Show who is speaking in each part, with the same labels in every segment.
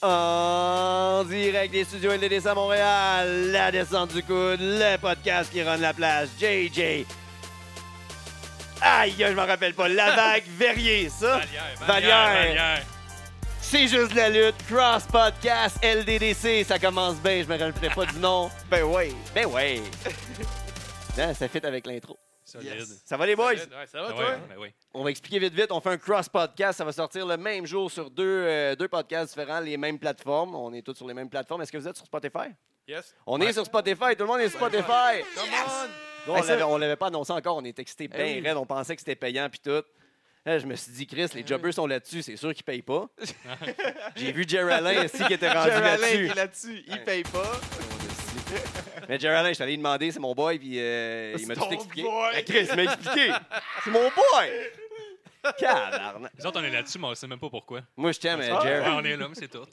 Speaker 1: En direct des studios LDDC à Montréal, la descente du coude, le podcast qui rend la place, JJ. Aïe, je m'en rappelle pas, la vague Verrier, ça.
Speaker 2: Valière,
Speaker 1: Valière.
Speaker 2: Valière.
Speaker 1: C'est juste de la lutte, Cross Podcast, LDDC, ça commence bien, je me rappelais pas du nom.
Speaker 3: Ben oui.
Speaker 1: Ben ouais. Non, ça fit avec l'intro.
Speaker 2: Solide.
Speaker 3: Yes.
Speaker 1: Ça va les boys?
Speaker 2: Solide. Ouais, ça va,
Speaker 3: Ben
Speaker 2: toi?
Speaker 3: ouais,
Speaker 2: Ben oui.
Speaker 1: On va expliquer vite vite. On fait un cross podcast. Ça va sortir le même jour sur deux, euh, deux podcasts différents, les mêmes plateformes. On est tous sur les mêmes plateformes. Est-ce que vous êtes sur Spotify?
Speaker 2: Yes.
Speaker 1: On est sur Spotify. Tout le monde est sur Spotify.
Speaker 2: Come
Speaker 1: Bon,
Speaker 3: Hey,
Speaker 1: on
Speaker 3: ça- Eh
Speaker 1: l'avait- on l'avait pas annoncé encore. On est excité bien
Speaker 3: oui.
Speaker 1: raide. On pensait que c'était payant puis tout. Là, je me suis dit, Chris,
Speaker 3: Eh
Speaker 1: les jobbers sont là-dessus. C'est sûr qu'ils payent pas. J'ai vu Geraldine ici qui était rendu
Speaker 3: Geraldine qui
Speaker 1: là-dessus.
Speaker 3: est là-dessus, il
Speaker 1: Ouais.
Speaker 3: paye pas.
Speaker 1: Mais Geraldine, je suis allé lui demander. C'est mon boy. Puis euh, il
Speaker 3: C'est
Speaker 1: m'a
Speaker 3: ton
Speaker 1: tout expliqué.
Speaker 3: boy.
Speaker 1: Ben, Chris, il m'a expliqué. C'est mon boy. Cabarnak.
Speaker 2: Les autres, on est là-dessus, mais on sait même pas pourquoi.
Speaker 1: Moi, je t'aime, euh,
Speaker 3: Ah,
Speaker 1: Jer.
Speaker 2: Ouais, on est là, mais c'est tout.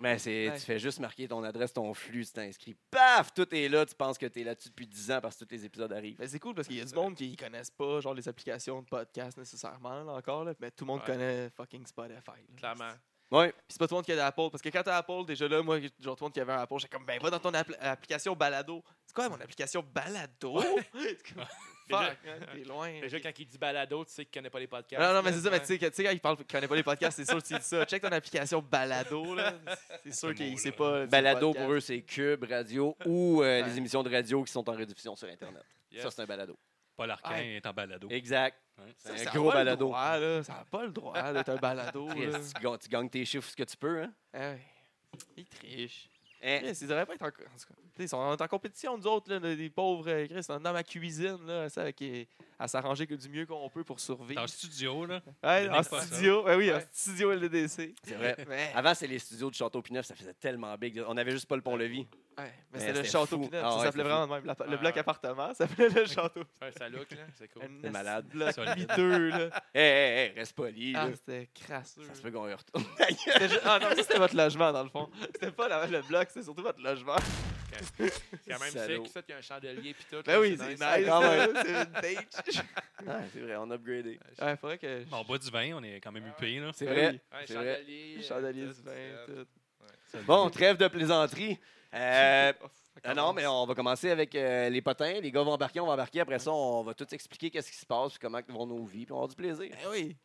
Speaker 1: Mais c'est,
Speaker 3: Ouais.
Speaker 1: tu fais juste marquer ton adresse, ton flux, tu t'inscris. Paf, tout est là. Tu penses que tu es là-dessus depuis 10 ans parce que tous les épisodes arrivent.
Speaker 3: Ben, c'est cool parce qu'il y a du monde qui connaissent pas genre les applications de podcast nécessairement là, encore là, mais tout le monde
Speaker 2: Ouais.
Speaker 3: connaît fucking Spotify. là.
Speaker 2: Clairement.
Speaker 1: Ouais.
Speaker 3: Puis c'est pas tout le monde qui a d'Apple parce que quand t'as Apple déjà là, moi genre tout le monde qui avait un Apple, j'étais comme ben va dans ton appli- application balado. C'est quoi mon application balado C'est comme,
Speaker 4: Déjà-
Speaker 3: Fuck, hein, t'es loin.
Speaker 4: Déjà, quand il dit balado, tu sais qu'il connaît pas les podcasts.
Speaker 3: Non, non, mais c'est ça, mais
Speaker 4: Ouais.
Speaker 3: tu sais, que- tu sais, quand il parle, qu'il connaît pas les podcasts, c'est sûr que tu dis ça. Check ton application balado, là. C'est sûr
Speaker 2: Ce
Speaker 3: qu'il
Speaker 2: mot-là.
Speaker 3: sait pas. c'est
Speaker 1: Balado
Speaker 3: Euh, podcast.
Speaker 1: pour eux, c'est Cube, radio ou euh,
Speaker 3: Ouais.
Speaker 1: les émissions de radio qui sont en rediffusion sur Internet.
Speaker 2: Yes.
Speaker 1: Ça, c'est un balado.
Speaker 2: Paul Arquin
Speaker 3: Ouais.
Speaker 2: est en balado.
Speaker 1: Exact.
Speaker 2: Ouais.
Speaker 1: C'est
Speaker 3: Ça, ça
Speaker 1: un
Speaker 3: a
Speaker 1: gros
Speaker 3: pas le
Speaker 1: balado.
Speaker 3: droit, là. Ça n'a pas le droit d'être un balado.
Speaker 1: Chris,
Speaker 3: là.
Speaker 1: tu, gagnes, tu gagnes tes chiffres ce que tu peux. Hein?
Speaker 3: Ah ouais. Ils trichent.
Speaker 1: Hein?
Speaker 3: Chris, ils devraient pas être en, en tout cas, tu sais, ils sont en, en compétition, nous autres, là, des pauvres. euh, Chris, dans ma cuisine, là, ça, qui est- à s'arranger que du mieux qu'on peut pour survivre.
Speaker 2: Dans le studio, là.
Speaker 3: Ouais,
Speaker 2: il
Speaker 3: en
Speaker 2: n'est pas ça.
Speaker 3: studio, ouais, oui, en
Speaker 4: Ouais.
Speaker 3: studio LDDC.
Speaker 1: C'est vrai.
Speaker 3: Ouais,
Speaker 1: Avant, c'est les studios de Château Pinneuf, ça faisait tellement big. On avait juste pas le pont-levis.
Speaker 3: ouais, mais
Speaker 1: Mais
Speaker 3: c'est le
Speaker 1: c'était
Speaker 3: château
Speaker 1: fou.
Speaker 3: Pinot.
Speaker 1: Ah
Speaker 3: ça
Speaker 1: ouais,
Speaker 3: s'appelait
Speaker 1: c'était
Speaker 3: vraiment de même. La- le
Speaker 4: Ouais,
Speaker 3: bloc
Speaker 4: ouais.
Speaker 3: appartement s'appelait le château.
Speaker 4: Ouais, ça look, là. C'est cool.
Speaker 3: Un
Speaker 1: malade.
Speaker 3: bloc
Speaker 2: Solide.
Speaker 3: miteux, là.
Speaker 1: Hé, hé, hé, Eh, reste poli.
Speaker 3: Ah,
Speaker 1: là.
Speaker 3: c'était crasseux.
Speaker 1: Ça se peut qu'on y retourne.
Speaker 3: C'était ju- Ah non, mais ça, c'était votre logement, dans le fond. C'était pas la- le bloc, c'était surtout votre logement.
Speaker 4: C'est quand même
Speaker 1: Salaud.
Speaker 4: sick, ça, qu'il y a un chandelier pis tout.
Speaker 3: Ben
Speaker 4: là,
Speaker 3: oui, c'est nice.
Speaker 4: nice.
Speaker 1: nice, quand même.
Speaker 3: là, C'est vintage.
Speaker 1: Ah, c'est vrai, on a upgradé.
Speaker 3: Ouais, faudrait que.
Speaker 2: On boit du vin, on est quand même
Speaker 4: Ah
Speaker 2: huppé, là.
Speaker 1: C'est
Speaker 3: Ben
Speaker 1: vrai.
Speaker 3: oui.
Speaker 4: Ouais,
Speaker 1: C'est vrai.
Speaker 4: chandelier. euh,
Speaker 3: Chandelier
Speaker 4: tout,
Speaker 3: du vin,
Speaker 4: tout.
Speaker 3: tout.
Speaker 1: Bon, trêve de plaisanterie. Euh, Ah non,
Speaker 3: Commence.
Speaker 1: mais on va commencer avec euh, les potins. Les gars vont embarquer, on va embarquer. Après ça, on va tout expliquer qu'est-ce qui se passe, puis comment vont nos vies, puis on va avoir du plaisir.
Speaker 3: Ben oui.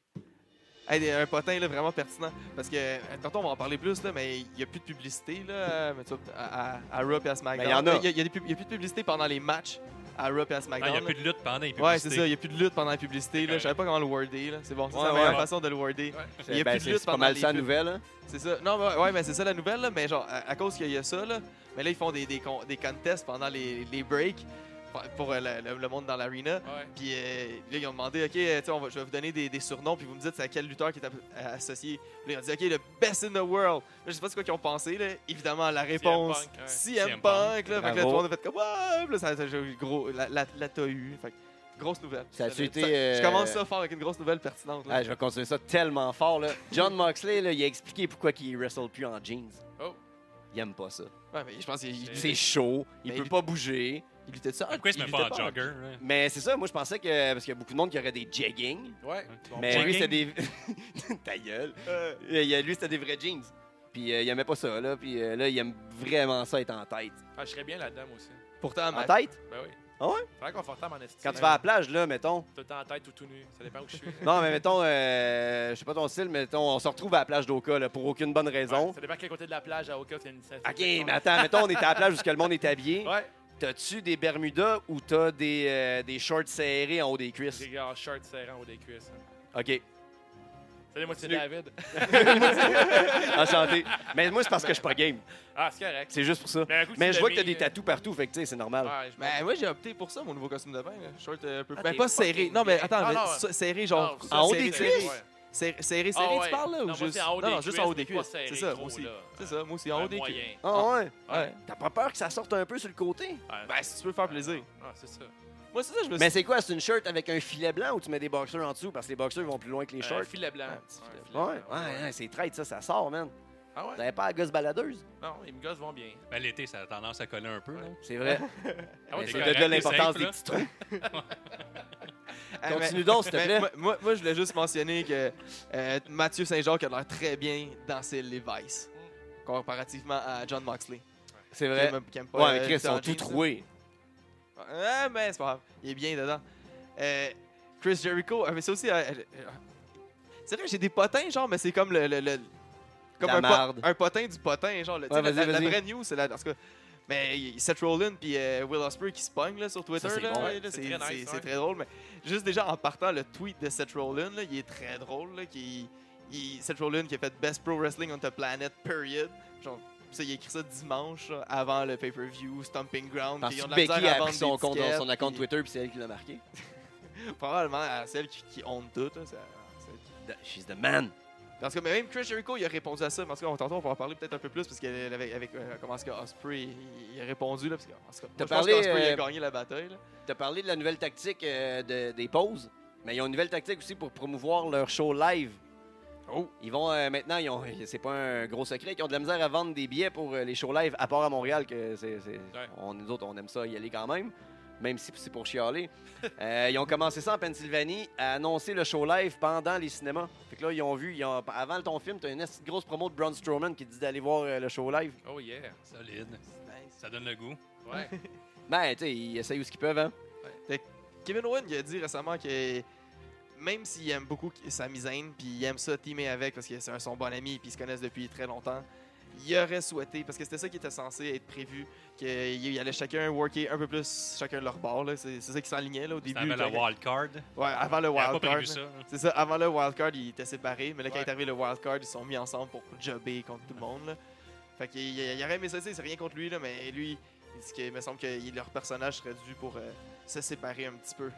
Speaker 3: Hey, des- un potin là, vraiment pertinent. Parce que euh, tantôt, on va en parler plus, là, mais il n'y a plus de publicité là, euh, mais tu vois, à, à, à Raw et à SmackDown.
Speaker 1: Ben, y en a.
Speaker 3: Il n'y a, des pub- y a plus de publicité pendant les matchs à Raw et
Speaker 2: Ah,
Speaker 3: à
Speaker 2: Il
Speaker 3: SmackDown.
Speaker 2: n'y a
Speaker 3: là.
Speaker 2: plus de lutte pendant les
Speaker 3: Ouais, c'est ça. Il
Speaker 2: publicités.
Speaker 3: n'y a plus de lutte pendant la publicité. Là. Je savais pas comment le worder. là. C'est bon, c'est
Speaker 1: Ouais,
Speaker 3: la
Speaker 1: ouais,
Speaker 3: meilleure
Speaker 1: ouais.
Speaker 3: façon de le worder. Il y a
Speaker 1: Ben,
Speaker 3: plus de
Speaker 1: c'est
Speaker 3: lutte
Speaker 1: c'est pas
Speaker 3: pendant
Speaker 1: mal
Speaker 3: les
Speaker 1: ça, la
Speaker 3: pubs.
Speaker 1: nouvelle. hein?
Speaker 3: C'est ça. Non, mais ouais, ouais, mais c'est ça la nouvelle, là. Mais genre, à, à cause qu'il y a ça, là. Mais là, ils font des, des, con- des contests pendant les, les breaks pour, pour, euh, le, le- le monde dans l'arena.
Speaker 4: Ouais.
Speaker 3: Puis euh, là, ils ont demandé, OK, euh, tu sais, on va- je vais vous donner des, des surnoms, puis vous me dites c'est à quel lutteur qui est a- a- associé. Là, ils ont dit, OK, le best in the world. Là, je sais pas c'est quoi qu'ils ont pensé, là. Évidemment, la réponse,
Speaker 4: Punk, ouais.
Speaker 3: CM
Speaker 2: CM
Speaker 3: Punk. là, fait que là, tout
Speaker 1: Bravo.
Speaker 3: le monde a fait comme, ouais, là, ça, ça- j'ai- gros, la, la, la t'as eu. Fait que, grosse nouvelle.
Speaker 1: Ça a-tu été,
Speaker 3: Je
Speaker 1: euh,
Speaker 3: commence ça fort avec une grosse nouvelle pertinente. là.
Speaker 1: Ah, je vais continuer ça tellement fort. Là. John Moxley, là, il a expliqué pourquoi il wrestle plus en jeans.
Speaker 4: Oh.
Speaker 1: Il aime pas ça.
Speaker 3: Ouais, mais je pense qu'il il-
Speaker 1: C'est chaud, il
Speaker 3: Mais
Speaker 1: peut
Speaker 3: il-
Speaker 1: pas bouger.
Speaker 3: il luttait ça.
Speaker 2: Ah, Pourquoi il se
Speaker 3: il
Speaker 2: met pas
Speaker 3: luttait
Speaker 2: en jogger? hein?
Speaker 1: Mais c'est ça, moi je pensais que. Parce qu'il y a beaucoup de monde qui aurait des jeggings.
Speaker 4: Ouais. Bon,
Speaker 1: Mais
Speaker 2: Jegging?
Speaker 1: lui, c'était des. Ta gueule.
Speaker 3: Euh,
Speaker 1: Euh, il y a- Lui, c'était des vrais jeans. Puis euh, il aimait pas ça, là. Puis euh, là, il aime vraiment ça être en tête.
Speaker 4: ah, je serais bien là-dedans, moi aussi.
Speaker 3: Pourtant,
Speaker 1: En
Speaker 3: ma
Speaker 1: tête?
Speaker 4: Ben oui.
Speaker 1: Ah ouais?
Speaker 4: Très confortable en estime.
Speaker 1: Quand tu vas à la plage, là, mettons.
Speaker 4: Tout le temps en tête ou tout nu. Ça dépend où je suis.
Speaker 1: Non, mais mettons, euh, je sais pas ton style, mais mettons, on se retrouve à la plage d'Oka là, pour aucune bonne raison.
Speaker 4: Ouais, Ça dépend quel côté de la plage à Oka. c'est Une... ça-
Speaker 1: ok, mais attends, mettons, on est à la plage jusqu'à le monde est habillé.
Speaker 4: Ouais.
Speaker 1: T'as-tu des Bermudas ou t'as des, euh, des shorts serrés en haut des cuisses?
Speaker 4: J'ai gars shirt serrant au des cuisses.
Speaker 1: Ok,
Speaker 4: Salut, moi, hein. c'est
Speaker 1: Salut.
Speaker 4: David.
Speaker 1: enchanté. mais moi, c'est parce que je suis pas game.
Speaker 4: Ah, c'est correct.
Speaker 1: C'est juste pour ça.
Speaker 4: Mais, un coup,
Speaker 1: Mais
Speaker 4: tu
Speaker 1: je vois que t'as
Speaker 4: mis, euh,
Speaker 1: des tatous partout, fait que tu sais, c'est normal.
Speaker 4: Ouais, je
Speaker 3: Ben moi j'ai opté pour ça mon nouveau costume de bain là. Short euh, un peu
Speaker 1: Ah,
Speaker 3: ben,
Speaker 1: t'es
Speaker 3: pas serré.
Speaker 1: fucking
Speaker 3: Non mais
Speaker 1: bien.
Speaker 3: attends,
Speaker 4: Ah,
Speaker 3: mais
Speaker 4: non,
Speaker 3: so- serré genre
Speaker 4: Non,
Speaker 1: en haut
Speaker 4: ça,
Speaker 3: serré,
Speaker 1: des
Speaker 4: c'est-
Speaker 3: serré,
Speaker 1: cuisses?
Speaker 4: ouais.
Speaker 3: Serré serré,
Speaker 4: Ah,
Speaker 3: serré,
Speaker 4: ouais.
Speaker 3: tu parles là
Speaker 4: Non,
Speaker 3: ou
Speaker 4: moi,
Speaker 3: juste
Speaker 4: c'est en haut
Speaker 3: Non
Speaker 4: des
Speaker 3: non, juste en haut
Speaker 4: cuisses,
Speaker 3: des
Speaker 4: mais pas
Speaker 3: cuisses.
Speaker 4: serré,
Speaker 3: C'est ça,
Speaker 4: gros,
Speaker 3: moi aussi.
Speaker 4: là.
Speaker 3: C'est ça, moi aussi en
Speaker 4: Un
Speaker 3: haut des cuisses.
Speaker 4: moyen.
Speaker 1: Ah ouais?
Speaker 3: Ouais.
Speaker 1: T'as pas peur que ça sorte un peu sur le côté?
Speaker 4: Ouais.
Speaker 3: Ben si tu veux faire plaisir.
Speaker 4: Ah, c'est ça.
Speaker 3: Moi c'est ça je me
Speaker 1: Mais
Speaker 3: suis
Speaker 1: c'est quoi? C'est une shirt avec un filet blanc ou tu mets des boxers en dessous? Parce que les boxers vont plus loin que les
Speaker 4: Un
Speaker 1: shorts.
Speaker 4: Euh, filet blanc.
Speaker 3: Un petit
Speaker 4: Ouais,
Speaker 3: filet
Speaker 1: Ouais, ouais, ouais, c'est traite, ça, ça sort, man.
Speaker 4: Ah ouais?
Speaker 1: T'avais pas la gosse baladeuse?
Speaker 4: Non, les gosses vont bien.
Speaker 2: Ben, L'été, ça a tendance à coller un peu. là.
Speaker 1: C'est vrai.
Speaker 4: Ah
Speaker 1: Mais
Speaker 4: ouais, t'es
Speaker 1: c'est de là
Speaker 4: correct,
Speaker 2: t'es
Speaker 1: l'importance
Speaker 2: safe,
Speaker 1: des
Speaker 2: là.
Speaker 1: petits trucs.
Speaker 3: Ah, mais-
Speaker 1: Continue donc, s'il te
Speaker 3: mais
Speaker 1: plaît.
Speaker 3: moi, moi, moi, je voulais juste mentionner que euh, Mathieu Saint-Jacques a l'air très bien dans ses Levi's.
Speaker 4: Mm.
Speaker 3: comparativement à John Moxley.
Speaker 1: C'est vrai.
Speaker 3: Qui aime- qui aime pas,
Speaker 1: Ouais, mais
Speaker 3: euh,
Speaker 1: Chris, ils
Speaker 3: John
Speaker 1: sont tout
Speaker 3: James, là.
Speaker 1: troués.
Speaker 3: Ah, mais c'est pas grave. Il est bien dedans. Euh, Chris Jericho, ah, mais c'est aussi. euh, euh, euh, c'est vrai, j'ai des potins, genre, mais c'est comme le. le- le- comme
Speaker 1: La
Speaker 3: un, pot-
Speaker 1: marde.
Speaker 3: un potin du potin, genre. le- tu
Speaker 1: Ouais,
Speaker 3: sais, la,
Speaker 1: vas-y,
Speaker 3: la- la
Speaker 1: vas-y.
Speaker 3: vraie news, c'est la. En tout cas, mais il- Seth Rollins puis euh, Will Ospreay qui se pognent là, sur Twitter.
Speaker 1: Ça, c'est
Speaker 3: là,
Speaker 1: bon.
Speaker 3: là,
Speaker 4: Ouais,
Speaker 3: c'est
Speaker 4: c'est très nice,
Speaker 3: c'est-
Speaker 4: ouais.
Speaker 3: c'est très drôle. Mais juste déjà en partant, le tweet de Seth Rollins, là, il est très drôle. Là, qui, il- Seth Rollins qui a fait Best Pro Wrestling on the Planet, period. Genre, ça, il a écrit ça dimanche là, avant le pay-per-view, Stomping Ground.
Speaker 1: Parce
Speaker 3: puis ils ont de
Speaker 1: que
Speaker 3: la
Speaker 1: Becky
Speaker 3: misère à
Speaker 1: a pris
Speaker 3: vendre
Speaker 1: son
Speaker 3: des
Speaker 1: compte dans
Speaker 3: tickets,
Speaker 1: son account
Speaker 3: puis-
Speaker 1: Twitter, puis c'est elle qui l'a marqué.
Speaker 3: probablement à celle qui, qui honte tout. Là, ça- celle qui-
Speaker 1: The- She's the man.
Speaker 3: Parce que même Chris Jericho, il a répondu à ça. Mais en tout cas, on, tantôt, on va en parler peut-être un peu plus parce qu'avec avec, avec, euh, comment est-ce que Osprey il, il a répondu. Là, parce que, en tout cas, moi, je pense
Speaker 1: parlé,
Speaker 3: qu'Osprey
Speaker 1: euh,
Speaker 3: a gagné la bataille. là.
Speaker 1: T'as parlé de la nouvelle tactique euh, de- des pauses, mais ils ont une nouvelle tactique aussi pour promouvoir leur show live.
Speaker 3: Oh.
Speaker 1: Ils vont euh, maintenant, ils ont, c'est pas un gros secret, ils ont de la misère à vendre des billets pour euh, les shows live, à part à Montréal, que c'est, c'est- on, nous autres, on aime ça y aller quand même, même si c'est pour chialer. Euh, ils ont commencé ça en Pennsylvanie, à annoncer le show live pendant les cinémas. Fait que là, ils ont vu, ils ont- avant ton film, t'as une esti de grosse promo de Braun Strowman qui dit d'aller voir euh, le show live.
Speaker 4: Oh yeah.
Speaker 2: Solide. Ça donne le goût.
Speaker 1: Hein?
Speaker 4: Ouais.
Speaker 1: Ben, tu sais, ils essayent où ce qu'ils peuvent, hein.
Speaker 3: Kevin Owens il a dit récemment que même s'il aime beaucoup sa misaine, puis il aime ça teamer avec parce que c'est un- son bon ami, puis ils se connaissent depuis très longtemps, il aurait souhaité, parce que c'était ça qui était censé être prévu, qu'ils allaient chacun worker un peu plus chacun de leur bord. là. C'est c'est ça qui s'enlignait là, au
Speaker 2: Ça
Speaker 3: début.
Speaker 2: avait la
Speaker 3: là.
Speaker 2: wildcard.
Speaker 3: Ouais, avant le
Speaker 2: Il avait
Speaker 3: wildcard.
Speaker 2: pas prévu
Speaker 3: là.
Speaker 2: ça. hein.
Speaker 3: C'est ça, avant le wildcard, ils étaient séparés, mais là, quand
Speaker 4: Ouais.
Speaker 3: est arrivé le wildcard, ils se sont mis ensemble pour jobber contre tout le monde. Là. Fait qu'il il, il aurait aimé ça, tu sais, c'est rien contre lui, là, mais lui, il dit que, il me semble que il- leur personnage serait dû pour euh, se séparer un petit peu.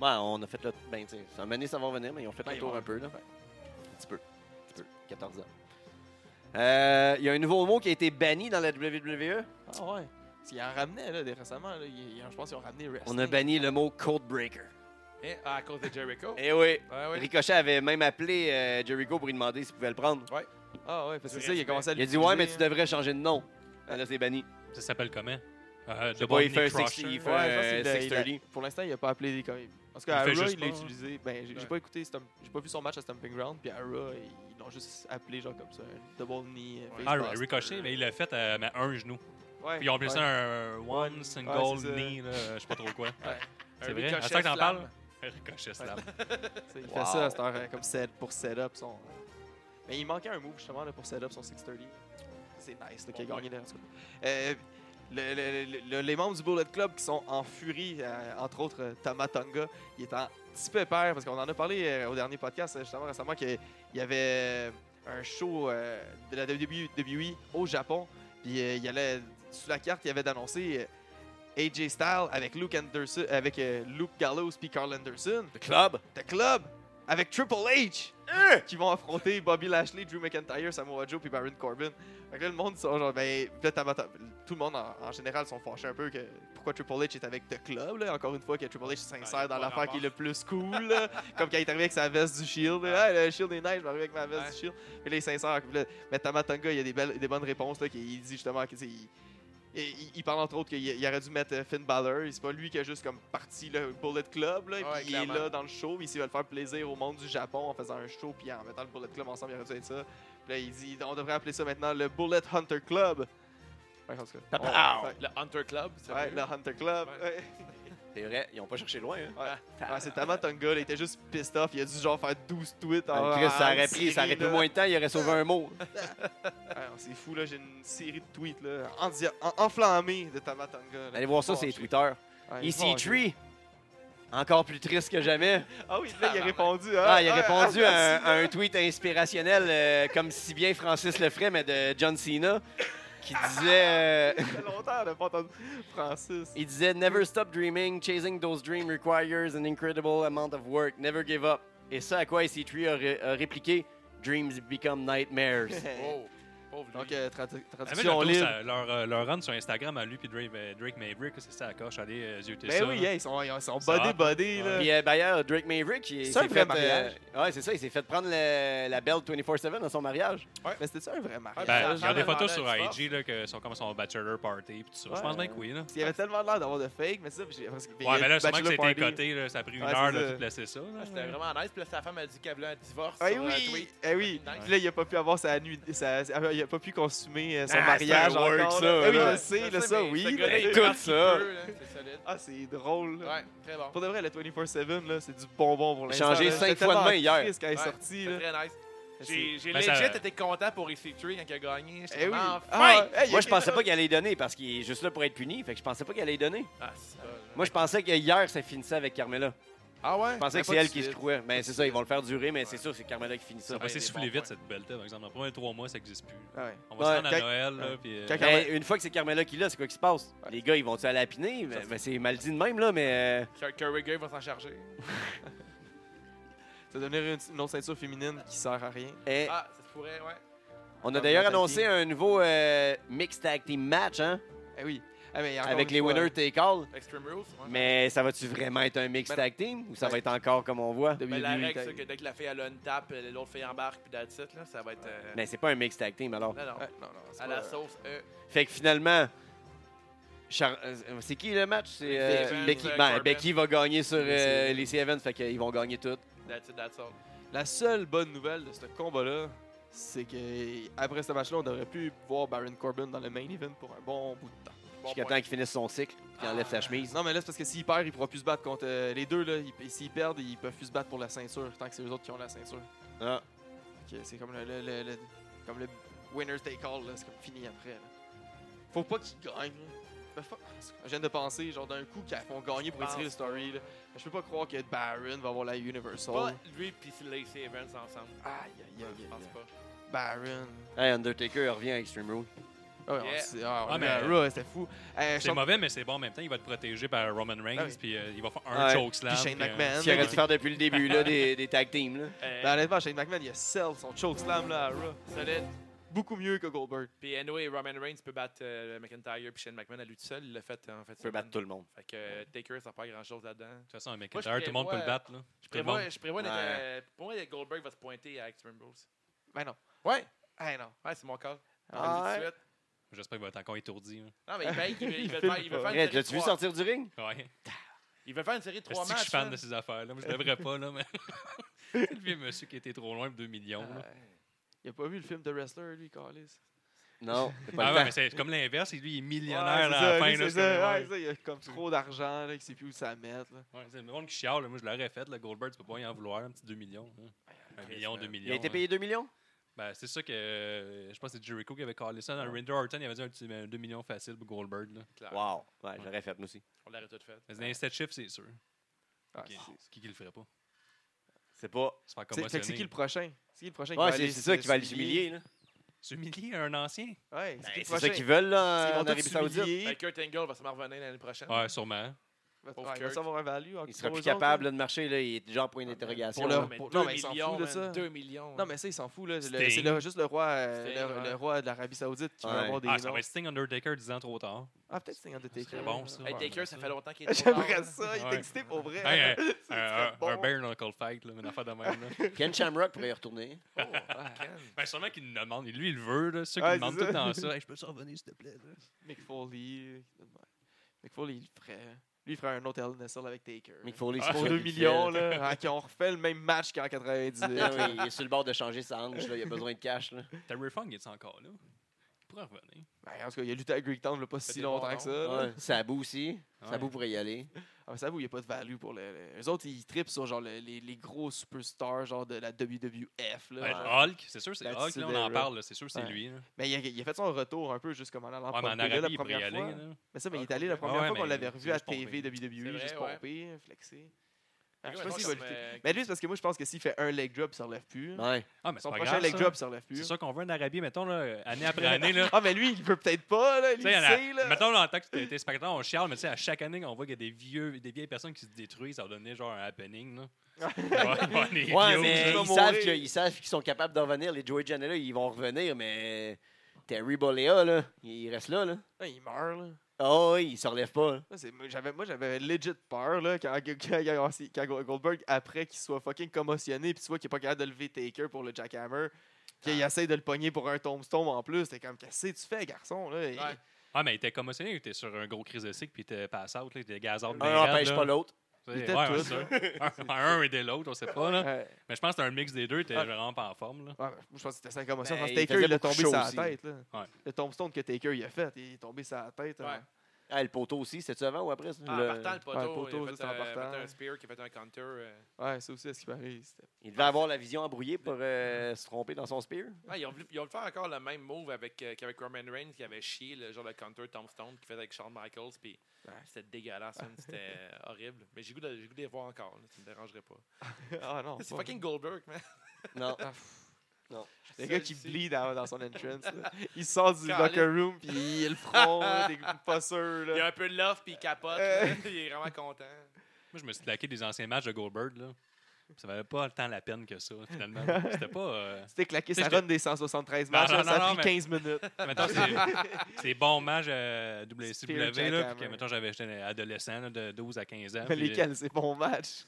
Speaker 1: Ouais, on a fait le. Ben, tu sais, ça mené, ça va venir, mais ils ont fait
Speaker 3: Ben,
Speaker 1: le tour
Speaker 3: ouais.
Speaker 1: un peu, là. Un petit peu. Un petit peu. 14 ans. Euh, Il y a un nouveau mot qui a été banni dans la E. WWE.
Speaker 3: Ah ouais? Parce qu'ils en ramenaient, là, des- récemment. Là, ils- ils- je pense qu'ils ont ramené wrestling.
Speaker 1: On a banni le mot Codebreaker.
Speaker 4: Et à cause de Jericho. Ah
Speaker 1: Eh oui.
Speaker 4: Ouais, ouais.
Speaker 1: Ricochet avait même appelé euh, Jericho pour lui demander s'il pouvait le prendre.
Speaker 3: Ah ouais, parce que
Speaker 4: Du
Speaker 3: ça, il a
Speaker 4: respect.
Speaker 3: commencé à
Speaker 1: Il a dit Ouais, mais tu
Speaker 3: l'utiliser, hein.
Speaker 1: devrais changer de nom. Ah, Là, c'est banni.
Speaker 2: Ça s'appelle comment? Euh,
Speaker 1: sais
Speaker 2: The
Speaker 1: pas, il fait
Speaker 2: Bonnie
Speaker 1: un
Speaker 2: Crusher.
Speaker 1: 60, il fait-
Speaker 3: Ouais, je pense
Speaker 1: euh,
Speaker 3: qu'il l'a- il l'a-
Speaker 1: 630.
Speaker 3: Pour l'instant, il a pas appelé quand même. Parce
Speaker 2: Il
Speaker 3: qu'à
Speaker 2: fait
Speaker 3: Raw,
Speaker 2: juste
Speaker 3: il l'a
Speaker 2: pas, hein.
Speaker 3: utilisé. Ben, j'ai j'ai
Speaker 4: Ouais.
Speaker 3: pas écouté, Stomp- j'ai pas vu son match à Stomping Ground, puis à Raw, ils l'ont juste appelé genre comme ça, un double knee. euh,
Speaker 4: Ouais.
Speaker 3: face
Speaker 2: Ah,
Speaker 3: buster.
Speaker 2: Ricochet, mais il l'a fait à à un genou.
Speaker 3: Ouais,
Speaker 2: Ils ont appelé
Speaker 3: ouais.
Speaker 2: ça un one
Speaker 3: Ouais,
Speaker 2: single
Speaker 3: c'est ça.
Speaker 2: knee, là, je sais pas trop quoi.
Speaker 4: Un
Speaker 2: C'est vrai?
Speaker 4: ricochet
Speaker 2: À ça que t'en
Speaker 4: slam.
Speaker 2: parles? Ricochet slam.
Speaker 3: T'sais, Il
Speaker 1: Wow.
Speaker 3: fait ça à cette heure, euh, comme set, pour setup son. euh. Mais il manquait un move justement là, pour setup son 630. C'est nice là, qu'il a
Speaker 4: Ouais.
Speaker 3: gagné là, en tout cas. Euh, le- le- le- le- les membres du Bullet Club qui sont en furie, euh, entre autres euh, Tama Tonga, il est en petit pépère parce qu'on en a parlé euh, au dernier podcast euh, justement récemment qu'il y avait euh, un show euh, de la WWE E au Japon. Puis euh, il allait sous la carte, il avait d'annoncer euh, AJ Styles avec Luke Anderson, avec euh, Luke Gallows puis Carl Anderson.
Speaker 1: Le club.
Speaker 3: The Club avec Triple H
Speaker 4: Euh!
Speaker 3: qui vont affronter Bobby Lashley, Drew McIntyre, Samoa Joe puis Baron Corbin. Fait que là, le monde sont genre ben puis là, Tabata- tout le monde en, en général sont fâchés un peu que pourquoi Triple H est avec The Club là, encore une fois que Triple H
Speaker 4: Ah, y
Speaker 3: s'insère
Speaker 4: a
Speaker 3: dans
Speaker 4: pas
Speaker 3: l'affaire qui est
Speaker 4: rapport.
Speaker 3: le plus cool là. comme quand il est arrivé avec sa veste du Shield, là, Hey, le Shield des neiges, je vais arriver avec ma veste
Speaker 4: Ouais.
Speaker 3: du Shield. Puis là il s'insère Puis là, mais Tamatanga, il y a des belles des bonnes réponses là qui il dit justement que c'est- il, il- il parle entre autres qu'il il aurait dû mettre euh, Finn Balor. C'est pas lui qui a juste comme parti le Bullet Club. Là,
Speaker 4: Ouais,
Speaker 3: puis il est
Speaker 4: clairement.
Speaker 3: là dans le show. Puis s'il veut le faire plaisir au monde du Japon en faisant un show puis en mettant le Bullet Club ensemble, il aurait dû être ça. Puis là, il dit on devrait appeler ça maintenant le Bullet Hunter Club. Ouais, en tout cas, on- ouais,
Speaker 4: Le Hunter Club. ça
Speaker 3: ouais,
Speaker 4: veut
Speaker 3: le
Speaker 4: dire.
Speaker 3: Hunter Club.
Speaker 4: Ouais.
Speaker 3: ouais.
Speaker 1: C'est vrai, ils ont pas cherché loin. Hein.
Speaker 3: Ouais, c'est Tama Tonga, là, il était juste pissed off. Il a dû genre faire 12 tweets en
Speaker 1: Chris, ça
Speaker 3: en
Speaker 1: aurait
Speaker 3: série,
Speaker 1: pris, ça aurait pris
Speaker 3: là.
Speaker 1: moins de temps, il aurait sauvé un mot.
Speaker 3: Ouais, Ah, non, c'est fou, là, j'ai une série de tweets là, en dia- en- enflammés de Tama Tonga. là.
Speaker 1: Allez voir ça,
Speaker 3: Bon,
Speaker 1: c'est
Speaker 3: je-
Speaker 1: Twitter.
Speaker 3: ouais,
Speaker 1: Ici,
Speaker 3: bon,
Speaker 1: Tree. Encore plus triste que jamais.
Speaker 3: Ah oui, là, il a répondu.
Speaker 1: Ah, il a répondu à,
Speaker 3: merci.
Speaker 1: un- à un tweet inspirationnel, euh, comme si bien Francis le ferait, mais de John Cena, qui disait, euh,
Speaker 3: Ça fait longtemps, on n'a pas entendu Francis.
Speaker 1: il disait « Never stop dreaming, chasing those dreams requires an incredible amount of work, never give up ». Et ça à quoi AC3 a, ré- a répliqué « Dreams become nightmares
Speaker 4: Oh, pauvre lui.
Speaker 3: Donc, euh, tra-
Speaker 2: Ah, mais le
Speaker 3: traduction
Speaker 2: dos,
Speaker 3: libre.
Speaker 2: ça- leur, euh, leur run sur Instagram à lui puis Drake, euh, Drake Maverick, c'est ça la coche. Allez, euh, zioter
Speaker 3: Mais
Speaker 2: ça.
Speaker 3: Ben oui,
Speaker 2: là.
Speaker 3: hey, ils sont, ils sont
Speaker 2: Ça
Speaker 3: body
Speaker 2: va.
Speaker 3: body. là.
Speaker 1: Puis euh, d'ailleurs, Drake Maverick, il
Speaker 3: C'est un
Speaker 1: s'est
Speaker 3: vrai
Speaker 1: fait...
Speaker 3: mariage.
Speaker 1: euh, ouais, c'est ça, il s'est fait prendre le- la belle 24-7 dans son mariage.
Speaker 3: Mais c'était ça un vrai mariage? Ah,
Speaker 4: Ben,
Speaker 2: Ben, il y a des
Speaker 4: Jean-Jean
Speaker 2: photos sur
Speaker 4: Bernard,
Speaker 2: IG là, que sont comme son bachelor party puis tout ça.
Speaker 3: Ouais.
Speaker 2: Je pense bien que oui. Là.
Speaker 3: Il avait tellement l'air d'avoir de fake, mais c'est ça. puis j'ai- Parce que,
Speaker 2: Ouais, mais là, sûrement que
Speaker 3: Bachelor
Speaker 2: c'était
Speaker 3: Party.
Speaker 2: coté. là, Ça a pris une
Speaker 3: Ouais,
Speaker 2: heure
Speaker 3: c'est
Speaker 2: de
Speaker 3: ça.
Speaker 2: tout laisser ça. là.
Speaker 4: Ah, C'était vraiment nice. Puis là, sa femme a dit qu'elle voulait un divorce.
Speaker 3: Ah
Speaker 4: sur un
Speaker 3: oui,
Speaker 4: tweet.
Speaker 3: ah oui.
Speaker 4: Nice.
Speaker 3: Puis là, il a pas pu avoir sa nuit. sa- sa- il a pas pu consommer euh, son
Speaker 1: Ah, c'est
Speaker 3: mariage
Speaker 1: un work,
Speaker 3: encore.
Speaker 1: ça,
Speaker 3: là.
Speaker 4: Eh
Speaker 3: Ah oui,
Speaker 1: là.
Speaker 3: je le sais, là, ça,
Speaker 4: mais
Speaker 3: oui.
Speaker 4: ce
Speaker 3: là.
Speaker 4: gars-là, il
Speaker 1: Tout
Speaker 4: marque
Speaker 1: ça.
Speaker 4: un peu, hein, C'est solide.
Speaker 3: Ah, c'est drôle. là.
Speaker 4: Ouais, très bon.
Speaker 3: Pour de vrai, le 24-7, là, c'est du bonbon pour l'instant.
Speaker 1: Changé
Speaker 3: là.
Speaker 1: cinq
Speaker 3: J'étais
Speaker 1: fois de
Speaker 3: tellement
Speaker 1: main hier.
Speaker 3: en crise quand il est
Speaker 4: Ouais,
Speaker 3: sorti.
Speaker 4: C'est
Speaker 3: là.
Speaker 4: très nice. J'ai j'ai
Speaker 2: Ben,
Speaker 4: legit
Speaker 2: ça-
Speaker 4: été content pour EC3 quand il a gagné. J'étais
Speaker 3: Eh oui.
Speaker 4: comme,
Speaker 3: Ah,
Speaker 4: enfin!
Speaker 3: hey, il y a
Speaker 1: Moi, je
Speaker 3: quelqu'un-
Speaker 1: pensais pas qu'il allait y donner parce qu'il est juste là pour être puni. Fait que je pensais pas qu'il allait y donner.
Speaker 4: Ah, c'est pas-
Speaker 1: Moi, je pensais que hier, ça finissait avec Carmela.
Speaker 4: Ah ouais?
Speaker 1: Je pensais que c'est elle qui se croyait. Mais c'est ça, ils vont le faire durer, mais c'est sûr, c'est Carmela qui finit ça.
Speaker 2: Ça va
Speaker 4: Ouais,
Speaker 2: s'essouffler
Speaker 4: des bons
Speaker 2: vite, cette belle-là, par exemple. Dans les premiers trois mois, ça n'existe plus.
Speaker 3: Ah ouais.
Speaker 2: On va
Speaker 1: Ouais,
Speaker 2: se rendre
Speaker 3: quand-
Speaker 2: à Noël, là,
Speaker 3: ouais.
Speaker 2: puis... euh,
Speaker 3: Quand-
Speaker 1: Mais une fois que c'est Carmela qui l'a, c'est quoi qui se passe?
Speaker 3: Ouais.
Speaker 1: Les gars, ils vont-tu aller à la piner? Ben, ben, c'est mal dit de même, là, mais.
Speaker 4: Cur- Curry Gay va s'en charger.
Speaker 3: Ça va devenir une, une autre ceinture féminine qui sert à rien.
Speaker 1: euh, eh,
Speaker 4: Ah, ça se pourrait, ouais.
Speaker 1: on a
Speaker 3: Carmella
Speaker 1: d'ailleurs
Speaker 3: Taki.
Speaker 1: annoncé un nouveau euh, Mixed Tag Team Match, hein?
Speaker 3: Eh oui. Ah, mais encore
Speaker 1: Avec
Speaker 3: une
Speaker 1: les
Speaker 3: fois,
Speaker 1: winners take all.
Speaker 4: Extreme Rules. ouais.
Speaker 1: Mais ça va-tu vraiment être un Mixed
Speaker 4: Ben-
Speaker 1: Tag Team ou ça va être encore comme on voit?
Speaker 3: WWE,
Speaker 4: Ben, la règle,
Speaker 3: t'as-
Speaker 4: c'est que dès que la fille elle a une tape, l'autre fille embarque, puis that's it, là, ça va être. euh,
Speaker 1: Mais Ben, c'est pas un Mixed Tag Team alors.
Speaker 4: Non, non.
Speaker 3: Ouais, non, non, c'est
Speaker 4: à
Speaker 3: pas- euh,
Speaker 4: la sauce E.
Speaker 1: Fait que finalement, Char- euh, c'est qui le match? C'est euh,
Speaker 4: Becky Evans,
Speaker 1: Becky. ben,
Speaker 4: euh, Corbin.
Speaker 1: Becky va gagner sur euh,
Speaker 3: Evans.
Speaker 1: les C Evans, fait qu'ils vont gagner tout.
Speaker 4: That's it, that's all.
Speaker 3: La seule bonne nouvelle de ce combat-là, c'est que après ce match-là, on aurait pu voir Baron Corbin dans le main event pour un bon bout de temps.
Speaker 4: Bon
Speaker 1: Jusqu'à
Speaker 4: point.
Speaker 1: temps qu'il finisse son cycle,
Speaker 3: Ah.
Speaker 1: qu'il enlève sa chemise.
Speaker 3: Non, mais là, c'est parce que s'il perd, il pourra plus se battre contre euh, les deux. là. Ils- S'ils perdent, ils peuvent plus se battre pour la ceinture, tant que c'est eux autres qui ont la ceinture.
Speaker 1: Ah.
Speaker 3: Fait que C'est comme le, le- le- le- comme le winner take all, là. c'est comme fini après. là. Faut pas qu'ils gagnent. là. Ben, fuck. Je viens de penser, genre d'un coup, qu'ils font gagner pour
Speaker 4: Je pense
Speaker 3: étirer le story. là. Je peux pas croire que Baron va avoir la Universal.
Speaker 4: Pas lui puis Lacey Evans ensemble.
Speaker 3: Aïe, aïe, aïe,
Speaker 4: Je
Speaker 3: aïe,
Speaker 4: pense
Speaker 3: aïe.
Speaker 4: pas.
Speaker 3: Baron.
Speaker 1: Hey, Undertaker revient à Extreme Rule.
Speaker 3: Ah, ouais, on
Speaker 4: Yeah.
Speaker 3: sait- ah,
Speaker 2: Ah,
Speaker 3: mais
Speaker 2: mais-
Speaker 3: Raw, c'était fou. Eh, je
Speaker 2: C'est
Speaker 3: pense-
Speaker 2: mauvais, mais c'est bon en même temps. Il va être protégé par Roman Reigns,
Speaker 3: Ah oui.
Speaker 2: puis euh, il va faire
Speaker 1: Ouais.
Speaker 2: un choke slam.
Speaker 3: Puis Shane
Speaker 2: puis, euh,
Speaker 3: McMahon.
Speaker 1: S'il aurait dû faire depuis le début là, des, des tag teams. Là.
Speaker 4: Euh,
Speaker 3: Ben, honnêtement, Shane McMahon, il a sell son chokeslam là à Raw.
Speaker 4: solide.
Speaker 3: Beaucoup mieux que Goldberg.
Speaker 4: Puis Anyway, Roman Reigns peut battre euh, McIntyre puis Shane McMahon à lui tout seul. Il l'a fait en fait.
Speaker 1: Il peut battre tout le monde.
Speaker 4: Fait que euh, Taker, ça perd grand chose là-dedans.
Speaker 2: De toute façon, un
Speaker 4: je
Speaker 2: McIntyre, tout le monde peut le
Speaker 4: prévois-
Speaker 2: battre. Là.
Speaker 4: Je
Speaker 2: Tout le monde.
Speaker 4: prévois, je prévois
Speaker 1: Ouais.
Speaker 4: notre, euh, pour moi, Goldberg va se pointer à Extreme Rules.
Speaker 3: Ben non.
Speaker 4: Ouais.
Speaker 3: Eh non.
Speaker 4: Ouais, c'est mon call. On
Speaker 3: Ah
Speaker 4: le dit tout de
Speaker 3: ouais.
Speaker 4: suite.
Speaker 2: J'espère qu'il va être encore étourdi. là.
Speaker 4: Non, mais il paye qu'il veut- il veut
Speaker 3: Il
Speaker 4: faire il
Speaker 3: filme
Speaker 4: veut
Speaker 3: pas.
Speaker 4: faire
Speaker 1: Red,
Speaker 4: une
Speaker 1: l'as-tu
Speaker 4: série
Speaker 1: vu
Speaker 4: de trois.
Speaker 1: sortir du ring?
Speaker 2: Ouais.
Speaker 4: Il veut faire une série de
Speaker 2: Est-ce
Speaker 4: trois
Speaker 2: que je suis
Speaker 4: matchs. hein?
Speaker 2: fan
Speaker 4: là.
Speaker 2: de ces affaires-là? Moi, Je ne devrais pas, là, mais. C'est le vieux monsieur qui était trop loin pour 2 millions.
Speaker 3: Euh,
Speaker 2: là.
Speaker 3: Ah,
Speaker 2: Ah
Speaker 3: Il a pas vu le film de Wrestler, lui, Carlis.
Speaker 1: Non, c'est pas
Speaker 2: Ah
Speaker 1: le
Speaker 2: ouais,
Speaker 1: temps.
Speaker 2: mais c'est comme l'inverse. Lui, il est
Speaker 3: Ouais,
Speaker 2: millionnaire
Speaker 3: c'est
Speaker 2: à
Speaker 3: ça,
Speaker 2: la fin.
Speaker 3: lui,
Speaker 2: là,
Speaker 3: c'est
Speaker 2: c'est comme,
Speaker 3: ça, ouais,
Speaker 2: ouais.
Speaker 3: c'est ça, il a comme trop d'argent, là, il sait plus où ça mettre. Là.
Speaker 2: Ouais, c'est le monde qui chiale. là. Moi, je l'aurais fait. Le Goldberg, tu peux pas y en vouloir. Un petit 2 millions. hein. Un
Speaker 4: Chris,
Speaker 2: million,
Speaker 4: man.
Speaker 2: 2 millions.
Speaker 1: Il a été
Speaker 2: hein.
Speaker 1: payé 2 millions?
Speaker 2: Ben, c'est ça que. euh, je pense que c'est Jericho qui avait callé ça. Dans Rinder Horton, il avait dit un petit ben, 2 millions facile pour Goldberg. Là.
Speaker 4: Clair.
Speaker 1: Wow. Ouais, j'aurais fait, moi aussi.
Speaker 4: On l'aurait tout fait.
Speaker 2: Mais dans les 7 chiffres, c'est sûr.
Speaker 3: Ah,
Speaker 2: Qui,
Speaker 3: c'est-
Speaker 2: qui, qui le ferait pas?
Speaker 1: C'est pas.
Speaker 2: Se faire
Speaker 3: c'est- fait que
Speaker 2: commotionner.
Speaker 3: c'est qui le prochain? C'est qui le prochain
Speaker 1: Ouais,
Speaker 3: va
Speaker 1: c'est
Speaker 3: aller
Speaker 1: c'est ça
Speaker 3: se-
Speaker 1: qui va
Speaker 3: s'humilier?
Speaker 1: l'humilier. là.
Speaker 2: S'humilier à un ancien?
Speaker 3: Ouais,
Speaker 1: Ben,
Speaker 3: c'est qui le
Speaker 1: C'est ça
Speaker 3: prochain?
Speaker 1: qu'ils veulent là, en
Speaker 3: Ils vont
Speaker 1: Arabie
Speaker 3: tous
Speaker 1: Saoudite.
Speaker 3: s'humilier.
Speaker 4: Ben, Kurt Angle va se revenir l'année prochaine.
Speaker 2: Ouais, sûrement.
Speaker 3: ben, Ouais,
Speaker 4: pauvre
Speaker 3: il va
Speaker 4: Kurt.
Speaker 3: savoir un value. en
Speaker 1: Il sera
Speaker 3: gros,
Speaker 1: plus
Speaker 3: aux autres,
Speaker 1: capable
Speaker 3: là.
Speaker 1: là, de marcher. Là. Il est déjà en point d'interrogation.
Speaker 3: pour le-
Speaker 1: là.
Speaker 3: pour-
Speaker 4: deux
Speaker 3: non, mais ils s'en foutent
Speaker 4: millions,
Speaker 3: de
Speaker 4: man,
Speaker 3: ça.
Speaker 4: 2 millions.
Speaker 3: Non, mais ça, il s'en fout. là. Le-
Speaker 2: Sting.
Speaker 3: C'est là, juste le roi, euh,
Speaker 4: Sting,
Speaker 3: le,
Speaker 4: ouais.
Speaker 3: le roi de l'Arabie Saoudite qui va
Speaker 1: Ouais.
Speaker 3: avoir des
Speaker 2: Ah, ça
Speaker 3: noms.
Speaker 2: va être Sting Undertaker 10 ans trop tard.
Speaker 3: Ah, peut-être Sting Undertaker.
Speaker 2: C'est bon, ça.
Speaker 4: Hey,
Speaker 2: Ouais,
Speaker 4: Taker,
Speaker 2: mais
Speaker 4: ça
Speaker 2: ça.
Speaker 4: fait longtemps qu'il est trop
Speaker 3: J'aimerais
Speaker 4: tard,
Speaker 3: ça, il est
Speaker 2: Ouais.
Speaker 3: excité pour vrai.
Speaker 2: Hey, hey, Euh, un,
Speaker 3: Ça serait
Speaker 2: un-
Speaker 3: bon.
Speaker 2: un bare knuckle fight, là, une affaire de même. Là.
Speaker 1: Ken Shamrock pourrait y retourner.
Speaker 4: hein. Oh, Ken.
Speaker 2: ben, sûrement qu'il nous demande. Lui, il le veut. Là. Ceux qui
Speaker 3: Ouais,
Speaker 2: nous demandent
Speaker 3: c'est ça.
Speaker 2: tout le temps ça. Hey, je peux ça revenir, s'il te plaît. là?
Speaker 3: Mick Foley. euh, Mick Foley, il ferait. Lui, il ferait un autre Hell in a Cell avec Taker.
Speaker 1: Mick Foley,
Speaker 2: Ah,
Speaker 1: c'est
Speaker 3: Pour
Speaker 1: sûr
Speaker 3: 2
Speaker 1: qu'il le fait,
Speaker 3: millions, là. hein, qui ont refait le même match qu'en 98.
Speaker 1: Ah oui, il est sur le bord de changer sa hanche. Là. Il a besoin de cash. Là.
Speaker 2: Terry Funk, il est encore là? Il pourrait revenir.
Speaker 3: Ben, en tout cas, il a lutté à Greektown il y a pas si
Speaker 4: des
Speaker 3: longtemps
Speaker 4: bons
Speaker 3: que ça. là.
Speaker 1: Ouais. Sabu aussi. Sabu
Speaker 2: Ouais.
Speaker 1: pourrait y aller.
Speaker 3: Ah, mais ça vous, il n'y a pas de value pour les. les... Eux autres, ils tripent sur genre le- les, les gros superstars genre de la WWF. Là,
Speaker 2: Ben,
Speaker 3: genre.
Speaker 2: Hulk, c'est sûr, c'est
Speaker 3: That's
Speaker 2: Hulk. Là, on
Speaker 3: there,
Speaker 2: en
Speaker 3: là.
Speaker 2: parle. là, C'est sûr, c'est
Speaker 3: Ouais.
Speaker 2: lui. Là.
Speaker 3: Mais il a, il a fait son retour un peu juste comme en allant
Speaker 2: Ouais, mais en
Speaker 3: pomper, là,
Speaker 2: Arabie,
Speaker 3: la
Speaker 2: il pourrait y
Speaker 3: première
Speaker 2: aller.
Speaker 3: fois.
Speaker 2: là.
Speaker 3: Mais ça, mais il
Speaker 4: Ouais,
Speaker 3: est allé la première
Speaker 2: ouais,
Speaker 3: fois qu'on
Speaker 2: mais
Speaker 3: l'avait
Speaker 2: c'est
Speaker 3: revu à
Speaker 2: juste pompé.
Speaker 3: TV, WWE,
Speaker 4: C'est vrai,
Speaker 3: juste
Speaker 4: ouais.
Speaker 3: pompé, flexé. Ah, je sais
Speaker 4: Ouais,
Speaker 3: pas s'il
Speaker 4: comme,
Speaker 3: va lutter.
Speaker 4: euh,
Speaker 3: Mais lui, c'est parce que moi, je pense que s'il fait un leg drop, il ne relève plus.
Speaker 1: Ouais.
Speaker 2: Ah, mais c'est
Speaker 3: hein. Son
Speaker 2: pas
Speaker 3: prochain
Speaker 2: grave.
Speaker 3: leg
Speaker 2: ça.
Speaker 3: drop, ça ne relève plus.
Speaker 2: C'est sûr qu'on veut un Arabie, mettons, là, année après année. Là,
Speaker 3: Ah, mais lui, il veut peut-être pas, là, il
Speaker 2: Tu
Speaker 3: le
Speaker 2: sais, à la-
Speaker 3: sait, là.
Speaker 2: Mettons, là, en tant que t'es- t'es spectateur, on chiale, mais tu sais, à chaque année, on voit qu'il y a des, vieux, des vieilles personnes qui se détruisent, ça va donner genre un happening. Là. Ouais, ouais, les
Speaker 1: Ouais,
Speaker 2: vieux,
Speaker 1: mais
Speaker 2: là.
Speaker 1: ils
Speaker 3: va
Speaker 1: savent,
Speaker 3: mourir.
Speaker 1: que- ils savent qu'ils sont capables d'en revenir. Les Joey Janela, ils vont revenir, mais Terry Bollea, là, il reste là. là.
Speaker 3: Ah, il meurt, là.
Speaker 1: Ah oui, il se relève pas. là.
Speaker 3: Moi, c'est- moi, j'avais, moi, j'avais legit peur là, quand, quand- quand- quand Goldberg, après qu'il soit fucking commotionné, puis tu vois qu'il n'est pas capable de lever Taker pour le Jackhammer, qu'il essaie de le pogner pour un tombstone en plus. T'es comme, qu'est-ce que tu fais, garçon? Là? Et-
Speaker 4: Ouais.
Speaker 2: Ah, mais il était commotionné, il était sur un gros crise de cycle, puis il était pass out, là, il était gaz out.
Speaker 1: Un n'empêche pas l'autre.
Speaker 2: Tu sais,
Speaker 3: étaient
Speaker 2: ouais, c'est
Speaker 3: tous,
Speaker 2: sûr. un, un et de l'autre, on sait pas. Là.
Speaker 3: euh, Ouais.
Speaker 2: Mais je pense que c'était un mix des deux, t'es
Speaker 3: Ouais.
Speaker 2: vraiment pas en forme. Là.
Speaker 3: Ouais, je pense que c'était cinq commotions.
Speaker 1: Ben,
Speaker 3: Je pense que
Speaker 1: il
Speaker 3: Taker, il
Speaker 1: faisait
Speaker 3: a
Speaker 1: beaucoup
Speaker 3: tombé
Speaker 1: chaud
Speaker 3: sur la
Speaker 1: aussi.
Speaker 3: tête. là.
Speaker 2: Ouais.
Speaker 3: Le tombstone que Taker il a fait, il est tombé sur la tête.
Speaker 4: Ouais.
Speaker 3: hein.
Speaker 1: Ah, le poteau aussi, c'était-tu avant ou après? ça?
Speaker 4: Ah,
Speaker 1: Le-
Speaker 4: En partant, le poteau,
Speaker 3: ouais, le poteau,
Speaker 4: il a
Speaker 3: juste
Speaker 4: fait,
Speaker 3: en
Speaker 4: euh,
Speaker 3: partant.
Speaker 4: fait un spear qui a fait un counter. euh.
Speaker 3: Ouais, ça aussi, à ce qui paraît. c'était-
Speaker 1: Il devait avoir la vision embrouillée pour euh, se tromper dans son spear.
Speaker 4: Ah, ils, ont voulu, ils ont voulu faire encore le même move avec, euh, qu'avec Roman Reigns qui avait chié le genre de counter tombstone qu'il faisait avec Shawn Michaels. Puis
Speaker 3: Ouais.
Speaker 4: c'était dégueulasse, man, c'était euh, horrible. Mais j'ai goût, de, j'ai goût de les voir encore, là, ça me dérangerait pas.
Speaker 3: Ah non.
Speaker 4: C'est
Speaker 3: pas-
Speaker 4: fucking Goldberg, man.
Speaker 1: Non.
Speaker 3: Ah,
Speaker 1: Non.
Speaker 3: Le
Speaker 4: Ça,
Speaker 3: gars
Speaker 4: je
Speaker 3: qui
Speaker 4: sais.
Speaker 3: bleed dans, dans son entrance. là. Il sort du
Speaker 4: Calé.
Speaker 3: locker room, puis il a le front, là, t'es pas sûr.
Speaker 4: Il a
Speaker 3: Là.
Speaker 4: un peu de love, puis il capote.
Speaker 3: Euh.
Speaker 4: là. il est vraiment content.
Speaker 2: Moi, je me suis claqué des anciens matchs de Goldberg. Là. Ça valait pas tant la peine que ça, finalement. là. C'était pas. euh,
Speaker 3: C'était claqué,
Speaker 2: Tu sais,
Speaker 3: ça
Speaker 2: j'étais-
Speaker 3: run des 173
Speaker 2: Non,
Speaker 3: matchs,
Speaker 2: non,
Speaker 3: là, ça
Speaker 2: non,
Speaker 3: a
Speaker 2: non,
Speaker 3: pris 15 minutes.
Speaker 2: Mettons, c'est- c'est bon match à
Speaker 3: Spear
Speaker 2: WCW, là,
Speaker 3: jackhammer.
Speaker 2: puis que, mettons, j'avais j'étais adolescent, là, de 12 à 15 ans.
Speaker 3: Mais
Speaker 2: puis- euh,
Speaker 3: lesquels, c'est bon match.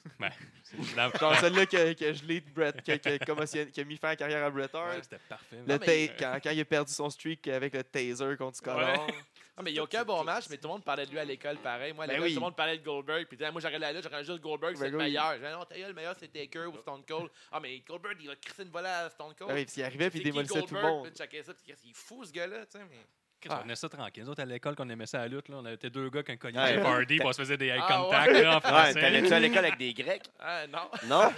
Speaker 2: c'est- dans-
Speaker 3: Genre celle-là que, que je l'ai de Bret, que, que- commotionne- qui a mis fin à la carrière à Bret Hart.
Speaker 2: Ouais, C'était parfait.
Speaker 3: Le
Speaker 2: là.
Speaker 4: Non, mais-
Speaker 3: ta- quand, quand il a perdu son streak avec le taser contre Scott.
Speaker 4: Ah, mais il n'y a aucun bon match, mais tout le monde parlait de lui à l'école pareil. Moi, à
Speaker 3: Ben
Speaker 4: l'école,
Speaker 3: oui.
Speaker 4: tout le monde parlait de Goldberg. Puis disait, moi, j'aurais la là, j'aurais juste Goldberg,
Speaker 3: Ben
Speaker 4: c'est le
Speaker 3: oui.
Speaker 4: meilleur. Je disais, non, t'as eu le meilleur, c'est Taker ou Stone Cold. Ah, mais Goldberg, il a crissé une volée à Stone Cold.
Speaker 3: Oui, puis Ben, il arrivait, puis il
Speaker 4: C'est qui
Speaker 3: démolissait tout le
Speaker 4: Goldberg?
Speaker 3: monde.
Speaker 4: Puis tu checkais ça, puis tu dis, il est fou ce gars-là, tu sais. Mais...
Speaker 2: Chris, On venait ça tranquille. Nous autres, à l'école, qu'on aimait ça à la lutte, là, on était deux gars qui un collier
Speaker 1: Ouais.
Speaker 2: Jeff Hardy, puis on se faisait des eye
Speaker 4: Ah,
Speaker 2: contact
Speaker 4: ouais.
Speaker 2: là, en
Speaker 1: Ouais,
Speaker 2: français.
Speaker 1: t'allais-tu à l'école avec des Grecs?
Speaker 4: Ah, non.
Speaker 1: Non?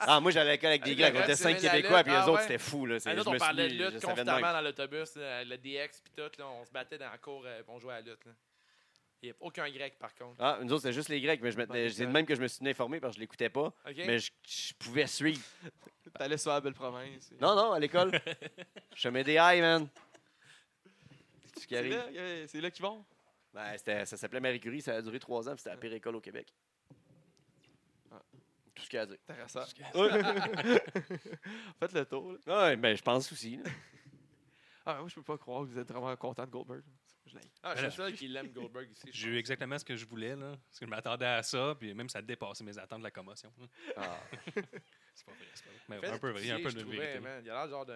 Speaker 1: Ah, moi, j'allais à l'école avec des
Speaker 4: Les
Speaker 1: Grecs. On
Speaker 4: Grecs,
Speaker 1: était cinq
Speaker 4: c'est la
Speaker 1: Québécois,
Speaker 4: lutte.
Speaker 1: puis les
Speaker 4: Ah,
Speaker 1: autres,
Speaker 4: ouais.
Speaker 1: c'était fou. Là. C'est-
Speaker 4: Ah, nous,
Speaker 1: je
Speaker 4: on
Speaker 1: me suis
Speaker 4: parlait
Speaker 1: dit,
Speaker 4: de
Speaker 1: je
Speaker 4: lutte
Speaker 1: savais de
Speaker 4: constamment
Speaker 1: même.
Speaker 4: dans l'autobus, euh, le DX puis tout. Là, on se battait dans la cour, euh, puis on jouait à la lutte. Là. Il n'y a aucun grec, par contre.
Speaker 1: Ah, nous autres, c'était juste les Grecs, mais je m'étais-
Speaker 3: Ouais,
Speaker 1: c'est de
Speaker 3: ouais.
Speaker 1: même que je me suis tenu informé parce que je l'écoutais pas,
Speaker 4: OK?
Speaker 1: mais je, je pouvais suivre.
Speaker 3: T'allais sur la belle province.
Speaker 1: Non, non, à l'école. je mets des high, man. C'est ce qui
Speaker 3: C'est
Speaker 1: arrive.
Speaker 3: là, euh, c'est là qu'ils vont.
Speaker 1: Ben, c'était- ça s'appelait Marie Curie, ça a duré trois ans, puis c'était la pire école au Québec.
Speaker 3: Ah.
Speaker 1: Tout ce qu'il y a à dire.
Speaker 3: Intéressant.
Speaker 2: Jusqu'à-
Speaker 3: Faites le tour. là.
Speaker 1: Ouais, ben, je pense aussi. là.
Speaker 3: Ah, moi, je peux pas croire que vous êtes vraiment content de Goldberg. Je l'ai.
Speaker 4: Ah, je
Speaker 2: Voilà.
Speaker 4: suis sûr qu'il aime Goldberg ici. je
Speaker 2: J'ai eu exactement ce que je voulais, là. Parce que je m'attendais à ça, puis même ça dépassait mes attentes de la commotion. là.
Speaker 1: Ah.
Speaker 2: C'est pas vrai, c'est pas vrai. Mais
Speaker 4: Faites
Speaker 2: un peu vrai, un
Speaker 4: pitié,
Speaker 2: peu
Speaker 4: je
Speaker 2: de
Speaker 4: trouvais,
Speaker 2: vérité.
Speaker 4: man. Il a l'air genre d'un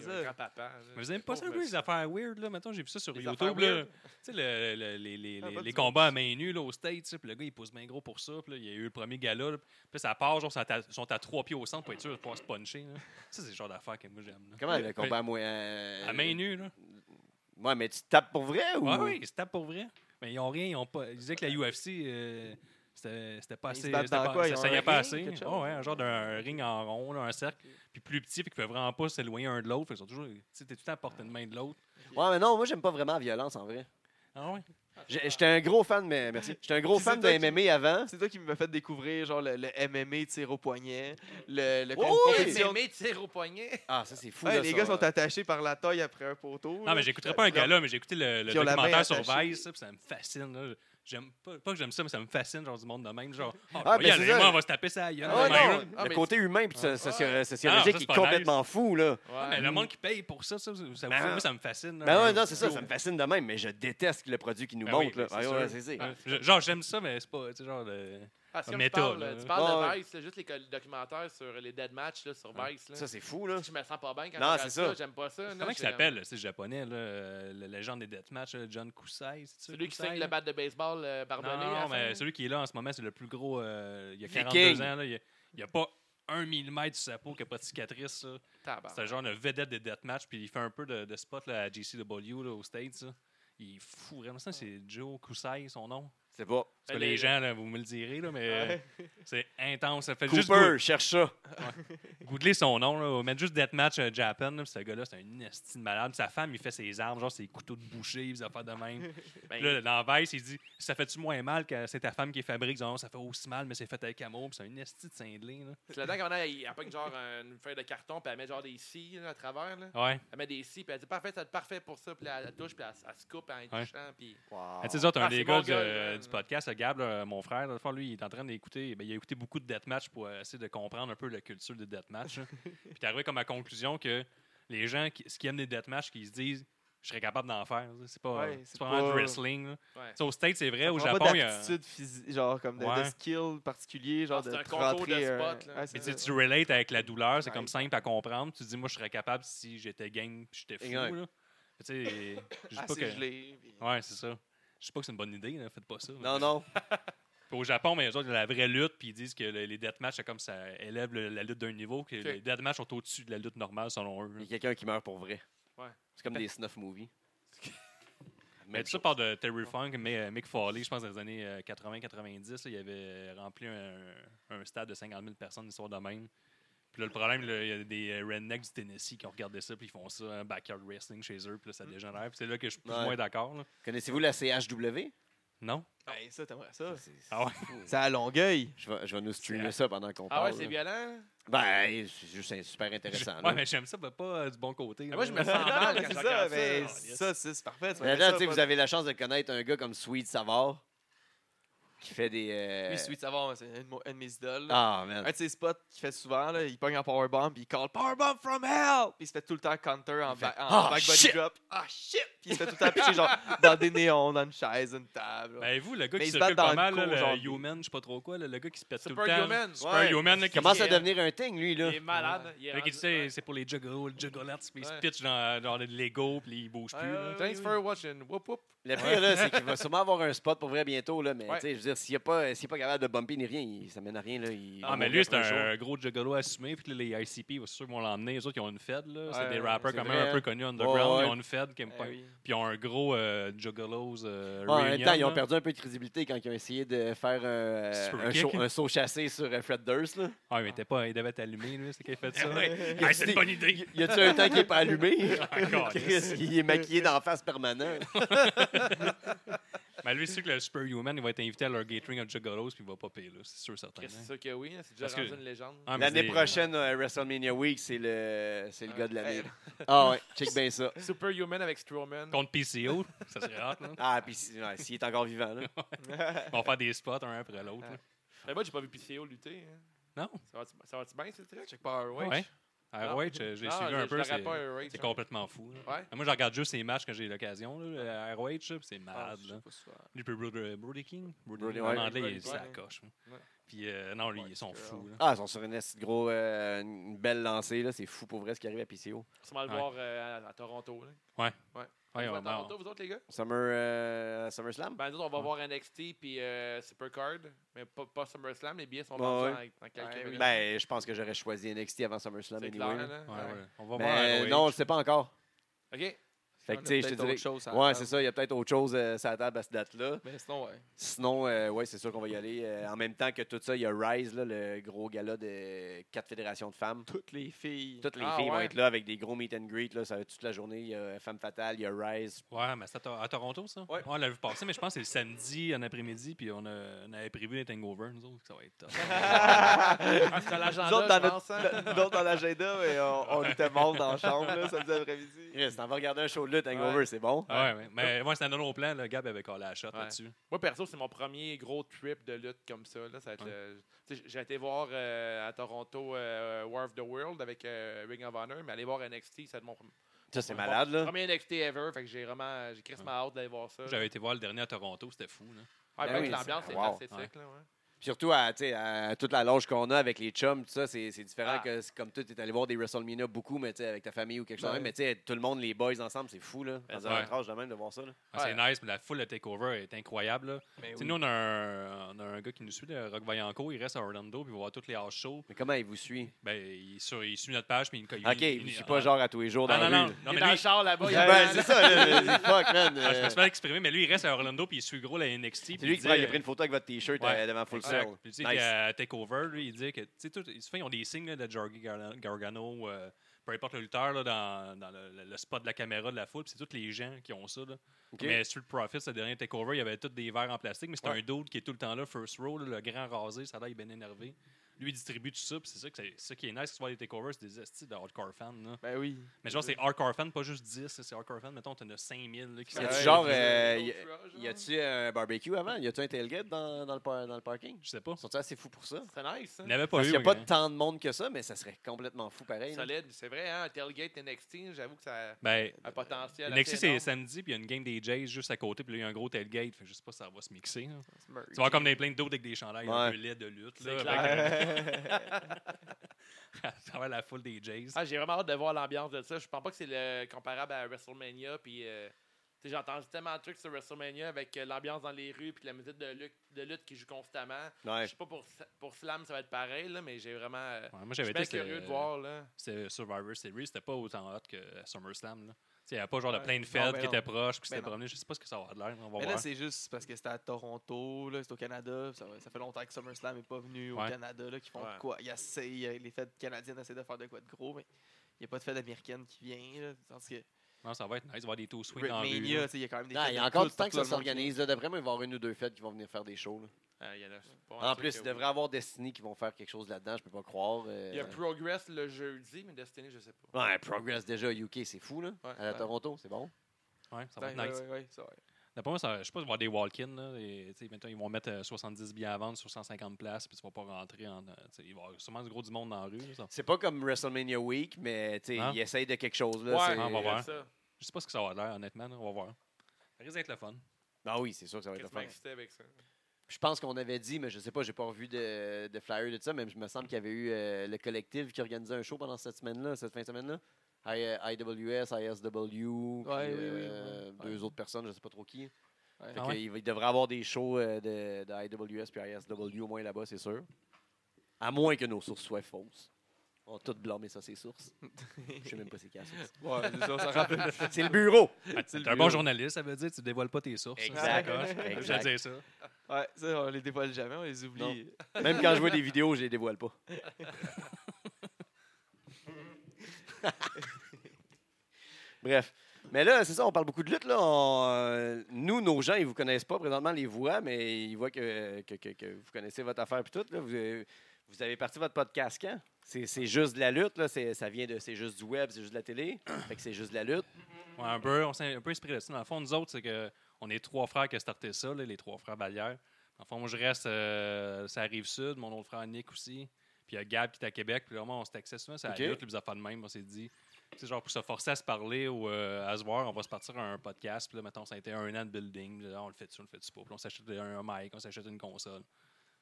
Speaker 3: c'est
Speaker 4: d'un
Speaker 3: ça.
Speaker 4: grand-papa. là.
Speaker 2: Mais vous aimez pas ça,
Speaker 4: Oh,
Speaker 2: un peu, les
Speaker 4: merci.
Speaker 2: affaires weird, là? Mettons, j'ai vu ça sur
Speaker 4: Les affaires
Speaker 2: YouTube, là.
Speaker 4: weird.
Speaker 2: Tu sais, le- le- les, les,
Speaker 3: Ah,
Speaker 2: les-
Speaker 3: pas
Speaker 2: les
Speaker 3: du
Speaker 2: combats à main nue, là, au States, là, puis le gars, il pousse bien gros pour ça, puis là, il y a eu le premier gala, là, puis ça part, genre, ils sont à- ils sont à trois pieds au centre pour être sûr de pouvoir se puncher, là. Ça, c'est le genre d'affaires que moi, j'aime, là.
Speaker 1: Comment le combat à moi? euh,
Speaker 4: Euh,
Speaker 2: À main nue, là.
Speaker 1: Ouais, mais tu te tapes pour vrai ou?
Speaker 2: Ouais, oui, ils se tapent pour vrai. Mais ils ont rien, ils ont pas... Ils disaient que la UFC... euh, c'était c'était pas
Speaker 3: Ils se
Speaker 2: assez.
Speaker 3: battent
Speaker 2: c'était
Speaker 3: dans
Speaker 2: pas-
Speaker 3: quoi? Ils
Speaker 2: Ça
Speaker 3: ont
Speaker 2: saignait
Speaker 3: un
Speaker 2: pas
Speaker 3: ring,
Speaker 2: assez.
Speaker 3: quelque chose?
Speaker 2: Ah ouais, un genre d'un ring en rond, là, un cercle, puis plus petit, puis qui peut vraiment pas s'éloigner un de l'autre. Fait qu'ils sont toujours. Tu sais, t'es tout le temps à portée de main de l'autre.
Speaker 1: Ouais, mais non, moi, j'aime pas vraiment la violence, en vrai.
Speaker 2: Ah ouais?
Speaker 1: J'ai- J'étais un gros fan, mais merci. J'étais un gros
Speaker 3: Puis c'est
Speaker 1: fan de
Speaker 3: toi qui-
Speaker 1: MMA avant.
Speaker 3: C'est toi qui m'as fait découvrir genre le, le MMA tir au poignet, le, le
Speaker 1: Oh,
Speaker 3: com-
Speaker 1: oui!
Speaker 4: Il
Speaker 3: compétition.
Speaker 4: aimait tire au poignet.
Speaker 1: Ah, ça, c'est fou.
Speaker 3: Ouais,
Speaker 1: là,
Speaker 3: les
Speaker 1: ça.
Speaker 3: gars sont attachés par la taille après un poteau.
Speaker 2: Non, mais j'écouterais pas un gala, mais j'ai écouté le, le
Speaker 3: Qui ont la main
Speaker 2: documentaire sur
Speaker 3: attachée.
Speaker 2: Vice, ça, puis ça me fascine. là. J'aime pas, pas que j'aime ça, mais ça me fascine, genre du monde de même. Genre, oh,
Speaker 1: Ah,
Speaker 2: ah,
Speaker 1: ben, c'est ça.
Speaker 2: moi, on va se taper ça ailleurs.
Speaker 1: Ah,
Speaker 3: Ouais,
Speaker 1: non,
Speaker 3: ouais.
Speaker 4: Ah,
Speaker 1: le
Speaker 4: mais-
Speaker 1: côté humain puis socio- socio-
Speaker 2: Ah, ça,
Speaker 1: sociologique
Speaker 2: c'est
Speaker 1: est
Speaker 2: pas
Speaker 1: complètement fou, là.
Speaker 2: Mais le monde qui paye pour ça, ça, ça, ça vous
Speaker 1: Ben,
Speaker 2: fait- moi, ça me fascine. là.
Speaker 1: Ben ouais, non, c'est ça, ça me fascine de même, mais je déteste le produit qu'ils nous
Speaker 2: Ben oui,
Speaker 1: montrent, là.
Speaker 2: c'est
Speaker 1: Ouais,
Speaker 2: sûr. Ben,
Speaker 1: ouais, c'est- c'est-
Speaker 2: Ouais, je- Genre, j'aime ça, mais c'est pas. Tu sais, genre. le-
Speaker 4: Ah, si on
Speaker 2: Méthode,
Speaker 4: parle,
Speaker 2: là.
Speaker 4: tu parles
Speaker 1: Ouais,
Speaker 4: de Vice, là, juste les co- documentaires sur les dead match là, sur
Speaker 2: Ouais.
Speaker 4: Vice. Là.
Speaker 1: Ça, c'est fou, là.
Speaker 4: Je me sens pas bien quand
Speaker 1: Non,
Speaker 4: je regarde
Speaker 1: c'est ça.
Speaker 4: ça. J'aime pas ça.
Speaker 2: Comment
Speaker 4: non,
Speaker 2: il
Speaker 4: j'ai-
Speaker 2: s'appelle, là, c'est le japonais, là, euh, le légende des deathmatch, là, John Kusai? c'est ça,
Speaker 4: Celui qui
Speaker 2: Kusai,
Speaker 4: signe
Speaker 2: là?
Speaker 4: le bat de baseball euh, barbelé.
Speaker 2: Non,
Speaker 4: à la
Speaker 2: non, mais
Speaker 4: fin.
Speaker 2: celui qui est là en ce moment, c'est le plus gros. euh, il y a
Speaker 1: Viking.
Speaker 2: 42 ans, là, il n'y a, pas un millimètre sur sa peau qui n'a pas de cicatrice. là.
Speaker 4: Tabarnak.
Speaker 2: C'est un genre de vedette des deathmatch, puis il fait un peu de, de spot là, à GCW là, aux States. là. Il est fou, vraiment. Ça, c'est Joe Kusai, son nom.
Speaker 1: C'est pas.
Speaker 2: Parce que
Speaker 4: Les-
Speaker 2: les gens, là, vous me le direz, là, mais
Speaker 3: Ouais.
Speaker 2: euh, c'est intense. Ça fait Ben, juste
Speaker 1: Cooper, cherche ça.
Speaker 2: Googlez son nom, là. Mettre juste Deathmatch euh, Japan, là, pis ce gars-là, c'est un esti de malade. Pis Sa femme, il fait ses armes, genre ses couteaux de boucher, pis des affaires de même. Pis là, dans Vice, Ben, il dit Ça fait-tu moins mal que c'est ta femme qui fabrique Ils disent, Non, ça fait aussi mal, mais c'est fait avec amour, pis c'est un esti de cinglé, là.
Speaker 4: C'est là-dedans qu'on a, elle pogne genre euh, une feuille de carton, puis elle met genre des scies là, à travers. Là.
Speaker 2: Ouais.
Speaker 4: Elle met des scies, puis elle dit parfait, ça va être parfait pour ça, puis là, elle, la touche, puis elle, elle se coupe en y
Speaker 2: Ouais.
Speaker 4: touchant, puis.
Speaker 1: Wow.
Speaker 2: Ah, Tu sais, les autres, un
Speaker 4: Ah,
Speaker 2: des
Speaker 4: c'est
Speaker 2: gars
Speaker 4: mon
Speaker 2: du,
Speaker 4: gars,
Speaker 2: euh,
Speaker 4: là.
Speaker 2: du podcast, le Gab, là, mon frère, dans le fond, lui, il est en train d'écouter. ben, il a écouté beaucoup de Deathmatch pour euh, essayer de comprendre un peu la culture des Deathmatch. là. Puis t'es arrivé comme à la conclusion que les gens qui, ce qui aiment les Deathmatch, qui se disent Je serais capable d'en faire. là. C'est pas,
Speaker 3: Ouais,
Speaker 2: c'est
Speaker 3: c'est
Speaker 2: pas vraiment du
Speaker 3: pas-
Speaker 2: wrestling. là.
Speaker 4: Ouais.
Speaker 2: Tu sais, Au States, c'est vrai. Au
Speaker 3: Ça prend
Speaker 2: Japon,
Speaker 3: pas
Speaker 2: il y a.
Speaker 3: d'aptitude physique, genre comme de, de
Speaker 2: Ouais.
Speaker 3: skill particulier, genre
Speaker 4: c'est
Speaker 3: de
Speaker 4: un
Speaker 3: te
Speaker 4: concours de
Speaker 3: rentrer, euh,
Speaker 4: spot, là.
Speaker 3: ouais, c'est
Speaker 2: Mais tu sais,
Speaker 3: ça.
Speaker 2: tu relates avec la douleur, c'est
Speaker 3: Ouais.
Speaker 2: comme simple à comprendre. Tu te dis, moi, je serais capable si j'étais gang puis j'étais fou.
Speaker 1: Exact.
Speaker 2: Là. Tu sais, je dis
Speaker 3: Ah,
Speaker 2: pas
Speaker 3: c'est
Speaker 2: que. Ah.
Speaker 3: gelé, puis-
Speaker 2: Ouais, c'est ça. Je sais pas que c'est une bonne idée, là, faites pas ça.
Speaker 1: Non, non.
Speaker 2: Puis au Japon, mais eux autres, il y a la vraie lutte, puis ils disent que le- les deathmatchs, c'est comme ça élève le- la lutte d'un niveau, que
Speaker 4: Ok.
Speaker 2: les deathmatchs sont au-dessus de la lutte normale, selon eux.
Speaker 1: Il y a quelqu'un qui meurt pour vrai.
Speaker 4: Ouais.
Speaker 1: C'est comme des snuff movies.
Speaker 2: Mais
Speaker 1: Même
Speaker 2: tout ça
Speaker 1: chose.
Speaker 2: part de Terry Funk, mais euh, Mick Foley, je pense, dans les années euh, 80-90, là, il avait euh, rempli un, un stade de 50 000 personnes, une histoire de même. Puis là, le problème, là, il y a des euh, rednecks du Tennessee qui ont regardé ça, puis ils font ça, un backyard wrestling chez eux, puis là, ça
Speaker 4: Mm.
Speaker 2: dégénère. Puis c'est là que je suis plus ou
Speaker 1: Ouais.
Speaker 2: moins d'accord. là.
Speaker 1: Connaissez-vous la CHW?
Speaker 2: Non?
Speaker 3: Ben, ça, t'aimerais ça.
Speaker 1: C'est- c'est
Speaker 2: Ah ouais?
Speaker 1: fou.
Speaker 3: C'est à Longueuil.
Speaker 1: Je vais, je vais nous streamer ça pendant qu'on
Speaker 4: Ah
Speaker 1: parle.
Speaker 4: ouais, c'est
Speaker 1: là.
Speaker 4: violent.
Speaker 1: Ben, c'est juste un- super intéressant.
Speaker 2: Ouais,
Speaker 1: là.
Speaker 2: mais j'aime ça, mais pas euh, du bon côté.
Speaker 4: moi,
Speaker 2: là.
Speaker 4: je me sens
Speaker 3: Non, non,
Speaker 4: mal
Speaker 3: mais Ah, c'est
Speaker 4: quand je
Speaker 3: ça,
Speaker 4: regarde
Speaker 3: mais
Speaker 4: ça.
Speaker 3: ça, c'est c'est parfait. tu
Speaker 1: Mais attends,
Speaker 3: vois, ça,
Speaker 1: tu sais,
Speaker 3: pas-
Speaker 1: vous avez la chance de connaître un gars comme Sweet Savard qui fait des. euh,
Speaker 3: Oui, Sweet Savard, c'est un de mon- un de mes idoles. là.
Speaker 1: Ah, man.
Speaker 3: Un de ses spots qu'il fait souvent, là, il pogne en powerbomb, puis il call powerbomb from hell! Puis il se fait tout le temps counter en,
Speaker 1: Il fait,
Speaker 3: ba- en
Speaker 1: Ah,
Speaker 3: back body
Speaker 1: shit!
Speaker 3: drop. Ah shit! Puis il se fait tout le temps pitcher genre dans des néons, dans une chaise, une table. là.
Speaker 2: Ben, vous, le gars
Speaker 3: Mais
Speaker 2: qui
Speaker 3: ils se
Speaker 2: circule
Speaker 3: battent dans
Speaker 2: pas
Speaker 3: le
Speaker 2: mal, là,
Speaker 3: cours, genre,
Speaker 2: le human, je sais pas trop quoi, là, le gars qui se pète tout le temps.
Speaker 4: Superhuman.
Speaker 2: Superhuman, là, qui
Speaker 1: Commence à
Speaker 4: Il est-
Speaker 1: devenir un thing, lui, là.
Speaker 4: Il est malade. Il est
Speaker 2: Là, qui
Speaker 4: rendu-
Speaker 2: dit,
Speaker 4: ouais.
Speaker 2: c'est- c'est pour les juggles, les jugglettes, puis ils se
Speaker 4: Ouais.
Speaker 2: pitchent dans, dans le Lego, puis ils bougent
Speaker 1: Euh,
Speaker 2: plus. là.
Speaker 3: Ouais,
Speaker 4: Thanks for watching. Whoop whoop.
Speaker 1: Le pire, là, c'est qu'il va sûrement avoir un spot pour vrai bientôt, là. Mais,
Speaker 4: Ouais.
Speaker 1: tu sais, je veux dire, s'il n'est pas, euh, s'il est pas capable de bumper ni rien, il- ça mène à rien, là. il-
Speaker 2: Ah,
Speaker 1: il
Speaker 2: mais
Speaker 1: mourra
Speaker 2: lui, c'est
Speaker 1: après le show.
Speaker 2: un gros juggalo assumé. Puis là, les ICP, c'est sûr qu'ils vont l'emmener. Les autres, ils ont une Fed. là. C'est
Speaker 4: Ouais,
Speaker 2: des rappers
Speaker 1: c'est
Speaker 2: quand
Speaker 1: vrai.
Speaker 2: même un peu connus underground.
Speaker 1: Ouais, Eh ouais.
Speaker 2: Ils ont une Fed. qui aiment
Speaker 3: Ben
Speaker 2: pas- Puis
Speaker 3: oui.
Speaker 2: ils ont un gros euh, juggalos. euh,
Speaker 1: Ouais, en même temps, ils
Speaker 2: reunion,
Speaker 1: ont
Speaker 2: là.
Speaker 1: perdu un peu de crédibilité quand ils ont essayé de faire euh,
Speaker 2: Super
Speaker 1: un,
Speaker 2: kick. hein.
Speaker 1: show, un saut chassé sur euh, Fred Durst. Là.
Speaker 2: Ah, mais t'es pas, il devait être allumé, lui, c'est qu'il a fait
Speaker 1: Eh
Speaker 2: ça.
Speaker 1: Il a
Speaker 2: Ah, c'est
Speaker 1: dit-
Speaker 2: une bonne idée.
Speaker 1: Y a-tu un temps qui n'est pas allumé?
Speaker 2: Encore,
Speaker 1: Chris, il est maquillé d'en face permanent.
Speaker 2: Mais lui, c'est sûr que le Superhuman, il va être invité à leur Gathering of Juggalos, puis il va popper, là. C'est sûr, certain.
Speaker 4: Chris, C'est sûr que oui. hein, C'est déjà
Speaker 2: Parce que-
Speaker 4: rendu une légende.
Speaker 2: Ah, mais
Speaker 1: L'année
Speaker 2: c'est-
Speaker 1: prochaine, euh, WrestleMania Week, c'est le, c'est le gars de l'année.
Speaker 3: Hey,
Speaker 1: Ah ouais, check bien ça.
Speaker 4: Superhuman avec Strowman.
Speaker 2: Contre PCO, ça serait hot, là.
Speaker 1: Ah, puis si- ouais, s'il est encore vivant, là.
Speaker 2: Ils vont faire des spots un après l'autre. là.
Speaker 4: Mais Eh, moi, j'ai pas vu PCO lutter. hein.
Speaker 2: Non?
Speaker 4: Ça va-tu ça va-tu bien, c'est truc?
Speaker 3: Check Powerway.
Speaker 2: Ouais.
Speaker 1: Ah.
Speaker 2: ROH, j'ai suivi un peu. c'est-
Speaker 4: Ah, pas un rate,
Speaker 2: C'est
Speaker 4: hein.
Speaker 2: complètement fou. là.
Speaker 4: Ouais.
Speaker 2: Moi, je regarde juste ces matchs quand j'ai l'occasion. là, à ROH, là, puis c'est
Speaker 3: Ah,
Speaker 2: malade. là. Lui, puis Brody, Brody King. Brody,
Speaker 1: Brody,
Speaker 2: King,
Speaker 1: ouais.
Speaker 2: en anglais, il
Speaker 3: Brody,
Speaker 2: est sur la
Speaker 3: ouais.
Speaker 2: coche. hein.
Speaker 4: Ouais.
Speaker 2: Puis, euh, non, lui,
Speaker 3: Ouais,
Speaker 2: ils sont
Speaker 3: girl.
Speaker 2: fous. là.
Speaker 1: Ah, ils sont sur une esti de gros, euh, une belle lancée, là. C'est fou pour vrai ce qui arrive à PCO.
Speaker 4: Sûrement le
Speaker 2: Ouais.
Speaker 4: voir euh, à, à Toronto. Là.
Speaker 2: Ouais,
Speaker 4: Vous
Speaker 2: ouais,
Speaker 4: à
Speaker 2: non.
Speaker 4: Toronto, vous autres, les gars?
Speaker 1: Summer, euh, SummerSlam?
Speaker 4: Ben, nous autres, on va
Speaker 2: Ouais.
Speaker 4: voir NXT puis euh, Supercard, mais pas, pas SummerSlam. Les billets sont
Speaker 1: Ouais,
Speaker 4: vendus
Speaker 1: ouais.
Speaker 4: en, en quelques
Speaker 3: Bah Ouais, oui.
Speaker 4: minutes.
Speaker 1: Ben, je pense que j'aurais choisi NXT avant SummerSlam
Speaker 4: c'est
Speaker 1: anyway.
Speaker 4: clair,
Speaker 1: là.
Speaker 4: là.
Speaker 2: Ouais, ouais. On va
Speaker 1: Mais
Speaker 2: voir.
Speaker 1: non, on
Speaker 2: ROH.
Speaker 1: le sait pas encore.
Speaker 4: OK.
Speaker 1: Fait que, tu sais, je te dirais. Ouais, c'est ça. Il y a peut-être autre chose euh, sur la table à cette date-là.
Speaker 3: Mais sinon, ouais.
Speaker 1: Sinon, euh, ouais, c'est sûr qu'on va y aller. Euh, en même temps que tout ça, il y a Rise, là, le gros gala de quatre fédérations de femmes.
Speaker 3: Toutes les filles.
Speaker 1: Toutes les
Speaker 4: Ah,
Speaker 1: filles vont
Speaker 4: ouais.
Speaker 1: être là avec des gros meet and greet. Là, ça va être toute la journée. Il y a Femme Fatale, il y a Rise.
Speaker 2: Ouais, mais c'est à, Tor- à Toronto, ça?
Speaker 1: Ouais.
Speaker 2: on l'a vu passer, mais je pense que c'est le samedi en après-midi, puis on, a- on avait prévu les hangovers, nous autres, que ça va être tough.
Speaker 4: Ah, c'est à l'agenda,
Speaker 3: Nous autres,
Speaker 4: je
Speaker 3: dans
Speaker 4: pense. hein.
Speaker 3: notre- D'autres dans l'agenda, mais on, on était morts dans la chambre, là, samedi après-midi.
Speaker 1: Chris, t'en vas regarder un show de lutte, Hangover,
Speaker 4: Ouais.
Speaker 1: c'est bon.
Speaker 2: ouais, ouais. mais ouais, c'était dans nos plans, le Gab avait collé la shot
Speaker 4: Ouais.
Speaker 2: là-dessus.
Speaker 4: Moi, perso, c'est mon premier gros trip de lutte comme ça. là. Ça va être
Speaker 2: Ouais.
Speaker 4: le- tu sais, J'ai été voir euh, à Toronto euh, War of the World avec euh, Ring of Honor, mais aller voir NXT, c'est mon pr-
Speaker 1: Ça, c'est
Speaker 2: Ouais.
Speaker 1: malade, là.
Speaker 4: premier NXT ever. Fait que j'ai vraiment... J'ai crissement hâte d'aller voir ça.
Speaker 2: J'avais été voir le dernier à Toronto, c'était fou. Là.
Speaker 4: Ouais,
Speaker 1: Ben
Speaker 4: ben,
Speaker 1: oui,
Speaker 4: L'ambiance,
Speaker 1: c'est-
Speaker 4: c'est
Speaker 1: wow.
Speaker 4: assez
Speaker 2: Ouais.
Speaker 4: sec. Là, hein. ouais.
Speaker 1: Surtout à, tu sais, à toute la loge qu'on a avec les chums, tout ça, c'est c'est différent
Speaker 4: Ah.
Speaker 1: que c'est comme toi, t'es allé voir des WrestleMania beaucoup, mais tu sais, avec ta famille ou quelque chose. de
Speaker 3: Ouais.
Speaker 1: même. Mais tu sais, tout le monde, les boys ensemble, c'est fou, là. Dans
Speaker 4: Ouais.
Speaker 1: un tranche de même de voir ça, là.
Speaker 2: Ah, C'est nice, mais la foule de takeover est incroyable. Là.
Speaker 1: Ben
Speaker 3: Mais
Speaker 2: Tu sais,
Speaker 3: oui.
Speaker 2: Nous, on a, un, on a un gars qui nous suit, le Rock Vaillancourt, il reste à Orlando, puis il va voir toutes les house shows.
Speaker 1: Mais comment il vous suit?
Speaker 2: Ben, il, sur- il suit notre page, mais il, il
Speaker 1: OK, il vous suit pas genre à tous les jours dans
Speaker 2: Ah, non,
Speaker 1: la
Speaker 2: non,
Speaker 1: rue.
Speaker 2: non,
Speaker 1: là.
Speaker 4: Il est
Speaker 2: mais
Speaker 4: dans
Speaker 2: lui,
Speaker 4: le char là-bas. il y a
Speaker 1: Ben,
Speaker 4: un-
Speaker 1: c'est ça, là. c'est- Fuck, man.
Speaker 2: Ah, je me
Speaker 1: euh,
Speaker 2: suis mal exprimé, mais lui, il reste à Orlando, puis il suit gros la NXT. puis
Speaker 1: C'est lui
Speaker 2: il
Speaker 1: qui prend-
Speaker 2: dit,
Speaker 1: il a pris une photo avec votre T-shirt
Speaker 2: Ouais.
Speaker 1: euh, devant Full
Speaker 2: Exact.
Speaker 1: Sail.
Speaker 2: Puis tu sais,
Speaker 1: Nice.
Speaker 2: qu'à Takeover, lui, il dit que, tu sais, tout- il se fait, ils ont des signes là, de Jorge Gar- Gargano, euh, peu importe le lutteur, là, dans, dans le, le- le spot de la caméra de la foule, puis c'est tous les gens qui ont ça. Là.
Speaker 1: OK.
Speaker 2: Mais Street Profits, le dernier Takeover, il y avait tous des verres en plastique, mais c'était
Speaker 4: Ouais.
Speaker 2: un dude qui est tout le temps là, first row, là, le grand rasé, ça là, il est bien énervé. Lui, il distribue tout ça, puis c'est ça, que c'est- ça qui est nice, que tu vois les Takeovers, c'est des estis de hardcore fans. là.
Speaker 3: Ben oui.
Speaker 2: Mais genre, c'est hardcore fans, pas juste 10, c'est hardcore fans, mettons, t'en as 5000 là, qui
Speaker 1: Y a-tu
Speaker 2: sont-
Speaker 1: genre,
Speaker 4: Ouais,
Speaker 1: euh,
Speaker 4: il
Speaker 1: y
Speaker 4: y
Speaker 1: a-
Speaker 4: a-
Speaker 1: Y a-tu un barbecue avant? Y a-tu un tailgate dans, dans le, par- dans le parking?
Speaker 2: Je sais pas.
Speaker 1: Sont-ils assez fous pour ça?
Speaker 4: C'est nice. hein?
Speaker 2: Il n'y avait pas
Speaker 1: Parce
Speaker 2: eu.
Speaker 1: qu'il n'y a
Speaker 2: mais-
Speaker 1: pas tant de monde que ça, mais ça serait complètement fou pareil. là.
Speaker 4: Solide, c'est vrai, hein? un Tailgate NXT, j'avoue que ça a
Speaker 2: Ben,
Speaker 4: un potentiel.
Speaker 2: NXT,
Speaker 4: assez énorme.
Speaker 2: c'est samedi, puis il y a une game des Jays juste à côté, puis là, il y a un gros tailgate. Fait, que je sais pas si ça va se mixer. là.
Speaker 3: c'est Murray.
Speaker 2: Tu vas comme des plein d'eau avec des chandails un
Speaker 1: Ouais.
Speaker 2: peu laids de lutte.
Speaker 4: C'est
Speaker 2: Là,
Speaker 4: clair.
Speaker 2: avec, euh, à travers la foule des Jays.
Speaker 4: Ah, j'ai vraiment hâte de voir l'ambiance de ça. Je pense pas que c'est le comparable à WrestleMania puis euh, Tu sais, J'ai entendu tellement de trucs sur WrestleMania avec euh, l'ambiance dans les rues puis la musique de, lutte- de lutte qui joue constamment.
Speaker 1: Ouais.
Speaker 4: Je sais pas pour, pour Slam, ça va être pareil, là, mais j'ai vraiment. euh,
Speaker 2: Ouais, moi,
Speaker 4: je
Speaker 2: j'avais
Speaker 4: suis bien
Speaker 2: été, c'était-
Speaker 4: curieux de voir. Là.
Speaker 2: c'était Survivor Series, c'était pas autant hot que SummerSlam. là. Tu sais, Il n'y avait pas genre de
Speaker 3: Ouais.
Speaker 2: plein de
Speaker 3: Non,
Speaker 2: fêtes
Speaker 3: ben
Speaker 2: qui
Speaker 3: non.
Speaker 2: étaient proches, puis
Speaker 3: Ben
Speaker 2: c'était
Speaker 3: non.
Speaker 2: promené. Je sais pas ce que ça va de l'air, on va
Speaker 3: Mais là,
Speaker 2: voir.
Speaker 3: c'est juste parce que c'était à Toronto, là, c'est au Canada. Ça, ça fait longtemps que SummerSlam n'est pas venu au
Speaker 2: Ouais.
Speaker 3: Canada. Là, qui font
Speaker 4: Ouais.
Speaker 3: quoi Il y a c'est- euh, les fêtes canadiennes essaient de faire de quoi de gros, mais il n'y a pas de fête américaine qui vient. Là, parce que
Speaker 2: Non, ça va être nice, voir des toasts sweet en rue.
Speaker 3: Ripmania,
Speaker 2: là.
Speaker 3: tu sais, il y a quand même des
Speaker 1: Non,
Speaker 3: fêtes
Speaker 1: il y
Speaker 3: de
Speaker 1: a encore
Speaker 3: tout
Speaker 1: du temps
Speaker 3: pour
Speaker 1: que ça
Speaker 3: tout le monde qui vient.
Speaker 1: s'organise. là. D'après moi, il va y avoir une ou deux fêtes qui vont venir faire des shows. là.
Speaker 4: Euh, il y en a- je sais pas,
Speaker 1: En
Speaker 4: un
Speaker 1: plus,
Speaker 4: truc,
Speaker 1: il
Speaker 4: euh,
Speaker 1: devrait avoir Destiny qui vont faire quelque chose là-dedans. Je peux pas croire. euh,
Speaker 4: Il y a Progress le jeudi, mais Destiny, je sais pas.
Speaker 1: Ouais, Progress déjà, UK, c'est fou, là.
Speaker 4: Ouais,
Speaker 1: à la
Speaker 3: ouais.
Speaker 1: Toronto, c'est bon.
Speaker 2: Ouais, ça va être
Speaker 3: Ouais,
Speaker 2: nice.
Speaker 3: ouais, ouais, ça va.
Speaker 2: D'après moi, ça- je sais pas, voir des walk-in. là, et, tu sais, Maintenant, ils vont mettre euh, 70 billets à vendre sur 150 places, puis tu vas pas rentrer. En, euh, tu sais, il va y avoir sûrement du gros du monde dans la rue. là, ça.
Speaker 1: C'est pas comme WrestleMania Week, mais tu sais,
Speaker 2: Hein?
Speaker 1: ils essayent de quelque chose. Là,
Speaker 4: ouais, Ah,
Speaker 1: c'est-
Speaker 2: Ah, on va voir.
Speaker 4: ça.
Speaker 2: Je sais pas ce que ça va de l'air, honnêtement. là, on va voir. Ça risque d'être le fun.
Speaker 1: Ah oui, c'est sûr que ça va être le
Speaker 4: Qu'est-ce que
Speaker 1: fun.
Speaker 4: excité avec ça?
Speaker 1: Je pense qu'on avait dit, mais je sais pas, j'ai pas revu de, de flyer de tout ça, mais je me semble qu'il y avait eu euh, le collectif qui organisait un show pendant cette semaine-là, cette fin de semaine-là. I- euh, IWS, ISW, puis,
Speaker 3: Ouais, oui, oui,
Speaker 1: euh,
Speaker 3: ouais.
Speaker 1: deux autres personnes, je sais pas trop qui.
Speaker 3: Ouais.
Speaker 1: Fait
Speaker 2: Ah ouais?
Speaker 1: qu'il va- il, devrait avoir des shows euh, de, de IWS puis ISW au moins là-bas, c'est sûr. À moins que nos sources soient fausses. On a tout blâmé ça, ces sources. Je sais même pas c'est qui la source.
Speaker 3: Ouais, c'est ça, ça rappelle.
Speaker 1: C'est le bureau!
Speaker 2: T'es un bon journaliste, ça veut dire que tu dévoiles pas tes sources.
Speaker 1: Exact,
Speaker 2: Ça, c'est coche.
Speaker 1: exact.
Speaker 2: Je veux dire ça.
Speaker 3: Ouais, ça, on les dévoile jamais, on les oublie.
Speaker 1: Même quand je vois des vidéos, je les dévoile pas. Bref. Mais là, c'est ça, on parle beaucoup de lutte. Là. On, euh, nous, nos gens, ils vous connaissent pas présentement, les voix, mais ils voient que, que, que- que vous connaissez votre affaire puis tout. là. Vous, avez- vous avez parti votre podcast quand? C'est c'est juste de la lutte, là. C'est- ça vient de c'est juste du web, c'est juste de la télé. fait que c'est juste de la lutte.
Speaker 2: Ouais, un peu, on s'est un peu inspiré de ça. Dans le fond, nous autres, c'est que on est trois frères qui ont starté ça, là, les trois frères Vallière. Dans le fond, moi, je reste, euh, ça arrive sud, mon autre frère Nick aussi. Puis il y a Gab qui est à Québec. Puis là, moi, on s'est axé souvent, c'est
Speaker 1: Ok.
Speaker 2: la lutte, les affaires de même. On s'est dit, tu sais, genre, pour se forcer à se parler ou euh, à se voir, on va se partir un podcast. Puis là, mettons, ça a été un an de building. Puis là, on le fait-tu, on le fait-tu pas. Puis on s'achète un, un mic, on s'achète une console.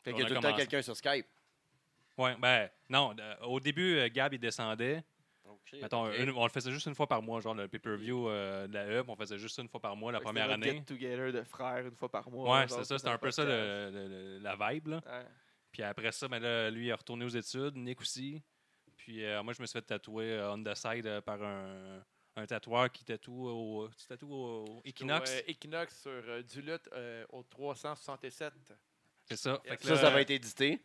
Speaker 1: Fait
Speaker 2: On
Speaker 1: qu'il y a
Speaker 2: a
Speaker 1: tout le temps
Speaker 2: commencé.
Speaker 1: quelqu'un sur Skype.
Speaker 2: Ouais, ben, non, euh, au début, euh, Gab, il descendait. Oh, Mettons, une- on le faisait juste une fois par mois, genre le pay-per-view euh, de la Hub, on faisait juste une fois par mois la première année.
Speaker 3: get-together de frères une fois par mois.
Speaker 2: Ouais,
Speaker 3: genre,
Speaker 2: c'est ça, c'était
Speaker 3: dans
Speaker 2: un peu ça
Speaker 3: podcast.
Speaker 2: le- le- le- la vibe. Là.
Speaker 3: Ouais.
Speaker 2: Puis après ça, ben là, lui, il est retourné aux études, Nick aussi. Puis euh, moi, je me suis fait tatouer euh, on the side euh, par un, un tatoueur qui tatoue au, tu tatoues au Equinox.
Speaker 4: Au, euh, Equinox sur euh, du lutte euh, au 367.
Speaker 2: C'est ça. Fait que
Speaker 1: Ça,
Speaker 2: là,
Speaker 1: ça va être édité.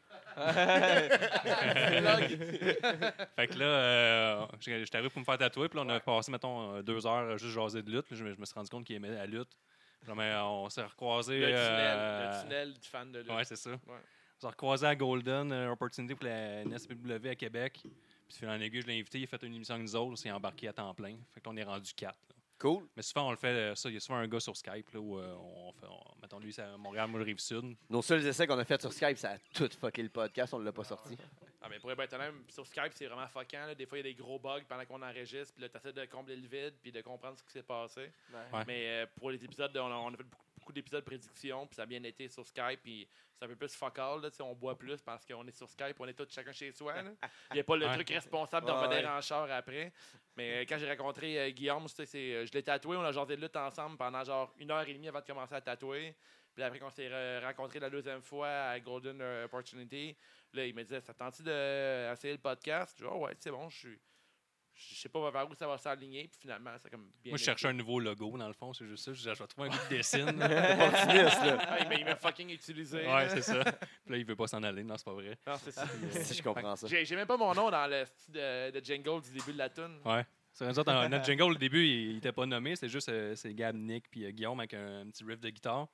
Speaker 2: Fait que là, euh, j'étais j'étais arrivé pour me faire tatouer, puis là, on a passé, mettons, euh, deux heures à juste jaser de lutte. Puis Je me, je me suis rendu compte qu'il aimait la lutte. Puis là, ben, on s'est recroisés.
Speaker 4: Le, tunnel,
Speaker 2: euh,
Speaker 4: le tunnel du fan de lutte.
Speaker 2: Ouais, c'est ça. On s'est recroisé à Golden, euh, opportunité pour la NSPW à Québec. Puis de fil en aiguille, je l'ai invité, il a fait une émission avec nous autres, on s'est embarqué à temps plein. Fait que là, on est rendu quatre. là.
Speaker 1: Cool.
Speaker 2: Mais souvent, on le fait, euh, ça, il y a souvent un gars sur Skype, là, où euh, on fait, on- mettons, lui, c'est à Montréal, moi, je rive sud.
Speaker 1: Nos seuls essais qu'on a fait sur Skype, ça a tout fucké le podcast, on l'a pas sorti.
Speaker 4: Ah, mais pour être honnête, sur Skype, c'est vraiment fuckant. là. Des fois, il y a des gros bugs pendant qu'on enregistre, puis là, t'essaies de combler le vide, puis de comprendre ce qui s'est passé.
Speaker 3: Ouais.
Speaker 2: Ouais.
Speaker 4: Mais euh, pour les épisodes, on a, on a fait beaucoup, beaucoup d'épisodes prédiction, puis ça a bien été sur Skype, puis c'est un peu plus focal, là, tu sais, on boit plus parce qu'on est sur Skype, on est tous chacun chez soi. là. Il n'y a pas le
Speaker 2: Ouais.
Speaker 4: truc responsable de
Speaker 3: Ouais,
Speaker 4: revenir
Speaker 3: ouais.
Speaker 4: en char après. Mais euh, quand j'ai rencontré euh, Guillaume, tu sais, c'est, euh, je l'ai tatoué, on a genre de lutte ensemble pendant genre une heure et demie avant de commencer à tatouer. Puis après qu'on s'est re- rencontrés la deuxième fois à Golden euh, Opportunity, là, il me disait Ça tente d'essayer le podcast Je dis Ah ouais, c'est bon, je suis. Je sais pas vers où ça va s'aligner, puis finalement, c'est comme bien.
Speaker 2: Moi, je
Speaker 4: été.
Speaker 2: cherchais un nouveau logo, dans le fond, c'est juste ça. Je disais, je vais trouver un coup de dessin.
Speaker 1: Opportuniste, là.
Speaker 4: Ah, il m'a- il m'a fucking utilisé.
Speaker 2: ouais,
Speaker 4: là.
Speaker 2: c'est ça. Puis là, il veut pas s'en aller, non, c'est pas vrai.
Speaker 4: Non, c'est ça.
Speaker 1: Si je comprends ça.
Speaker 4: J'ai j'ai même pas mon nom dans le style de, de jingle du début de la tune.
Speaker 2: Ouais. C'est vrai, nous autres, en- notre jingle, au début, il, il était pas nommé. C'est juste euh, c'est Gab, Nick, puis euh, Guillaume avec un, petit riff de guitare.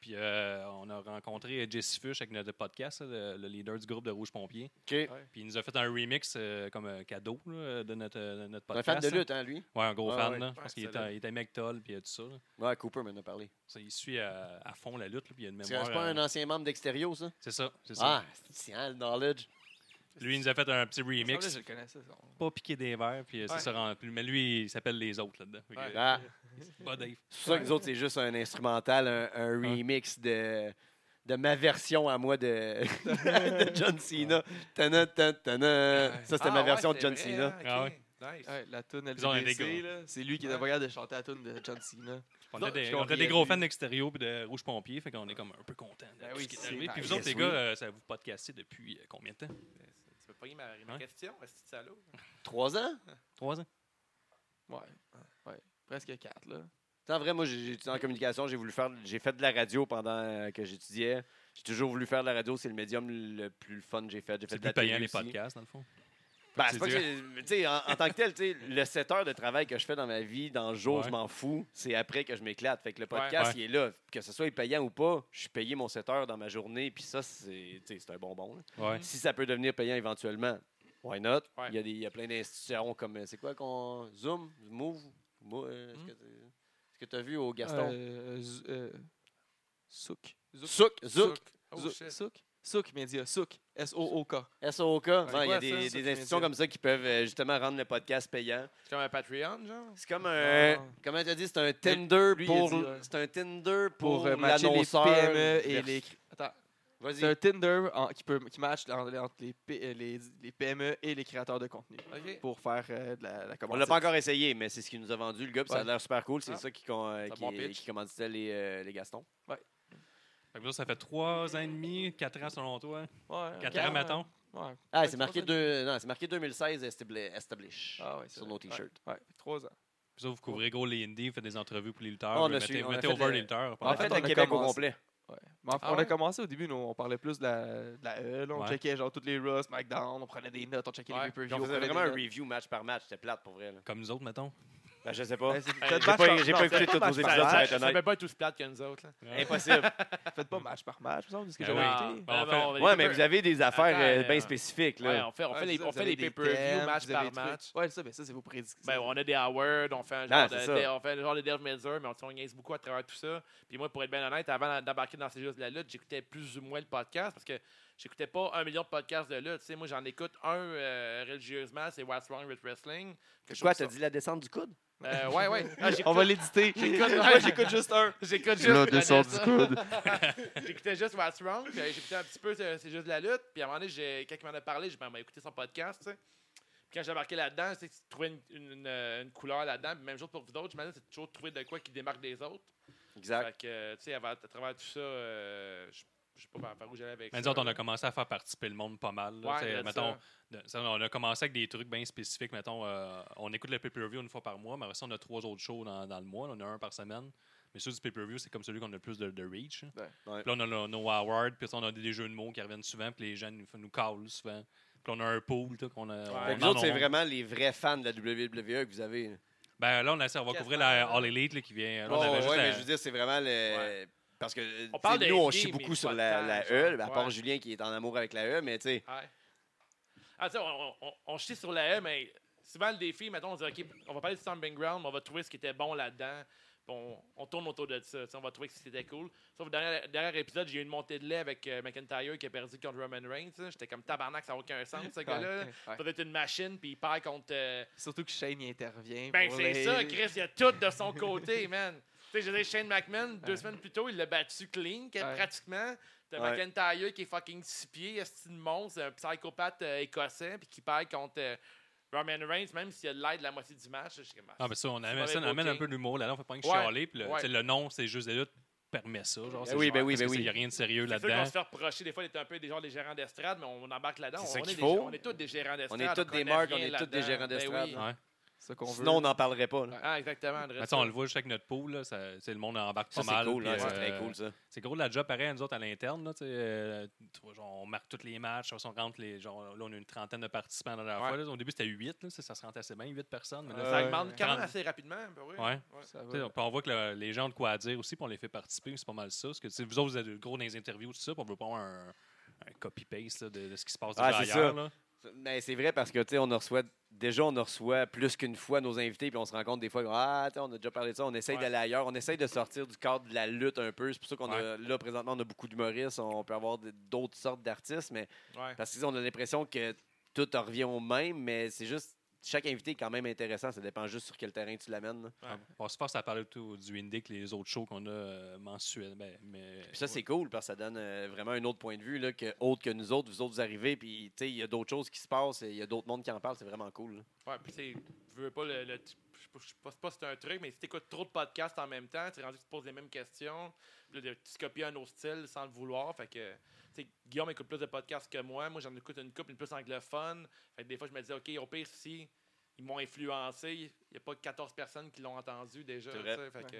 Speaker 2: Puis euh, on a rencontré euh, Jesse Fush avec notre podcast, là, le, le leader du groupe de Rouge Pompier.
Speaker 1: OK.
Speaker 2: Puis il nous a fait un remix euh, comme euh, cadeau là, de notre, euh, de notre
Speaker 1: Un fan
Speaker 2: podcast.
Speaker 1: de
Speaker 2: là.
Speaker 1: lutte, hein, lui?
Speaker 2: Ouais, un gros
Speaker 1: Ouais,
Speaker 2: fan.
Speaker 1: ouais.
Speaker 2: là. Je pense
Speaker 4: Ouais,
Speaker 2: qu'il
Speaker 4: c'est
Speaker 2: était,
Speaker 4: là.
Speaker 2: il était McToll, puis euh, tout ça. là.
Speaker 1: Ouais, Cooper m'en a parlé.
Speaker 2: Ça, il suit à, à fond la lutte, là, puis il a une
Speaker 1: C'est c'est
Speaker 2: mémoire.
Speaker 1: pas
Speaker 2: euh,
Speaker 1: un ancien membre d'Extérieur, ça?
Speaker 2: C'est ça, c'est ça.
Speaker 1: Ah, c'est hein, le knowledge.
Speaker 2: Lui, il nous a fait un petit
Speaker 3: Il me semblait que
Speaker 2: remix.
Speaker 3: Je le connais,
Speaker 1: Euh,
Speaker 3: ça.
Speaker 2: Pas piqué des verres, puis euh, ça
Speaker 4: Ouais.
Speaker 2: se rend plus. Mais lui, il s'appelle les autres là-dedans. Fait que,
Speaker 4: Ouais.
Speaker 1: Ah,
Speaker 2: euh, pas Dave.
Speaker 1: c'est pour ça que les autres, c'est juste un instrumental, un, un remix de, de ma version à moi de, de John Cena. Tana, tana, tana. Ça, c'était
Speaker 4: Ah,
Speaker 1: ma
Speaker 4: ouais,
Speaker 1: version de
Speaker 4: Ah, c'est
Speaker 1: John
Speaker 4: vrai,
Speaker 1: Cena.
Speaker 4: hein, ok.
Speaker 2: Ah ouais.
Speaker 4: Nice.
Speaker 3: Ouais, la toune
Speaker 2: Ils ont un
Speaker 3: LBC,
Speaker 2: dégât.
Speaker 3: là, c'est lui qui
Speaker 4: Ouais.
Speaker 3: était pas capable de chanter la toune de John Cena.
Speaker 2: On
Speaker 3: Non,
Speaker 2: était
Speaker 3: je
Speaker 2: des,
Speaker 3: comprends
Speaker 2: on était des
Speaker 3: rien.
Speaker 2: gros fans d'Extérieur et de Rouge Pompier, fait qu'on est comme un peu contents de
Speaker 3: Ben
Speaker 2: tout
Speaker 3: oui,
Speaker 2: ce qui est
Speaker 3: c'est
Speaker 2: arrivé. Puis
Speaker 3: nice.
Speaker 2: vous autres, les
Speaker 1: Yes,
Speaker 2: gars,
Speaker 1: oui.
Speaker 2: euh, ça vous podcastez depuis euh, combien de temps?
Speaker 4: Tu peux pogner ma, ma
Speaker 2: Ouais.
Speaker 4: question, est-ce que salaud?
Speaker 1: Trois ans?
Speaker 2: Trois ans.
Speaker 3: Ouais. ouais. Presque quatre, là.
Speaker 1: T'sais, En vrai, moi, j'ai j'ai étudié en communication, j'ai voulu faire, j'ai fait de la radio pendant euh, que j'étudiais. J'ai toujours voulu faire de la radio, c'est le médium le plus fun que j'ai fait. J'ai fait
Speaker 2: C'est
Speaker 1: de la
Speaker 2: plus payant
Speaker 1: télé
Speaker 2: les
Speaker 1: aussi.
Speaker 2: podcasts, dans le fond.
Speaker 1: Ben,
Speaker 2: C'est
Speaker 1: c'est pas que
Speaker 2: dur.
Speaker 1: j'ai- mais t'sais, en, en tant que tel, t'sais, le 7 heures de travail que je fais dans ma vie, dans le jour,
Speaker 2: Ouais.
Speaker 1: je m'en fous. C'est après que je m'éclate. Fait que le
Speaker 4: Ouais.
Speaker 1: podcast,
Speaker 2: Ouais.
Speaker 1: il est là. Que ce soit payant ou pas, je suis payé mon 7 heures dans ma journée. Puis ça, c'est t'sais, c'est un bonbon. là.
Speaker 2: Ouais.
Speaker 1: Si ça peut devenir payant éventuellement, why not?
Speaker 4: Ouais.
Speaker 1: Il, y a des, il y a plein d'institutions comme. euh, C'est quoi qu'on. Zoom? Move? Mo- euh,
Speaker 2: Mm.
Speaker 4: Hmm.
Speaker 1: Est-ce que tu as vu au Gaston?
Speaker 3: Euh, Z- euh, Souk. Zouk.
Speaker 1: Souk, Zouk,
Speaker 4: Oh,
Speaker 3: Zouk.
Speaker 4: shit.
Speaker 3: Souk. Souk Media. Souk. S-O-O-K.
Speaker 1: SOK.
Speaker 3: C'est
Speaker 1: Ouais, Il y
Speaker 3: quoi
Speaker 1: a
Speaker 3: ça,
Speaker 1: des,
Speaker 3: Souk
Speaker 1: des
Speaker 3: Media?
Speaker 1: institutions comme ça qui peuvent euh, justement rendre le podcast payant.
Speaker 4: C'est comme un Patreon, genre?
Speaker 1: C'est comme euh, un.
Speaker 3: Ah.
Speaker 1: Comment tu as dit C'est un Tinder
Speaker 3: lui, il
Speaker 1: pour.
Speaker 3: dit, ouais.
Speaker 1: C'est un Tinder pour,
Speaker 3: Pour euh, matcher les
Speaker 1: l'annonceur.
Speaker 3: PME et
Speaker 1: vers-
Speaker 3: les... Attends. C'est un
Speaker 1: Vas-y.
Speaker 3: Tinder en- qui, peut, qui match en- entre les, P- euh, les, les PME et les créateurs de contenu
Speaker 4: OK.
Speaker 3: pour faire euh, de la, la
Speaker 1: On
Speaker 3: commande.
Speaker 1: l'a pas encore essayé, mais c'est ce qu'il nous a vendu, le gars. puis Ça a
Speaker 3: Ouais.
Speaker 1: l'air super cool. C'est
Speaker 4: Ah.
Speaker 1: ça qui, con- euh,
Speaker 4: C'est un
Speaker 1: qui,
Speaker 4: bon
Speaker 1: est-
Speaker 4: pitch.
Speaker 1: qui commanditait les, euh, les Gastons.
Speaker 2: Fait que vous autres, ça fait trois ans et demi, quatre ans selon toi.
Speaker 3: Ouais,
Speaker 2: Quatre
Speaker 3: ouais,
Speaker 2: ans, mettons.
Speaker 3: Ouais.
Speaker 1: Ah,
Speaker 3: Ouais,
Speaker 1: c'est marqué,
Speaker 3: trois ans.
Speaker 1: deux, non, c'est marqué 2016 establi- Establish
Speaker 3: Ah, ouais, c'est
Speaker 1: sur
Speaker 3: vrai.
Speaker 1: nos t-shirts.
Speaker 3: Ouais, ouais, trois ans.
Speaker 2: Puis ça, vous couvrez gros les indies, vous faites des entrevues pour les lutteurs.
Speaker 1: On
Speaker 2: vous
Speaker 1: a
Speaker 2: mettez
Speaker 1: su- on a
Speaker 2: mettez
Speaker 1: fait
Speaker 2: over
Speaker 1: le-
Speaker 2: les lutteurs.
Speaker 1: En
Speaker 3: En
Speaker 1: fait,
Speaker 3: fait,
Speaker 1: le
Speaker 3: on a
Speaker 1: Québec au
Speaker 3: commencé.
Speaker 1: complet.
Speaker 3: Ouais. Mais enfin,
Speaker 4: Ah
Speaker 3: on a
Speaker 4: ouais?
Speaker 3: commencé au début, nous, on parlait plus de la, de la E. là, on
Speaker 2: Ouais.
Speaker 3: checkait genre toutes les Raw, SmackDown, on prenait des notes, on checkait
Speaker 4: Ouais,
Speaker 3: les
Speaker 1: Puis
Speaker 3: pay-per-views.
Speaker 1: on faisait
Speaker 3: prenait des
Speaker 1: vraiment un
Speaker 3: notes.
Speaker 1: review match par match. C'était plate pour vrai. là.
Speaker 2: Comme nous autres, mettons.
Speaker 1: Ben, je sais pas.
Speaker 3: Ouais, c'est-
Speaker 4: Hey,
Speaker 3: faites
Speaker 1: j'ai
Speaker 3: match
Speaker 1: pas-
Speaker 3: par-
Speaker 1: j'ai
Speaker 3: non,
Speaker 1: pas
Speaker 3: faites
Speaker 1: écouté tous
Speaker 3: match
Speaker 1: les épisodes,
Speaker 3: par
Speaker 1: ça va
Speaker 3: match.
Speaker 1: être honnête.
Speaker 4: Ça peut pas être aussi plate que nous autres. Là.
Speaker 1: Impossible.
Speaker 3: Faites pas match par match, me semble, c'est ce que
Speaker 2: Ben
Speaker 3: j'avais
Speaker 2: oui.
Speaker 3: écouté.
Speaker 2: Ben, on fait-
Speaker 4: on va-
Speaker 1: Ouais, mais vous avez des affaires
Speaker 4: Attends,
Speaker 1: euh, bien
Speaker 4: euh,
Speaker 1: spécifiques.
Speaker 4: Ouais,
Speaker 1: Là.
Speaker 4: on fait, on
Speaker 3: Ouais,
Speaker 4: fait
Speaker 3: c'est
Speaker 4: les,
Speaker 3: ça,
Speaker 4: on
Speaker 3: vous
Speaker 4: fait
Speaker 3: avez
Speaker 4: les
Speaker 3: des
Speaker 4: pay-per-view
Speaker 3: thèmes,
Speaker 4: match
Speaker 3: vous avez
Speaker 4: par
Speaker 3: des trucs.
Speaker 4: match.
Speaker 3: Ouais, ça, mais ça, c'est vos prédictions.
Speaker 4: Ben, on a des awards, on fait un
Speaker 1: Ah,
Speaker 4: genre,
Speaker 1: c'est
Speaker 4: de,
Speaker 1: ça.
Speaker 4: des- on fait un genre de Dave Meltzer, mais on, on gagne beaucoup à travers tout ça. Puis moi, pour être bien honnête, avant d'embarquer dans ces choses de la lutte, j'écoutais plus ou moins le podcast parce que j'écoutais pas un million de podcasts de lutte. Tu sais, moi, j'en écoute un euh, religieusement, c'est What's Wrong with Wrestling.
Speaker 1: C'est Quoi, t'as dit la descente du coude?
Speaker 4: Euh, ouais, ouais. Ah, j'écoute-
Speaker 3: On va l'éditer. Moi, j'écoute juste un.
Speaker 4: J'écoute juste.
Speaker 3: La
Speaker 4: je
Speaker 3: descente
Speaker 4: connais ça.
Speaker 3: du coude.
Speaker 4: J'écoutais juste What's Wrong. puis, euh, J'écoutais un petit peu euh, C'est juste de la lutte. Puis à un moment donné, j'ai- quand il m'en a parlé, j'ai ben, ben, écouté son podcast. tu sais. Puis quand j'ai embarqué là-dedans, tu sais, tu trouvais une, une- une, euh, une couleur là-dedans. Puis Même chose pour vous autres, j'imagine c'est toujours de trouver de quoi qui démarque des autres.
Speaker 1: Exact.
Speaker 4: Fait que, euh, tu sais, à, à travers tout ça, euh, je je sais pas par- par où j'allais avec
Speaker 2: Mais nous
Speaker 4: ça.
Speaker 2: autres, on a commencé à faire participer le monde pas mal. là.
Speaker 4: Ouais,
Speaker 2: Tu sais,
Speaker 4: là,
Speaker 2: mettons,
Speaker 4: ça.
Speaker 2: de- ça, on a commencé avec des trucs bien spécifiques. Mettons, euh, on écoute le pay-per-view une fois par mois, mais après ça, on a trois autres shows dans, dans le mois. là. on en a un par semaine. Mais ceux du pay-per-view, c'est comme celui qu'on a le plus de, de reach. hein.
Speaker 3: Ouais.
Speaker 1: Ouais.
Speaker 2: Puis là, on a nos- nos awards, puis ça, on a des, des jeux de mots qui reviennent souvent, puis les gens nous, nous callent souvent. Puis on a un pool là, qu'on a. on
Speaker 1: Fait que
Speaker 2: en
Speaker 1: vous autres,
Speaker 2: a-
Speaker 1: c'est vraiment les vrais fans de la WWE que vous avez. là.
Speaker 2: Ben là, on, essaie- on va
Speaker 4: Qu'est-ce
Speaker 2: couvrir
Speaker 4: qu'on a?
Speaker 2: la All Elite là, qui vient. Là, on
Speaker 1: Oh,
Speaker 2: avait
Speaker 1: ouais,
Speaker 2: juste la-
Speaker 1: mais je veux dire, c'est vraiment le.
Speaker 4: Ouais.
Speaker 1: Parce que euh,
Speaker 4: On
Speaker 1: tu
Speaker 4: parle
Speaker 1: sais,
Speaker 4: de
Speaker 1: nous, on
Speaker 4: indie,
Speaker 1: chie
Speaker 4: mais
Speaker 1: beaucoup
Speaker 4: c'est
Speaker 1: sur
Speaker 4: pas
Speaker 1: la,
Speaker 4: tant,
Speaker 1: la
Speaker 4: genre.
Speaker 1: E, à part
Speaker 4: Ouais.
Speaker 1: Julien qui est en amour avec la E, mais tu sais.
Speaker 4: Ouais. Ah, tu sais, on, on- on chie sur la haie, mais souvent le défi, mettons, on dit, OK, on va parler de Stomping Ground, mais on va trouver ce qui était bon là-dedans. Puis On, on tourne autour de ça. tu sais, On va trouver que c'était cool. Sauf que dernier, dernier épisode, j'ai eu une montée de lait avec euh, McIntyre qui a perdu contre Roman Reigns. là. J'étais comme tabarnak, ça n'a aucun sens, ce gars-là.
Speaker 3: Ouais,
Speaker 4: Ça
Speaker 3: ouais.
Speaker 4: doit être une machine, puis il perd contre. euh,
Speaker 3: Surtout que Shane y intervient.
Speaker 4: Ben,
Speaker 3: pour
Speaker 4: c'est
Speaker 3: les-
Speaker 4: ça, Chris, il a tout de son côté, man. Tu sais, je veux dire, Shane McMahon, deux semaines plus tôt, il l'a battu clean, que-
Speaker 3: Ouais.
Speaker 4: pratiquement. T'as
Speaker 1: Ouais.
Speaker 4: McIntyre qui est fucking six pieds, est monstre, un psychopathe euh, écossais, puis qui perd contre euh, Roman Reigns, même s'il a de l'aide la moitié du match. Je suis comme,
Speaker 2: Ah, mais ça, on amène,
Speaker 4: mauvais
Speaker 2: ça, on amène un
Speaker 4: booking.
Speaker 2: peu d'humour là-dedans. On fait pas que
Speaker 4: Ouais,
Speaker 2: chialer. Puis le,
Speaker 4: ouais.
Speaker 2: tu sais, le nom, c'est juste des luttes, permet ça. Genre, c'est
Speaker 1: oui,
Speaker 2: genre,
Speaker 1: ben oui,
Speaker 2: parce
Speaker 1: ben
Speaker 2: que c'est-
Speaker 1: oui.
Speaker 2: Il n'y a rien de sérieux
Speaker 4: c'est sûr qu'on se
Speaker 2: là-dedans.
Speaker 4: fait reprocher des fois d'être un peu des gens des gérants d'estrade, mais on embarque là-dedans.
Speaker 1: C'est ça
Speaker 4: on,
Speaker 1: qu'il
Speaker 4: est des-
Speaker 1: faut.
Speaker 4: on est tous des gérants d'estrade.
Speaker 1: tous des
Speaker 4: connaît
Speaker 1: marques,
Speaker 4: rien
Speaker 1: on est tous des
Speaker 4: là-dedans.
Speaker 1: gérants d'estrade,
Speaker 4: Ben oui.
Speaker 1: là.
Speaker 2: Ouais.
Speaker 3: C'est ça qu'on veut.
Speaker 1: Sinon, on n'en parlerait pas. là.
Speaker 4: Ah, exactement. André,
Speaker 2: Mais ça, on le voit juste avec notre pool. Là, ça, tu sais, le monde embarque
Speaker 1: Ça,
Speaker 2: pas mal.
Speaker 1: c'est cool.
Speaker 2: puis,
Speaker 1: hein,
Speaker 2: euh,
Speaker 1: C'est très cool, ça.
Speaker 2: C'est gros de la job pareil à nous autres à l'interne. là, tu sais, euh, tu vois, genre, on marque tous les matchs. On rentre les, genre, là, on a une trentaine de participants dans la
Speaker 4: Ouais.
Speaker 2: fois. là. Au début, c'était 8. Là, ça, ça se rentre assez bien, 8 personnes. Mais là,
Speaker 4: Euh,
Speaker 1: Euh,
Speaker 4: Ça
Speaker 3: Ouais.
Speaker 4: augmente quand même
Speaker 2: Quarante-
Speaker 4: assez rapidement. ben oui.
Speaker 2: Ouais.
Speaker 4: Ouais.
Speaker 3: Ça
Speaker 2: Tu sais,
Speaker 3: va.
Speaker 2: on- puis on voit que le- les gens ont de quoi à dire aussi, puis on les fait participer, c'est pas mal ça. Parce que tu sais, vous autres, vous êtes gros dans les interviews, tout ça, puis on veut pas avoir un, un copy-paste là, de, de ce qui se passe déjà
Speaker 1: Ah, c'est
Speaker 2: ailleurs.
Speaker 1: ça.
Speaker 2: là.
Speaker 1: Mais c'est vrai parce que, tu sais, on en reçoit. Déjà, on en reçoit plus qu'une fois nos invités, puis on se rend compte des fois, ah, tu sais, on a déjà parlé de ça, on essaye
Speaker 4: Ouais.
Speaker 1: d'aller ailleurs, on essaye de sortir du cadre de la lutte un peu. C'est pour ça qu'on a,
Speaker 2: Ouais.
Speaker 1: là, présentement, on a beaucoup d'humoristes, on peut avoir d- d'autres sortes d'artistes, mais
Speaker 4: Ouais.
Speaker 1: Parce qu'on a l'impression que tout en revient au même, mais c'est juste chaque invité est quand même intéressant. Ça dépend juste sur quel terrain tu l'amènes. là.
Speaker 2: On se force à parler tout du indie que les autres shows qu'on a euh, mensuels. Ben, mais,
Speaker 1: Puis ça, c'est cool parce que ça donne euh, vraiment un autre point de vue là, que, autre que nous autres. Vous autres, vous arrivez, puis tu sais, il y a d'autres choses qui se passent, et il y a d'autres mondes qui en parlent. C'est vraiment cool. là.
Speaker 4: Ouais, puis c'est- tu veux pas le. le- tu- je sais pas- je sais pas, si c'est un truc, mais si t'écoutes trop de podcasts en même temps, tu es rendu que tu te poses les mêmes questions, puis là, tu te copies un autre style sans le vouloir. Fait que, tu sais, Guillaume écoute plus de podcasts que moi. Moi, j'en écoute une couple, une plus anglophone. Fait que des fois, je me disais, OK, au pire, si ils m'ont influencé, il n'y a pas 14 personnes qui l'ont entendu déjà.
Speaker 1: C'est vrai.
Speaker 4: tu sais. Fait que,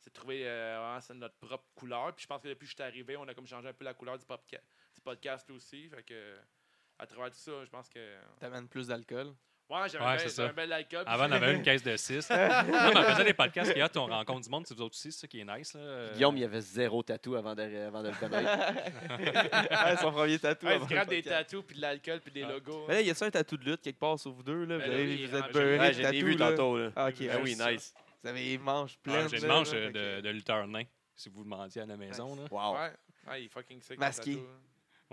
Speaker 4: c'est de trouver euh, vraiment c'est notre propre couleur. Puis je pense que depuis que je suis arrivé, on a comme changé un peu la couleur du, popca- du podcast aussi. Fait que, à travers tout ça, je pense que.
Speaker 3: T'amènes plus d'alcool.
Speaker 4: Ouais, j'avais
Speaker 2: Ouais,
Speaker 4: un,
Speaker 2: c'est
Speaker 4: bel-
Speaker 2: ça.
Speaker 4: j'avais un bel alcool.
Speaker 2: Avant, on avait une caisse de 6. non, mais on faisait des podcasts. Puis là, on rencontre du monde, c'est vous autres aussi, c'est ça qui est nice. là. Euh,
Speaker 1: Guillaume, il y avait zéro tatou avant de, avant de le connaître.
Speaker 3: Ouais, son premier tatouage.
Speaker 4: Ouais, il se gratte des tatous, puis de l'alcool, puis des
Speaker 2: Ah.
Speaker 4: logos.
Speaker 3: Mais là, y a ça un tatou de lutte quelque part sur vous deux, là? Vous,
Speaker 4: Ben
Speaker 3: avez-
Speaker 4: oui,
Speaker 3: vous êtes
Speaker 4: ah,
Speaker 3: beurrés
Speaker 4: j'ai-
Speaker 1: Ouais,
Speaker 3: de
Speaker 1: je l'ai
Speaker 3: tatous,
Speaker 1: vu
Speaker 3: là.
Speaker 1: tantôt. Là.
Speaker 3: Ah, ok.
Speaker 1: Ben oui,
Speaker 3: juste ça.
Speaker 1: nice.
Speaker 3: Vous avez les manches
Speaker 2: ah,
Speaker 3: pleines.
Speaker 2: J'ai
Speaker 3: là,
Speaker 2: une manche
Speaker 3: là,
Speaker 2: euh,
Speaker 3: fait
Speaker 2: de,
Speaker 3: que-
Speaker 2: de lutteur nain, si vous demandiez à la maison. Là.
Speaker 1: Wow.
Speaker 4: Ouais. Ouais, il est fucking sick.
Speaker 3: Masqué.
Speaker 4: le tatou,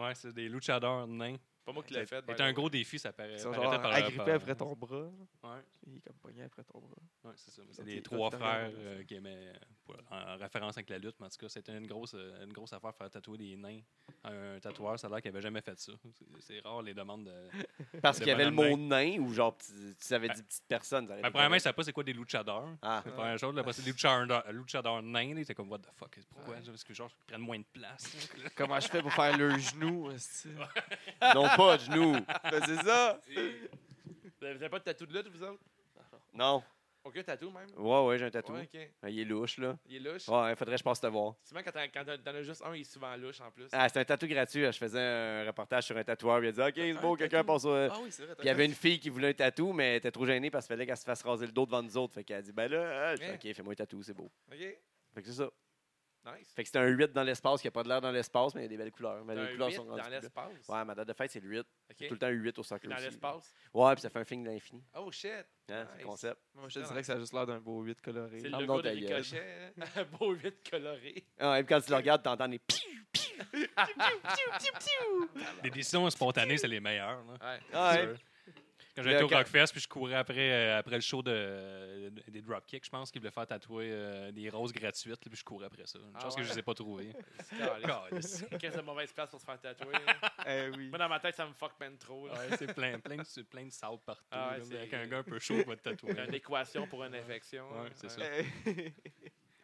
Speaker 4: hein.
Speaker 2: Ouais, c'est des luchadors nains.
Speaker 4: Pas moi qui l'ai fait.
Speaker 2: C'est
Speaker 4: by
Speaker 2: un
Speaker 4: the
Speaker 2: gros défi, ça paraît.
Speaker 3: Ils sont
Speaker 2: paraît
Speaker 3: genre
Speaker 2: fait par-
Speaker 3: agrippés
Speaker 2: par-
Speaker 3: après ton bras.
Speaker 2: Ouais.
Speaker 3: Il est comme pogné après ton bras.
Speaker 2: Ouais, c'est ça. C'est
Speaker 3: Ok,
Speaker 2: les
Speaker 3: toi,
Speaker 2: trois
Speaker 3: tu t'en regardes,
Speaker 2: frères euh, qui aimaient, euh, pour- en en référence avec la lutte, mais en tout cas, c'était une grosse, euh, une grosse affaire faire tatouer des nains. Un tatoueur, ça a l'air qu'il n'avait jamais fait ça. C'est- C'est rare les demandes de.
Speaker 1: Parce
Speaker 2: Le
Speaker 1: qu'il y avait le mot
Speaker 2: bonhomme
Speaker 1: nain ou genre, tu, tu avais dit petite personne. ça aurait
Speaker 2: Ben,
Speaker 1: été
Speaker 2: premièrement, ils ne
Speaker 1: correct.
Speaker 2: savaient pas c'est quoi des luchadors.
Speaker 1: Ah.
Speaker 2: La première chose, là, parce que les luchadors, luchadors nains, là, ils étaient comme, what the fuck, pourquoi? Parce que genre, ils prennent moins de place. là.
Speaker 3: Comment je fais pour faire le genou? esti?
Speaker 1: Non, pas de genoux.
Speaker 3: Ben, c'est ça!
Speaker 4: way. Vous avez pas de tatou de lutte, vous autres
Speaker 1: Non.
Speaker 4: Aucun tatou, même
Speaker 1: Ouais, ouais, j'ai un tatou. Ah,
Speaker 4: Ouais, ok.
Speaker 1: Il est louche, là.
Speaker 4: Il est louche.
Speaker 1: Ouais, faudrait que je passe te voir.
Speaker 4: Souvent, quand t'en- quand t'en t'en as juste un, il est souvent louche en plus.
Speaker 1: Ah, c'était un tatou gratuit. Je faisais un reportage sur un tatoueur. puis Il a dit Ok, c'est beau, quelqu'un passe. au-
Speaker 3: Ah oui, c'est vrai.
Speaker 1: Puis il y avait une fille qui voulait un tatou, mais elle était trop gênée parce qu'il fallait qu'elle se fasse raser le dos devant nous autres. Fait qu'elle a dit Ben là, ah, j'ai fait,
Speaker 4: Hein?
Speaker 1: ok, fais-moi un tatou, c'est beau.
Speaker 4: Ok.
Speaker 1: Fait que c'est ça.
Speaker 4: Nice.
Speaker 1: Fait que c'était un 8 dans l'espace, qui a pas de l'air dans l'espace, mais il y a des belles couleurs. Mais
Speaker 4: T'as
Speaker 1: les
Speaker 4: un
Speaker 1: couleurs
Speaker 4: huit
Speaker 1: sont rendues
Speaker 4: dans
Speaker 1: plus belles.
Speaker 4: l'espace.
Speaker 1: Ouais, ma date de fête, c'est le 8. C'est
Speaker 4: Ok.
Speaker 1: tout le temps 8 au soccer.
Speaker 4: Dans
Speaker 1: aussi.
Speaker 4: l'espace.
Speaker 1: Ouais, puis ça fait un film de l'infini.
Speaker 4: Oh shit.
Speaker 1: Hein, C'est le
Speaker 4: Nice.
Speaker 1: concept.
Speaker 3: Moi, je te dirais que ça a juste l'air d'un beau 8 coloré.
Speaker 4: C'est
Speaker 1: Ferme donc
Speaker 4: le logo de
Speaker 1: ta gueule.
Speaker 4: Ricochet. hein. Un beau 8 coloré.
Speaker 1: Ah, et puis quand tu le regardes, t'entends des piou.
Speaker 2: Des décisions spontanées, c'est les meilleures. là.
Speaker 4: Ouais.
Speaker 1: Ah,
Speaker 2: C'est
Speaker 1: ouais.
Speaker 2: sûr. Quand j'étais
Speaker 1: Le-
Speaker 2: au Rockfest, puis je courais après, euh, après le show de, euh, des Dropkicks, je pense qu'ils voulaient faire tatouer euh, des roses gratuites, puis je courais après ça. Une
Speaker 4: Ah
Speaker 2: chance
Speaker 4: ouais.
Speaker 2: que je les ai pas trouvées.
Speaker 4: C'est calé.
Speaker 2: Calisse.
Speaker 4: Qu'est-ce que mauvaise place pour se faire tatouer. hein.
Speaker 3: Eh oui.
Speaker 4: Moi, dans ma tête, ça me fuck ben trop. là.
Speaker 2: Ouais, c'est plein, plein, de, plein de sable partout.
Speaker 4: Ah ouais,
Speaker 2: là,
Speaker 4: c'est-
Speaker 2: avec un gars un peu chaud qui va te tatouer.
Speaker 4: Une équation pour une infection.
Speaker 2: Ouais,
Speaker 4: hein.
Speaker 2: c'est ça.
Speaker 3: Eh.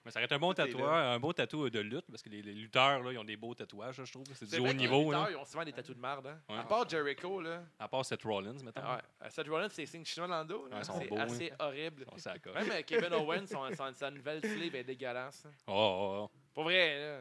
Speaker 2: Mais ça aurait été un bon
Speaker 3: C'est
Speaker 2: tatouage, un beau tatou de lutte, parce que les, les lutteurs, là, ils ont des beaux tatouages, là, je trouve. C'est du
Speaker 4: C'est
Speaker 2: haut
Speaker 4: vrai que les
Speaker 2: niveau.
Speaker 4: lutteurs,
Speaker 2: Là.
Speaker 4: Ils ont souvent des tatous de merde. Hein?
Speaker 2: Ouais.
Speaker 4: À part Jericho, là.
Speaker 2: À part Seth Rollins, mettons.
Speaker 4: Ah, ouais. Euh, Seth Rollins, c'est signe chinois dans le dos. là.
Speaker 2: Ouais, ils sont
Speaker 4: c'est
Speaker 2: beaux, hein.
Speaker 4: assez horrible.
Speaker 2: On s'en colle.
Speaker 4: Même euh, Kevin Owens, son, son- sa nouvelle sleeve est dégueulasse. hein.
Speaker 2: Oh, oh, oh.
Speaker 4: Pour vrai, là.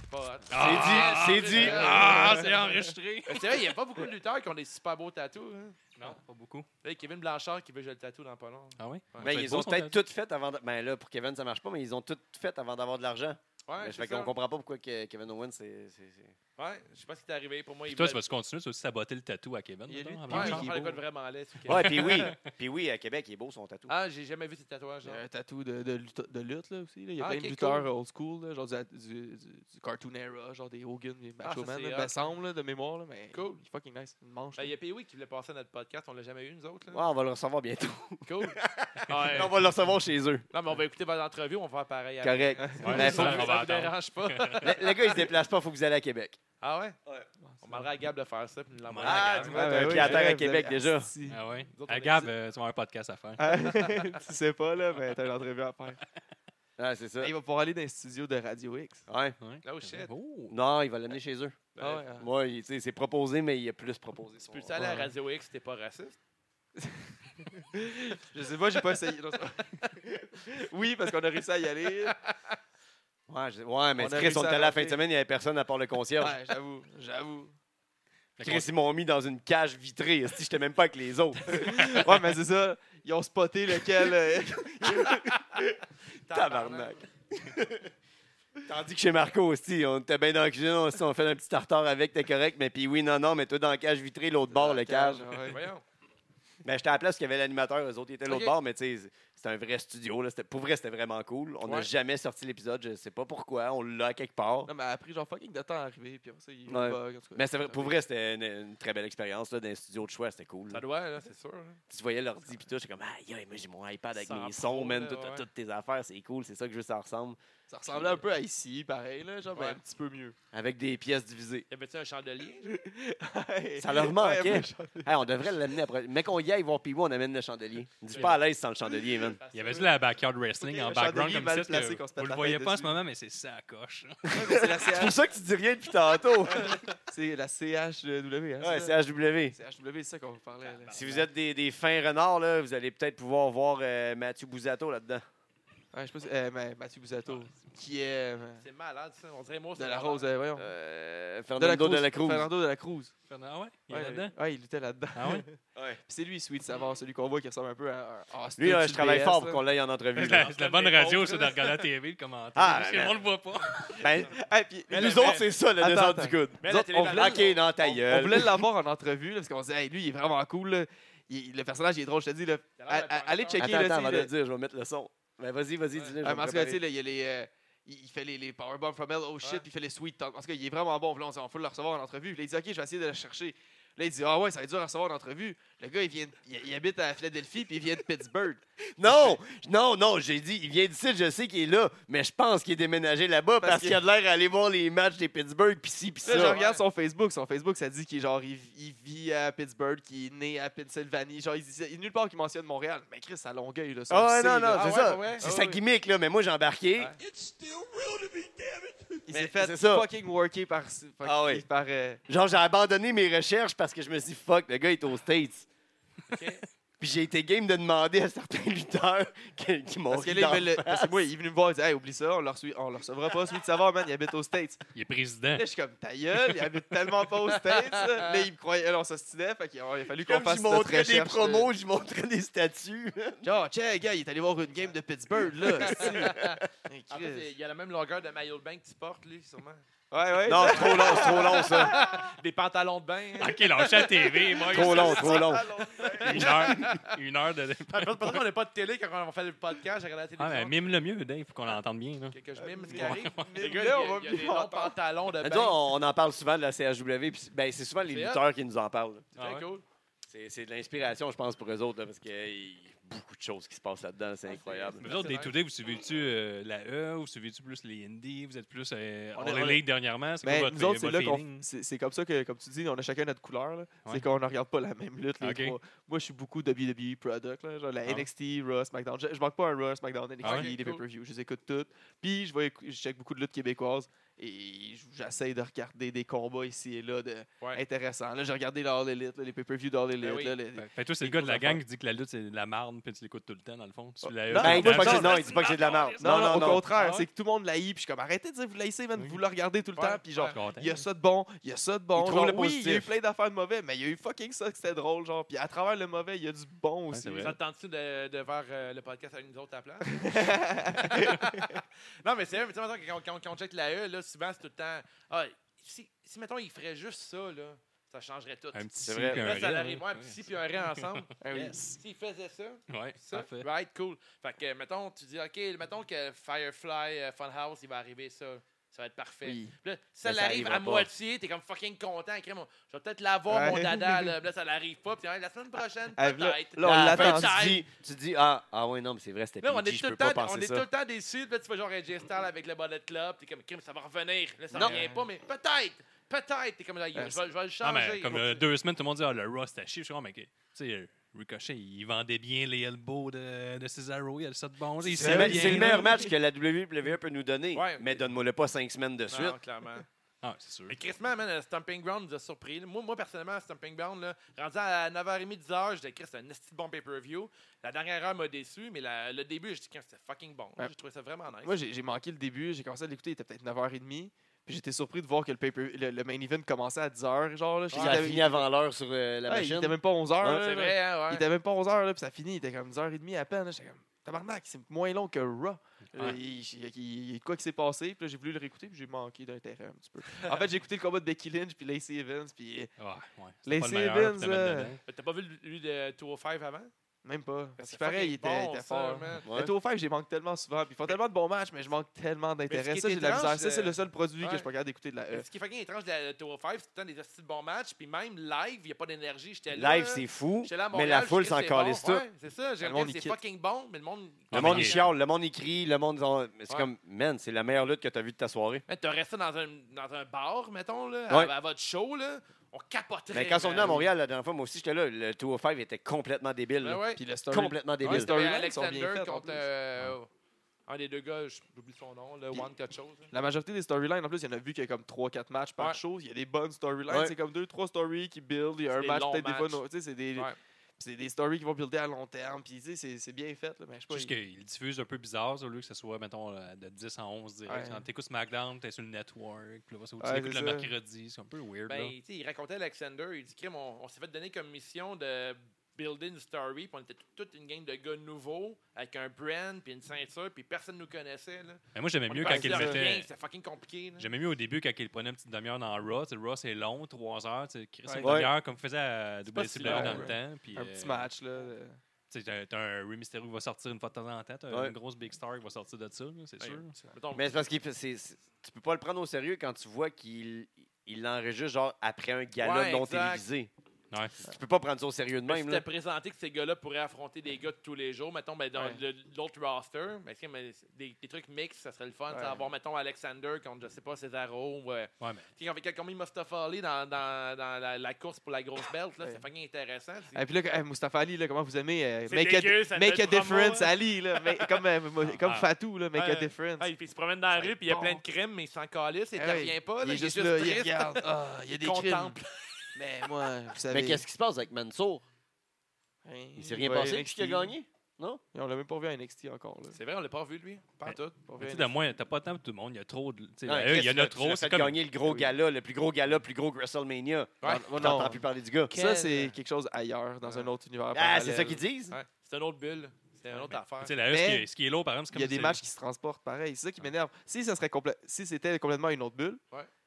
Speaker 4: C'est pas hot.
Speaker 2: Ah,
Speaker 1: dit, c'est dit.
Speaker 2: Ah, c'est enregistré.
Speaker 4: Mais C'est vrai, il n'y a pas beaucoup de lutteurs qui ont des super beaux tatous. hein.
Speaker 2: Non, pas beaucoup.
Speaker 4: Là, Kevin Blanchard qui veut que je le tatoue dans pas long.
Speaker 2: Ah oui?
Speaker 1: Ben,
Speaker 2: Ça
Speaker 4: Ouais.
Speaker 2: va être
Speaker 1: ils
Speaker 2: beau,
Speaker 1: ont
Speaker 2: son
Speaker 1: peut-être
Speaker 2: tatou.
Speaker 1: toutes faites avant. de- Ben là, pour Kevin, ça marche pas, mais ils ont toutes faites avant d'avoir de l'argent.
Speaker 4: Ouais,
Speaker 1: Mais
Speaker 4: c'est
Speaker 1: fait qu'on
Speaker 4: ça.
Speaker 1: comprend pas pourquoi que Kevin Owens, c'est. c'est- c'est-
Speaker 4: Ouais, je sais pas ce qui t'est arrivé. Pour moi,
Speaker 2: Puis
Speaker 4: il
Speaker 2: toi,
Speaker 4: veut.
Speaker 2: tu vas-tu continuer? Tu vas-tu saboter le tatou à Kevin?
Speaker 3: Il y a
Speaker 2: mettons,
Speaker 3: lui
Speaker 2: avant
Speaker 3: qui-
Speaker 2: le
Speaker 4: Ouais,
Speaker 3: il
Speaker 4: je
Speaker 2: show?
Speaker 4: vais
Speaker 3: est
Speaker 4: faire de
Speaker 3: beau.
Speaker 4: quoi de vraiment laid sur Kevin.
Speaker 1: Ouais, puis oui. Puis oui, à Québec, il est beau son tatou.
Speaker 4: Ah, j'ai jamais vu ces tatouages.
Speaker 3: Il y
Speaker 4: genre.
Speaker 3: a un tatou de, de, lutte- de lutte là, aussi. Là. Il y a
Speaker 4: Ah,
Speaker 3: plein
Speaker 4: ok,
Speaker 3: de lutteurs old school, là, genre du, du, du- du Cartoon Era, genre des Hogan, des
Speaker 4: Ah, ça,
Speaker 3: Macho Man,
Speaker 4: c'est
Speaker 3: là,
Speaker 4: hot.
Speaker 3: me semble, là, de mémoire. Là, mais
Speaker 4: Cool.
Speaker 3: Il est fucking nice. Une manche.
Speaker 4: Ben,
Speaker 3: là.
Speaker 4: Il y a Pee-Wee qui voulait passer à notre podcast. On l'a jamais eu, nous autres. là.
Speaker 1: Ouais, on va le recevoir bientôt.
Speaker 4: Cool. Ouais.
Speaker 1: On va le recevoir chez eux.
Speaker 4: Non, mais on va écouter votre entrevue, on va faire pareil. après.
Speaker 1: Correct.
Speaker 2: Ouais,
Speaker 1: Mais
Speaker 2: c'est
Speaker 1: faut-
Speaker 2: ça,
Speaker 4: ça,
Speaker 2: on va
Speaker 4: vous
Speaker 2: attendre.
Speaker 4: dérange pas.
Speaker 1: le, le gars, il se déplace pas, faut que vous allez à Québec.
Speaker 4: ah ouais?
Speaker 3: Ah,
Speaker 4: On demanderait à Gab de faire ça puis nous l'envoyer.
Speaker 2: Ah,
Speaker 4: à Gab.
Speaker 2: tu
Speaker 3: ben
Speaker 1: vois, t'as un pied à terre à Québec, déjà.
Speaker 2: Ah ouais?
Speaker 4: Nous autres, on
Speaker 2: Ah,
Speaker 4: est
Speaker 2: Gab,
Speaker 4: ici.
Speaker 2: euh, tu vas avoir un podcast à faire.
Speaker 3: tu sais pas, là, mais t'as une entrevue à faire.
Speaker 1: Ah, c'est ça.
Speaker 3: Euh, Il va pouvoir aller dans les studios de Radio X.
Speaker 1: Ouais.
Speaker 2: Ouais.
Speaker 4: Oh, shit.
Speaker 2: Oh.
Speaker 1: Non, il va l'amener chez eux.
Speaker 3: Ah
Speaker 4: ouais. hein.
Speaker 3: ouais, ah.
Speaker 1: Moi, il- tu sais, c'est proposé, mais il a plus proposé.
Speaker 4: Tu
Speaker 1: son-
Speaker 4: peux aller à
Speaker 3: Ouais.
Speaker 4: Radio X si t'es pas raciste?
Speaker 3: Je sais pas, j'ai pas essayé. Non, c'est pas- oui, parce qu'on a réussi à y aller.
Speaker 1: Ouais, je- ouais, mais
Speaker 3: On a
Speaker 1: Chris,
Speaker 3: réussi
Speaker 1: on
Speaker 3: à
Speaker 1: était allé la fin de
Speaker 3: rentrer.
Speaker 1: semaine, il n'y avait personne à part le concierge.
Speaker 3: Ouais, j'avoue, j'avoue.
Speaker 2: Fait qu'on-
Speaker 1: Chris, ils m'ont mis dans une cage vitrée. Si j'étais même pas avec les autres.
Speaker 3: Ouais, mais c'est ça. Ils ont spoté lequel. euh,
Speaker 1: Tabarnak. Tandis que chez Marco aussi, on était bien dans la cuisine, on s'est fait un petit tartare avec, t'es correct. Mais puis oui, non, non, mais toi dans la cage vitrée, l'autre bord, le cage. Ben,
Speaker 3: ouais.
Speaker 4: Voyons.
Speaker 1: Mais j'étais à la place qu'il y avait l'animateur, eux autres, ils étaient l'autre
Speaker 4: Ok.
Speaker 1: bord, mais tu sais, C'était un vrai studio. Là. C'était- Pour vrai, c'était vraiment cool. On n'a
Speaker 4: Ouais.
Speaker 1: jamais sorti l'épisode. Je sais pas pourquoi. On l'a quelque part.
Speaker 3: Non, mais elle a pris genre fucking de temps à arriver. Puis après ça, il
Speaker 1: Ouais.
Speaker 3: bug, en tout cas.
Speaker 1: Mais c'est vrai- pour vrai, c'était une, une très belle expérience. Là, dans les studios de choix, c'était cool.
Speaker 4: Ça
Speaker 1: là.
Speaker 4: doit, là, c'est sûr. hein. là.
Speaker 1: Tu voyais l'ordi puis tout. J'étais comme, aïe, aïe, moi j'ai mon iPad avec
Speaker 4: Sans
Speaker 1: mes sons,
Speaker 4: pro,
Speaker 1: man.
Speaker 4: là,
Speaker 1: tout-
Speaker 4: ouais.
Speaker 1: Toutes tes affaires, c'est cool. C'est ça que je veux, ça ressemble.
Speaker 3: Ça ressemblait un peu à ici, pareil, là. Genre, mais
Speaker 4: Ouais.
Speaker 3: un petit peu mieux.
Speaker 1: Avec des pièces divisées.
Speaker 4: Y avait-tu un chandelier?
Speaker 1: Ça leur manquait.
Speaker 3: Ouais, moi,
Speaker 1: Hey, on devrait l'amener après. Mais qu'on y aille voir Piwo, on amène le chandelier. Dis pas à l'aise sans le chandelier, man.
Speaker 2: Il y avait de la backyard wrestling
Speaker 3: Faudrait
Speaker 2: en
Speaker 3: un
Speaker 2: background
Speaker 3: chandelier
Speaker 2: comme
Speaker 3: mal
Speaker 2: ça.
Speaker 3: placé
Speaker 2: que
Speaker 3: qu'on se
Speaker 2: Vous
Speaker 3: pète
Speaker 2: le
Speaker 3: la
Speaker 2: voyez
Speaker 3: tête
Speaker 2: pas en
Speaker 3: dessus.
Speaker 2: ce moment, mais c'est ça la coche. là.
Speaker 3: Ouais, mais c'est la
Speaker 1: C'est pour
Speaker 3: CH.
Speaker 1: ça que tu dis rien depuis tantôt.
Speaker 3: C'est la CHW. Hein,
Speaker 1: ouais,
Speaker 3: ça?
Speaker 1: CHW.
Speaker 3: CHW, c'est ça qu'on parlait. là.
Speaker 1: Si vous êtes des, des fins renards, là, vous allez peut-être pouvoir voir euh, Mathieu Bouzato là-dedans.
Speaker 3: Ouais, je sais pas si- euh, mais Mathieu Busato, qui est euh,
Speaker 4: C'est malade, ça. On dirait moi,
Speaker 3: de
Speaker 4: c'est
Speaker 3: la
Speaker 4: malade.
Speaker 3: Rose, euh, voyons.
Speaker 1: Euh, Fernando de la Cruz.
Speaker 3: Fernando de la Cruz.
Speaker 2: Ah ouais? Il y en a
Speaker 3: Ouais,
Speaker 2: dedans?
Speaker 3: ouais, il luttait là-dedans.
Speaker 2: Ah ouais?
Speaker 1: Ouais.
Speaker 3: Puis c'est lui, Sweet Savard, celui qu'on voit qui ressemble un peu à un Austin.
Speaker 1: Lui, euh,
Speaker 3: du
Speaker 1: je travaille
Speaker 3: BS,
Speaker 1: fort
Speaker 3: là.
Speaker 1: pour qu'on l'aille en entrevue.
Speaker 2: C'est
Speaker 1: là.
Speaker 2: la, c'est la bonne radio, ça, de regarder la TV, le commentaire.
Speaker 1: Ah,
Speaker 2: parce
Speaker 1: ben,
Speaker 2: qu'on le voit pas.
Speaker 1: Ben,
Speaker 3: Hey, puis
Speaker 4: Mais
Speaker 1: nous
Speaker 4: la-
Speaker 1: autres, c'est ça, le
Speaker 3: Attends,
Speaker 1: désordre
Speaker 3: attends.
Speaker 1: du coude.
Speaker 4: Mais
Speaker 1: Nous
Speaker 4: la
Speaker 1: autres, on voulait-
Speaker 4: télé-
Speaker 1: Ok, non, euh, ta
Speaker 3: on-
Speaker 1: gueule.
Speaker 3: on voulait l'avoir en entrevue, là, parce qu'on se disait, hey, lui, il est vraiment cool. là. Il- le personnage, il est drôle, je te dis. Là.
Speaker 4: Ça a l'air
Speaker 3: À- à-
Speaker 4: d'être un
Speaker 3: allez
Speaker 4: con.
Speaker 3: checker.
Speaker 1: Attends,
Speaker 3: là,
Speaker 1: attends,
Speaker 3: tu
Speaker 1: avant de
Speaker 3: sais,
Speaker 1: le dire, je vais mettre le son. Ben, vas-y, vas-y, dis-le. je vais
Speaker 3: Ah, mais en
Speaker 1: me
Speaker 3: tout cas,
Speaker 1: préparer.
Speaker 3: tu sais, là, il, y a les, euh, il il fait les, les powerbomb from hell, oh shit, puis il fait les sweet talk. En tout cas, il est vraiment bon. Puis Là, on s'est- on peut le recevoir en entrevue. Puis là, il dit, OK, je vais essayer de le chercher. Là, il dit, ah ouais, ça va être dur à recevoir en entrevue. Le gars, il, vient, de- il, il habite à Philadelphie, puis il vient de Pittsburgh.
Speaker 1: Non, non, non, j'ai dit, il vient d'ici, je sais qu'il est là, mais je pense qu'il est déménagé là-bas parce,
Speaker 3: Parce
Speaker 1: qu'il a de l'air à aller voir les matchs des Pittsburgh pis ci pis
Speaker 3: Là, je
Speaker 1: ça.
Speaker 3: regarde son Facebook. Son Facebook, ça dit qu'il est genre, il, il vit à Pittsburgh, qu'il est né à Pennsylvanie. Genre, il, dit- il- nulle part qu'il mentionne Montréal. Mais Chris, à Longueuil, là, ça,
Speaker 1: Ah
Speaker 3: on le
Speaker 1: ouais, non, non,
Speaker 3: sait, là.
Speaker 1: c'est
Speaker 4: ouais,
Speaker 1: ça.
Speaker 4: pour vrai?
Speaker 1: C'est
Speaker 4: Ah
Speaker 1: sa
Speaker 4: ouais.
Speaker 1: gimmick, là, mais moi j'ai embarqué.
Speaker 3: Ouais. Il
Speaker 1: Mais
Speaker 3: s'est
Speaker 1: c'est
Speaker 3: fait
Speaker 1: ça.
Speaker 3: fucking worker par. par-
Speaker 1: Ah ouais.
Speaker 3: par, euh,
Speaker 1: Genre, j'ai abandonné mes recherches parce que je me suis dit, fuck, le gars est aux States.
Speaker 4: Ok.
Speaker 1: Puis j'ai été game de demander à certains lutteurs qui, qui m'ont
Speaker 3: Parce que
Speaker 1: ri
Speaker 3: là,
Speaker 1: d'en
Speaker 3: il me le-
Speaker 1: face.
Speaker 3: parce que moi, il est venu me voir, il dit Hey, oublie ça, on le reçu- on le recevra pas, celui de savoir, man, il habite aux States.
Speaker 2: Il est président.
Speaker 3: Là, je suis comme ta gueule, il habite tellement pas aux States. Là, Là, il me croyait, là, on s'ostinait, fait qu'il a il a fallu qu'on
Speaker 1: Comme
Speaker 3: fasse
Speaker 1: je
Speaker 3: notre
Speaker 1: montrais des
Speaker 3: recherche,
Speaker 1: promos, je montrais des statues.
Speaker 3: là. Genre, tiens, gars, il est allé voir une game de Pittsburgh, là. c'est-tu. Hey,
Speaker 4: En
Speaker 1: Ah,
Speaker 3: Chris.
Speaker 4: fait, il y a la même longueur de maillot de bain que tu portes, lui, sûrement.
Speaker 3: ouais, ouais.
Speaker 1: Non, c'est trop long, c'est trop long, ça.
Speaker 4: Des pantalons de bain. hein.
Speaker 2: Ok, lâchez la TV, moi.
Speaker 1: Trop long, trop long.
Speaker 2: Une heure, une heure de.
Speaker 4: C'est pour ça qu'on n'a pas de télé quand on fait le podcast. J'ai regardé la
Speaker 2: Ah, mais
Speaker 4: télévision.
Speaker 2: mime le mieux, Dave, faut qu'on l'entende bien. Là.
Speaker 4: Que, que je
Speaker 3: Euh,
Speaker 4: mime ce
Speaker 3: ouais,
Speaker 4: carré.
Speaker 3: ouais.
Speaker 4: Les
Speaker 3: Là,
Speaker 4: gars, il y a-
Speaker 3: on va
Speaker 4: il y a
Speaker 3: plus
Speaker 4: des
Speaker 3: l'entendre.
Speaker 4: longs pantalons de
Speaker 2: Ah,
Speaker 1: Mais
Speaker 4: bain.
Speaker 1: disons, on on en parle souvent de la CHW, puis c'est- ben, c'est souvent les
Speaker 4: C'est hot.
Speaker 1: lutteurs qui nous en parlent. là.
Speaker 4: C'est très
Speaker 2: Ah ouais.
Speaker 4: cool.
Speaker 1: C'est c'est de l'inspiration, je pense, pour eux autres, là, parce qu'il y a beaucoup de choses qui se passent là-dedans. C'est
Speaker 4: Ah,
Speaker 1: incroyable.
Speaker 2: Mais Vous autres, des to day, vous suivez-tu euh, la E, vous suivez-tu plus les indies, vous êtes plus euh,
Speaker 3: On
Speaker 2: on
Speaker 3: est- on est-
Speaker 2: League dernièrement, c'est quoi
Speaker 3: Mais
Speaker 2: votre,
Speaker 3: nous autres, c'est
Speaker 2: votre
Speaker 3: là qu'on.
Speaker 2: feeling?
Speaker 3: C'est c'est comme ça que, comme tu dis, on a chacun notre couleur. là.
Speaker 2: Ouais.
Speaker 3: C'est qu'on ne regarde pas la même lutte, les
Speaker 2: Ok.
Speaker 3: trois. Moi, je suis beaucoup WWE product, là, genre la
Speaker 2: Ah ouais.
Speaker 3: NXT, Raw, SmackDown. Je, je manque pas un Raw, SmackDown, NXT,
Speaker 2: Ah
Speaker 4: ouais?
Speaker 3: les
Speaker 4: Cool.
Speaker 3: pay-per-views. Je les écoute toutes. Puis, je, vais écou- je check beaucoup de luttes québécoises et j'essaie de regarder des combats ici et là de,
Speaker 4: Ouais.
Speaker 3: intéressants. Là, j'ai regardé l'All Elite, là, les pay-per-views d'All Elite.
Speaker 4: Ben oui.
Speaker 3: là, les-
Speaker 2: Fait- Fait toi, c'est le
Speaker 3: des
Speaker 2: gars de la
Speaker 3: grosses
Speaker 2: gang
Speaker 3: affaires.
Speaker 2: qui dit que la lutte, c'est de la marne, puis tu l'écoutes tout le temps, dans le fond. Tu la-
Speaker 3: Ben,
Speaker 2: la-
Speaker 1: Ben, il dit
Speaker 2: la-
Speaker 1: pas que
Speaker 2: la-
Speaker 1: c'est- non, il dit pas que c'est de la merde.
Speaker 3: Non,
Speaker 1: Non,
Speaker 3: non,
Speaker 1: non,
Speaker 3: au
Speaker 1: non.
Speaker 3: contraire,
Speaker 2: Ah ouais?
Speaker 3: c'est que tout le monde la haït, puis je suis comme arrêtez de dire vous laissez, man,
Speaker 2: Oui.
Speaker 3: vous le regardez tout le
Speaker 4: Ouais,
Speaker 3: temps, puis genre,
Speaker 4: ouais.
Speaker 2: Content.
Speaker 3: il y a ça de bon, il y a ça de bon.
Speaker 1: Il trouve
Speaker 3: Genre,
Speaker 1: le
Speaker 3: oui, il y a eu
Speaker 1: positif.
Speaker 3: plein d'affaires de mauvais, mais il y a eu fucking ça que c'était drôle, genre. Puis à travers le mauvais, il y a du bon aussi.
Speaker 2: c'est vrai.
Speaker 4: Ça te tente-tu de, de faire euh, le podcast avec nous autres à la place? non, mais c'est vrai, mais tu sais, mettons, quand, quand, quand on check la E, là, souvent, c'est tout le temps. Ah, si, si, mettons, il ferait juste ça, là, ça changerait tout.
Speaker 2: Un petit
Speaker 1: C'est
Speaker 2: si,
Speaker 1: vrai.
Speaker 2: puis un
Speaker 4: là, ça
Speaker 2: rire,
Speaker 4: l'arrive,
Speaker 2: hein.
Speaker 4: ouais, un petit si puis un ré ensemble.
Speaker 3: Ah oui.
Speaker 4: Yes. S'il faisait ça,
Speaker 2: Ouais,
Speaker 4: ça,
Speaker 2: parfait.
Speaker 4: right, cool. Fait que, mettons, tu dis, OK, mettons que Firefly euh, Funhouse, il va arriver ça. Ça va être parfait.
Speaker 3: Oui.
Speaker 4: Puis Là, ça
Speaker 1: Mais ça
Speaker 4: l'arrive
Speaker 1: arrivera
Speaker 4: à
Speaker 1: pas.
Speaker 4: moitié, t'es comme fucking content. crée, mon- Je vais peut-être l'avoir, mon
Speaker 3: Ouais.
Speaker 4: dada. Là, Puis là, ça l'arrive pas. Puis hein, la semaine prochaine,
Speaker 3: Ah, là-
Speaker 4: peut-être.
Speaker 3: là, on
Speaker 1: Là, à la
Speaker 3: l'attend.
Speaker 1: fin, tu
Speaker 4: Peut-être.
Speaker 1: dis, tu dis, ah, ah ouais, non, mais c'est vrai, c'était
Speaker 4: Là, on
Speaker 1: PG,
Speaker 4: est,
Speaker 1: je
Speaker 4: tout
Speaker 1: peux
Speaker 4: le,
Speaker 1: pas
Speaker 4: temps, on
Speaker 1: penser
Speaker 4: est tout
Speaker 1: ça.
Speaker 4: le temps déçus. Là, tu fais genre un G-Star avec le Bullet Club. T'es comme, crime, ça va revenir. Là, ça
Speaker 1: Non.
Speaker 4: revient pas, mais peut-être. Peut-être. T'es comme, là, je vais,
Speaker 3: Ouais,
Speaker 4: je vais le
Speaker 2: Ah,
Speaker 4: changer.
Speaker 2: mais comme euh, deux semaines, tout le monde dit, ah, le Raw, c'était chier. Je suis comme, mais que- tu sais, euh, Ricochet, il vendait bien les elbows de, de Cesaro, il a ça de bon. il
Speaker 1: C'est le-
Speaker 2: savait
Speaker 1: c'est le
Speaker 2: bien,
Speaker 1: meilleur
Speaker 2: là.
Speaker 1: match que la WWE peut nous donner,
Speaker 4: Ouais.
Speaker 1: mais donne-moi-le pas cinq semaines de suite.
Speaker 4: Non, clairement.
Speaker 2: Ah, c'est sûr.
Speaker 4: Mais Chris, man, man, le Stomping Ground nous a surpris. Moi, moi personnellement, Stomping Ground, là, rendu à 9h30, 10h, je disais, Chris, c'est un esti de bon pay-per-view. La dernière heure m'a déçu, mais la- le début, je dis, c'était fucking bon.
Speaker 3: Ouais.
Speaker 4: J'ai trouvé ça vraiment nice.
Speaker 3: Moi, j'ai j'ai manqué le début, j'ai commencé à l'écouter, il était peut-être 9h30. Puis j'étais surpris de voir que le, paper- le, le main event commençait à 10h, genre. Là, Je-
Speaker 1: Il a
Speaker 3: était-
Speaker 1: fini avant l'heure sur euh, la
Speaker 3: Ouais, il
Speaker 1: machine.
Speaker 3: était même pas 11h.
Speaker 1: Ouais,
Speaker 3: là,
Speaker 4: c'est
Speaker 3: là.
Speaker 4: vrai, hein,
Speaker 3: Il
Speaker 4: ouais.
Speaker 3: était même pas 11h, là, puis ça finit, il était comme 10h30 à peine. là. J'étais comme, tabarnak, c'est moins long que Raw. Là,
Speaker 2: Ouais.
Speaker 3: il, il- il- il y a de quoi qui s'est passé, puis là, j'ai voulu le réécouter, puis j'ai manqué d'intérêt un petit peu. En fait, j'ai écouté le combat de Becky Lynch, puis Lacey Evans, puis
Speaker 2: Ah, ouais.
Speaker 3: Les
Speaker 2: C'est pas le meilleur, là, pour
Speaker 3: Sevens,
Speaker 2: te mettre
Speaker 3: euh,
Speaker 2: dedans.
Speaker 4: T'as pas vu lui de 205 avant?
Speaker 3: Même pas. Parce
Speaker 4: C'est
Speaker 3: qu'il paraît, il
Speaker 4: fucking
Speaker 3: était, il
Speaker 4: bon,
Speaker 3: était
Speaker 4: ça,
Speaker 3: fort.
Speaker 4: man.
Speaker 1: Ouais.
Speaker 3: Les Taux 5, je les manque tellement souvent. Puis ils font tellement de bons matchs, mais je manque tellement
Speaker 4: Mais
Speaker 3: d'intérêt.
Speaker 4: ce qui
Speaker 3: Ça,
Speaker 4: est
Speaker 3: j'ai de la misère.
Speaker 4: étrange,
Speaker 3: Ça, c'est
Speaker 4: euh,
Speaker 3: le seul produit que
Speaker 4: ouais.
Speaker 3: je peux regarder d'écouter de la
Speaker 1: Euh.
Speaker 3: E.
Speaker 4: Ce qui est fucking étrange de la Tour 5, c'est tout le temps des astuces de bons matchs. Puis même live, il n'y a pas d'énergie. J'étais là.
Speaker 1: Live, c'est fou,
Speaker 4: J'étais là à
Speaker 1: mais
Speaker 4: Montréal,
Speaker 1: la
Speaker 4: je
Speaker 1: foule
Speaker 4: sais
Speaker 1: s'en
Speaker 4: que c'est bon.
Speaker 1: calisse tout.
Speaker 4: Ouais, C'est ça, j'ai
Speaker 3: Le monde,
Speaker 4: regardé,
Speaker 3: il
Speaker 4: c'est
Speaker 3: quitte.
Speaker 4: fucking bon, mais le monde.
Speaker 1: Le
Speaker 2: Ah,
Speaker 1: monde,
Speaker 2: mais
Speaker 1: il
Speaker 2: il-
Speaker 1: chiale, le monde, il crie, le monde, ils ont- mais c'est
Speaker 4: Ouais.
Speaker 1: comme, man, c'est la meilleure lutte que tu as vue de ta soirée.
Speaker 4: Mais t'aurais ça dans un, dans un bar, mettons, là,
Speaker 1: Ouais.
Speaker 4: à, à votre show, là, on capoterait.
Speaker 1: Mais quand ils sont
Speaker 4: man.
Speaker 1: venus à Montréal la dernière fois, moi aussi, j'étais là, le 205 était complètement débile.
Speaker 4: Ben
Speaker 1: là.
Speaker 4: ouais.
Speaker 3: Puis le story.
Speaker 1: Complètement
Speaker 3: Ouais,
Speaker 1: débile.
Speaker 3: c'était- storylines
Speaker 4: Mais
Speaker 3: sont bien
Speaker 4: Alexander
Speaker 3: faites, en
Speaker 4: contre
Speaker 3: plus.
Speaker 4: euh, un des deux gars, j'oublie son nom, le
Speaker 3: Puis-
Speaker 4: One Cut Show. là.
Speaker 3: La majorité des storylines, en plus, il y en a vu qu'il y a comme 3-4 matchs par
Speaker 4: Ouais.
Speaker 3: show. Il y a des bonnes storylines.
Speaker 1: Ouais.
Speaker 3: C'est comme 2-3 stories qui build. Il y a
Speaker 4: C'est
Speaker 3: un
Speaker 4: des
Speaker 3: match,
Speaker 4: longs
Speaker 3: peut-être des fois.
Speaker 4: matchs.
Speaker 3: non, Tu sais, c'est des,
Speaker 4: Ouais.
Speaker 3: c'est des stories qui vont builder à long terme. Puis tu sais, c'est- c'est bien fait. Là, mais je sais pas.
Speaker 2: Juste
Speaker 3: il-
Speaker 2: qu'il diffuse un peu bizarre, ça, au lieu que ce soit, mettons, euh, de 10 à 11 direct.
Speaker 3: Ouais.
Speaker 2: Quand T'écoutes SmackDown, t'es sur le network, puis là, c'est où tu
Speaker 3: Ouais,
Speaker 2: l'écoutes
Speaker 3: c'est
Speaker 2: le
Speaker 3: ça.
Speaker 2: mercredi. C'est un peu weird,
Speaker 4: Ben,
Speaker 2: là.
Speaker 4: tu sais, il racontait à Alexander, il dit Crime, on, on s'est fait donner comme mission de builder une story, puis on était tout- toute une gang de gars nouveaux, avec un brand, puis une ceinture, puis personne nous connaissait. Là.
Speaker 2: Mais moi, j'aimais
Speaker 4: On
Speaker 2: mieux
Speaker 4: est
Speaker 2: quand
Speaker 4: parti
Speaker 2: il
Speaker 4: de
Speaker 2: le
Speaker 4: rien,
Speaker 2: mettait...
Speaker 4: C'était fucking compliqué. là.
Speaker 2: J'aimais mieux au début quand il prenait une petite demi-heure dans Raw. Tu sais, Le Raw, c'est long, 3 heures. tu sais, Chris,
Speaker 3: Ouais.
Speaker 2: une demi-heure, comme faisait à
Speaker 3: pas si
Speaker 2: WCW dans
Speaker 3: long,
Speaker 2: le temps. puis,
Speaker 3: Un
Speaker 2: euh,
Speaker 3: petit match. là. euh,
Speaker 2: Tu sais, t'as- t'as un Rey Mysterio qui va sortir une fois de temps en temps. T'as
Speaker 1: Ouais.
Speaker 2: une grosse Big Star qui va sortir de ça, là, c'est
Speaker 4: Ouais.
Speaker 2: sûr.
Speaker 4: Mettons,
Speaker 1: Mais c'est parce que tu peux pas le prendre au sérieux quand tu vois qu'il il l'enregistre genre après un gala
Speaker 4: Ouais,
Speaker 1: non
Speaker 4: exact. Ben,
Speaker 1: télévisé.
Speaker 2: Ouais.
Speaker 1: Tu peux pas prendre ça au sérieux de
Speaker 4: Mais
Speaker 1: même.
Speaker 4: si
Speaker 1: là.
Speaker 4: t'as présenté que ces gars-là pourraient affronter des gars de tous les jours, mettons, ben, dans
Speaker 3: Ouais.
Speaker 4: le- l'autre roster, ben, tu sais, mais des, des trucs mix, ça serait le fun.
Speaker 3: Ouais.
Speaker 4: tu sais, Avoir, mettons, Alexander contre, je sais pas, Cesaro. Ou, euh,
Speaker 2: Ouais, mais
Speaker 4: tu sais, quand quelqu'un comme Mustafa Ali dans, dans, dans la, la course pour la grosse belt, là,
Speaker 3: Ouais.
Speaker 4: c'est fucking intéressant. tu sais.
Speaker 3: Et puis là, hey, Mustafa Ali, là, comment vous aimez euh,
Speaker 4: C'est
Speaker 3: Make a,
Speaker 4: dégueu, ça
Speaker 3: make
Speaker 4: doit
Speaker 3: a
Speaker 4: être promo,
Speaker 3: difference,
Speaker 4: hein.
Speaker 3: Ali. Là, mais, comme euh, mo-
Speaker 2: Ah,
Speaker 3: comme
Speaker 2: ah.
Speaker 3: Fatou, là, make a
Speaker 4: Ouais.
Speaker 3: difference.
Speaker 4: Ah, il, il se promène dans la
Speaker 3: Ça
Speaker 4: rue,
Speaker 3: va
Speaker 4: puis il y a
Speaker 3: être
Speaker 4: plein
Speaker 3: bon.
Speaker 4: de crimes, mais il s'en calisse, il
Speaker 3: Ah
Speaker 4: ne
Speaker 3: oui.
Speaker 4: revient pas.
Speaker 3: il
Speaker 4: là,
Speaker 3: est juste là, il
Speaker 4: triste.
Speaker 3: regarde. Ah, il y a
Speaker 4: Il
Speaker 3: des crimes.
Speaker 4: contemple.
Speaker 3: Mais moi, vous savez.
Speaker 1: Mais qu'est-ce qui se passe avec Mansour? Il s'est rien
Speaker 3: Ouais,
Speaker 1: passé
Speaker 3: NXT.
Speaker 1: depuis qu'il a gagné?
Speaker 3: Et on l'a même pas vu à NXT encore. Là.
Speaker 4: C'est vrai, on l'a pas vu, lui. Pas
Speaker 2: Mais-
Speaker 4: tout.
Speaker 3: Pas vu
Speaker 2: tu
Speaker 3: à
Speaker 2: sais,
Speaker 3: NXT.
Speaker 2: de moins, t'as pas tant pour tout le monde. Il y a trop. de- tu sais,
Speaker 1: Non,
Speaker 2: là,
Speaker 1: Chris,
Speaker 2: Il y en a
Speaker 1: tu l'as
Speaker 2: trop. C'est
Speaker 1: fait
Speaker 2: comme.
Speaker 1: gagner le gros gala, le plus gros gala, le plus gros WrestleMania.
Speaker 4: Ouais.
Speaker 3: Non, non,
Speaker 1: T'entends plus parler du gars.
Speaker 3: Ça, c'est quelque chose ailleurs, dans un autre univers.
Speaker 1: Ah,
Speaker 3: parallèle.
Speaker 1: c'est ça qu'ils disent?
Speaker 4: Ouais. C'est une autre bulle. C'est une autre affaire.
Speaker 2: Tu sais, la E, ce
Speaker 3: Mais-
Speaker 2: qui est- ce qui est lourd, par exemple, c'est comme.
Speaker 3: Il y a des
Speaker 2: c'est-
Speaker 3: matchs qui se transportent pareil. C'est ça qui m'énerve. Si, ça serait complet- si c'était complètement une autre bulle,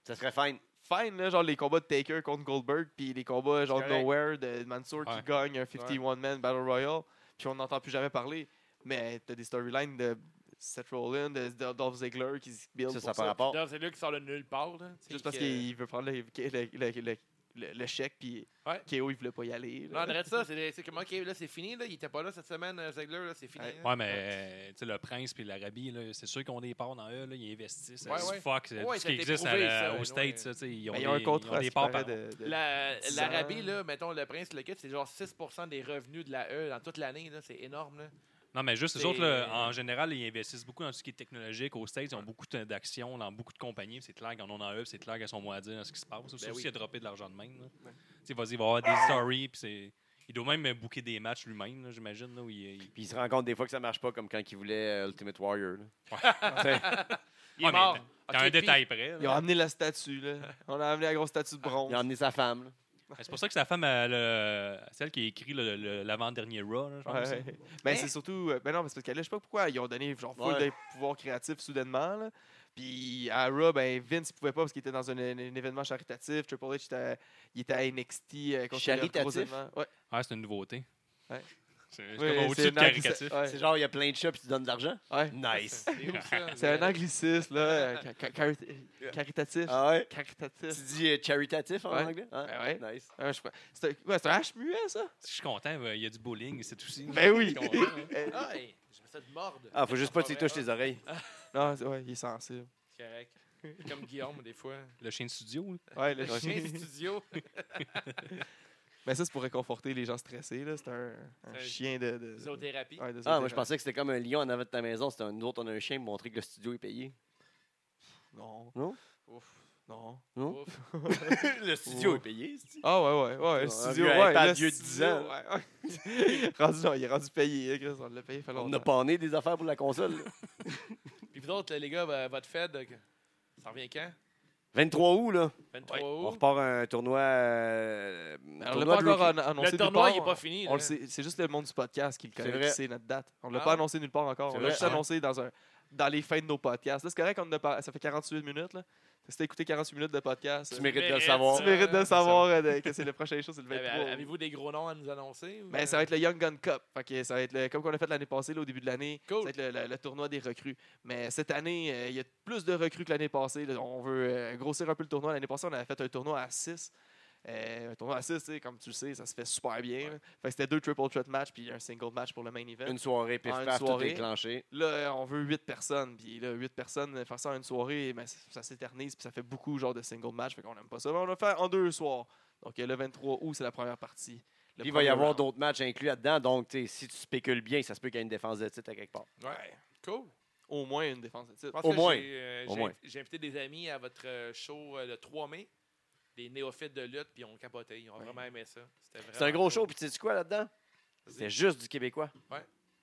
Speaker 1: Ça serait fine.
Speaker 3: fine, là, genre les combats de Taker contre Goldberg, puis les combats genre
Speaker 4: C'est correct.
Speaker 3: Nowhere de Mansour
Speaker 2: Ouais.
Speaker 3: qui gagne un 51-man Battle Royale, puis on n'entend plus jamais parler. Mais t'as des storylines de Seth Rollins, de de Dolph Ziggler qui se build
Speaker 1: Ça,
Speaker 3: pour
Speaker 1: ça par rapport.
Speaker 4: D'ailleurs, C'est lui qui sort de nulle part. là.
Speaker 3: Juste
Speaker 4: C'est
Speaker 3: parce
Speaker 4: que-
Speaker 3: qu'il veut prendre le, le, le- le- le- le chèque, puis
Speaker 4: Ouais.
Speaker 3: KO, il voulait pas y aller.
Speaker 4: Non,
Speaker 3: là.
Speaker 4: André, ça, c'est c'est comme, OK, là, c'est fini, là. Il était pas là cette semaine, euh, Ziegler, là, c'est fini.
Speaker 3: Ouais.
Speaker 4: là.
Speaker 2: Ouais, mais euh, tu sais, le prince puis l'Arabie, là, c'est sûr qu'on des parts dans eux, là, ils investissent.
Speaker 4: Ouais,
Speaker 2: c'est
Speaker 4: ouais.
Speaker 2: Fuck, c'est tout
Speaker 4: Ouais,
Speaker 2: ce
Speaker 4: ça a
Speaker 2: qui
Speaker 4: été
Speaker 2: existe à
Speaker 4: prouvé,
Speaker 2: la-
Speaker 4: ça,
Speaker 2: aux
Speaker 4: ouais,
Speaker 2: States.
Speaker 4: ouais.
Speaker 2: ça, tu sais, ils ont,
Speaker 3: Mais il y a Ben, un
Speaker 2: des- ils ont
Speaker 3: contrat à
Speaker 2: des
Speaker 3: ce
Speaker 2: parts
Speaker 3: qui paraît,
Speaker 2: par-
Speaker 3: de- de-
Speaker 4: La-
Speaker 3: Dix
Speaker 4: L'Arabie,
Speaker 3: ans.
Speaker 4: là, mettons, le prince, le kit, c'est genre 6 des revenus de la E dans toute l'année, là. C'est énorme, là.
Speaker 2: Non, mais juste, les
Speaker 4: C'est-
Speaker 2: autres, là, en général, ils investissent beaucoup dans tout ce qui est technologique. Aux States, ils ont beaucoup de- d'actions dans beaucoup de compagnies. C'est clair qu'ils en ont dans eux, puis c'est clair qu'ils sont moins à dire dans ce qui se passe. Sauf
Speaker 4: Ben oui. Ah.
Speaker 2: s'il a droppé de l'argent de même. là. Tu sais, vas-y, il va y avoir des stories, puis c'est. Il doit même booker des matchs lui-même, là, j'imagine. là, où il- il-
Speaker 1: Puis il se rend compte des fois que ça marche pas, comme quand il voulait euh, Ultimate Warrior. là.
Speaker 4: Il est
Speaker 2: Ouais, mais
Speaker 4: mort.
Speaker 2: T'as
Speaker 4: Ok,
Speaker 2: un
Speaker 4: puis-
Speaker 2: détail près. là.
Speaker 3: Ils ont amené la statue, là. On a amené la grosse statue de
Speaker 2: Ah,
Speaker 3: bronze.
Speaker 1: il a emmené sa femme. là.
Speaker 2: Mais C'est pour ça que sa femme, elle, euh, celle qui a écrit le- le- l'avant-dernier Raw, là, je pense,
Speaker 3: Ouais.
Speaker 2: c'est-
Speaker 3: Mais c'est surtout. euh, Ben non, parce que là, je sais pas pourquoi ils ont donné genre full
Speaker 1: Ouais.
Speaker 3: de pouvoir créatif soudainement. là. Puis à Raw, ben Vince, il pouvait pas parce qu'il était dans un, un- un événement charitatif. Triple H, était- il était à NXT. euh, contre le gros
Speaker 1: Charitatif?
Speaker 3: événement. Ouais.
Speaker 2: Ah, c'est une nouveauté.
Speaker 3: Ouais.
Speaker 2: C'est c'est
Speaker 3: Ouais,
Speaker 2: comme
Speaker 3: c'est ah.
Speaker 2: au-dessus de
Speaker 3: un anglici-
Speaker 2: caricatif.
Speaker 3: ouais.
Speaker 1: C'est genre, il y a plein de chats puis tu donnes de l'argent?
Speaker 3: Ouais.
Speaker 1: Nice.
Speaker 4: C'est où, ça?
Speaker 3: C'est un anglicisme, là. euh, ca- ca- cari- caritatif.
Speaker 1: ah ouais? Tu
Speaker 3: Caritatif.
Speaker 1: dis euh, charitatif en
Speaker 3: Ouais.
Speaker 1: anglais? Hein?
Speaker 3: Ben ouais.
Speaker 1: Nice.
Speaker 3: Ouais, je sais pas. C'est un, ouais, c'est un H muet, ça?
Speaker 2: Je suis content, euh, il y a du bowling, c'est tout aussi.
Speaker 3: Ben oui.
Speaker 4: Ah, hey, je me suis de mordre.
Speaker 1: Ah, faut juste pas que tu
Speaker 4: vrai,
Speaker 1: touches les oreilles.
Speaker 3: non, c'est- ouais, il est sensible.
Speaker 4: C'est correct. Comme Guillaume, des fois.
Speaker 2: Le chien de studio. là.
Speaker 3: Ouais, le
Speaker 4: Le chien
Speaker 3: chien.
Speaker 4: studio.
Speaker 3: Mais ça, c'est pour réconforter les gens stressés, là. C'est un, un
Speaker 4: C'est-
Speaker 3: chien de. de-
Speaker 4: Zoothérapie.
Speaker 3: ouais, de
Speaker 1: Ah, moi, je
Speaker 3: zoothérapie.
Speaker 1: pensais que c'était comme un lion en avant de ta maison. C'était un nous autres, on a un chien pour montrer que le studio est payé.
Speaker 3: Non.
Speaker 1: Non?
Speaker 3: Ouf. Non.
Speaker 1: Non?
Speaker 4: Ouf.
Speaker 1: le studio
Speaker 3: Ouais.
Speaker 1: est payé, c'est-tu?
Speaker 3: Ah ouais, ouais, ouais.
Speaker 1: Un
Speaker 3: Le studio,
Speaker 1: vieux
Speaker 3: ouais.
Speaker 1: iPad
Speaker 3: le
Speaker 1: vieux de 10
Speaker 3: studio,
Speaker 1: ans.
Speaker 3: ouais. rendu, non, il est rendu payé. hein, Chris, on l'a payé, il fait
Speaker 1: On a
Speaker 3: longtemps.
Speaker 1: pané des affaires pour la console. là.
Speaker 4: Puis vous autres, les gars, ben, votre Fed, euh, ça revient quand?
Speaker 1: 23 août, là.
Speaker 4: 23
Speaker 1: On
Speaker 4: août.
Speaker 1: repart un tournoi. euh,
Speaker 3: Alors, on
Speaker 1: tournoi
Speaker 3: l'a pas
Speaker 1: de
Speaker 3: encore
Speaker 1: rookie.
Speaker 3: an- annoncé.
Speaker 4: Le
Speaker 3: nulle
Speaker 4: tournoi,
Speaker 3: part.
Speaker 4: il est
Speaker 1: hein.
Speaker 4: pas fini.
Speaker 3: On le
Speaker 4: là.
Speaker 3: sait- C'est juste le monde du podcast qui le
Speaker 1: C'est
Speaker 3: connaît,
Speaker 1: vrai.
Speaker 3: qui sait notre date. On l'a
Speaker 4: Ah
Speaker 3: pas
Speaker 4: ouais.
Speaker 3: annoncé nulle part encore.
Speaker 1: C'est
Speaker 3: On
Speaker 1: vrai. hein.
Speaker 3: l'a juste annoncé dans, un, dans les fins de nos podcasts. Là, c'est correct, on en a par- ça fait 48 minutes. Là. Si t'as écouté 48 minutes de podcast,
Speaker 1: Tu
Speaker 3: euh,
Speaker 1: mérites de le
Speaker 4: Mais,
Speaker 1: savoir.
Speaker 3: tu mérites de
Speaker 4: euh,
Speaker 3: savoir euh, de- que c'est le prochain show, c'est le
Speaker 4: Avez-
Speaker 3: 23.
Speaker 4: Eh Ben, Avez-vous des gros noms à nous annoncer? ou,
Speaker 3: Ben, ça
Speaker 4: euh,
Speaker 3: va être le Young Gun Cup. Fait que ça va être le- comme qu'on a fait l'année passée, là, au début de l'année.
Speaker 4: Cool.
Speaker 3: Ça va être le, le- le tournoi des recrues. Mais cette année, euh, il y a plus de recrues que l'année passée. là. On veut euh, grossir un peu le tournoi. L'année passée, on avait fait un tournoi à 6. un tournoi à 6, comme tu le sais, ça se fait super bien. là. Fait que c'était deux triple threat match puis un single match pour le main event.
Speaker 1: Une soirée, pif
Speaker 3: En une
Speaker 1: paf, tout
Speaker 3: soirée.
Speaker 1: déclenché.
Speaker 3: Là, euh, on veut 8 personnes. Puis là, 8 personnes, euh, faire ça en une soirée, ben, ça, ça s'éternise. Puis ça fait beaucoup genre de single match. Fait qu'on n'aime pas ça. Mais on va faire en deux soirs. Donc euh, le 23 août, c'est la première partie. Le
Speaker 1: Puis il va y
Speaker 3: premier
Speaker 1: avoir
Speaker 3: round.
Speaker 1: d'autres matchs inclus là-dedans. Donc, tu sais, si tu spécules bien, ça se peut qu'il y ait une défense de titre à quelque part.
Speaker 4: euh, Ouais. Cool.
Speaker 3: Au moins une défense de titre.
Speaker 4: Je pense
Speaker 1: Au
Speaker 4: que
Speaker 1: moins.
Speaker 4: j'ai, euh,
Speaker 1: Au
Speaker 4: j'ai-
Speaker 1: moins.
Speaker 4: J'ai invité des amis à votre euh, show euh, le 3 mai, des néophytes de lutte, puis ils ont capoté. Ils ont
Speaker 3: Ouais.
Speaker 4: vraiment aimé ça. C'était
Speaker 1: C'est un
Speaker 4: vraiment
Speaker 1: gros
Speaker 4: cool.
Speaker 1: show, puis tu sais quoi là-dedans? C'était juste du Québécois.
Speaker 4: Ouais.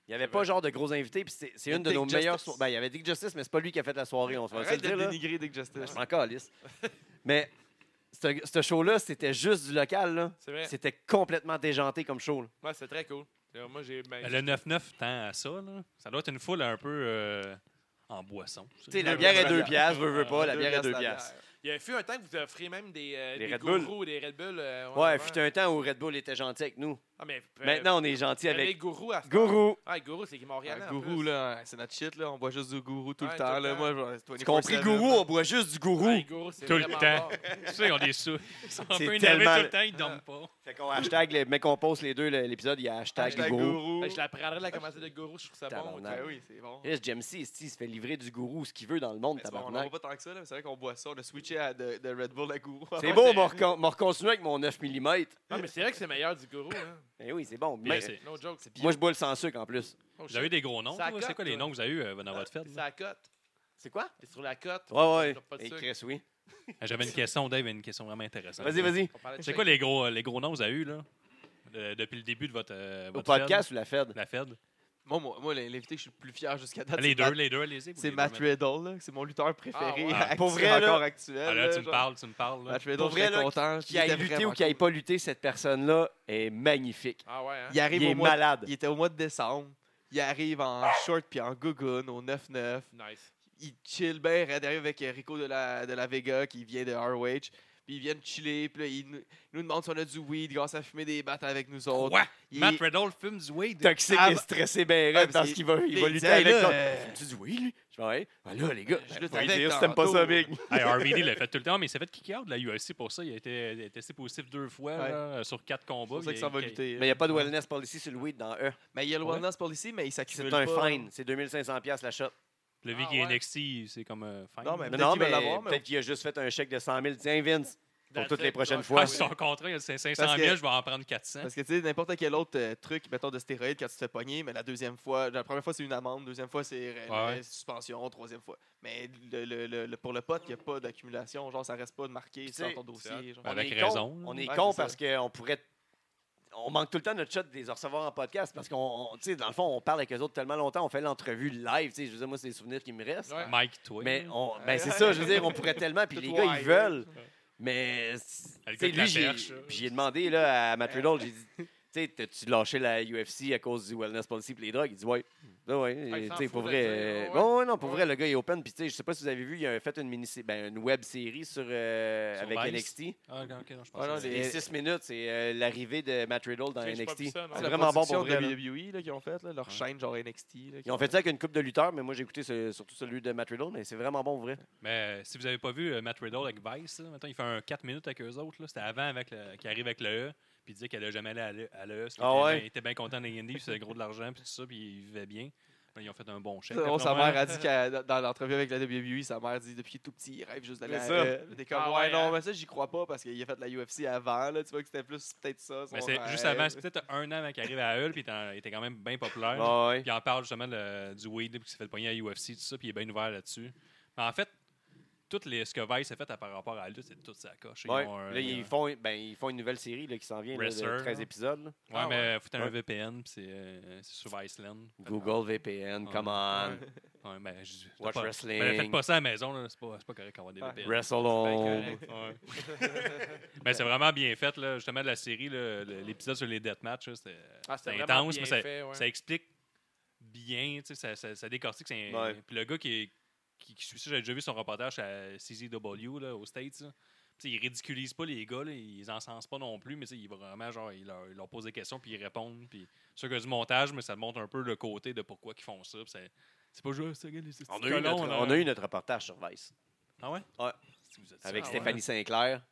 Speaker 1: Il n'y avait
Speaker 4: C'est
Speaker 1: pas
Speaker 4: vrai.
Speaker 1: genre de gros invités, puis c'est- c'est
Speaker 3: Et
Speaker 1: une de
Speaker 3: Dick
Speaker 1: nos meilleures
Speaker 3: Justice.
Speaker 1: soirées. Ben, il y avait Dick Justice, mais c'est pas lui qui a fait la soirée, on se va se le
Speaker 3: Arrête de
Speaker 1: dire. là.
Speaker 3: dénigrer Dick Justice.
Speaker 1: Je m'en calisse. Mais ce ce show-là, c'était juste du local. là.
Speaker 4: C'est vrai.
Speaker 1: C'était complètement déjanté comme show. là.
Speaker 4: Ouais, c'est très cool. Euh, Moi, j'ai. ben,
Speaker 2: Le 9-9 tend à ça. là. Ça doit être une foule un peu euh, en boisson. ça.
Speaker 1: Tu sais, la
Speaker 3: Deux
Speaker 1: bière
Speaker 3: piastres,
Speaker 1: est deux
Speaker 3: la
Speaker 1: piastres, veux, veux pas, la
Speaker 3: Deux
Speaker 1: bière est
Speaker 3: piastres,
Speaker 1: deux
Speaker 3: la
Speaker 1: piastres.
Speaker 3: bière.
Speaker 4: Il y a eu un temps que vous offrez même des, euh,
Speaker 1: Des
Speaker 4: des
Speaker 1: Red
Speaker 4: gourous, des Red Bull. euh, en
Speaker 1: Ouais,
Speaker 4: avant.
Speaker 1: fut un temps où Red Bull était gentil avec nous.
Speaker 4: Ah, mais, euh,
Speaker 1: Maintenant, on est gentil
Speaker 4: vous avez
Speaker 1: avec
Speaker 4: gourou à ce temps.
Speaker 1: Gourou.
Speaker 4: Ah, gourou, c'est qui Montréal.
Speaker 3: Ah, gourou, là, hein, c'est notre shit, là. On boit juste du gourou tout
Speaker 4: Ouais,
Speaker 3: le temps.
Speaker 4: tout le
Speaker 3: là.
Speaker 4: temps.
Speaker 3: Moi, genre, 24/7,
Speaker 1: Tu compris, Gourou, on boit juste du Gourou.
Speaker 4: Ah, gourou, c'est
Speaker 2: Tout le
Speaker 4: vraiment
Speaker 2: temps.
Speaker 4: fort.
Speaker 2: Tu sais, on est sous. Ils sont un
Speaker 1: C'est
Speaker 2: peu énervés
Speaker 1: tellement- Ah.
Speaker 2: tout le temps, ils dorment pas.
Speaker 1: Fait qu'on hashtag, les- mais qu'on poste les deux le- l'épisode, il y a hashtag,
Speaker 3: Hashtag
Speaker 1: Gourou.
Speaker 3: gourou.
Speaker 4: Ben, Je la prendrais la commandée de gourou, je trouve ça bon.
Speaker 1: Tabarnak.
Speaker 3: Ben oui, c'est bon.
Speaker 1: Yes, Jamesy, il se fait livrer du Gourou, ce qu'il veut dans le monde,
Speaker 3: Ben, c'est bon, on n'en
Speaker 1: tabarnak.
Speaker 3: voit pas tant que ça, là. mais C'est vrai qu'on boit ça. On a switché à de, de Red Bull à gourou.
Speaker 1: C'est beau, on va recontinuer avec mon 9 mm.
Speaker 4: Ah, mais c'est vrai que c'est meilleur du gourou. Hein.
Speaker 1: Eh oui, c'est bon.
Speaker 2: Puis,
Speaker 1: Mais-
Speaker 2: euh, c'est-
Speaker 4: No joke. Oh, C'est
Speaker 1: moi, je bois le sans sucre en plus.
Speaker 4: Oh,
Speaker 2: Vous avez des gros noms,
Speaker 4: Ça
Speaker 2: toi?
Speaker 4: cote,
Speaker 2: C'est quoi les
Speaker 4: toi.
Speaker 2: noms que vous avez eu euh, dans votre fête?
Speaker 4: C'est
Speaker 2: là?
Speaker 4: à la cote.
Speaker 1: C'est quoi?
Speaker 4: C'est sur la cote.
Speaker 1: Ouais,
Speaker 4: Il
Speaker 1: ouais.
Speaker 4: y a pas de
Speaker 1: Et
Speaker 4: sucre.
Speaker 1: Chris, oui.
Speaker 2: J'avais une question, Dave, une question vraiment intéressante.
Speaker 1: Vas-y, vas-y.
Speaker 4: On parlait de
Speaker 2: C'est
Speaker 4: chèque.
Speaker 2: quoi les gros, les gros noms que vous avez eu là? Euh, depuis le début de votre, euh,
Speaker 1: Au
Speaker 2: votre
Speaker 1: podcast ou la Fed?
Speaker 2: Fed? La Fed?
Speaker 3: Moi, moi, moi, l'invité que je suis le plus fier jusqu'à date,
Speaker 2: les
Speaker 3: c'est
Speaker 2: deux,
Speaker 3: Matt-
Speaker 2: les deux, allez-y.
Speaker 3: c'est
Speaker 2: vous
Speaker 3: Matt
Speaker 2: les deux,
Speaker 3: Riddle. là. C'est mon lutteur préféré.
Speaker 4: ouais.
Speaker 3: actif
Speaker 1: Pour vrai, là-
Speaker 3: encore actuel.
Speaker 2: Ah, là, tu
Speaker 3: là,
Speaker 2: me
Speaker 3: genre.
Speaker 2: parles, tu me parles. là.
Speaker 3: Matt Riddle,
Speaker 1: Pour
Speaker 3: je suis
Speaker 1: vrai, là,
Speaker 3: content.
Speaker 1: Qui aille lutter ou qui aille pas lutter, cette personne-là est magnifique.
Speaker 4: Ah ouais, hein?
Speaker 3: Il arrive
Speaker 1: Il est
Speaker 3: au mois de-
Speaker 1: malade.
Speaker 3: Il était au mois de décembre. Il arrive en short puis en gougoune au 9-9.
Speaker 4: Nice.
Speaker 3: il chill bien raide, arrive avec euh, Rico de la, de la Vega qui vient de ROH. Puis ils viennent chiller, puis là, ils nous, ils nous demandent si on a du weed grâce à fumer des battes avec nous autres.
Speaker 2: Quoi?
Speaker 3: Il-
Speaker 2: Matt Riddle fume du weed.
Speaker 1: Toxique
Speaker 3: Ah,
Speaker 1: et
Speaker 3: bah-
Speaker 1: stressé, ben
Speaker 3: Ouais,
Speaker 1: raide
Speaker 3: mais
Speaker 1: parce
Speaker 3: c'est-
Speaker 1: qu'il va, il
Speaker 3: les
Speaker 1: va lutter
Speaker 3: disais,
Speaker 1: avec
Speaker 3: là,
Speaker 1: toi.
Speaker 3: euh,
Speaker 1: Tu dis oui, lui? Je fais, ouais. Ben là, les gars,
Speaker 3: Je
Speaker 1: ben,
Speaker 3: le
Speaker 1: faut lui
Speaker 3: savais
Speaker 1: dire si t'aimes pas
Speaker 3: tantôt.
Speaker 1: ça, Big.
Speaker 2: Hey, RVD l'a fait tout le temps, mais il s'est fait kick out de la UFC pour ça. Il a été il a testé positif deux fois
Speaker 3: Ouais.
Speaker 2: là, euh, sur quatre combats.
Speaker 3: C'est pour ça
Speaker 2: Il
Speaker 3: que
Speaker 2: a-
Speaker 3: ça va
Speaker 2: il a-
Speaker 3: lutter. hein.
Speaker 1: Mais il n'y a pas de wellness policy sur le weed dans E.
Speaker 3: Mais il y a le
Speaker 2: Ouais.
Speaker 3: wellness policy, mais il s'accumule
Speaker 1: C'est
Speaker 3: pas.
Speaker 1: un fine. C'est 2500$ la shot.
Speaker 2: Le Vicky
Speaker 4: Ah, ouais.
Speaker 2: NXT, c'est comme euh, fine.
Speaker 3: Non, mais-
Speaker 1: Non,
Speaker 3: Peut-être
Speaker 1: non,
Speaker 3: qu'il veut
Speaker 1: mais
Speaker 3: l'avoir, mais-
Speaker 1: peut-être qu'il a juste fait un chèque de 100 000. Tiens, Vince, pour
Speaker 4: That's
Speaker 1: toutes les
Speaker 4: it.
Speaker 1: prochaines
Speaker 4: Ouais,
Speaker 1: fois.
Speaker 2: Ah, sur son contrat, il a 500
Speaker 3: Parce
Speaker 2: 000,
Speaker 3: que-
Speaker 2: je vais en prendre 400.
Speaker 3: Parce que tu sais, n'importe quel autre euh, truc, mettons, de stéroïdes quand tu te fais pogner, mais la deuxième fois, la première fois c'est une amende, deuxième fois c'est euh,
Speaker 2: Ouais.
Speaker 3: la suspension, troisième fois. Mais le- le- le- le- pour le pote, il n'y a pas d'accumulation, genre ça reste pas de marqué
Speaker 1: Puis
Speaker 3: sur
Speaker 1: tu
Speaker 3: ton
Speaker 1: sais,
Speaker 3: dossier. genre.
Speaker 1: On
Speaker 2: Avec
Speaker 1: est con.
Speaker 2: raison, là.
Speaker 1: On est
Speaker 3: Ouais,
Speaker 1: con
Speaker 3: c'est ça.
Speaker 1: parce qu'on pourrait. On manque tout le temps notre shot de les recevoir en podcast parce qu'on, on- tu sais, dans le fond, on parle avec eux autres tellement longtemps, on fait l'entrevue live. tu sais, Je veux dire, moi, c'est des souvenirs qui me restent.
Speaker 4: Ouais.
Speaker 2: Mike, toi.
Speaker 1: Mais
Speaker 2: là.
Speaker 4: Euh,
Speaker 1: on, ben, c'est ça, je veux dire, on pourrait tellement. Puis
Speaker 3: Tout
Speaker 1: les gars,
Speaker 3: wide.
Speaker 1: ils veulent. Mais
Speaker 2: Le gars
Speaker 1: tu sais,
Speaker 2: de la
Speaker 1: lui, j'ai,
Speaker 2: perche, là.
Speaker 1: j'ai demandé là, à
Speaker 4: Euh.
Speaker 1: Matt Riddle, j'ai dit, tu sais, t'as-tu lâché la UFC à cause du wellness policy et les drogues? Il dit, ouais. Ah ouais,
Speaker 4: Ah, il
Speaker 1: tu
Speaker 4: s'en
Speaker 1: sais, pour
Speaker 4: fout de
Speaker 1: vrai.
Speaker 4: dire,
Speaker 1: euh,
Speaker 4: ouais.
Speaker 1: Bon, ouais, non, pour
Speaker 4: Ouais.
Speaker 1: vrai, le gars il est open. Puis, tu sais, je sais pas si vous avez vu, il a fait une, mini ben, une web série sur, euh,
Speaker 2: Sur
Speaker 1: avec
Speaker 2: Vice.
Speaker 1: NXT.
Speaker 2: Ah, ok, non, je
Speaker 3: Ah, non,
Speaker 2: pense
Speaker 3: les-
Speaker 1: Les 6 minutes, c'est euh, l'arrivée de Matt Riddle dans
Speaker 4: Ok, j'ai pas vu
Speaker 1: NXT.
Speaker 4: ça, non.
Speaker 1: C'est
Speaker 3: la
Speaker 1: vraiment bon
Speaker 3: production
Speaker 1: pour vrai. là.
Speaker 3: WWE E, là, qu'ils ont fait, là, leur
Speaker 2: Ouais.
Speaker 3: chaîne genre NXT. là,
Speaker 1: Ils ont fait ça avec une coupe de lutteurs, mais moi j'ai écouté ce- surtout celui de Matt Riddle, mais c'est vraiment bon pour vrai.
Speaker 2: Mais euh, si vous n'avez pas vu euh, Matt Riddle avec Vice, là, maintenant, il fait un 4 minutes avec eux autres. là. C'était avant avec le- qu'il arrive avec le E. Puis il disait qu'elle n'a jamais allé à l'E. à l'E, parce qu'il
Speaker 1: Ah
Speaker 2: était
Speaker 1: ouais?
Speaker 2: bien- Il était bien content des Indies, puis c'était gros de l'argent, puis tout ça, puis il vivait bien. Ben, ils ont fait un hein. bon chèque.
Speaker 3: Non, sa
Speaker 2: Après,
Speaker 3: mère a dit qu'à- dans l'entrevue avec la WWE, sa mère dit depuis qu'il est tout petit, il rêve juste
Speaker 1: C'est
Speaker 3: d'aller à
Speaker 1: ça.
Speaker 3: euh, des comme,
Speaker 4: Ah
Speaker 3: ouais,
Speaker 4: ouais, hein.
Speaker 3: non, mais ça, j'y crois pas parce qu'il a fait la UFC avant. Là, tu vois que c'était plus peut-être ça. son
Speaker 2: Mais Ben, c'est
Speaker 3: rêve.
Speaker 2: juste avant, c'est peut-être un an avant qu'il arrive à Hull, puis il était en- il était quand même bien populaire.
Speaker 1: Ah ouais.
Speaker 2: Puis il en parle justement de- du weed, là, puis qu'il s'est fait pogner à UFC, tout ça, puis il est bien ouvert là-dessus. Mais en fait, tout les, ce que Vice a fait à- par rapport à la lutte, c'est tout sa coche. Ils
Speaker 1: Ouais.
Speaker 2: ont un-
Speaker 1: Là, ils hein. font, ben, ils font une nouvelle série là, qui s'en vient là, de
Speaker 2: Wrestler,
Speaker 1: 13
Speaker 2: là.
Speaker 1: épisodes. là.
Speaker 2: Ouais,
Speaker 4: Ah,
Speaker 2: mais faut un
Speaker 1: Ouais.
Speaker 2: VPN, puis c'est euh, c'est sur Viceland.
Speaker 1: Google VPN,
Speaker 2: Ouais.
Speaker 1: come on.
Speaker 2: Ouais, ben, je- t'as
Speaker 1: Watch
Speaker 2: pas-
Speaker 1: wrestling.
Speaker 2: ben, faites pas ça à la maison, là, c'est pas, c'est pas correct qu'on va des
Speaker 3: Ouais.
Speaker 2: VPN.
Speaker 1: Wrestle
Speaker 3: Ben,
Speaker 1: on.
Speaker 3: correct.
Speaker 2: Ben, c'est vraiment bien fait, là, justement, de la série, là, le- l'épisode sur les deathmatchs, là, c'était
Speaker 4: Ah, c'était
Speaker 2: c'était
Speaker 4: vraiment
Speaker 2: intense,
Speaker 4: bien
Speaker 2: mais ça,
Speaker 4: fait, ouais.
Speaker 2: ça explique bien, tu sais, ça, ça, ça décortique. c'est un-
Speaker 1: Ouais.
Speaker 2: Puis le gars qui, est- qui, qui suit ça. J'avais déjà vu son reportage à CZW là, aux States. là. Puis, tu sais, ils ridiculisent pas les gars, là, ils encensent pas non plus, mais tu sais, ils vraiment genre ils leur, ils leur posent des questions puis ils répondent. Puis sûr qu'il y a du montage, mais ça montre un peu le côté de pourquoi ils font ça. puis c'est- C'est pas juste, regarde, les- ces
Speaker 1: On a,
Speaker 2: petits
Speaker 1: eu
Speaker 2: colons,
Speaker 1: notre,
Speaker 2: là.
Speaker 1: on a eu notre reportage sur Vice
Speaker 2: Ah ouais?
Speaker 1: Ouais.
Speaker 2: Si vous êtes Ah
Speaker 1: avec
Speaker 2: ça,
Speaker 1: Stéphanie Sinclair.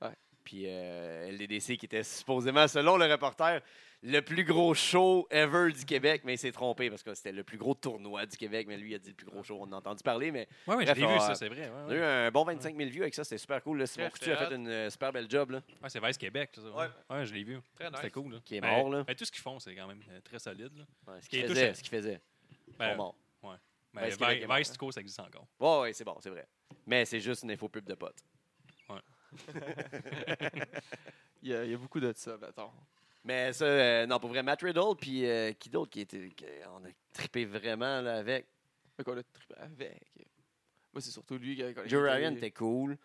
Speaker 1: Puis euh, LDDC qui était supposément, selon le reporter, le plus gros show ever du Québec. Mais il s'est trompé parce que c'était le plus gros tournoi du Québec. Mais lui, il a dit le plus gros show. On en a entendu parler, mais
Speaker 2: Ouais, ouais, je l'ai
Speaker 1: Bref,
Speaker 2: vu,
Speaker 1: on-
Speaker 2: ça, c'est vrai. ouais,
Speaker 1: on a
Speaker 2: ouais.
Speaker 1: eu un bon 25 000 vues avec ça. C'était super cool. là. Simon
Speaker 4: Ouais,
Speaker 1: Coutu a
Speaker 4: c'était
Speaker 1: fait une euh, super belle job, là,
Speaker 2: Ouais, c'est Vice Québec. ça, Ouais, Ouais, je l'ai vu.
Speaker 4: Très nice.
Speaker 2: C'était cool. là.
Speaker 1: qui est
Speaker 2: Ben,
Speaker 1: mort. Là.
Speaker 2: ben, tout ce qu'ils font, c'est quand même euh, très solide. là.
Speaker 1: Ouais, ce
Speaker 2: qui
Speaker 1: qu'il
Speaker 2: est
Speaker 1: faisait.
Speaker 2: touchant.
Speaker 1: Ce qu'il faisait. Ils
Speaker 2: Ben,
Speaker 1: sont morts.
Speaker 2: ben,
Speaker 1: Vice Québec est
Speaker 2: Vi-
Speaker 1: mort,
Speaker 2: Vice,
Speaker 1: hein.
Speaker 2: du coup, ça existe encore.
Speaker 1: Ouais, ouais, c'est bon, c'est vrai. Mais c'est juste une info pub de potes.
Speaker 3: Il y, a, il y a beaucoup de ça, mettons.
Speaker 1: Mais ça, euh, non, pour vrai, Matt Riddle, puis euh, qui d'autre qui était. qui- on a trippé vraiment là, avec.
Speaker 3: Fait qu'on l'a trippé avec. Moi, c'est surtout lui qui a.
Speaker 1: Joe Ryan était cool.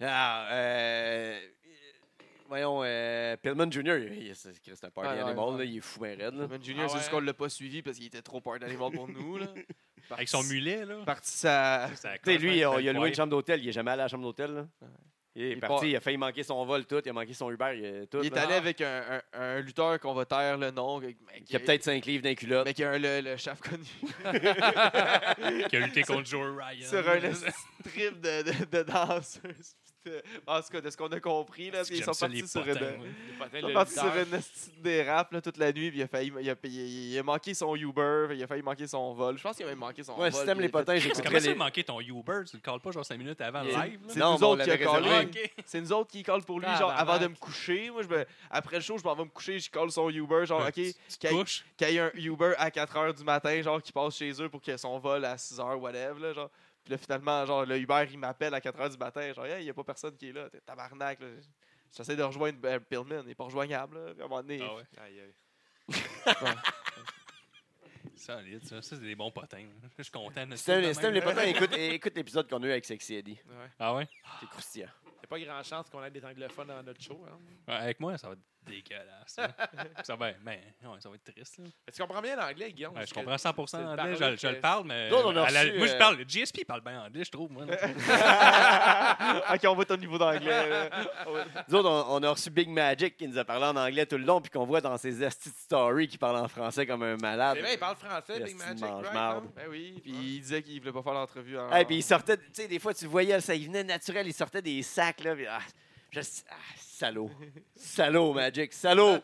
Speaker 1: Ah, euh, voyons, euh, Pillman Jr., il- il- c'est Christ, c'est un party
Speaker 3: Ouais, ouais,
Speaker 1: animal,
Speaker 3: ouais.
Speaker 1: là, il est fou ben raide. là.
Speaker 3: Man Junior,
Speaker 4: Ah
Speaker 3: c'est juste
Speaker 4: ouais.
Speaker 3: qu'on l'a pas suivi parce qu'il était trop peur d'animal pour nous. Là. Bah,
Speaker 2: Avec son mulet, là.
Speaker 3: Parti sa.
Speaker 2: ça
Speaker 1: Tu sais, lui, on-
Speaker 2: complètement
Speaker 1: il a loué une
Speaker 2: fait le
Speaker 1: chambre d'hôtel, il est jamais allé à la chambre d'hôtel. là.
Speaker 3: Ouais.
Speaker 1: Il est
Speaker 3: Il est
Speaker 1: parti,
Speaker 3: pas-
Speaker 1: il a failli manquer son vol, tout, il a manqué son Uber, il a tout.
Speaker 3: Il est
Speaker 1: là.
Speaker 3: allé avec un, un- un lutteur qu'on va taire le nom. mais
Speaker 1: Il a peut-être 5 livres d'un culotte.
Speaker 3: Mais qui a un- le, le chef connu
Speaker 2: poil, qui a lutté contre Joe Ryan.
Speaker 3: sur un strip de, de, de danseuse. Puis de- En tout cas, de ce qu'on a compris, là,
Speaker 2: Parce que
Speaker 3: ils
Speaker 2: j'aime
Speaker 3: sont
Speaker 2: ça, les
Speaker 3: partis sur
Speaker 2: potins,
Speaker 3: une.
Speaker 2: moi.
Speaker 4: Le patin,
Speaker 3: Ils
Speaker 4: le
Speaker 3: sont partis sur
Speaker 4: lutteur.
Speaker 3: une petite dérape là, toute la nuit, puis il a failli, il a, il- il a manqué son Uber, puis il a failli manquer son vol. Je pense qu'il a même manqué son
Speaker 1: Ouais,
Speaker 3: vol.
Speaker 1: si t'aimes
Speaker 3: puis
Speaker 1: les
Speaker 3: il a fait-
Speaker 1: potins,
Speaker 2: Chris,
Speaker 1: j'écouterais
Speaker 2: Comment ça,
Speaker 1: les.
Speaker 2: il manquait ton Uber? Tu le calls pas genre 5 minutes avant
Speaker 1: Il-
Speaker 2: live?
Speaker 3: C'est
Speaker 2: là?
Speaker 1: Non, mais
Speaker 3: nous
Speaker 1: on
Speaker 3: autres qui a
Speaker 1: l'avait
Speaker 3: collé.
Speaker 1: réservé.
Speaker 2: Ah, Ok.
Speaker 3: C'est nous autres qui call pour lui, genre
Speaker 2: Tabarnak.
Speaker 3: avant de me coucher. Moi, je me- après le show, je m'en vais me coucher, je call son Uber, genre,
Speaker 2: Ouais,
Speaker 3: ok, qu'il
Speaker 2: Tu
Speaker 3: y ait-
Speaker 2: couches?
Speaker 3: qu'il y ait un Uber à 4 h du matin, genre, qui passe chez eux pour que son vol à 6 h, whatever, là, genre. Puis là, finalement, genre, le Uber, il m'appelle à 4 h du matin, genre, Hey, il n'y a pas personne qui est là, t'es tabarnak, là. J'essaie de rejoindre euh, Pillman, il n'est pas rejoignable, là. Puis à un moment donné,
Speaker 2: Ah ouais.
Speaker 4: Aïe, aïe.
Speaker 2: Solide, ça. Ça, c'est des bons potins. là. Je suis content. de
Speaker 1: Si t'aimes
Speaker 2: ça,
Speaker 1: les-
Speaker 2: de
Speaker 1: si t'aimes les
Speaker 2: même.
Speaker 1: potins, écoute, écoute l'épisode qu'on a eu avec Sexy Eddie.
Speaker 4: Ouais.
Speaker 2: Ah ouais?
Speaker 1: C'est croustillant.
Speaker 4: C'est pas grand chance qu'on ait des anglophones dans notre show. hein.
Speaker 2: Ouais, Avec moi, ça va être dégueulasse. là. ça, va, être- ben, ouais, ça va être triste. Là.
Speaker 4: Mais Tu comprends bien l'anglais, Guillaume?
Speaker 2: Ouais,
Speaker 4: parce
Speaker 2: je
Speaker 4: que
Speaker 2: comprends 100%
Speaker 4: c'est une
Speaker 2: l'anglais. Je,
Speaker 4: parole
Speaker 2: je
Speaker 4: que-
Speaker 2: le parle, mais.
Speaker 1: Nous, on a
Speaker 2: à la-
Speaker 1: reçu,
Speaker 2: moi, je
Speaker 1: euh,
Speaker 2: parle. GSP parle bien anglais, je trouve. Moi, là.
Speaker 3: ok, on voit ton niveau d'anglais. là.
Speaker 4: Ah
Speaker 1: Nous autres, on, on a reçu Big Magic qui nous a parlé en anglais tout le long, puis qu'on voit dans ses esti de stories qui parle en français comme un malade.
Speaker 4: C'est vrai, il parle français,
Speaker 1: Le
Speaker 4: Big
Speaker 1: style
Speaker 4: Magic,
Speaker 1: Ah, mange
Speaker 4: right?
Speaker 1: marde.
Speaker 4: non?
Speaker 3: Ben oui, puis il disait qu'il voulait pas faire l'entrevue en.
Speaker 1: Ah, puis il sortait, tu sais, des fois, tu le voyais, ça, il venait naturel, il sortait des sacs, là. puis, ah, je- ah, salaud. salaud, Magic, salaud.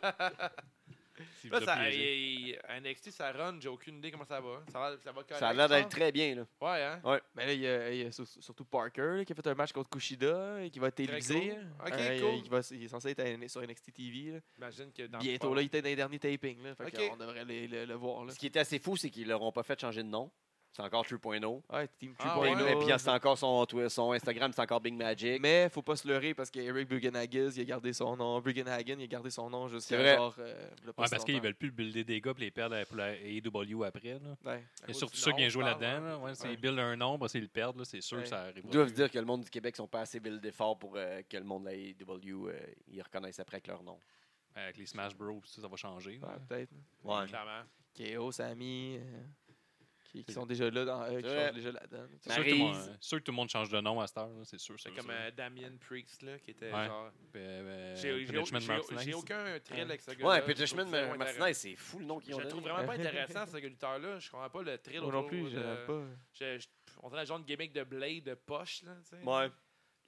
Speaker 2: Si vous
Speaker 4: Là, ça,
Speaker 2: avez-
Speaker 4: il- il- un NXT, ça run, j'ai aucune idée comment ça va. Ça a l'air- ça va correct,
Speaker 1: Ça a l'air d'être
Speaker 4: genre?
Speaker 1: très bien, là.
Speaker 4: Ouais, hein?
Speaker 3: Mais là, il y a, il y a sur- surtout Parker là, qui a fait un match contre Kushida et qui va être télévisé.
Speaker 4: cool.
Speaker 3: là.
Speaker 4: Ok,
Speaker 3: Euh, il-
Speaker 4: cool.
Speaker 3: il, va- il est censé être à- sur NXT TV. là.
Speaker 4: J'imagine que dans le
Speaker 3: Bientôt,
Speaker 4: sport-
Speaker 3: là, il était dans les derniers tapings. Là, fait
Speaker 4: Ok.
Speaker 3: qu'on devrait les- le, le voir. Là.
Speaker 1: Ce qui était assez fou, c'est qu'ils l'auront pas fait changer de nom. C'est encore 3.0.
Speaker 3: Ouais, Team
Speaker 4: Ah,
Speaker 3: 3.0.
Speaker 4: ouais.
Speaker 1: Et puis, c'est encore son, Twi- son Instagram, c'est encore Big Magic.
Speaker 3: Mais faut pas se leurrer parce qu'Eric Bugenhagen, il a gardé son nom. Bugenhagen, il a gardé son nom
Speaker 1: C'est
Speaker 3: jusqu'à
Speaker 1: vrai.
Speaker 3: genre. euh, le pas
Speaker 2: Ouais,
Speaker 3: si
Speaker 2: parce qu'ils
Speaker 3: longtemps.
Speaker 2: veulent plus builder des gars pour les perdre pour la AEW après. Là.
Speaker 3: Ouais.
Speaker 2: Il y a
Speaker 4: cause
Speaker 2: surtout
Speaker 4: du
Speaker 2: ça qui vient
Speaker 4: nom,
Speaker 2: jouer
Speaker 4: je parle,
Speaker 2: là-dedans.
Speaker 4: ouais.
Speaker 2: là. Ouais, c'est
Speaker 3: Ouais.
Speaker 2: ils buildent un nombre, c'est ils le perdent. là, C'est sûr
Speaker 3: Ouais.
Speaker 2: que ça arrive.
Speaker 1: Ils doivent dire que le monde du Québec sont pas assez buildés fort pour euh, que le monde de la AEW, euh, ils reconnaissent après avec leur nom.
Speaker 2: Avec les Smash Bros, ça, ça va changer. là.
Speaker 3: Ouais, peut-être.
Speaker 1: Ouais.
Speaker 4: Clairement.
Speaker 3: KO, Sami, euh, qui, qui sont déjà là, dans, euh, qui
Speaker 1: C'est vrai.
Speaker 3: sont déjà là-dedans.
Speaker 2: C'est sûr, que tout le monde-
Speaker 1: Maryse.
Speaker 2: c'est sûr que tout le monde change de nom à cette heure. là, C'est sûr.
Speaker 4: C'est
Speaker 2: sûr,
Speaker 4: comme
Speaker 2: sûr.
Speaker 4: euh, Damien Priest, là, qui était
Speaker 2: Ouais.
Speaker 4: genre.
Speaker 2: Euh, euh,
Speaker 4: J'ai- J'ai
Speaker 2: Punishment
Speaker 4: j'ai-
Speaker 2: Martinez.
Speaker 4: j'ai aucun thrill avec ce gars.
Speaker 1: Ouais, Peterschmidt, Martinez, c'est fou le nom
Speaker 4: Je
Speaker 1: qu'ils ont
Speaker 4: le trouve
Speaker 1: donné.
Speaker 4: vraiment pas intéressant, ce lutteur-là. Je comprends pas le thrill.
Speaker 3: Moi non
Speaker 4: autour
Speaker 3: plus,
Speaker 4: de-
Speaker 3: je
Speaker 1: euh,
Speaker 3: l'aime pas.
Speaker 4: Je- je- on dirait le genre de gimmick de Blade de poche, là, tu sais.
Speaker 1: Ouais.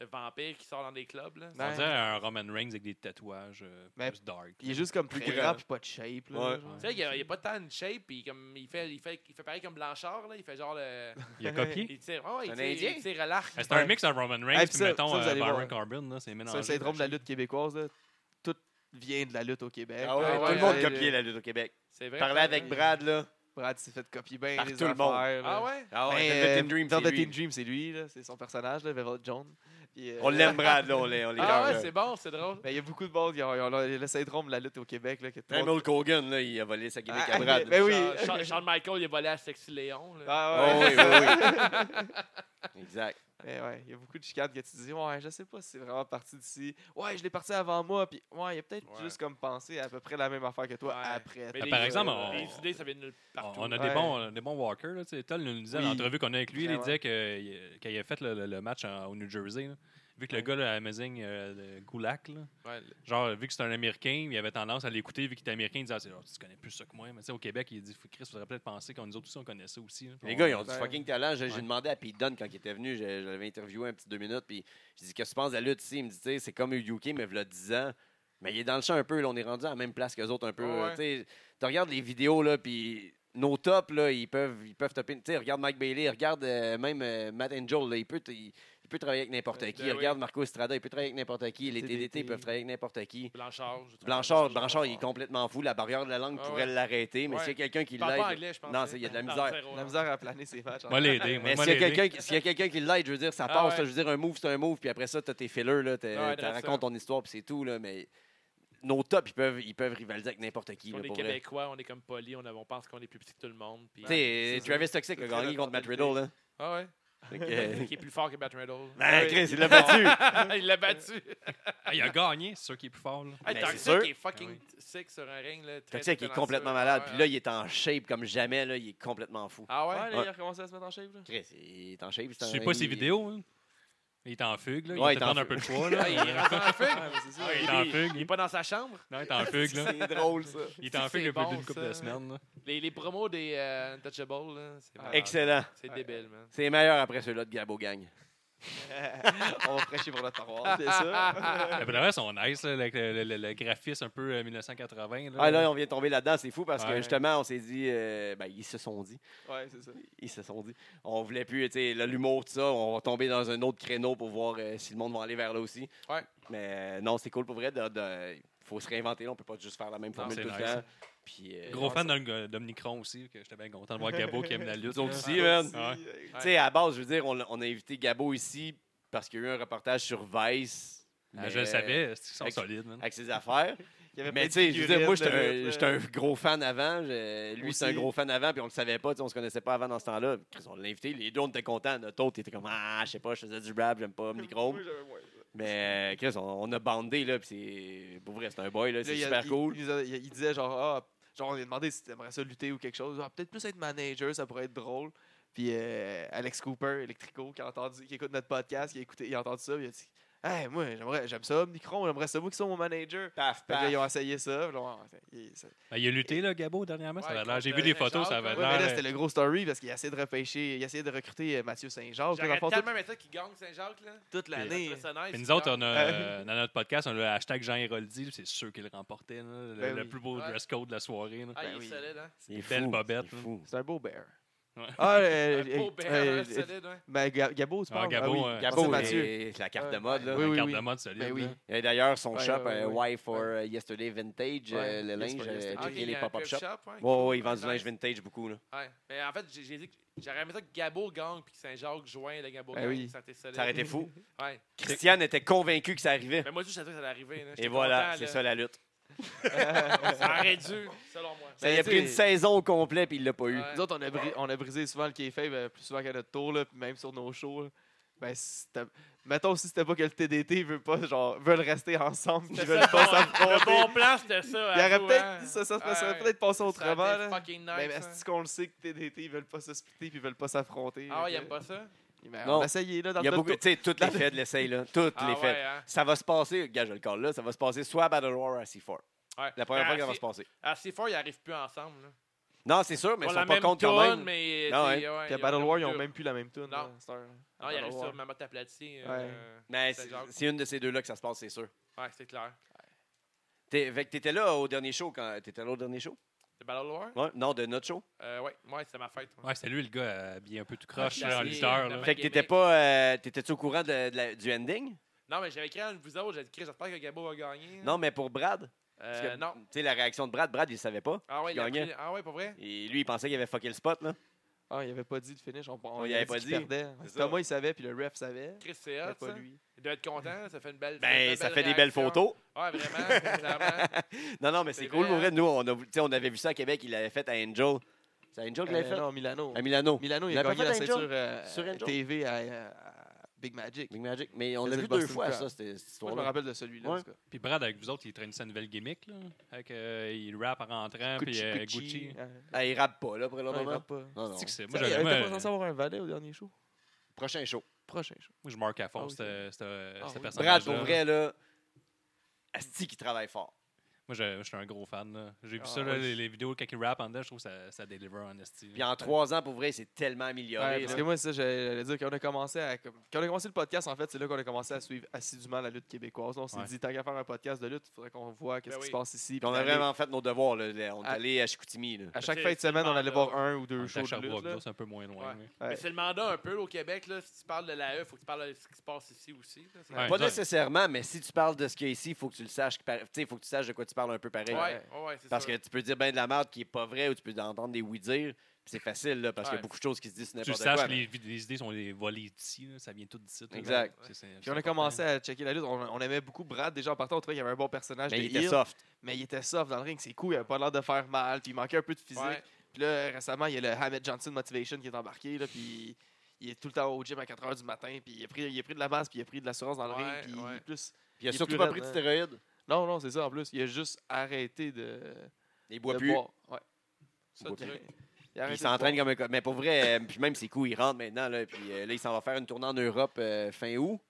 Speaker 4: Le vampire qui sort dans des clubs, là.
Speaker 3: Ouais.
Speaker 2: On dirait un Roman Reigns avec des tatouages euh,
Speaker 3: Mais-
Speaker 2: plus dark.
Speaker 3: Il est juste comme plus
Speaker 1: Très
Speaker 3: grand
Speaker 1: grand.
Speaker 3: puis pas de shape. Là,
Speaker 1: Ouais.
Speaker 3: genre.
Speaker 4: Tu sais, il n'y a, pas tant de shape, puis comme, il, fait, il, fait, il fait pareil comme Blanchard, là. Il fait genre le.
Speaker 2: Il a copié.
Speaker 4: Il tire. Oh, il
Speaker 1: Un
Speaker 4: tire,
Speaker 1: Indien?
Speaker 4: il tire à l'arc.
Speaker 2: C'est un mix entre Roman Reigns
Speaker 3: Ah,
Speaker 2: et
Speaker 3: puis ça-
Speaker 2: mettons
Speaker 3: ça, vous
Speaker 2: euh,
Speaker 3: allez
Speaker 2: Baron
Speaker 3: voir.
Speaker 2: Corbin. là, C'est
Speaker 3: C'est
Speaker 2: mélangé.
Speaker 3: le syndrome de la lutte québécoise. Là. Tout vient de la lutte au Québec.
Speaker 1: Ah ouais,
Speaker 4: Ah
Speaker 1: tout
Speaker 4: ouais,
Speaker 1: le monde
Speaker 4: ouais,
Speaker 1: copiait la
Speaker 3: là.
Speaker 1: lutte au Québec.
Speaker 4: C'est vrai.
Speaker 1: Parler avec
Speaker 4: pareil.
Speaker 1: Brad, là.
Speaker 3: Brad s'est fait copier bien
Speaker 1: Par
Speaker 3: les
Speaker 1: tout le
Speaker 3: affaires.
Speaker 1: monde.
Speaker 3: là.
Speaker 4: Ah ouais?
Speaker 1: Ah
Speaker 3: Ben,
Speaker 1: Velvet
Speaker 3: euh,
Speaker 1: Dream,
Speaker 3: Velvet
Speaker 1: c'est lui.
Speaker 3: Dream, c'est lui. là. C'est son personnage, là, Velvet John. Puis, euh,
Speaker 1: On l'aime, Brad, là, on l'est- on les
Speaker 4: Ah ouais,
Speaker 1: cœur, là.
Speaker 4: c'est bon, c'est drôle.
Speaker 3: Mais Ben, il y a beaucoup de monde qui ont, ils ont le le syndrome de la lutte au Québec. Là, que tout le
Speaker 4: Ben,
Speaker 1: Même
Speaker 3: monde-
Speaker 1: Hulk Hogan, là, il a volé sa gimmick
Speaker 3: Ah,
Speaker 1: à Brad.
Speaker 3: ben oui.
Speaker 4: Charles- Oh, Charles, Charles Michael, il est volé à Sexy Léon. là.
Speaker 3: Ah
Speaker 1: Ah
Speaker 3: ouais.
Speaker 1: oui, oui, oui. Exact.
Speaker 3: Mais ouais, il y a beaucoup de chicanes que tu te dis, ouais, je sais pas si c'est vraiment parti d'ici. Ouais, je l'ai parti avant moi. Puis ouais, il a peut-être
Speaker 4: Ouais.
Speaker 3: juste comme pensé à peu près la même affaire que toi
Speaker 4: Ouais.
Speaker 3: après.
Speaker 4: Mais
Speaker 2: Ah,
Speaker 4: les-
Speaker 2: par exemple,
Speaker 4: euh,
Speaker 2: on-
Speaker 4: les idées, ça vient de nulle- partout.
Speaker 2: On a
Speaker 3: Ouais.
Speaker 2: des bons, on a des bons walkers. Là, tu sais. Toll nous le disait
Speaker 3: Oui.
Speaker 2: dans l'entrevue qu'on a avec lui, là, il
Speaker 3: Vraiment.
Speaker 2: disait que quand il a fait le, le- le match en- au New Jersey, là, vu que le
Speaker 3: Ouais.
Speaker 2: gars, là, Amazing euh, le Gulak, là,
Speaker 4: Ouais, le-
Speaker 2: genre, vu que c'est un Américain, il avait tendance à l'écouter, vu qu'il était Américain, il disait ah, c'est- oh, Tu connais plus ça que moi. Mais tu sais, au Québec, il dit Chris, faudrait peut-être penser qu'on nous autres aussi, on connaissait aussi. là.
Speaker 1: Les
Speaker 2: On-
Speaker 1: gars, ils ont du
Speaker 4: ben,
Speaker 3: Ouais.
Speaker 1: fucking talent. J'ai j'ai
Speaker 2: Ouais.
Speaker 1: demandé à Pete Dunne quand il était venu, je, je l'avais interviewé un petit deux minutes, puis j'ai dit Qu'est-ce que tu penses de la lutte ici Il me dit Tu sais, C'est comme au UK, mais v'là 10 ans. Mais il est dans le champ un peu, là, on est rendu à la même place qu'eux autres un peu. euh,
Speaker 4: Ouais, ouais.
Speaker 1: Tu sais, Tu regardes les vidéos, là, puis nos tops, là, ils peuvent, ils peuvent topper. Tu sais, regarde Mike Bailey, regarde euh, même euh, Matt Angel, là, il, peut, il, il peut travailler avec n'importe
Speaker 4: Ben
Speaker 1: qui.
Speaker 4: oui.
Speaker 1: Regarde Marco Estrada, il peut travailler avec n'importe qui. Les
Speaker 3: TDT.
Speaker 1: TDT, ils peuvent travailler avec n'importe qui.
Speaker 4: Ah, Blanchard. je trouve
Speaker 1: Blanchard,
Speaker 4: que-
Speaker 1: Blanchard, il est complètement fou. La barrière de la langue
Speaker 4: Ah
Speaker 1: pourrait
Speaker 4: ouais.
Speaker 1: l'arrêter, mais
Speaker 4: Ouais.
Speaker 1: s'il y a quelqu'un qui
Speaker 4: Il parle pas
Speaker 1: l'aide.
Speaker 4: anglais, je pense. hein.
Speaker 1: Non, c'est- il y a de la
Speaker 4: Dans
Speaker 1: misère.
Speaker 4: le zéro,
Speaker 3: La
Speaker 4: non.
Speaker 3: misère à planer ses matchs. hein.
Speaker 2: Moi, l'aider. moi,
Speaker 1: Mais
Speaker 2: moi,
Speaker 1: s'il y a
Speaker 2: l'aider.
Speaker 1: quelqu'un qui- s'il y a quelqu'un qui l'aide, je veux dire, ça
Speaker 4: Ah
Speaker 1: passe.
Speaker 4: ouais.
Speaker 1: là, Je veux dire, un move, c'est un move, puis après ça, t'as tes fillers, là, t'as-
Speaker 4: Ouais,
Speaker 1: t'as
Speaker 4: ouais, dresse
Speaker 1: racontes
Speaker 4: ça.
Speaker 1: ton histoire, puis c'est tout, là, mais nos tops, ils peuvent, ils peuvent rivaliser avec n'importe qui,
Speaker 4: On
Speaker 1: là,
Speaker 4: est
Speaker 1: pour vrai.
Speaker 4: Québécois, on est comme polis, on, on pense qu'on est plus petit que tout le monde. puis-
Speaker 1: Tu sais,
Speaker 3: c'est
Speaker 1: Travis Toxic
Speaker 3: C'est
Speaker 1: a
Speaker 3: très
Speaker 1: gagné
Speaker 3: la
Speaker 1: contre Matt
Speaker 3: mentalité.
Speaker 1: Riddle, là.
Speaker 4: Ah ouais?
Speaker 1: Fait que, euh,
Speaker 4: Qui est plus fort que Matt Riddle.
Speaker 1: Ben,
Speaker 3: Ouais.
Speaker 1: Chris, il l'a battu!
Speaker 4: il l'a battu.
Speaker 2: Ah, il a gagné, c'est sûr qu'il est plus fort. là.
Speaker 4: Hey,
Speaker 1: Mais
Speaker 4: Toxic
Speaker 1: Ben c'est sûr. Ben
Speaker 4: est fucking sick sur un ring. Là, très
Speaker 1: Toxic il est
Speaker 4: talentueux.
Speaker 1: complètement malade,
Speaker 4: Ouais,
Speaker 1: puis là,
Speaker 4: ouais.
Speaker 1: il est en shape comme jamais, là, il est complètement fou.
Speaker 4: Ah ouais?
Speaker 3: Ouais, là,
Speaker 1: Ouais.
Speaker 3: il a recommencé à se mettre en shape. Là.
Speaker 1: Chris, il est en shape. c'est
Speaker 2: Tu
Speaker 1: un-
Speaker 2: suis pas ses
Speaker 1: il-
Speaker 2: vidéos. hein? Il est en fugue. Là. Il
Speaker 1: Ouais,
Speaker 2: va
Speaker 1: il est en
Speaker 2: prendre un
Speaker 1: fugue.
Speaker 2: peu de poids. Là.
Speaker 4: Ouais, il est rendu en fugue.
Speaker 3: Ouais, mais c'est ça.
Speaker 2: Il est
Speaker 4: Ah,
Speaker 2: en
Speaker 4: il-
Speaker 2: fugue.
Speaker 4: Il est pas dans sa chambre.
Speaker 2: Non, il est en fugue. Là.
Speaker 1: C'est drôle, ça.
Speaker 2: Il est en
Speaker 4: C'est
Speaker 2: fugue depuis
Speaker 4: bon,
Speaker 2: une couple
Speaker 4: ça.
Speaker 2: de semaines. là.
Speaker 4: Les, les promos des euh, Untouchables, là, c'est malade.
Speaker 1: Excellent.
Speaker 4: C'est débile, man.
Speaker 1: C'est meilleur après ceux-là de Gabo Gang.
Speaker 4: Ah,
Speaker 3: On va prêcher pour notre paroisse, bien sûr.
Speaker 2: Ah, Mais pour le reste, on nice, là, avec le, le- le- le graphiste un peu euh, 1980. Là.
Speaker 1: Ah, là, on vient de tomber là-dedans, c'est fou, parce que
Speaker 2: Ouais.
Speaker 1: justement, on s'est dit... euh, ben, ils se sont dit.
Speaker 3: ouais, c'est ça.
Speaker 1: ils se sont dit, on voulait plus, tu sais, là, l'humour, tout ça, on va tomber dans un autre créneau pour voir euh, si le monde va aller vers là aussi.
Speaker 4: Ouais.
Speaker 1: Mais euh, non, c'est cool pour vrai. de- de- Il faut se réinventer, là, on peut pas juste faire la même formule
Speaker 2: c'est
Speaker 1: tout le
Speaker 2: nice.
Speaker 1: temps. Puis, euh,
Speaker 2: Gros fan d'Om- d'Omnicron aussi, que j'étais bien content de voir Gabo qui aime la lutte.
Speaker 1: Nous autres
Speaker 2: là.
Speaker 1: aussi, man.
Speaker 2: Ouais.
Speaker 1: Tu sais, à la base, je veux dire, on, l'a- on a invité Gabo ici parce qu'il y a eu un reportage sur Vice.
Speaker 2: Ah,
Speaker 1: mais,
Speaker 2: je le savais, c'est qu'ils sont
Speaker 1: avec-
Speaker 2: solides. man.
Speaker 1: euh, Avec ses affaires.
Speaker 3: Il y avait plein
Speaker 1: Mais
Speaker 3: de
Speaker 1: tu sais, je veux dire, moi, j'étais
Speaker 3: figurines
Speaker 1: un,
Speaker 3: de
Speaker 2: euh,
Speaker 3: lutte,
Speaker 1: j'étais
Speaker 3: là.
Speaker 1: un gros fan avant. Je- lui, c'est un
Speaker 3: Aussi.
Speaker 1: gros fan avant, puis on le savait pas, tu sais, on se connaissait pas avant dans ce temps-là. Chris, on l'a invité, les deux, on était contents. Notre autre, il était comme, ah, je sais pas, je faisais du rap, j'aime pas micro.
Speaker 3: Moi, j'avais moins ça.
Speaker 1: Mais euh, Chris, on, on a bandé, là, puis c'est. Pour vrai, c'est un boy, là,
Speaker 3: Là,
Speaker 1: c'est
Speaker 3: il y a-
Speaker 1: super
Speaker 3: il-
Speaker 1: cool.
Speaker 3: Il, nous a- il- il disait genre, ah, genre, on lui a demandé si t'aimerais ça lutter ou quelque chose. Ah, Peut-être plus être manager, ça pourrait être drôle. Puis euh, Alex Cooper, Electrico, qui, a entendu, qui écoute notre podcast, qui a, écouté, il a entendu ça, puis il a dit Hey, moi, j'aimerais, j'aime ça, Omnicron, j'aimerais ça, moi, qui soit mon manager.
Speaker 1: Paf,
Speaker 3: Fait que là,
Speaker 1: paf.
Speaker 3: ils ont essayé ça. puis là, ouais, il- ça-
Speaker 2: Ben, il a lutté, là, Gabo, dernièrement. ça
Speaker 4: Ouais,
Speaker 2: avait l'air- J'ai vu
Speaker 4: contre
Speaker 2: des photos,
Speaker 4: Saint-Jacques,
Speaker 2: ça avait
Speaker 4: ouais,
Speaker 3: Ouais, mais là, c'était
Speaker 2: l'air. euh,
Speaker 3: le gros story parce qu'il a essayé de repêcher, il a essayé de recruter euh, Mathieu Saint-Jacques. Puis dans le
Speaker 4: J'aurais
Speaker 3: fond,
Speaker 4: tellement aimé ça qu'il gagne Saint-Jacques, là.
Speaker 3: toute- toute l'année.
Speaker 4: Ça serait nice,
Speaker 2: Mais
Speaker 4: qu'il
Speaker 2: nous autres,
Speaker 4: gagne.
Speaker 2: on a, euh, dans notre podcast, on a le hashtag Jean Héroldi, puis c'est sûr qu'il le remportait. là, le,
Speaker 3: Ben
Speaker 2: le
Speaker 3: oui.
Speaker 2: plus beau
Speaker 4: Ouais.
Speaker 2: dress code de la soirée. là.
Speaker 4: Ah,
Speaker 3: Ben
Speaker 4: il
Speaker 3: oui.
Speaker 4: est solide, hein?
Speaker 1: Il est
Speaker 2: belle
Speaker 1: fou,
Speaker 2: bobette,
Speaker 1: il est
Speaker 2: là.
Speaker 1: fou.
Speaker 3: C'est un beau bear.
Speaker 2: Ouais.
Speaker 3: Ah,
Speaker 4: Un
Speaker 3: euh, euh,
Speaker 4: beau bear,
Speaker 3: euh,
Speaker 4: hein,
Speaker 3: euh,
Speaker 4: solide, hein?
Speaker 3: ben, Ga- Gabo, tu
Speaker 2: Ah,
Speaker 3: parles.
Speaker 2: Gabo,
Speaker 3: oui.
Speaker 2: euh,
Speaker 1: Gabo,
Speaker 3: Pensez, Mathieu.
Speaker 1: c'est la carte de mode, là.
Speaker 3: Oui,
Speaker 2: La
Speaker 3: oui,
Speaker 2: carte
Speaker 3: oui.
Speaker 2: de mode solide.
Speaker 3: Ben oui.
Speaker 2: là.
Speaker 1: Et d'ailleurs, son
Speaker 3: Ouais,
Speaker 1: shop,
Speaker 3: ouais,
Speaker 1: euh,
Speaker 3: ouais.
Speaker 1: Why for euh, Yesterday Vintage,
Speaker 3: Ouais,
Speaker 1: euh, le
Speaker 3: Yes
Speaker 1: linge,
Speaker 3: for
Speaker 1: euh,
Speaker 3: Yesterday.
Speaker 1: checker
Speaker 4: Ah, ok, il y
Speaker 1: les
Speaker 4: a un
Speaker 1: pop-up
Speaker 4: thrift
Speaker 1: shops.
Speaker 4: ouais.
Speaker 1: Ouais, ouais, il vend du linge
Speaker 4: Nice.
Speaker 1: vintage beaucoup, là.
Speaker 4: Ouais. Mais en fait, j'ai- j'ai dit que j'aurais aimé ça que Gabo gagne puis que Saint-Jacques joigne le Gabo
Speaker 3: Ben
Speaker 4: gagne.
Speaker 3: oui.
Speaker 4: Ça aurait été solide.
Speaker 1: Ça aurait été fou.
Speaker 4: Ouais.
Speaker 1: Christiane était convaincue que ça arrivait.
Speaker 4: Mais moi, je savais que ça allait arriver. Là.
Speaker 1: Et
Speaker 4: J'étais
Speaker 1: voilà,
Speaker 4: content,
Speaker 1: c'est
Speaker 4: là.
Speaker 1: ça la lutte.
Speaker 4: Ça aurait dû, selon moi.
Speaker 1: Ça, il a
Speaker 3: Ben, tu
Speaker 1: pris
Speaker 3: sais-
Speaker 1: une saison au complet, puis il l'a pas eu.
Speaker 4: Ouais.
Speaker 3: Nous autres, on a, bri- on a brisé souvent le café, plus souvent qu'à notre tour, là, puis même sur nos shows. là. Ben, c'était- mettons si c'était pas que le TDT veut pas, genre, veulent rester ensemble, qu'ils
Speaker 4: C'était
Speaker 3: veulent
Speaker 4: ça,
Speaker 3: pas
Speaker 4: bon, Le
Speaker 3: s'affronter.
Speaker 4: bon plan, c'était
Speaker 3: Il
Speaker 4: ça.
Speaker 3: y aurait
Speaker 4: avoue, hein.
Speaker 3: peut-être ça, ça, ça
Speaker 4: Ouais,
Speaker 3: serait
Speaker 4: ouais.
Speaker 3: peut-être passé
Speaker 4: Ça aurait
Speaker 3: autrement.
Speaker 4: été
Speaker 3: là. Ben,
Speaker 4: fucking nice.
Speaker 3: Mais
Speaker 4: hein.
Speaker 3: est-ce qu'on le sait que TDT ils veulent pas se splitter puis ils veulent pas s'affronter?
Speaker 4: Ah, ouais,
Speaker 3: fait
Speaker 4: il
Speaker 3: que-
Speaker 4: aime pas ça?
Speaker 3: Mais
Speaker 1: Non.
Speaker 3: On a essayé là dans
Speaker 1: Il y a
Speaker 3: notre
Speaker 1: beaucoup, tu
Speaker 3: tour.
Speaker 1: sais, toutes les fêtes l'essayent, là. Toutes
Speaker 4: Ah,
Speaker 1: les
Speaker 4: ouais,
Speaker 1: fêtes.
Speaker 4: hein.
Speaker 1: Ça va se passer, gars, je le colle là, ça va se passer soit à Battle War à C4.
Speaker 4: Ouais. Ah,
Speaker 1: La
Speaker 3: Ben,
Speaker 1: première
Speaker 4: Mais
Speaker 1: fois que ça
Speaker 4: à
Speaker 1: va
Speaker 4: C-
Speaker 1: se passer.
Speaker 4: À C4, ils arrivent plus ensemble. Là.
Speaker 1: Non, c'est sûr, mais ils
Speaker 4: Ils ont
Speaker 1: sont
Speaker 4: la
Speaker 1: pas
Speaker 4: même
Speaker 1: contre quand
Speaker 4: toune,
Speaker 1: même.
Speaker 4: mais.
Speaker 1: Ah,
Speaker 4: tu sais,
Speaker 1: ouais.
Speaker 4: ouais,
Speaker 3: Puis à
Speaker 4: ils
Speaker 3: Battle
Speaker 4: ont
Speaker 3: War, ils ont
Speaker 4: plus-
Speaker 3: même plus la même tune.
Speaker 4: Non.
Speaker 3: là, c'est un-
Speaker 4: Non, ils
Speaker 3: Battle
Speaker 4: arrivent
Speaker 3: War.
Speaker 4: sur euh, Maman Taplati.
Speaker 1: Mais c'est-
Speaker 4: Saint-Jacques.
Speaker 1: c'est une de ces deux-là que ça se passe, c'est sûr.
Speaker 4: Ouais, c'est clair.
Speaker 1: T'es, fait que t'étais là au dernier show quand. T'étais là au dernier show?
Speaker 4: C'est Battle War?
Speaker 1: Ouais, non, de notre show.
Speaker 4: Euh, ouais, ouais, c'était ma fête. ouais.
Speaker 2: Ouais, c'était lui, le gars, euh, habillé un peu tout croche,
Speaker 4: Ah,
Speaker 2: là, en
Speaker 4: c'est-
Speaker 2: lutteur. là.
Speaker 4: Ouais,
Speaker 1: Fait que t'étais
Speaker 4: Québec.
Speaker 1: pas. euh, t'étais-tu au courant de- de la- du ending?
Speaker 4: Non, mais j'avais créé un de vous autres, j'ai dit, Chris, j'espère que Gabo va gagner.
Speaker 1: Non, mais pour Brad.
Speaker 4: Euh,
Speaker 1: parce que,
Speaker 4: non.
Speaker 1: Tu sais, la réaction de Brad, Brad, il le savait pas.
Speaker 4: Ah ouais, il a
Speaker 1: gagnait.
Speaker 4: pris- Ah ouais, pour vrai?
Speaker 1: Et lui, il pensait qu'il avait fucké le spot, là.
Speaker 3: Ah, il avait pas dit le finish. On, on
Speaker 1: il
Speaker 3: il
Speaker 1: avait
Speaker 3: avait
Speaker 1: pas
Speaker 3: dit. qu'il
Speaker 1: dit.
Speaker 3: perdait.
Speaker 1: C'est ça.
Speaker 3: Thomas, il savait, puis le ref savait.
Speaker 4: Chris, c'est
Speaker 3: mais
Speaker 4: hot,
Speaker 3: pas
Speaker 4: ça.
Speaker 3: lui.
Speaker 4: Il doit être content, ça fait une belle.
Speaker 1: Ben,
Speaker 4: une
Speaker 1: ça
Speaker 4: belle
Speaker 1: fait des belles
Speaker 4: réaction.
Speaker 1: photos.
Speaker 4: Ouais, vraiment, clairement.
Speaker 1: Non, non, mais
Speaker 4: C'est
Speaker 1: c'est cool.
Speaker 4: vrai,
Speaker 1: Pour
Speaker 4: hein?
Speaker 1: vrai, nous, on, a, tu sais, on avait vu ça à Québec. Il l'avait fait à Angel. C'est Angel qui l'avait
Speaker 3: Euh,
Speaker 1: fait?
Speaker 3: non, Milano.
Speaker 1: À Milano.
Speaker 3: Milano, il
Speaker 1: Il
Speaker 3: a
Speaker 1: a pas
Speaker 3: gagné
Speaker 1: fait
Speaker 3: la
Speaker 1: Angel?
Speaker 3: ceinture euh,
Speaker 1: Sur Angel?
Speaker 3: TV à, à Big Magic.
Speaker 1: Big Magic. Mais on
Speaker 3: Mais
Speaker 1: l'a
Speaker 3: c'est
Speaker 1: vu
Speaker 3: le
Speaker 1: deux
Speaker 3: Boston
Speaker 1: fois,
Speaker 3: Crab.
Speaker 1: ça, c'était- cette
Speaker 3: Moi, je me
Speaker 1: histoire-là.
Speaker 3: rappelle de celui-là.
Speaker 1: Ouais.
Speaker 3: en tout cas.
Speaker 2: Puis Brad, avec vous autres, il traîne sa nouvelle gimmick. Là. Fait que, euh, il rappe en rentrant, puis
Speaker 3: Gucci,
Speaker 2: euh,
Speaker 3: Gucci.
Speaker 2: Gucci.
Speaker 3: Ouais.
Speaker 1: Ah, il rappe pas, là, après le
Speaker 3: Ouais, il
Speaker 1: moment.
Speaker 3: rappe pas.
Speaker 1: Non, non.
Speaker 2: C'est que c'est- Moi,
Speaker 3: Moi, j'avais
Speaker 2: j'aurais aimé-
Speaker 3: pas censé avoir un valet au dernier show.
Speaker 1: Prochain show.
Speaker 3: Prochain show.
Speaker 2: moi, je marque à fond
Speaker 3: Ah, ok.
Speaker 2: cette, cette, cette
Speaker 3: Ah, oui.
Speaker 1: Brad,
Speaker 2: personnage-là,
Speaker 1: pour
Speaker 2: là.
Speaker 1: vrai, là, Asti qui travaille fort.
Speaker 2: Moi, je, je suis un gros fan. là. J'ai vu
Speaker 3: Ah,
Speaker 2: ça, là,
Speaker 3: ouais.
Speaker 2: les, les vidéos quand il rappe en dedans, je trouve que ça, ça deliver en esti. là.
Speaker 1: Puis en trois ans, pour vrai, il s'est tellement
Speaker 3: Ouais,
Speaker 1: amélioré.
Speaker 3: parce
Speaker 1: là.
Speaker 3: que moi, ça, j'allais dire qu'on a commencé à. comme- Quand on a commencé le podcast, en fait, c'est là qu'on a commencé à suivre assidûment la lutte québécoise. On s'est
Speaker 2: Ouais.
Speaker 3: dit, tant qu'à faire un podcast de lutte, il faudrait qu'on voit qu'est-ce
Speaker 4: Ben
Speaker 3: qui se
Speaker 4: oui.
Speaker 3: passe ici.
Speaker 1: Puis on a
Speaker 3: Puis
Speaker 1: vraiment fait nos devoirs. là. Là, On est
Speaker 3: Ah.
Speaker 1: allé à Chicoutimi. là.
Speaker 3: À chaque
Speaker 4: C'est-
Speaker 3: fin de
Speaker 4: c'est
Speaker 3: semaine, on allait
Speaker 4: vraiment,
Speaker 3: voir un ou
Speaker 2: On
Speaker 3: deux
Speaker 2: était à
Speaker 3: shows de lutte.
Speaker 2: Sherbrooke,
Speaker 3: là.
Speaker 2: là, c'est un peu moins loin.
Speaker 4: Ouais.
Speaker 3: Ouais.
Speaker 4: Mais c'est le mandat un peu là, au Québec. Là, si tu parles de la E, il faut que tu parles de ce qui se passe ici aussi. là. C'est-
Speaker 2: Ouais.
Speaker 1: Pas nécessairement, mais si tu parles de ce qu'il y a ici, il faut que tu le saches. que par- Tu sais, il faut que tu saches de quoi tu parles un peu pareil.
Speaker 4: Ouais, ouais, ouais, c'est
Speaker 1: Parce
Speaker 4: ça.
Speaker 1: que tu peux dire ben de la merde qui est pas vrai ou tu peux entendre des oui dire. puis C'est facile, là, parce qu'il y a
Speaker 4: Ouais.
Speaker 1: beaucoup de choses qui se disent sur
Speaker 2: Tu le
Speaker 1: n'importe
Speaker 2: saches
Speaker 1: quoi.
Speaker 2: que les, vid- les idées sont les volées d'ici, là, ça vient tout d'ici. là.
Speaker 1: Exact.
Speaker 2: C'est- c'est-
Speaker 3: Puis
Speaker 2: c'est
Speaker 3: on a
Speaker 2: important.
Speaker 3: commencé à checker la lutte. On, on aimait beaucoup Brad. Déjà, en partant, on trouvait qu'il y avait un bon personnage.
Speaker 1: Mais
Speaker 3: de
Speaker 1: il était
Speaker 3: heel,
Speaker 1: soft.
Speaker 3: Mais il était soft dans le ring. C'est cool. Il avait pas l'air de faire mal. Puis il manquait un peu de physique.
Speaker 4: Ouais.
Speaker 3: Puis là, récemment, il y a le Hamed Johnson Motivation qui est embarqué. Là, puis il est tout le temps au gym à 4 h du matin. Puis il a, pris, il a pris de la masse. Puis il a pris de l'assurance dans le
Speaker 4: Ouais,
Speaker 3: ring. Puis il
Speaker 4: ouais.
Speaker 3: est plus.
Speaker 1: Puis il a
Speaker 3: Il est
Speaker 1: surtout
Speaker 3: plus
Speaker 1: pas
Speaker 3: raide,
Speaker 1: pris de
Speaker 3: hein.
Speaker 1: stéroïdes.
Speaker 3: Non, non, c'est ça en plus. Il a juste arrêté de,
Speaker 1: Il boit
Speaker 3: de
Speaker 1: plus.
Speaker 3: boire. Ouais.
Speaker 4: Ça,
Speaker 1: Ouais.
Speaker 4: le truc.
Speaker 3: Il a
Speaker 1: Puis
Speaker 3: arrêté
Speaker 1: il
Speaker 3: de
Speaker 1: s'entraîne
Speaker 3: boire.
Speaker 1: comme un. co- Mais pour vrai, euh, puis même ses coups, il rentre maintenant. Là, puis euh, là, il s'en va faire une tournée en Europe euh, fin août.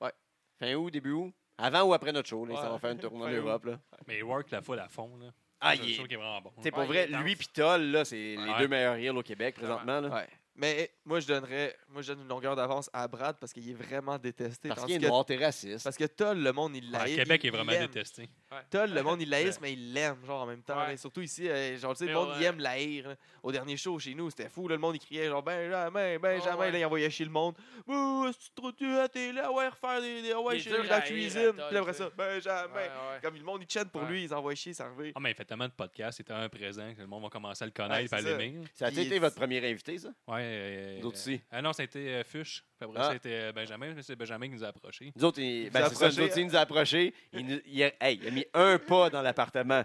Speaker 3: Ouais.
Speaker 1: Fin août, début août. Avant ou après notre show, là, il
Speaker 3: Ouais.
Speaker 1: s'en va faire une tournée en
Speaker 3: Fin août.
Speaker 1: Europe. Là.
Speaker 2: Mais il work la foule à fond. Là.
Speaker 1: Ah,
Speaker 2: je
Speaker 1: il est.
Speaker 2: trouve qu'il est vraiment bon.
Speaker 1: Tu sais,
Speaker 2: là.
Speaker 1: pour
Speaker 4: Ouais, il
Speaker 1: vrai,
Speaker 4: est dense.
Speaker 1: lui et Toll, là, c'est les
Speaker 2: Ouais.
Speaker 1: deux meilleurs heels au Québec présentement. Là.
Speaker 3: Ouais. Mais eh, moi, je donnerais, moi, je donne une longueur d'avance à Brad parce qu'il est vraiment détesté.
Speaker 1: Parce
Speaker 3: tandis
Speaker 1: qu'il est
Speaker 3: que-
Speaker 1: noir, t'es raciste.
Speaker 3: Parce que Toll, le monde, il l'a.
Speaker 2: Ouais, Ah, Québec est vraiment détesté.
Speaker 3: Toll, le monde, il l'haïsse,
Speaker 2: Ouais.
Speaker 3: mais il l'aime, genre, en même temps.
Speaker 4: Ouais.
Speaker 3: là. Et surtout ici, euh, genre, tu sais, le
Speaker 4: Mais
Speaker 3: monde,
Speaker 4: on,
Speaker 3: il
Speaker 4: euh,
Speaker 3: aime l'haïr. là. Au dernier show chez nous, c'était fou, là, le monde, il criait, genre, Benjamin, Benjamin,
Speaker 4: Ah ouais.
Speaker 3: là, il envoyait chez le monde. Bouh, c'est trop dur, ah, t'es là, ouais, refaire des. des- ouais,
Speaker 4: Il est
Speaker 3: chez
Speaker 4: dur
Speaker 3: lui, la
Speaker 4: à haïr, à
Speaker 3: cuisine.
Speaker 4: Toll,
Speaker 3: Puis après
Speaker 4: tu
Speaker 3: ça,
Speaker 4: sais.
Speaker 3: Benjamin.
Speaker 4: Ouais, ouais.
Speaker 3: Comme le monde, il chatte pour
Speaker 4: Ouais.
Speaker 3: lui, ils envoyaient chier, ça arrivait.
Speaker 2: Ah, mais il fait tellement de podcasts, c'était un présent que le monde va commencer à le
Speaker 3: Ouais,
Speaker 2: connaître et à
Speaker 3: c'est ça.
Speaker 2: l'aimer. là.
Speaker 1: Ça a
Speaker 3: Puis-
Speaker 1: été votre premier invité, ça?
Speaker 2: Ouais, euh,
Speaker 1: D'autres
Speaker 2: euh,
Speaker 1: aussi.
Speaker 2: Ah non, ça a été euh, Fuchs. Puis après,
Speaker 1: Ah.
Speaker 2: ça a été euh, Benjamin. mais C'est Benjamin qui nous a approchés.
Speaker 1: Nous autres, il,
Speaker 3: nous
Speaker 1: ben,
Speaker 3: a
Speaker 1: c'est ça, nous
Speaker 3: approchés.
Speaker 1: autres, il nous a approchés. Il, nous- il a, hey, il a mis un pas dans l'appartement.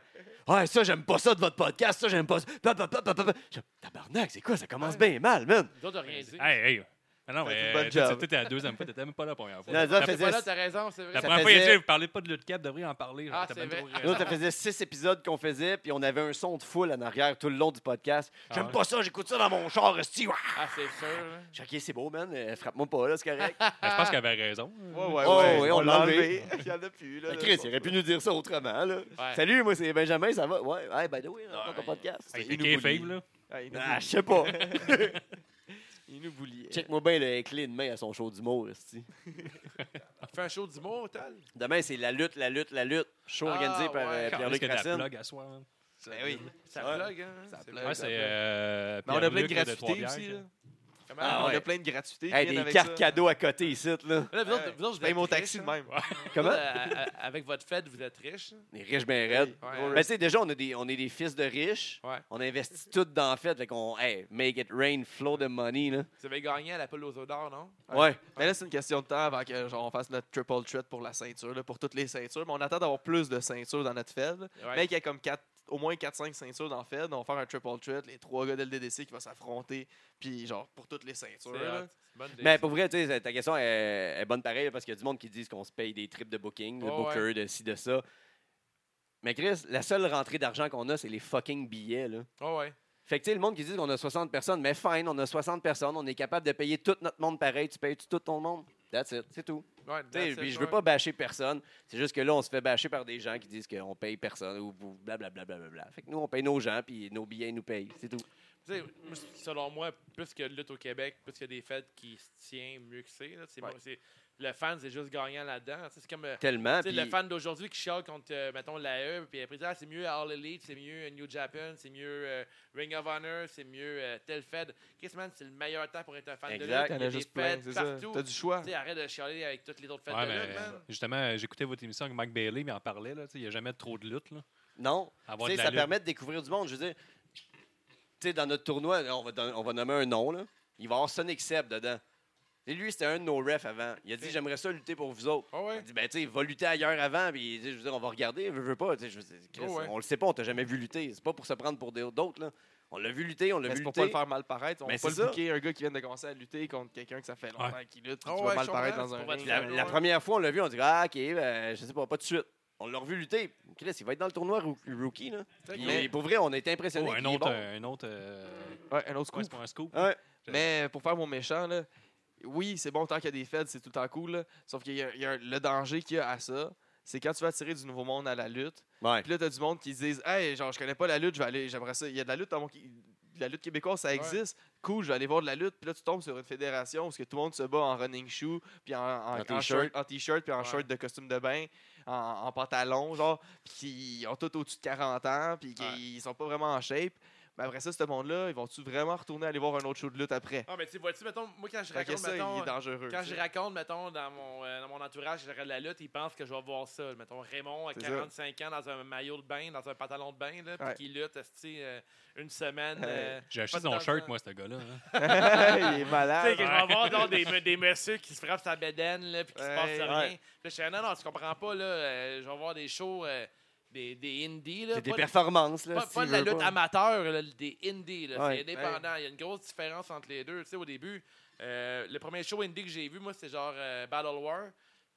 Speaker 1: Ah, ça, j'aime pas ça de votre podcast. Ça, j'aime pas ça. Pa, pa, pa, pa, pa, pa. Je- Tabarnak, c'est quoi? Ça commence bien mal, man.
Speaker 4: Nous autres, on a rien dit.
Speaker 2: Hey, hey! Ah non,
Speaker 3: Ça a été
Speaker 2: mais
Speaker 3: une bonne
Speaker 2: euh,
Speaker 3: job.
Speaker 2: t'étais t'étais à la deuxième fois, t'étais même pas là la première fois.
Speaker 1: Non,
Speaker 2: La
Speaker 1: ça
Speaker 4: C'est
Speaker 1: faisait-
Speaker 4: pas là, t'as raison, c'est vrai.
Speaker 2: la
Speaker 1: ça
Speaker 2: première fois, il a
Speaker 1: faisait-
Speaker 2: dit, vous parlez pas de lutte cap, devriez en parler.
Speaker 4: Ah,
Speaker 2: T'as
Speaker 4: c'est
Speaker 2: bien
Speaker 4: vrai.
Speaker 2: trop
Speaker 1: Nous
Speaker 2: raison.
Speaker 1: autres, ça faisait six épisodes qu'on faisait, puis on avait un son de foule en arrière tout le long du podcast.
Speaker 2: Ah
Speaker 1: J'aime
Speaker 2: ouais.
Speaker 1: pas ça, j'écoute ça dans mon char, esti. Ouah!
Speaker 4: Ah, c'est sûr. là.
Speaker 1: J'ai dit, OK, c'est beau, man. euh, Frappe-moi pas, là, c'est correct.
Speaker 2: Ben, Je pense qu'elle avait raison.
Speaker 3: Ouais, ouais,
Speaker 1: Oh,
Speaker 3: ouais.
Speaker 1: ouais, on
Speaker 3: on
Speaker 1: l'a
Speaker 3: l'a enlevé. Il y en a plus, là.
Speaker 1: Mais Ah, Chris, il aurait pu nous dire ça autrement, là.
Speaker 4: Ouais.
Speaker 1: Salut, moi, c'est Benjamin, ça va? Ouais, hey, by the way, on
Speaker 4: Ouais.
Speaker 1: ton podcast.
Speaker 2: Hey,
Speaker 3: C'est
Speaker 2: t'es
Speaker 3: une
Speaker 2: kayfabe,
Speaker 3: oublie.
Speaker 2: là.
Speaker 3: Ah, il nous
Speaker 1: Ah,
Speaker 3: bouillait.
Speaker 1: je sais pas.
Speaker 3: Il nous bouillait.
Speaker 1: Check-moi bien le clé de main à son show d'humour, esti.
Speaker 4: Tu fais un show d'humour, Tal?
Speaker 1: Demain, c'est la lutte, la lutte, la lutte. Show
Speaker 4: Ah,
Speaker 1: organisé par euh,
Speaker 4: ouais.
Speaker 2: Parce
Speaker 1: Pierre-Luc
Speaker 2: que de la
Speaker 1: Racine.
Speaker 2: plug à soi. hein.
Speaker 3: Ben oui.
Speaker 4: Ça
Speaker 1: Ouais.
Speaker 4: plug, hein?
Speaker 3: Ça
Speaker 4: C'est
Speaker 3: plug.
Speaker 4: vrai.
Speaker 2: Ouais, c'est. euh,
Speaker 3: Mais on a plein de
Speaker 2: Pierre-Luc, là,
Speaker 3: gratuité
Speaker 2: Trois-Bières,
Speaker 3: aussi,
Speaker 2: qui-
Speaker 3: là.
Speaker 4: Comment?
Speaker 1: Ah,
Speaker 3: On
Speaker 1: ouais.
Speaker 3: a plein de gratuité.
Speaker 1: Hey, des cartes cadeaux à côté ici, là.
Speaker 4: Là, vous autres- vous autres, vous
Speaker 3: Je paye
Speaker 4: êtes
Speaker 3: mon
Speaker 4: riches,
Speaker 3: taxi
Speaker 4: hein?
Speaker 3: de même.
Speaker 1: Comment?
Speaker 4: Vous autres, à- à- Avec votre fête, vous êtes riche.
Speaker 1: On est riches, ben raides.
Speaker 4: Ouais.
Speaker 1: Ben, tu sais, déjà, on, a des, on est des fils de riches.
Speaker 4: Ouais.
Speaker 1: On investit tout dans la fête. Fait qu'on, hey, make it rain, flow the money, là.
Speaker 4: Vous avez gagné à la poule aux odeurs, non?
Speaker 1: Ouais.
Speaker 3: Mais là, c'est une question de temps avant que genre, on fasse notre triple threat pour la ceinture, là, pour toutes les ceintures. Mais on attend d'avoir plus de ceintures dans notre Fed. là.
Speaker 4: Ouais.
Speaker 3: Mais qu'il y a comme quatre, au moins 4-5 ceintures dans Fed. On va faire un triple threat, les trois gars de l'DDC qui vont s'affronter. Puis genre, pour toutes les
Speaker 4: C'est
Speaker 3: ceintures. là.
Speaker 4: hot. Bonne idée.
Speaker 1: Mais pour vrai, tu sais, ta question est, est bonne pareil, là, parce qu'il y a du monde qui disent qu'on se paye des trips de booking, de
Speaker 4: Ouais,
Speaker 1: booker, de ci, de ça. Mais Chris, la seule rentrée d'argent qu'on a, c'est les fucking billets, là.
Speaker 4: Ouais, ouais.
Speaker 1: Fait que, tu sais, le monde qui dit qu'on a 60 personnes, mais fine, on a 60 personnes, on est capable de payer tout notre monde pareil, tu payes tout ton monde. That's it, c'est tout.
Speaker 4: Ouais,
Speaker 1: Tu sais,
Speaker 4: that's
Speaker 1: puis
Speaker 4: it,
Speaker 1: je veux
Speaker 4: ouais.
Speaker 1: pas bâcher personne, c'est juste que là, on se fait bâcher par des gens qui disent qu'on paye personne ou ou blablabla. Bla, bla, bla. Fait que nous, on paye nos gens, puis nos billets nous payent, c'est tout.
Speaker 4: Tu sais, moi, c- selon moi, plus que lutte au Québec, plus qu'il y a des fêtes qui se tiennent, mieux que c'est. là. C'est
Speaker 3: Ouais.
Speaker 4: bon, c'est- le fan, c'est juste gagnant là-dedans. Tu sais, C'est comme euh,
Speaker 1: Tellement,
Speaker 4: tu sais,
Speaker 1: Ah, puis...
Speaker 4: le fan d'aujourd'hui qui chiale contre, euh, mettons, l'AE, puis après, il dit, ah, c'est mieux All Elite, c'est mieux New Japan, c'est mieux euh, Ring of Honor, c'est mieux euh, telle fête. Chris, man, c'est le meilleur temps pour être un fan
Speaker 1: Exact.
Speaker 4: de
Speaker 3: T'en
Speaker 4: lutte. Il y
Speaker 3: as
Speaker 4: a des
Speaker 3: juste plein,
Speaker 4: fêtes
Speaker 3: c'est ça.
Speaker 4: partout.
Speaker 3: T'as du choix.
Speaker 4: Tu sais, arrête de chialer avec toutes les autres fêtes
Speaker 2: Ouais,
Speaker 4: de
Speaker 2: mais
Speaker 4: lutte, man.
Speaker 2: justement, j'écoutais votre émission avec Mike Bailey, mais il en parlait. là, tu sais, Il n'y a jamais trop de lutte. Là.
Speaker 1: Non,
Speaker 2: Avoir
Speaker 1: Tu sais,
Speaker 2: de la
Speaker 1: ça
Speaker 2: lutte.
Speaker 1: permet de découvrir du monde. Je veux dire, tu sais, dans notre tournoi, on va, don- on va nommer un nom, là. il va y avoir Sonic Seb dedans. Et lui, c'était un de nos refs avant. Il a dit
Speaker 4: Ok.
Speaker 1: J'aimerais ça lutter pour vous autres.
Speaker 4: Ah ouais.
Speaker 1: Il dit Ben, tu sais, va lutter ailleurs avant. Puis, il dit, je veux dire, on va regarder, veux, veux pas. Tu sais, je veux dire, Chris,
Speaker 4: Oh ouais.
Speaker 1: On le sait pas, on t'a jamais vu lutter. C'est pas pour se prendre pour des- d'autres. là. On l'a vu lutter, on l'a
Speaker 3: Mais
Speaker 1: vu
Speaker 3: c'est pour pas
Speaker 1: lutter.
Speaker 3: le faire mal paraître. On
Speaker 1: Mais
Speaker 3: va pas
Speaker 1: c'est ça.
Speaker 3: le bouquer un gars qui vient de commencer à lutter contre quelqu'un que ça fait longtemps qu'il lutte. puis
Speaker 4: Ah
Speaker 3: tu
Speaker 4: ouais,
Speaker 3: vas mal
Speaker 4: je
Speaker 3: paraître
Speaker 4: comprends,
Speaker 3: dans un
Speaker 4: c'est pour
Speaker 3: ring.
Speaker 1: La,
Speaker 4: Ouais,
Speaker 1: la
Speaker 4: ouais.
Speaker 1: première fois, on l'a vu, on dit Ah, ok, ben, je sais pas, pas tout de suite. On l'a revu lutter. Chris, il va être dans le tournoi roo- rookie. Là. Puis,
Speaker 3: Mais-
Speaker 1: Pour vrai, on a été impressionnés.
Speaker 2: Oh, un
Speaker 1: qu'il est
Speaker 2: autre.
Speaker 1: bon.
Speaker 2: euh, Un autre euh,
Speaker 3: Ouais, un autre
Speaker 2: ouais,
Speaker 3: coup.
Speaker 2: c'est pas un scoop.
Speaker 4: euh,
Speaker 1: Ouais.
Speaker 3: Mais pour faire mon méchant, là, oui, c'est bon tant qu'il y a des feds, c'est tout le temps cool. là. Sauf qu'il y a, il y a un- le danger qu'il y a à ça, c'est quand tu vas attirer du nouveau monde à la lutte.
Speaker 1: Ouais.
Speaker 3: Puis là, t'as du monde qui se disent Hey, genre, je connais pas la lutte, je vais aller, j'aimerais ça. Il y a de la lutte dans mon. qui- de La lutte québécoise, ça
Speaker 4: Ouais.
Speaker 3: existe. Cool, je vais aller voir de la lutte. Puis là, tu tombes sur une fédération où ce que tout le monde se bat en running shoe, puis en, en- en
Speaker 1: t-shirt.
Speaker 3: short- en t-shirt, puis en
Speaker 4: Ouais.
Speaker 3: short de costume de bain, en, en pantalon, genre, puis qui ont tout au-dessus de 40 ans, puis qui
Speaker 4: Ouais.
Speaker 3: ils sont pas vraiment en shape. Mais après ça, ce monde-là, ils vont-tu vraiment retourner aller voir un autre show de lutte après?
Speaker 4: Ah, mais tu sais, vois-tu, mettons, moi, quand je
Speaker 3: Fait que
Speaker 4: raconte,
Speaker 3: ça,
Speaker 4: mettons,
Speaker 3: il est dangereux.
Speaker 4: Quand
Speaker 3: tu sais.
Speaker 4: je raconte, mettons, dans mon, euh, dans mon entourage, je regarde la lutte, ils pensent que je vais voir ça. Mettons, Raymond, à
Speaker 3: C'est ça.
Speaker 4: 45 ans, dans un maillot de bain, dans un pantalon de bain, là, puis
Speaker 3: Ouais.
Speaker 4: qui lutte, esti, euh, une semaine.
Speaker 3: Ouais.
Speaker 4: euh,
Speaker 2: J'ai acheté
Speaker 4: Pas de
Speaker 2: son
Speaker 4: temps,
Speaker 2: shirt,
Speaker 4: hein.
Speaker 2: moi, ce gars-là. hein.
Speaker 3: il est
Speaker 4: Tu sais,
Speaker 3: malade. hein.
Speaker 4: que je
Speaker 2: Ouais.
Speaker 4: vais voir genre, des, me- des messieurs qui se frappent sa bédaine, là, puis qui
Speaker 3: Ouais,
Speaker 4: se passe rien.
Speaker 1: ouais.
Speaker 4: Puis là, je suis non, non, tu comprends pas, là. euh, je vais voir des shows, euh, des, des indies, là.
Speaker 1: C'est des
Speaker 4: pas-
Speaker 1: performances. Là,
Speaker 4: Pas,
Speaker 1: si
Speaker 4: pas
Speaker 1: tu
Speaker 4: de la
Speaker 1: veux
Speaker 4: lutte
Speaker 1: pas.
Speaker 4: amateur, là, des indies. là,
Speaker 1: Ouais.
Speaker 4: C'est indépendant. Il y a une grosse différence entre les deux. Tu sais, au début, euh, le premier show indie que j'ai vu, moi, c'est genre euh, Battle War.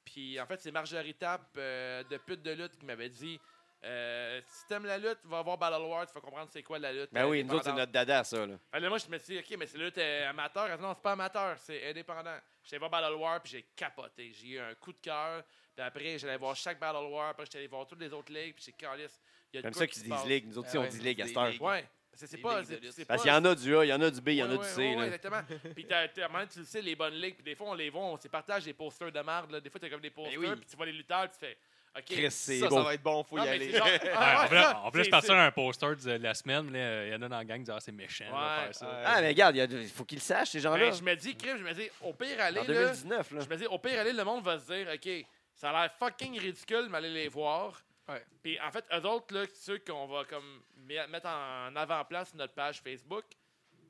Speaker 4: Puis en fait, c'est Marjorie Tapp euh, de pute de lutte qui m'avait dit euh, Si t'aimes la lutte, va voir Battle War, tu vas comprendre c'est quoi la lutte.
Speaker 1: Ben
Speaker 4: euh,
Speaker 1: oui, nous autres, c'est
Speaker 4: indépendante.
Speaker 1: notre dada, ça. Là.
Speaker 4: Alors, moi, je me suis dit Ok, mais c'est la lutte euh, amateur. Elle dit, non, c'est pas amateur, c'est indépendant. J'étais voir Battle War, puis j'ai capoté. J'ai eu un coup de cœur. Puis après, j'allais voir chaque Battle War. Après, j'étais allé voir toutes les autres ligues. Puis j'ai dit Calisse, il y a de
Speaker 1: Comme
Speaker 4: quoi
Speaker 1: ça
Speaker 4: qui
Speaker 1: qu'ils
Speaker 4: se
Speaker 1: disent
Speaker 4: passe.
Speaker 1: ligue. Nous autres,
Speaker 3: Ah
Speaker 1: si on
Speaker 3: ouais,
Speaker 1: dit ligue à
Speaker 3: des
Speaker 1: cette heure.
Speaker 3: ligues.
Speaker 4: Ouais. C'est c'est
Speaker 3: Des
Speaker 4: pas.
Speaker 3: ligues de
Speaker 4: c'est-
Speaker 3: lutte.
Speaker 4: c'est
Speaker 1: Parce
Speaker 4: pas-
Speaker 1: qu'il y en a du A, il y en a du B, il y en a
Speaker 4: Ouais,
Speaker 1: du
Speaker 4: ouais,
Speaker 1: C.
Speaker 4: ouais,
Speaker 1: là.
Speaker 4: exactement. Puis t'as- t'as- vraiment, tu le sais, les bonnes ligues, puis des fois, on les voit, on se partage des posters de marde. là. Des fois, t'as comme des posters,
Speaker 3: oui.
Speaker 4: puis tu vois les lutteurs, puis tu fais OK.
Speaker 1: Ben Chris,
Speaker 3: Ça,
Speaker 1: c'est
Speaker 3: ça
Speaker 1: beau.
Speaker 3: va être bon, faut
Speaker 4: Non,
Speaker 3: y
Speaker 4: mais
Speaker 3: aller.
Speaker 4: c'est genre-
Speaker 2: Ouais,
Speaker 4: ah,
Speaker 2: on
Speaker 4: ouais,
Speaker 2: voulait-
Speaker 4: ça,
Speaker 2: on voulait se
Speaker 4: c'est-
Speaker 2: partir
Speaker 4: c'est-
Speaker 2: un poster de la semaine, mais là, il y en a dans la gang qui disent Ah, c'est méchant, on va
Speaker 4: Ouais.
Speaker 2: faire ça.
Speaker 3: Ouais.
Speaker 1: Ah, mais regarde, il y a de- faut qu'ils le sachent, ces gens-là.
Speaker 4: Ben, Je me dis, Chris, je me dis, au pire, aller,
Speaker 1: En
Speaker 4: là.
Speaker 1: 2019, là.
Speaker 4: Je me dis, au pire, aller, le monde va se dire, OK, ça a l'air fucking ridicule, mais allez les voir.
Speaker 3: Ouais.
Speaker 4: Puis en fait, eux autres, là, ceux qu'on va comme met- mettre en avant-place sur notre page Facebook,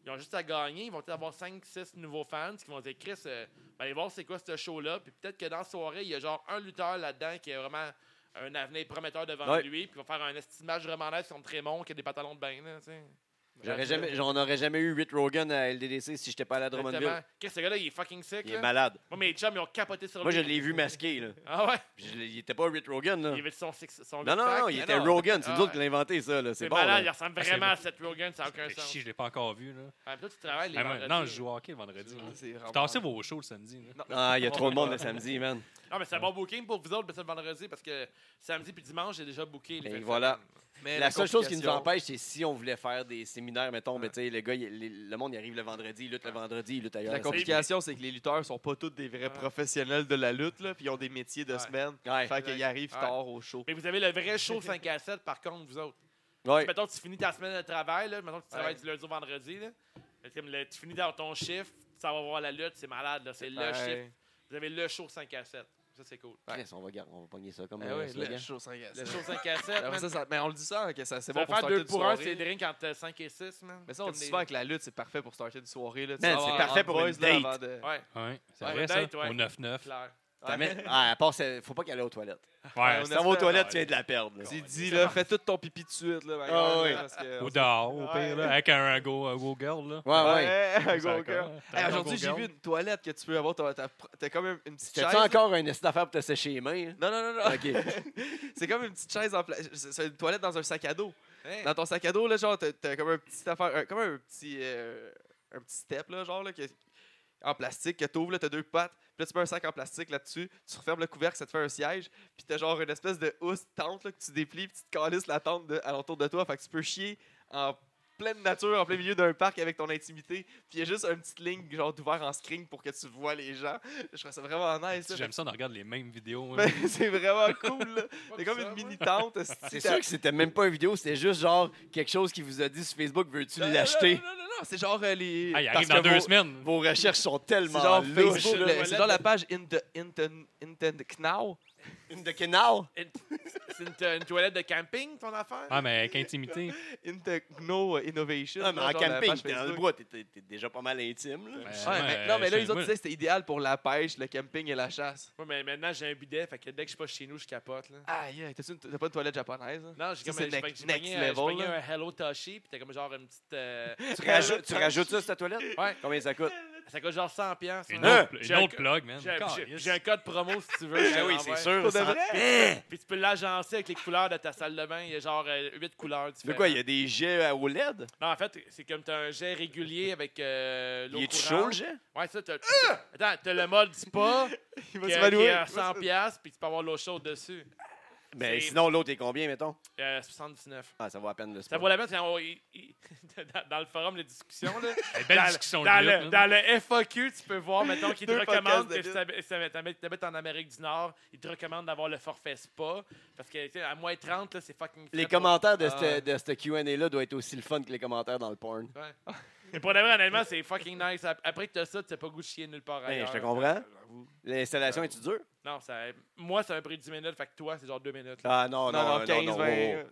Speaker 4: ils ont juste à gagner. Ils vont peut-être avoir 5-6 nouveaux fans qui vont dire, Chris, euh, ben, allez voir c'est quoi ce show-là. Puis peut-être que dans la soirée, il y a genre un lutteur là-dedans qui a vraiment un avenir prometteur devant
Speaker 1: Ouais.
Speaker 4: lui. Puis il va faire un estimage vraiment nice contre Raymond qui a des pantalons de bain. Là, tu sais.
Speaker 1: J'aurais jamais, j'en aurais jamais eu 8 Rogan à LDDC si j'étais pas allé à Drummondville.
Speaker 4: Exactement. Chris, ce gars-là, il est fucking sick.
Speaker 1: Il est
Speaker 4: là.
Speaker 1: malade.
Speaker 4: Moi, mes chums, ils ont capoté sur
Speaker 1: Moi,
Speaker 4: lui.
Speaker 1: je l'ai vu masqué, là.
Speaker 4: Ah ouais?
Speaker 1: Puis je l'ai- il était pas Rit Rogan, là.
Speaker 4: Il avait son, six, son
Speaker 1: Non, non, non,
Speaker 4: huit-pack.
Speaker 1: il
Speaker 3: Mais
Speaker 1: était
Speaker 3: non.
Speaker 1: Rogan. C'est nous
Speaker 4: Ah,
Speaker 1: autres qui l'avons inventé, ça, là.
Speaker 4: C'est
Speaker 1: C'est bon,
Speaker 4: malade,
Speaker 1: là.
Speaker 4: il ressemble
Speaker 2: Ah, c'est
Speaker 4: vraiment
Speaker 2: bon.
Speaker 4: à Seth Rogen, ça n'a aucun
Speaker 2: Fait
Speaker 4: sens.
Speaker 2: chier, je l'ai pas encore vu. Là.
Speaker 4: Ah, toi, tu travailles les
Speaker 2: Ah, moi-
Speaker 4: vendredis.
Speaker 2: non, je joue au hockey le vendredi. là.
Speaker 3: C'est
Speaker 2: Je tassais vos shows le samedi. là.
Speaker 1: Ah, il y a trop de monde le samedi, man.
Speaker 4: Non, mais c'est un bon booking pour vous autres, mais c'est le vendredi, parce que samedi puis dimanche, j'ai déjà booké. les
Speaker 1: Et
Speaker 4: fins de
Speaker 1: voilà.
Speaker 4: semaine.
Speaker 3: Mais
Speaker 1: La seule chose qui nous
Speaker 3: complication-
Speaker 1: empêche, c'est si on voulait faire des séminaires, mettons, mais tu sais, le gars, il- les- le monde, il arrive le vendredi, il lutte le vendredi, il lutte ailleurs.
Speaker 3: La complication, c'est que les lutteurs sont pas tous des vrais professionnels de la lutte, là, puis ils ont des métiers de
Speaker 4: Ouais.
Speaker 3: semaine.
Speaker 1: Ouais.
Speaker 3: Fait qu'ils arrivent
Speaker 4: Ouais.
Speaker 3: tard au show.
Speaker 4: Mais vous avez le vrai show 5 à 7, par contre, vous autres.
Speaker 1: Ouais.
Speaker 4: Mettons que tu finis ta semaine de travail, là. Mettons que tu travailles
Speaker 3: Ouais.
Speaker 4: du lundi au vendredi, là. C'est comme le- tu finis dans ton chiffre, tu s'en vas voir la lutte, c'est malade, là. C'est le
Speaker 3: Ouais.
Speaker 4: chiffre. Vous avez le show 5 à 7. Ça, c'est cool.
Speaker 1: Chris, on va, garder- on va pogner ça comme
Speaker 3: Ben
Speaker 1: euh,
Speaker 3: oui,
Speaker 1: slogan.
Speaker 3: le show, ça y est.
Speaker 4: Le show 5 à 7,
Speaker 3: Après
Speaker 4: man.
Speaker 3: ça, ça- Mais on le dit ça, que ça- c'est
Speaker 4: Ça
Speaker 3: bon
Speaker 4: va
Speaker 3: pour
Speaker 4: faire
Speaker 3: starter
Speaker 4: 2
Speaker 3: une
Speaker 4: pour 1, c'est
Speaker 3: soirée.
Speaker 4: des rings entre 5 et 6, man.
Speaker 3: Mais ça, on
Speaker 4: Comme
Speaker 3: dit
Speaker 4: des-
Speaker 3: souvent que la lutte, c'est parfait pour starter une soirée. Là. Tu
Speaker 1: Man,
Speaker 3: vas
Speaker 1: c'est
Speaker 3: avoir
Speaker 1: parfait
Speaker 3: entre
Speaker 1: pour une
Speaker 3: boys, là,
Speaker 1: date.
Speaker 3: avant de-
Speaker 4: Ouais,
Speaker 2: Ouais, c'est
Speaker 4: Ouais,
Speaker 2: vrai, ça.
Speaker 4: date, ouais.
Speaker 2: Au 9-9. Ouais,
Speaker 4: clair.
Speaker 1: T'as mis- Ah, à part, c'est- faut pas qu'elle aille aux toilettes.
Speaker 3: Ouais,
Speaker 1: Si
Speaker 3: on
Speaker 1: t'en vas aux
Speaker 3: espère.
Speaker 1: toilettes, tu viens de la perdre. là.
Speaker 3: Tu dis, là, fais tout ton pipi tout de suite. Là, ma
Speaker 1: Ah,
Speaker 3: grande,
Speaker 1: oui.
Speaker 3: là, parce que-
Speaker 2: Ou dehors, au pire, là,
Speaker 3: Ouais.
Speaker 2: avec un, un go, un go girl. Là.
Speaker 1: Ouais, ouais.
Speaker 2: Ça,
Speaker 3: Ouais, go, girl.
Speaker 2: comment?
Speaker 3: Hey,
Speaker 2: T'as un
Speaker 3: Aujourd'hui,
Speaker 2: go
Speaker 3: j'ai
Speaker 2: girl?
Speaker 3: vu une toilette que tu peux avoir. T'as- T'as t'as comme une- une petite
Speaker 1: T'as-tu
Speaker 3: chaise.
Speaker 1: encore une petite affaire pour te sécher les mains? hein?
Speaker 3: Non, non, non, non.
Speaker 1: OK.
Speaker 3: C'est comme une petite chaise en pla- c'est- C'est une toilette dans un sac à dos.
Speaker 4: Hein?
Speaker 3: Dans ton sac à dos, là, genre, t'as- t'as comme un petit affaire, un- comme un petit, euh, un petit step, là, genre, là, que- en plastique, que t'ouvres, là, t'as deux pattes, puis là, tu mets un sac en plastique là-dessus, tu refermes le couvercle, ça te fait un siège, puis t'as genre une espèce de housse tente, là, que tu déplies, puis tu te calisses la tente de, alentour de toi, fait que tu peux chier en pleine nature, en plein milieu d'un parc avec ton intimité, puis il y a juste une petite ligne, genre, d'ouvert en screen pour que tu vois les gens. Je trouve ça vraiment nice, là.
Speaker 2: J'aime ça, on regarde les mêmes vidéos. hein.
Speaker 3: Ben, c'est vraiment cool, là. C'est comme une mini tente.
Speaker 1: C'est sûr que c'était même pas une vidéo, c'était juste genre quelque chose qui vous a dit sur Facebook, veux-tu l'acheter?
Speaker 3: Non, non, non, non, c'est genre euh, les.
Speaker 2: Ah, il
Speaker 1: parce
Speaker 2: arrive
Speaker 1: que
Speaker 2: dans deux
Speaker 1: vos-
Speaker 2: semaines.
Speaker 1: Vos recherches sont
Speaker 3: C'est
Speaker 1: tellement
Speaker 3: genre
Speaker 1: louches.
Speaker 3: Facebook,
Speaker 1: là.
Speaker 3: le- c'est genre la page in the, in the- in the Now.
Speaker 1: Une de Kenal?
Speaker 4: C'est une, to- une toilette de camping, ton affaire?
Speaker 2: Ouais, Ah, mais avec intimité.
Speaker 3: Intechno euh, Innovation.
Speaker 1: Non, mais en
Speaker 3: genre, la
Speaker 1: camping,
Speaker 3: page
Speaker 1: t'es dans le
Speaker 3: Facebook.
Speaker 1: bois, t'es- t'es t'es déjà pas mal intime. Là.
Speaker 2: Ben,
Speaker 3: Ouais, mais, non, mais là,
Speaker 2: euh,
Speaker 3: les autres
Speaker 2: moi,
Speaker 3: disaient que c'était idéal pour la pêche, le camping et la chasse.
Speaker 4: Ouais, mais maintenant, j'ai un bidet, fait que dès que je suis pas chez nous, je capote. Là.
Speaker 3: Aïe, aïe, t'as-tu une- t'as pas de toilette japonaise? hein?
Speaker 4: Non,
Speaker 3: Ça,
Speaker 4: j'ai comme
Speaker 3: c'est
Speaker 4: un- j'ai
Speaker 3: next-
Speaker 4: j'ai
Speaker 3: next
Speaker 4: pogné un- j'ai
Speaker 3: level,
Speaker 4: pogné
Speaker 3: là.
Speaker 4: un Hello Tashi, puis t'as comme genre une petite. euh,
Speaker 1: Tu, rajoutes, tu rajoutes ça sur ta toilette?
Speaker 4: Ouais.
Speaker 1: Combien ça coûte?
Speaker 4: Ça coûte genre 100$. piastres,
Speaker 2: Une
Speaker 4: hein.
Speaker 2: autre,
Speaker 4: J'ai
Speaker 2: une
Speaker 4: un
Speaker 2: autre
Speaker 4: co-
Speaker 2: plug, man.
Speaker 4: j'ai un-
Speaker 2: Calisse.
Speaker 4: j'ai- J'ai un code promo si tu veux. je te
Speaker 1: Ah oui,
Speaker 4: l'envoie.
Speaker 1: c'est sûr.
Speaker 3: Pour de
Speaker 1: ça-
Speaker 3: vrai?
Speaker 1: Hein?
Speaker 4: Puis tu peux l'agencer avec les couleurs de ta salle de bain. Il y a genre 8 couleurs.
Speaker 1: Tu fais quoi? Il y a des jets à OLED?
Speaker 4: Non, en fait, c'est comme t'as un jet régulier avec euh, l'eau
Speaker 1: Il est chaud, le
Speaker 4: courante.
Speaker 1: jet?
Speaker 4: Ouais, ça, t'as... Attends, t'as le mode spa
Speaker 3: Il
Speaker 4: qui,
Speaker 3: va
Speaker 4: qui
Speaker 3: se m'allouer.
Speaker 4: est à 100$, piastres, puis tu peux avoir l'eau chaude dessus.
Speaker 1: Ben,
Speaker 4: C'est-
Speaker 1: sinon, l'autre est combien, mettons?
Speaker 4: Euh, 79.
Speaker 1: Ah, ça vaut à peine le
Speaker 4: Ça
Speaker 1: spot.
Speaker 4: vaut la peine, c'est- on- il- il- dans, dans le forum de discussion, là,
Speaker 2: Hey,
Speaker 4: dans,
Speaker 2: Belle
Speaker 4: le-
Speaker 2: discussion
Speaker 4: dans
Speaker 2: de
Speaker 4: le,
Speaker 2: lutte, man.
Speaker 4: dans le FAQ, tu peux voir, mettons, qu'ils te
Speaker 3: Deux
Speaker 4: recommandent
Speaker 3: podcasts de
Speaker 4: que si t'hab- si t'hab- t'hab- t'habites en Amérique du Nord, ils te recommandent d'avoir le forfait spa, parce que, tu sais, à moins 30, là, c'est fucking...
Speaker 1: Les
Speaker 4: fait
Speaker 1: commentaires de
Speaker 4: Ah.
Speaker 1: cette de cette Q&A-là doivent être aussi le fun que les commentaires dans le porn.
Speaker 4: pour- Ouais. Mais pour de vrai, honnêtement, c'est fucking nice. Ap- Après que t'as ça, t'as pas le goût de chier nulle part
Speaker 1: Ben,
Speaker 4: ailleurs.
Speaker 1: je te comprends.
Speaker 4: J'avoue.
Speaker 1: L'installation est-tu dure?
Speaker 4: Non, ça, moi, ça m'a pris 10 minutes, fait que toi, c'est genre 2 minutes. là.
Speaker 1: Ah non,
Speaker 3: Non, oh, non,
Speaker 1: non, non,
Speaker 3: 15,
Speaker 1: non, non,
Speaker 3: 20.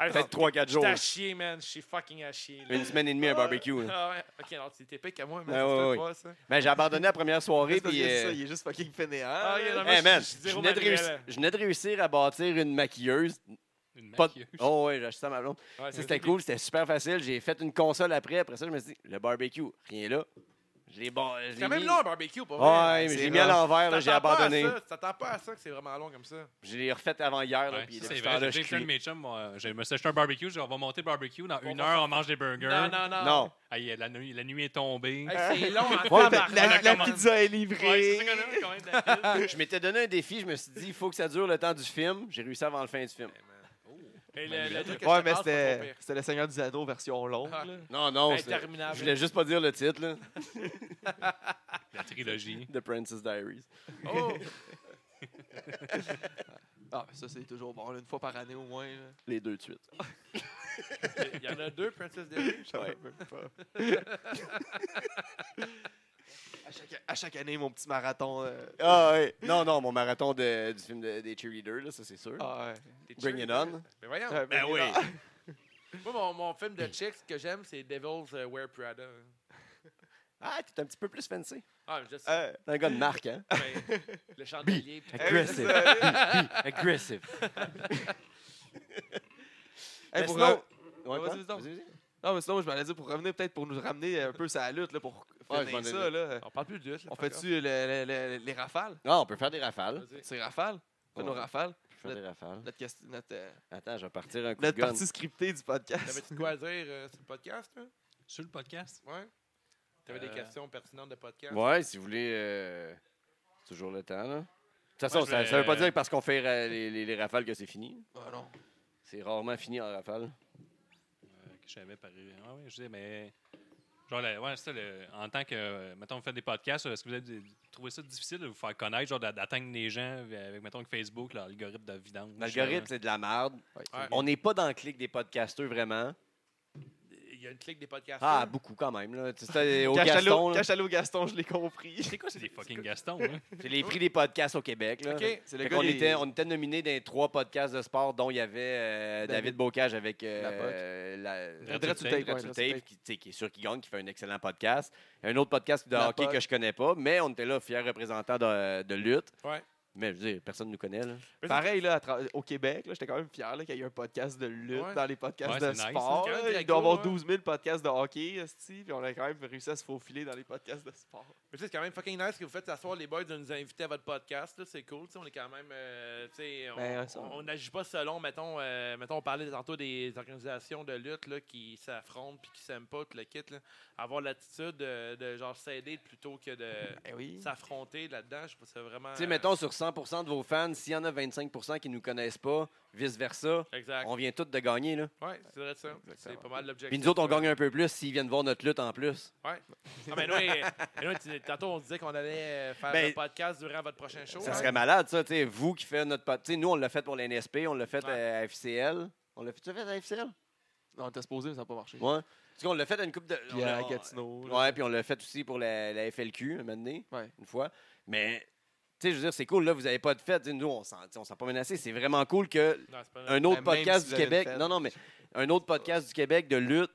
Speaker 1: non. Peut-être 3-4 jours.
Speaker 4: J'étais à chier, man. Je suis fucking à chier. là.
Speaker 1: Une semaine et demie, un barbecue. là.
Speaker 4: Ah ouais. Ok, alors tu t'es piqué à moi, mais
Speaker 1: Ah
Speaker 4: tu
Speaker 1: ouais,
Speaker 4: fais
Speaker 1: ouais.
Speaker 4: pas ça.
Speaker 1: Ben, j'ai abandonné la première soirée,
Speaker 3: Parce que
Speaker 1: puis...
Speaker 3: c'est ça,
Speaker 1: euh,
Speaker 3: il est juste fucking fainéant.
Speaker 4: Ah, ok, non,
Speaker 1: Eh
Speaker 4: moi, je-
Speaker 1: man,
Speaker 4: je suis
Speaker 1: je
Speaker 4: zéro
Speaker 1: venais, de
Speaker 4: manuel,
Speaker 1: réussir,
Speaker 4: là.
Speaker 1: je venais de réussir à bâtir une maquilleuse.
Speaker 2: Une
Speaker 1: Pas de-
Speaker 2: maquilleuse.
Speaker 1: Oh ouais, j'ai acheté ça à ma blonde.
Speaker 4: Ouais,
Speaker 1: Ça, C'était cool, c'était super facile. J'ai fait une console après. Après ça, je me suis dit, le barbecue, rien là. Je l'ai bon, je
Speaker 4: C'est
Speaker 1: l'ai
Speaker 4: quand même
Speaker 1: mis-
Speaker 4: long, un barbecue, pour
Speaker 1: Ouais, mais
Speaker 3: c'est
Speaker 1: j'ai mis à
Speaker 3: rough.
Speaker 1: l'envers, là,
Speaker 4: Tu
Speaker 1: j'ai
Speaker 4: t'attends pas à
Speaker 1: abandonné.
Speaker 4: ça, Tu t'attends pas à ça que c'est vraiment long comme ça.
Speaker 1: Je l'ai refait avant hier, là,
Speaker 2: Ouais,
Speaker 1: puis
Speaker 2: ça,
Speaker 1: depuis
Speaker 2: c'est
Speaker 1: ce temps-là,
Speaker 2: vrai.
Speaker 1: je
Speaker 2: J'ai plein de
Speaker 1: cuis.
Speaker 2: mes chums, moi, euh, je me suis acheté un barbecue, genre, on va monter le barbecue, dans
Speaker 4: On
Speaker 2: une
Speaker 4: va
Speaker 2: heure, on mange des burgers.
Speaker 4: Non, non, non.
Speaker 1: Non.
Speaker 2: Aïe, la nuit, la nuit est tombée.
Speaker 4: Hey, c'est long en
Speaker 1: Ouais,
Speaker 4: tabarnak.
Speaker 3: la, la
Speaker 2: commande.
Speaker 3: pizza est
Speaker 4: Ouais, c'est
Speaker 3: livrée.
Speaker 4: ça qu'on a eu, quand même, de la pile.
Speaker 1: Je m'étais donné un défi, je me suis dit, il faut que ça dure le temps du film. J'ai réussi avant le fin du film.
Speaker 4: Et le- le truc que je
Speaker 3: Ouais, mais
Speaker 4: te parle, c'est pas
Speaker 3: c'était c'était le Seigneur des Anneaux version longue.
Speaker 4: Ah.
Speaker 3: là.
Speaker 1: Non, non, c'était-
Speaker 4: Interminable.
Speaker 1: je voulais juste pas dire le titre, là,
Speaker 2: La trilogie.
Speaker 1: de Princess Diaries.
Speaker 4: ton pire. Oh!
Speaker 3: Ah, mais ça, c'est toujours bon, là, une fois par année au moins. là.
Speaker 1: Les deux de suite.
Speaker 4: Il y en a deux, Princess Disney.
Speaker 3: J'en peux même pas. à, chaque, à chaque année, mon petit marathon. euh,
Speaker 1: Ah, ouais. Non, non, mon marathon de- du film de- des cheerleaders, là, ça c'est sûr.
Speaker 3: ah,
Speaker 1: Bring it on.
Speaker 4: Mais
Speaker 3: ouais.
Speaker 4: voyons.
Speaker 1: Ben oui.
Speaker 4: Moi, mon, mon film de chicks que j'aime, c'est Devil's euh, Wear Prada.
Speaker 1: Ah, t'es un petit peu plus fancy.
Speaker 4: Ah, je sais.
Speaker 3: Ah,
Speaker 1: T'es un gars de marque, hein?
Speaker 4: mais le chandelier. puis-
Speaker 1: Aggressive.
Speaker 3: Hey, c'est
Speaker 1: Aggressive.
Speaker 3: Hey,
Speaker 1: Mais
Speaker 3: pour
Speaker 1: sinon-
Speaker 3: re-
Speaker 1: Ouais,
Speaker 3: vas-y,
Speaker 1: quoi?
Speaker 3: vas-y donc.
Speaker 1: Vas-y, vas-y.
Speaker 3: Non, mais sinon, je m'allais dire pour revenir, peut-être pour nous ramener un peu sa lutte, là, pour
Speaker 1: Ouais,
Speaker 3: finir
Speaker 1: je m'en Ah,
Speaker 3: ça.
Speaker 1: allais
Speaker 3: Là.
Speaker 4: On parle plus de lutte. là,
Speaker 3: On
Speaker 4: fuck
Speaker 3: fait-tu le- le- le- les rafales?
Speaker 1: Non, Ah, on peut faire des rafales.
Speaker 4: off. Vas-y.
Speaker 3: C'est rafales? On fait nos
Speaker 1: Ouais.
Speaker 3: rafales?
Speaker 1: Je peux faire des rafales.
Speaker 3: Notre, quest- notre, euh,
Speaker 1: Attends, je vais partir un coup de
Speaker 3: notre
Speaker 1: gun.
Speaker 3: partie scriptée du podcast.
Speaker 4: T'avais-tu de quoi à dire euh, sur le podcast, là?
Speaker 2: Sur le podcast?
Speaker 4: Ouais. T'avais
Speaker 2: Euh,
Speaker 4: des questions pertinentes de podcast?
Speaker 1: Ouais, si vous voulez. euh, c'est toujours le temps, là. De toute façon,
Speaker 2: Moi, je
Speaker 1: ça,
Speaker 2: vais-
Speaker 1: ça veut pas dire que parce qu'on fait euh, les, les- les rafales que c'est fini.
Speaker 3: Ah non.
Speaker 1: C'est rarement fini en rafale.
Speaker 2: Euh, que j'avais paru. Ah oui, je disais, mais. Genre, la- ouais, c'est ça, le- en tant que. euh, Mettons, vous faites des podcasts, euh, est-ce que vous avez d- trouvé ça difficile de vous faire connaître, genre d'a- d'atteindre les gens avec, mettons, que Facebook, l'algorithme de vidange?
Speaker 1: L'algorithme,
Speaker 2: euh,
Speaker 1: c'est de la merde.
Speaker 4: Ouais.
Speaker 1: On n'est pas dans le clic des podcasteurs, vraiment.
Speaker 4: Il y a une clique des podcasts.
Speaker 1: Ah, beaucoup quand même, là. Tu sais, c'était au
Speaker 3: Quand j'étais allé au-
Speaker 1: Gaston,
Speaker 3: quand
Speaker 1: là.
Speaker 3: j'étais allé au Gaston, je l'ai compris.
Speaker 2: C'est quoi, c'est des fucking Gaston, hein?
Speaker 1: C'est les prix des podcasts au Québec, là.
Speaker 4: OK.
Speaker 3: C'est
Speaker 1: Fait
Speaker 3: gars,
Speaker 1: qu'on
Speaker 3: il-
Speaker 1: était, on était nominés dans les trois podcasts de sport, dont il y avait euh,
Speaker 3: David-
Speaker 1: David, Bocage avec
Speaker 3: La Poc.
Speaker 1: euh, la,
Speaker 2: Red
Speaker 3: Red
Speaker 2: Red
Speaker 3: Sous
Speaker 2: Tape,
Speaker 3: Tape, ouais,
Speaker 1: Red Sous
Speaker 3: Red Sous
Speaker 1: Tape,
Speaker 3: Tape.
Speaker 1: qui, tu sais, qui est sûr qu'il gagne, qui fait un excellent podcast. Un autre podcast de
Speaker 3: La
Speaker 1: hockey
Speaker 3: Poc.
Speaker 1: que je connais pas, mais on était là, fiers représentants de, de lutte.
Speaker 4: Ouais.
Speaker 1: Mais je veux dire, personne ne nous connaît. Là.
Speaker 3: Pareil, là, à tra- au Québec, là, j'étais quand même fier là, qu'il y ait un podcast de lutte
Speaker 4: Ouais.
Speaker 3: dans les podcasts
Speaker 2: Ouais,
Speaker 3: de
Speaker 2: c'est nice,
Speaker 3: sport.
Speaker 4: c'est
Speaker 3: là.
Speaker 4: quand même hein.
Speaker 3: Il doit y avoir
Speaker 4: ouais.
Speaker 3: 12 000 podcasts de hockey, esti, puis on a quand même réussi à se faufiler dans les podcasts de sport.
Speaker 4: Mais tu sais, c'est quand même fucking nice que vous faites s'asseoir les boys de nous inviter à votre podcast. là, C'est cool. tu sais, On est quand même. euh, tu sais, on
Speaker 3: Ben, ouais, ça-
Speaker 4: on- on n'agit pas selon, mettons, euh, mettons, on parlait tantôt des organisations de lutte là, qui s'affrontent puis qui s'aiment pas, tout le kit. là. Avoir l'attitude de, de, genre s'aider plutôt que de
Speaker 3: Eh oui.
Speaker 4: s'affronter là-dedans, je trouve ça vraiment.
Speaker 1: Tu sais,
Speaker 4: euh,
Speaker 1: mettons, sur 100 de vos fans, s'il y en a 25 qui nous connaissent pas, vice-versa,
Speaker 4: Exact.
Speaker 1: on vient tous de gagner. Là.
Speaker 4: Ouais, c'est vrai ça. C'est pas mal l'objectif.
Speaker 1: Puis nous autres, on
Speaker 4: là.
Speaker 1: gagne un peu plus s'ils viennent voir notre lutte en plus.
Speaker 4: Ah, mais anyway, anyway, tu- tantôt, on disait qu'on allait euh, faire
Speaker 1: Ben,
Speaker 4: le podcast durant votre prochain show.
Speaker 1: Ça
Speaker 4: hein?
Speaker 1: serait malade, ça. tu sais, vous qui faites notre podcast. Nous, on l'a fait pour l'NSP, on l'a fait
Speaker 4: Ouais.
Speaker 1: à FCL. On l'a fait, tu l'as fait à FCL?
Speaker 3: Non, on était supposé, mais ça n'a pas marché.
Speaker 1: Ouais. En tout cas, on l'a fait à une coupe de.
Speaker 3: Puis
Speaker 1: on
Speaker 3: à
Speaker 1: l'a-
Speaker 3: Gatineau. là.
Speaker 1: Ouais, puis on l'a fait aussi pour la, la FLQ, un moment donné,
Speaker 3: Ouais.
Speaker 1: une fois. Mais Tu sais, je veux dire, c'est cool, là, vous n'avez pas de fête. Tu sais, Nous, on ne s'est pas menacé. C'est vraiment cool que
Speaker 4: Non, c'est pas vrai.
Speaker 1: un autre
Speaker 3: Ben, même
Speaker 1: podcast
Speaker 3: si
Speaker 1: du
Speaker 3: vous avez une
Speaker 1: Québec.
Speaker 3: fête.
Speaker 1: Non, non, mais un autre podcast du Québec de lutte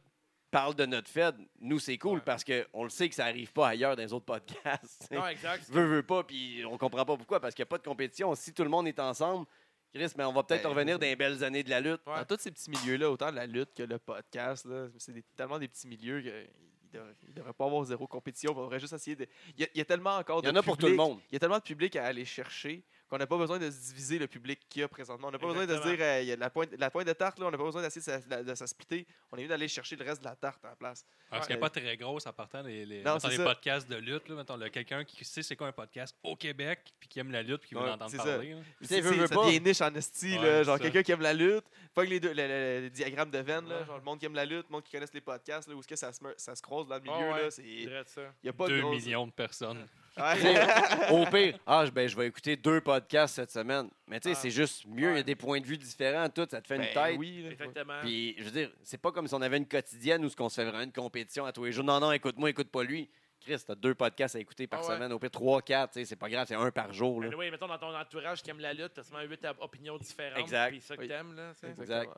Speaker 1: parle de notre fête. Nous, c'est cool
Speaker 4: Ouais.
Speaker 1: parce qu'on le sait que ça n'arrive pas ailleurs dans les autres podcasts.
Speaker 4: Non, exact.
Speaker 1: veut, veut pas, puis on comprend pas pourquoi, parce qu'il n'y a pas de compétition. Si tout le monde est ensemble, Chris, mais on va peut-être
Speaker 3: Ben,
Speaker 1: revenir dans les belles années de la lutte.
Speaker 4: Ouais.
Speaker 3: Dans tous ces petits milieux-là, autant la lutte que le podcast, là, c'est des- tellement des petits milieux qu'il ne devrait pas avoir zéro compétition. On devrait juste essayer de. Il y a, il y a tellement encore
Speaker 1: Il
Speaker 3: de.
Speaker 1: y en a pour tout le
Speaker 3: public-
Speaker 1: monde.
Speaker 3: Il y a tellement de public à aller chercher qu'on n'a pas besoin de se diviser le public qu'il y a présentement. On n'a pas besoin de se
Speaker 4: Exactement.
Speaker 3: dire euh, il y a de la pointe, la pointe de tarte, là, on n'a pas besoin d'essayer de, se- de se splitter. On est mieux d'aller chercher le reste de la tarte à la place.
Speaker 2: Parce qu'elle n'est
Speaker 3: Ouais.
Speaker 2: pas très grosse en partant les, les,
Speaker 3: Non,
Speaker 2: mettons,
Speaker 3: c'est
Speaker 2: les
Speaker 3: ça.
Speaker 2: podcasts de lutte. Là, mettons, là, quelqu'un qui sait c'est quoi un podcast au Québec puis qui aime la lutte puis qui veut
Speaker 3: Ouais,
Speaker 2: l'entendre
Speaker 3: c'est ça.
Speaker 2: parler. là.
Speaker 1: Tu sais,
Speaker 3: C'est
Speaker 1: veut, veut
Speaker 3: ça
Speaker 1: pas.
Speaker 3: devient niche en esti,
Speaker 2: Ouais,
Speaker 3: là,
Speaker 2: c'est
Speaker 3: genre
Speaker 2: ça.
Speaker 3: quelqu'un qui aime la lutte, pas que les deux, le, le- le diagramme de veine, là,
Speaker 4: Ouais.
Speaker 3: genre le monde qui aime la lutte, le monde qui connaisse les podcasts, là, où est-ce que ça se, me- ça se croise dans le
Speaker 4: Ah
Speaker 3: milieu,
Speaker 4: ouais.
Speaker 3: là, c'est...
Speaker 4: Je
Speaker 3: il
Speaker 4: dirais ça.
Speaker 3: n'y a pas de
Speaker 2: 2
Speaker 3: grosse-
Speaker 2: millions de personnes.
Speaker 3: Ouais.
Speaker 1: Tu sais, Au pire, ah, je- ben, je vais écouter deux podcasts cette semaine. Mais tu sais,
Speaker 4: Ah.
Speaker 1: c'est juste mieux, il y a
Speaker 4: Ouais.
Speaker 1: des points de vue différents, tout, ça te fait une
Speaker 3: Ben
Speaker 1: tête.
Speaker 3: oui, là.
Speaker 4: Exactement.
Speaker 1: Puis, je veux dire, c'est pas comme si on avait une quotidienne ou ce qu'on se fait vraiment une compétition à tous les jours. Non, non, écoute-moi, écoute pas lui. Chris, t'as deux podcasts à écouter par
Speaker 4: Ah ouais.
Speaker 1: semaine, au pire trois, quatre, tu sais, c'est pas grave, c'est un par jour. là.
Speaker 4: oui, mettons dans ton entourage qui aime la lutte, parce que 8 opinions différentes.
Speaker 1: Exact.
Speaker 4: Puis ça que
Speaker 3: Oui.
Speaker 4: t'aimes, là. c'est-
Speaker 3: Exactement.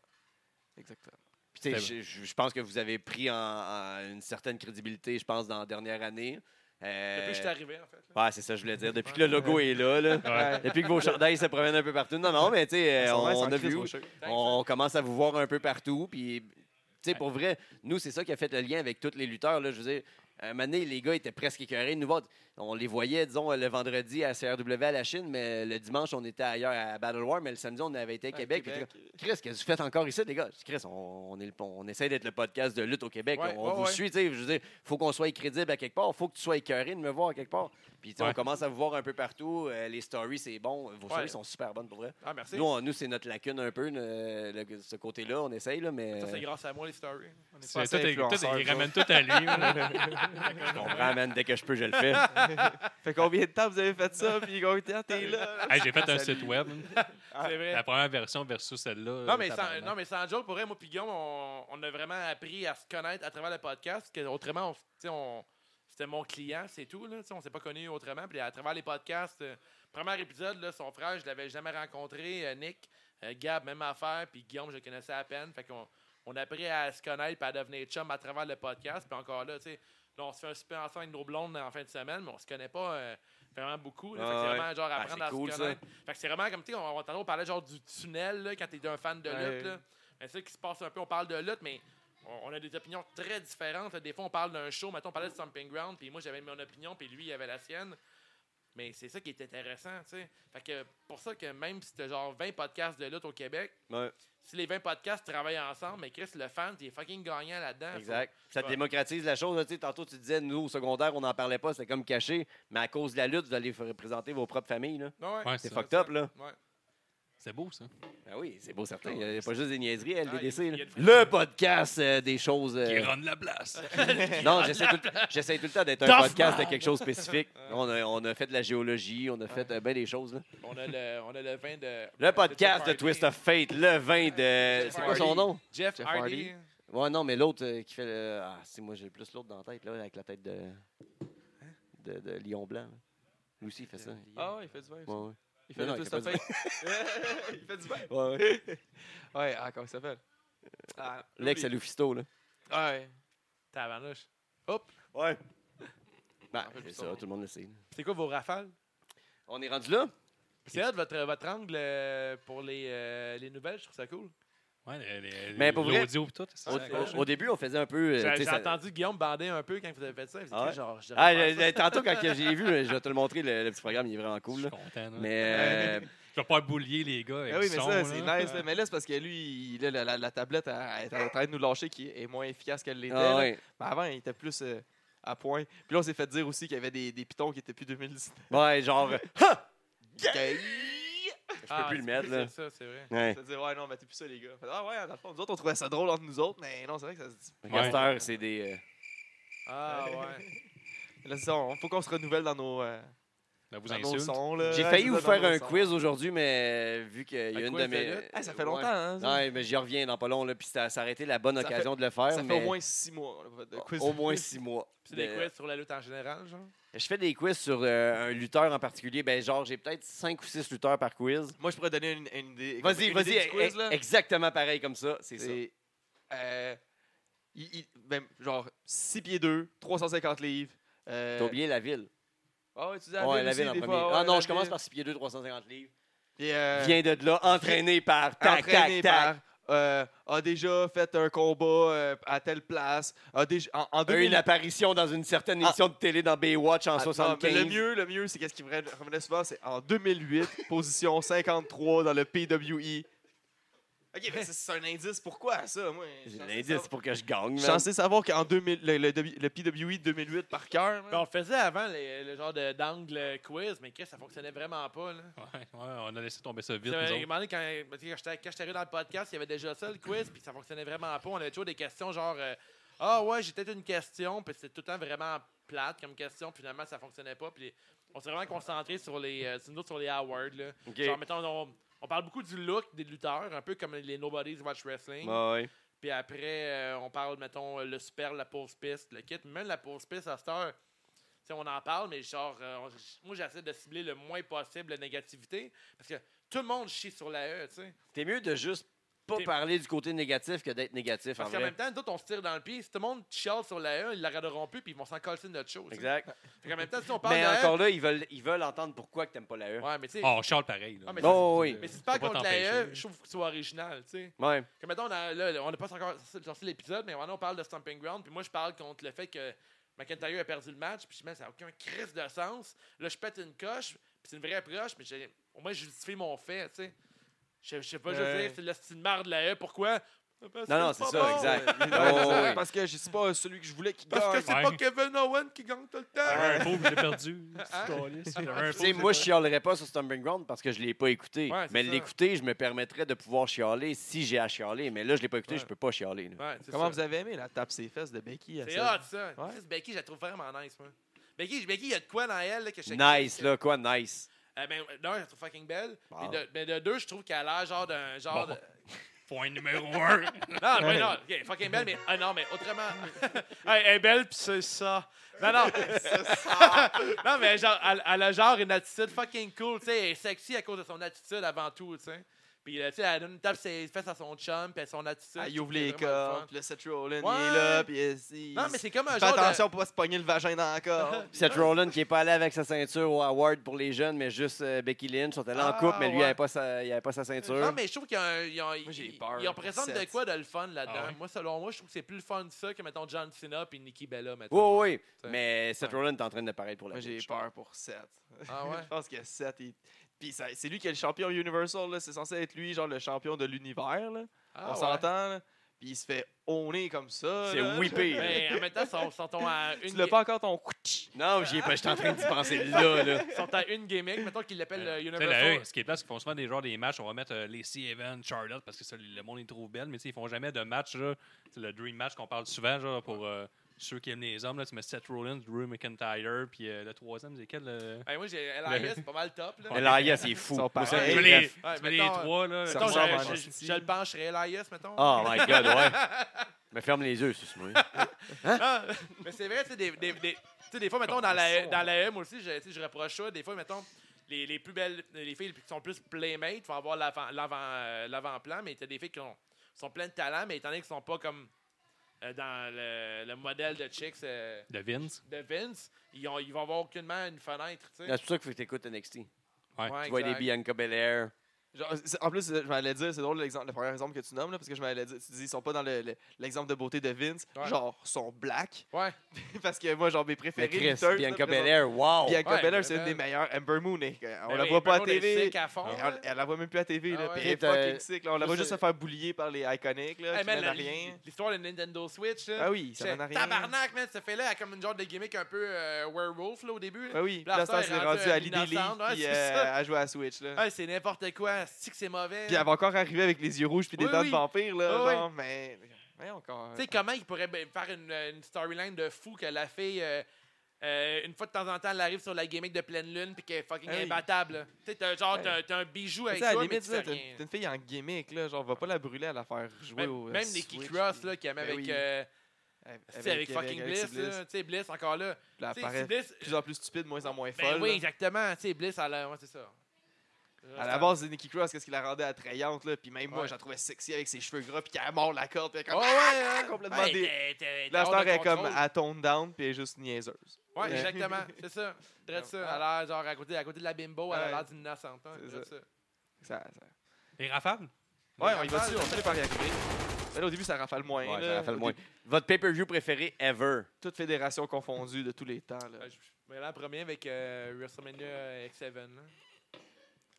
Speaker 3: Exactement.
Speaker 1: Puis, tu sais,
Speaker 2: C'est
Speaker 1: je, je- je pense que vous avez pris en, en une certaine crédibilité, je pense, dans la dernière année. Euh,
Speaker 4: Depuis que je suis arrivé, en fait. là.
Speaker 1: Ouais, c'est ça, que je voulais dire. Depuis que le logo est là, là.
Speaker 2: Ouais.
Speaker 1: depuis que vos chandails se promènent un peu partout. Non, non, mais tu sais, euh,
Speaker 3: Son
Speaker 1: on,
Speaker 3: verre, c'est en
Speaker 1: a
Speaker 3: crise,
Speaker 1: vu.
Speaker 3: mon
Speaker 1: où-
Speaker 3: chef.
Speaker 1: On
Speaker 4: hein.
Speaker 1: commence à vous voir un peu partout. Puis, tu sais, pour vrai, nous, c'est ça qui a fait le lien avec tous les lutteurs. Là, je veux dire, à un moment donné, les gars étaient presque écœurés. de Nous, voir. on les voyait, disons, le vendredi à CRW à la Chine, mais le dimanche, on était ailleurs à Battle War, mais le samedi, on avait été à
Speaker 3: Ouais,
Speaker 1: Québec. puis
Speaker 3: Québec.
Speaker 1: Chris, qu'est-ce que vous faites encore ici, les gars? Je dis, Chris, on, on est le- on essaie d'être le podcast de lutte au Québec.
Speaker 4: Ouais,
Speaker 1: on
Speaker 4: ouais,
Speaker 1: vous
Speaker 4: ouais.
Speaker 1: suit, tu sais. Je veux dire, faut qu'on soit crédible à quelque part. faut que tu sois écœuré de me voir à quelque part. Puis, tu sais, on
Speaker 2: Ouais.
Speaker 1: commence à vous voir un peu partout. Euh, les stories, c'est bon. Vos
Speaker 4: Ouais.
Speaker 1: stories sont super bonnes pour vrai.
Speaker 4: Ah, merci.
Speaker 1: Nous, on- nous c'est notre lacune un peu, le- le- ce côté-là. On essaye, là, mais
Speaker 4: Ça, c'est grâce à moi, les stories. On est
Speaker 2: C'est-
Speaker 4: pas
Speaker 2: tout
Speaker 3: assez
Speaker 2: est- tout est-
Speaker 3: influenceur,
Speaker 2: Ils
Speaker 3: ça.
Speaker 2: ramènent tout à lui. là.
Speaker 1: je comprends, man. Dès que je peux, je le fais.
Speaker 3: Fait combien de temps vous avez fait ça? Puis combien de temps t'es là?
Speaker 2: Hey, J'ai fait un
Speaker 3: Salut.
Speaker 2: site web.
Speaker 4: C'est vrai.
Speaker 2: La première version versus celle-là.
Speaker 4: Non
Speaker 2: euh,
Speaker 4: mais, sans,
Speaker 2: tabarnak.
Speaker 4: non, mais sans joke, pour vrai, moi, puis Guillaume, on, on a vraiment appris à se connaître à travers le podcast. Parce que autrement, on, tu sais, on- c'était mon client, c'est tout. Là, tu sais, on s'est pas connus autrement. Puis à travers les podcasts, euh, premier épisode, là, son frère, je l'avais jamais rencontré. euh, Nick, euh, Gab, même affaire. Puis Guillaume, je le connaissais à peine. Fait qu'on on a appris à se connaître et à devenir chum à travers le podcast. Puis encore là, tu sais, là, on se fait un super ensemble avec nos blondes en fin de semaine, mais on se connaît pas euh, vraiment beaucoup. là. Fait que
Speaker 1: Ah
Speaker 4: c'est
Speaker 1: ouais.
Speaker 4: vraiment genre
Speaker 1: Ah,
Speaker 4: apprendre
Speaker 1: c'est
Speaker 4: à
Speaker 1: cool,
Speaker 4: se
Speaker 1: ça.
Speaker 4: connaître. Fait que c'est vraiment comme, tu sais, on, on, tantôt, on parlait genre du tunnel, là, quand t'es un fan de
Speaker 3: Ouais.
Speaker 4: lutte, là. Mais c'est ça qui se passe un peu, on parle de lutte, mais on, on a des opinions très différentes. là. Des fois, on parle d'un show, mettons, on parlait de Stomping Ground, puis moi, j'avais mon opinion, puis lui, il avait la sienne. Mais c'est ça qui est intéressant, tu sais. Fait que pour ça que même si t'as genre 20 podcasts de lutte au Québec,
Speaker 1: Ouais.
Speaker 4: si les 20 podcasts travaillent ensemble, mais Chris, le fan, t'es fucking gagnant là-dedans.
Speaker 1: Exact. Ça
Speaker 4: Ouais.
Speaker 1: démocratise la chose. là, tu sais, tantôt, tu disais, nous, au secondaire, on n'en parlait pas. C'était comme caché. Mais à cause de la lutte, vous allez f- présenter vos propres familles. là.
Speaker 4: Non, ouais.
Speaker 2: Ouais,
Speaker 1: C'est
Speaker 2: ça.
Speaker 1: fucked up, là.
Speaker 4: Ouais.
Speaker 2: C'est beau, ça.
Speaker 1: Ben oui, c'est beau, certain. Il n'y a pas juste des niaiseries à
Speaker 4: Ah,
Speaker 1: LDDC.
Speaker 4: il y
Speaker 1: là.
Speaker 4: a- il y a une-
Speaker 1: Le podcast euh, des choses. euh,
Speaker 2: Qui run la place.
Speaker 1: Non, j'essaie tout, j'essaie tout le temps d'être un
Speaker 2: Tough
Speaker 1: podcast de
Speaker 2: man.
Speaker 1: quelque chose de spécifique. On a, on a fait de la géologie, on a fait euh, ben des choses. là.
Speaker 4: On a le, on a le vin de.
Speaker 1: Le podcast de
Speaker 4: Jeff
Speaker 1: Twist
Speaker 4: Hardy.
Speaker 1: of Fate, le vin de. C'est quoi son
Speaker 3: Hardy.
Speaker 1: nom?
Speaker 4: Jeff,
Speaker 3: Jeff
Speaker 4: Hardy.
Speaker 1: Ouais, non, mais l'autre euh, qui fait le. Ah, c'est moi, j'ai plus l'autre dans la tête, là, avec la tête de. de, de Lion Blanc. là. Lui aussi, il fait ça. Ouais,
Speaker 3: Ah ouais, il fait du vin. aussi.
Speaker 1: ouais.
Speaker 3: Il fait
Speaker 1: Non,
Speaker 3: le
Speaker 1: non,
Speaker 3: twist of
Speaker 1: il fait
Speaker 3: fate. Il fait du vin.
Speaker 1: ouais, ouais.
Speaker 3: Ouais, ah, comment il s'appelle? Ah,
Speaker 1: L'ex à
Speaker 3: oublie.
Speaker 1: Lufisto, là.
Speaker 3: Ouais.
Speaker 4: Tabarnouche.
Speaker 1: Ouais. Ben,
Speaker 3: Ah,
Speaker 1: c'est
Speaker 3: Lufisto.
Speaker 1: ça, tout le monde le sait. là.
Speaker 4: C'est quoi vos rafales?
Speaker 1: On est rendu là?
Speaker 4: C'est hot, votre, votre angle euh, pour les, euh, les nouvelles, je trouve ça cool.
Speaker 1: Euh,
Speaker 2: Ouais, les- les-
Speaker 1: Mais pour vrai,
Speaker 2: l'audio et tout. c'est
Speaker 1: Au,
Speaker 2: ça.
Speaker 1: au- au début, on faisait un peu. euh,
Speaker 4: J'ai
Speaker 1: tu sais,
Speaker 4: j'ai
Speaker 1: ça-
Speaker 4: entendu Guillaume bander un peu quand vous avez fait ça. Il faisait
Speaker 1: Ah ouais?
Speaker 4: genre, je
Speaker 1: Ah,
Speaker 4: devrais
Speaker 1: le- le- tantôt, quand que j'ai vu, euh, je vais te le montrer, le, le petit programme, il est vraiment cool.
Speaker 2: Je suis
Speaker 1: là.
Speaker 2: content. là.
Speaker 1: Mais. euh,
Speaker 2: Je vais pas boulier les gars avec
Speaker 3: Ah oui,
Speaker 2: du
Speaker 3: mais
Speaker 2: son,
Speaker 3: ça, c'est
Speaker 2: là.
Speaker 3: nice. là. Mais là, c'est parce que lui, il- là, la, la- la tablette elle est en train de nous lâcher qui est moins efficace qu'elle l'était.
Speaker 1: ah,
Speaker 3: là.
Speaker 1: ouais.
Speaker 3: Mais avant, il était plus euh, à point. Puis là, on s'est fait dire aussi qu'il y avait des, des pitons qui étaient plus 2019.
Speaker 1: Ouais, genre. euh,
Speaker 3: Que-
Speaker 1: Je peux
Speaker 4: Ah,
Speaker 1: plus le
Speaker 4: c'est-
Speaker 1: mettre, là.
Speaker 4: C'est ça, c'est vrai.
Speaker 1: Ouais.
Speaker 3: Ça veut dire, ouais, non, mais t'es plus ça, les gars. Fait, ah ouais, dans le fond, nous autres, on trouvait ça drôle entre nous autres, mais non, c'est vrai que ça se dit.
Speaker 1: Fait qu'à cette heure, c'est des. euh,
Speaker 4: Ah ouais.
Speaker 3: Là, c'est ça, on- faut qu'on se renouvelle dans nos, euh,
Speaker 2: Ça vous
Speaker 3: dans nos
Speaker 2: insulte.
Speaker 3: sons, là.
Speaker 1: J'ai
Speaker 3: Euh, Ouais,
Speaker 1: failli
Speaker 3: c'est
Speaker 1: vous
Speaker 3: ça, dans
Speaker 1: faire
Speaker 3: nos
Speaker 1: un
Speaker 3: sons.
Speaker 1: quiz aujourd'hui, mais euh, vu qu'il y
Speaker 4: Un
Speaker 1: a une de
Speaker 4: quiz de
Speaker 1: mes. euh,
Speaker 4: lutte?
Speaker 3: Ah, ça fait
Speaker 1: Ouais.
Speaker 3: longtemps, hein, ça.
Speaker 1: Ouais, mais j'y reviens dans pas long, là, puis ça ça a arrêté la bonne
Speaker 3: Ça fait-
Speaker 1: occasion de le faire.
Speaker 3: Ça fait
Speaker 1: mais
Speaker 3: au moins six mois. on a pas fait de quiz.
Speaker 1: au moins six mois.
Speaker 4: C'est des
Speaker 1: De-
Speaker 4: quiz sur la lutte en général, genre.
Speaker 1: Je fais des quiz sur euh, un lutteur en particulier. Ben, genre, j'ai peut-être cinq ou six lutteurs par quiz.
Speaker 3: Moi, je pourrais donner une, une idée. comme
Speaker 1: Vas-y,
Speaker 3: une
Speaker 1: vas-y,
Speaker 3: idée du quiz,
Speaker 1: e-
Speaker 3: là.
Speaker 1: exactement pareil comme ça. C'est ça.
Speaker 3: C'est. euh, il- il- ben, genre, 6 pieds 2, 350 livres. euh,
Speaker 1: T'as oublié la ville.
Speaker 3: Ah ouais, tu dis
Speaker 1: Ouais, la
Speaker 3: aussi,
Speaker 1: ville en
Speaker 3: des
Speaker 1: premier.
Speaker 3: fois, ouais,
Speaker 1: ah non,
Speaker 3: la
Speaker 1: je commence
Speaker 3: ville.
Speaker 1: par 6 pieds 2, 350 livres.
Speaker 3: Puis, euh,
Speaker 1: Viens de là, entraîné par tac,
Speaker 3: entraîné
Speaker 1: tac, tac.
Speaker 3: par, euh, a déjà fait un combat euh, à telle place. A déjà, en, en
Speaker 1: A eu
Speaker 3: 2000
Speaker 1: une apparition dans une certaine
Speaker 3: Ah.
Speaker 1: émission de télé dans Baywatch en
Speaker 3: Ah, non,
Speaker 1: 75.
Speaker 3: mais le mieux, le mieux, c'est qu'est-ce qui revenait revenait souvent, c'est en 2008, position 53 dans le PWI. Ok, mais c'est- c'est un indice. Pourquoi ça, moi? Je suis
Speaker 1: J'ai
Speaker 3: censé
Speaker 1: l'indice
Speaker 3: savoir-
Speaker 1: pour que je gagne.
Speaker 3: Je suis
Speaker 1: man.
Speaker 3: censé savoir qu'en 2000, le, le, W- le PWI 2008 par cœur. man.
Speaker 4: Ben, on le faisait avant les- le genre de- d'angle quiz, mais Chris, ça fonctionnait vraiment pas. Là.
Speaker 2: Ouais, ouais, on a laissé tomber ça vite,
Speaker 4: Ça
Speaker 2: nous
Speaker 4: m'avait
Speaker 2: autres.
Speaker 4: demandé quand, parce que quand j'étais- quand j'étais arrivé dans le podcast, il y avait déjà ça le quiz, puis ça fonctionnait vraiment pas. On avait toujours des questions genre euh, Ah ouais, j'ai peut-être une question, puis c'était tout le temps vraiment plate comme question, puis finalement ça fonctionnait pas. Puis on s'est vraiment concentré sur les, euh, sur nous autres, sur les awards. Là.
Speaker 1: Ok.
Speaker 4: Genre, mettons, on, on parle beaucoup du look des lutteurs, un peu comme les Nobodies Watch Wrestling.
Speaker 1: Ah ouais.
Speaker 4: Puis après, euh, on parle, mettons, le super, la pause piste, le kit. Même la pause piste, à cette heure, tu sais, on en parle, mais genre, euh, on- moi, j'essaie de cibler le moins possible la négativité. Parce que tout le monde chie sur la E, tu sais.
Speaker 1: T'es mieux de juste pas
Speaker 4: T'es-
Speaker 1: parler du côté négatif que d'être négatif.
Speaker 4: Parce
Speaker 1: en
Speaker 4: qu'en
Speaker 1: vrai.
Speaker 4: même temps, d'autres, on se tire dans le pied. Si tout le monde chiale sur la E, ils la regarderont plus, puis ils vont s'en coller de notre chose. tu sais.
Speaker 1: Exact.
Speaker 4: Fait qu'en même temps, si on parle
Speaker 1: Mais
Speaker 4: de la E-
Speaker 1: encore là, ils veulent, ils veulent entendre pourquoi que t'aimes pas la E.
Speaker 4: Ouais, mais tu sais.
Speaker 2: Ah, on charle pareil. Là.
Speaker 4: Ah, mais
Speaker 1: ça, Oh, c'est- oui.
Speaker 4: Mais si tu parles
Speaker 2: Faut pas
Speaker 4: contre la E,
Speaker 2: t'empêcher.
Speaker 4: je trouve que tu sois original, tu sais.
Speaker 1: Ouais.
Speaker 4: Que mettons, on a- là, on n'a pas encore sorti- sorti l'épisode, mais maintenant on parle de Stomping Ground, puis moi je parle contre le fait que McIntyre a perdu le match, puis je me dis, ça n'a aucun crise de sens. Là, je pète une coche, puis c'est une vraie approche, mais j'ai- au moins je justifie mon fait, tu sais. Je je sais pas, je veux
Speaker 3: Ouais.
Speaker 4: dire, c'est le style marde de la E, pourquoi
Speaker 1: Non, non, c'est ça, exact.
Speaker 3: Parce-
Speaker 1: Oh, oui.
Speaker 3: Parce que je suis pas celui que je voulais qui
Speaker 4: Parce
Speaker 3: gagne.
Speaker 4: que c'est
Speaker 2: Ouais.
Speaker 4: pas Kevin Owen qui gagne tout le
Speaker 3: Ah,
Speaker 4: temps.
Speaker 2: J'avais un pot, puis j'ai perdu.
Speaker 4: Hein?
Speaker 2: J'avais un
Speaker 1: Tu sais,
Speaker 2: pot,
Speaker 1: moi, je chialerais pas sur Stomping Ground parce que je l'ai pas écouté.
Speaker 4: Ouais, c'est
Speaker 1: mais
Speaker 4: ça.
Speaker 1: l'écouter, je me permettrais de pouvoir chialer si j'ai à chialer. Mais là, je l'ai pas écouté,
Speaker 4: Ouais.
Speaker 1: je peux pas chialer. là.
Speaker 4: Ouais, c'est
Speaker 3: Comment
Speaker 4: ça.
Speaker 3: vous avez aimé la tape ses fesses de Becky? à
Speaker 4: C'est
Speaker 3: ça?
Speaker 4: hot, ça.
Speaker 3: Ouais.
Speaker 4: Chris, Becky, je la trouve vraiment nice, moi. Becky, Becky, il y a de quoi dans elle là, que je
Speaker 1: Nice, là, quoi, nice.
Speaker 4: Euh, ben, d'un, je la trouve fucking belle.
Speaker 1: Bon.
Speaker 4: Mais, de, mais de deux, je trouve qu'elle a l'air genre d'un genre
Speaker 2: Bon.
Speaker 4: de.
Speaker 2: Point numéro un.
Speaker 4: Non, mais non, ok, fucking belle, mais. Ah non, mais autrement. Hey, elle est belle, pis c'est ça. Non, non. non, mais genre, elle, elle a genre une attitude fucking cool, tu sais. Elle est sexy à cause de son attitude avant tout, tu sais. Puis, euh, tu sais, elle donne une tape ses fesses à son chum, pis à son attitude.
Speaker 3: Elle ouvre
Speaker 4: c'est
Speaker 3: les
Speaker 4: vraiment le
Speaker 3: corps,
Speaker 4: fun.
Speaker 3: puis le Seth Rollins, il
Speaker 4: Ouais.
Speaker 3: est là, puis euh, si-
Speaker 4: Non, mais c'est comme un
Speaker 3: Fais
Speaker 4: genre. de-
Speaker 3: attention pour pas se pogner le vagin dans la corde.
Speaker 1: Seth Rollins qui est pas allé avec sa ceinture au Award pour les jeunes, mais juste euh, Becky Lynch. Ils sont allés en
Speaker 3: Ah,
Speaker 1: couple, mais lui, il
Speaker 3: ouais.
Speaker 1: avait pas sa, il avait pas sa ceinture.
Speaker 4: Non, mais je trouve qu'il y a un. il y a un-
Speaker 3: Moi, j'ai
Speaker 4: il-
Speaker 3: peur
Speaker 4: Il en
Speaker 3: pour
Speaker 4: présente de
Speaker 3: Seth.
Speaker 4: quoi de le fun là-dedans.
Speaker 2: Ah ouais?
Speaker 4: Moi, selon moi, je trouve que c'est plus le fun ça que, mettons, John Cena puis Nikki Bella,
Speaker 1: Oui,
Speaker 4: mettons.
Speaker 1: oui,
Speaker 4: Ouais.
Speaker 1: mais Seth Rollins est en train de paraître pour la
Speaker 3: Moi, j'ai
Speaker 1: bitch.
Speaker 3: peur pour Seth.
Speaker 4: Ah ouais?
Speaker 3: je pense que Seth, il- puis ça- c'est lui qui est le champion Universal, là. c'est censé être lui, genre le champion de l'univers. là.
Speaker 4: Ah
Speaker 3: On
Speaker 4: ouais.
Speaker 3: s'entend, là. puis il se fait honner comme ça.
Speaker 1: C'est
Speaker 3: là.
Speaker 1: whippé. là.
Speaker 4: Mais Ben, en même temps, ils sont, sont à une
Speaker 3: Tu l'as pas encore ton couch.
Speaker 1: Non, j'y ai pas. J'étais en train d'y penser là, là.
Speaker 4: Ils sont à une gimmick, mettons qu'ils l'appellent
Speaker 2: Euh,
Speaker 4: euh,
Speaker 2: tu sais, la
Speaker 4: Universal.
Speaker 2: E, ce qui est plat, c'est qu'ils font souvent des genres des matchs. On va mettre euh, Lacey Evans, Charlotte, parce que ça, le monde les trouve belles, mais tu sais, ils font jamais de match. là. C'est le Dream Match qu'on parle souvent genre, pour euh, ceux qui aiment les hommes. Là, tu mets Seth Rollins, Drew McIntyre, puis euh, le troisième, c'est quel euh? le-
Speaker 4: Ben, moi, j'ai LIS, c'est pas mal top. Là.
Speaker 2: Ouais.
Speaker 1: Elias, il est
Speaker 3: Ils
Speaker 1: fou.
Speaker 3: sont
Speaker 2: Tu mets
Speaker 3: pareils.
Speaker 2: les-
Speaker 1: bref.
Speaker 2: tu
Speaker 4: Ouais,
Speaker 2: mets les
Speaker 4: mettons,
Speaker 2: trois. là.
Speaker 4: Mettons,
Speaker 3: Ça ressemble à
Speaker 4: je,
Speaker 3: un
Speaker 4: je-
Speaker 3: hostie.
Speaker 4: je le pencherais, LIS, mettons.
Speaker 3: Ah.
Speaker 1: Oh my God, ouais. Mais ferme les yeux, c'est moi.
Speaker 4: Ah, mais c'est vrai, tu sais, des, des, des, tu sais, des fois, mettons, dans la, dans la E, moi aussi, je, tu sais, je reproche ça. Des fois, mettons, les, les plus belles, les filles qui sont plus playmates vont avoir l'avant- l'avant- euh, l'avant-plan, mais t'as des filles qui ont- sont pleines de talent, mais étant donné qu'elles sont pas comme euh, dans le, le modèle de chicks euh,
Speaker 2: De Vince.
Speaker 4: de Vince, ils, ont, ils vont avoir aucunement une fenêtre, tu sais.
Speaker 1: C'est pour ça qu'il faut que t'écoutes NXT.
Speaker 2: Ouais,
Speaker 1: Tu vois des
Speaker 4: exact.
Speaker 1: Bianca Belair.
Speaker 3: Genre, c'est- en plus, je m'allais dire, c'est drôle l'exemple, le premier exemple que tu nommes, là, parce que je m'allais dire, tu dis, ils sont pas dans le- le- l'exemple de beauté de Vince,
Speaker 4: Ouais.
Speaker 3: genre, ils sont black,
Speaker 4: Ouais.
Speaker 3: parce que moi, genre, mes
Speaker 1: Mais
Speaker 3: préférés,
Speaker 1: Chris,
Speaker 3: lutteuses, là,
Speaker 1: Bianca
Speaker 3: présent-
Speaker 1: Belair, wow!
Speaker 3: Bianca
Speaker 4: Ouais,
Speaker 3: Belair, c'est une
Speaker 4: Belair.
Speaker 3: des meilleures. Amber Moon, est- on
Speaker 4: Ben
Speaker 3: la
Speaker 4: oui,
Speaker 3: voit pas à
Speaker 4: Bruno, elle est
Speaker 3: TV.
Speaker 4: sick à fond,
Speaker 3: Elle,
Speaker 4: là.
Speaker 3: elle- elle la voit même plus à TV, là,
Speaker 4: Ah ouais.
Speaker 3: puis
Speaker 1: Puis
Speaker 3: elle est
Speaker 1: t'as-
Speaker 3: fucking sick. là. on la voit
Speaker 1: je-
Speaker 3: juste se faire boulier par les iconiques, là,
Speaker 4: Hey,
Speaker 3: qui
Speaker 4: man,
Speaker 3: mènent
Speaker 4: la-
Speaker 3: à rien.
Speaker 4: L'histoire de Nintendo Switch, là.
Speaker 3: Ah oui, ça
Speaker 4: C'est
Speaker 3: mène à rien.
Speaker 4: Tabarnak, man, ce fait-là a comme une genre de gimmick un peu euh, werewolf, là, au début.
Speaker 3: Ah oui, puis
Speaker 4: La
Speaker 3: là, ça,
Speaker 4: sœur
Speaker 3: c'est
Speaker 4: est
Speaker 3: rendu
Speaker 4: rendue
Speaker 3: à Liddy Lee,
Speaker 4: innocente, ouais,
Speaker 3: puis
Speaker 4: c'est
Speaker 3: euh,
Speaker 4: ça.
Speaker 3: à jouer à la Switch, là.
Speaker 4: Ah, c'est n'importe quoi. C'est que c'est mauvais.
Speaker 3: Puis elle va encore arriver avec les yeux rouges puis des
Speaker 4: Oui,
Speaker 3: dents
Speaker 4: oui.
Speaker 3: de vampire, là,
Speaker 4: Ah ouais.
Speaker 3: genre, mais... mais encore.
Speaker 4: Tu sais, comment ils pourraient ben, faire une, une storyline de fou que la fille, euh, euh, une fois de temps en temps, elle arrive sur la gimmick de pleine lune puis qu'elle est fucking
Speaker 3: Hey.
Speaker 4: imbattable. là. Tu sais, t'as- genre,
Speaker 3: Hey.
Speaker 4: t'as- t'as un
Speaker 3: euh,
Speaker 4: bijou
Speaker 3: Tu
Speaker 4: avec
Speaker 3: sais, à la
Speaker 4: toi, mais
Speaker 3: limite,
Speaker 4: tu
Speaker 3: là,
Speaker 4: fais
Speaker 3: t'as
Speaker 4: rien.
Speaker 3: une t'as une fille en gimmick, là, genre, va pas la brûler, à la faire jouer au.
Speaker 4: Même,
Speaker 3: euh,
Speaker 4: même Nikki
Speaker 3: Switch,
Speaker 4: Cross,
Speaker 3: puis-
Speaker 4: là, qui aimait
Speaker 3: Ben
Speaker 4: avec,
Speaker 3: oui.
Speaker 4: euh,
Speaker 3: avec-
Speaker 4: tu sais, avec, fucking
Speaker 3: Alexis
Speaker 4: Bliss, là. Tu sais, Bliss encore là.
Speaker 3: Puis Elle
Speaker 4: Tu sais, si
Speaker 3: apparaît de
Speaker 4: Bliss.
Speaker 3: plus en plus stupide, de moins en moins
Speaker 4: Ben
Speaker 3: folle.
Speaker 4: oui,
Speaker 3: là.
Speaker 4: exactement. Tu sais, Bliss, elle a. Ouais, c'est ça.
Speaker 3: À la base, c'est Nikki Cross, qu'est-ce qui la rendait attrayante, là. Puis même moi,
Speaker 4: Ouais. Oh,
Speaker 3: je la trouvais sexy avec ses cheveux gras, puis qu'elle mord la corde, puis elle est comme. Ah,
Speaker 4: Ouais, hein. Ben, ouais, ouais.
Speaker 3: complètement
Speaker 4: Ouais,
Speaker 3: dé-
Speaker 4: t'es- t'es- t'es
Speaker 3: La
Speaker 4: hors de
Speaker 3: star est comme
Speaker 4: contrôle.
Speaker 3: à tone down, puis elle est juste niaiseuse.
Speaker 4: Ouais,
Speaker 3: Ouais.
Speaker 4: exactement. C'est ça. Drette ça. Elle a l'air, genre, à côté, à côté de la bimbo, elle a l'air d'une innocente. hein.
Speaker 3: C'est
Speaker 4: Drette ça.
Speaker 3: Ça- ça-
Speaker 2: Les rafales?
Speaker 3: Ouais,
Speaker 4: Mais
Speaker 3: on y va
Speaker 4: rafale,
Speaker 3: dessus, on fait les paris acculés. Mais là, au début, ça rafale moins.
Speaker 1: Ouais,
Speaker 3: là.
Speaker 1: ça rappelle
Speaker 3: Au
Speaker 1: moins.
Speaker 3: début,
Speaker 1: Votre pay-per-view préféré ever?
Speaker 3: Toute fédération confondue de tous les temps. là.
Speaker 4: Ouais, Ben, je- je vais aller en premier avec euh, WrestleMania X7. là.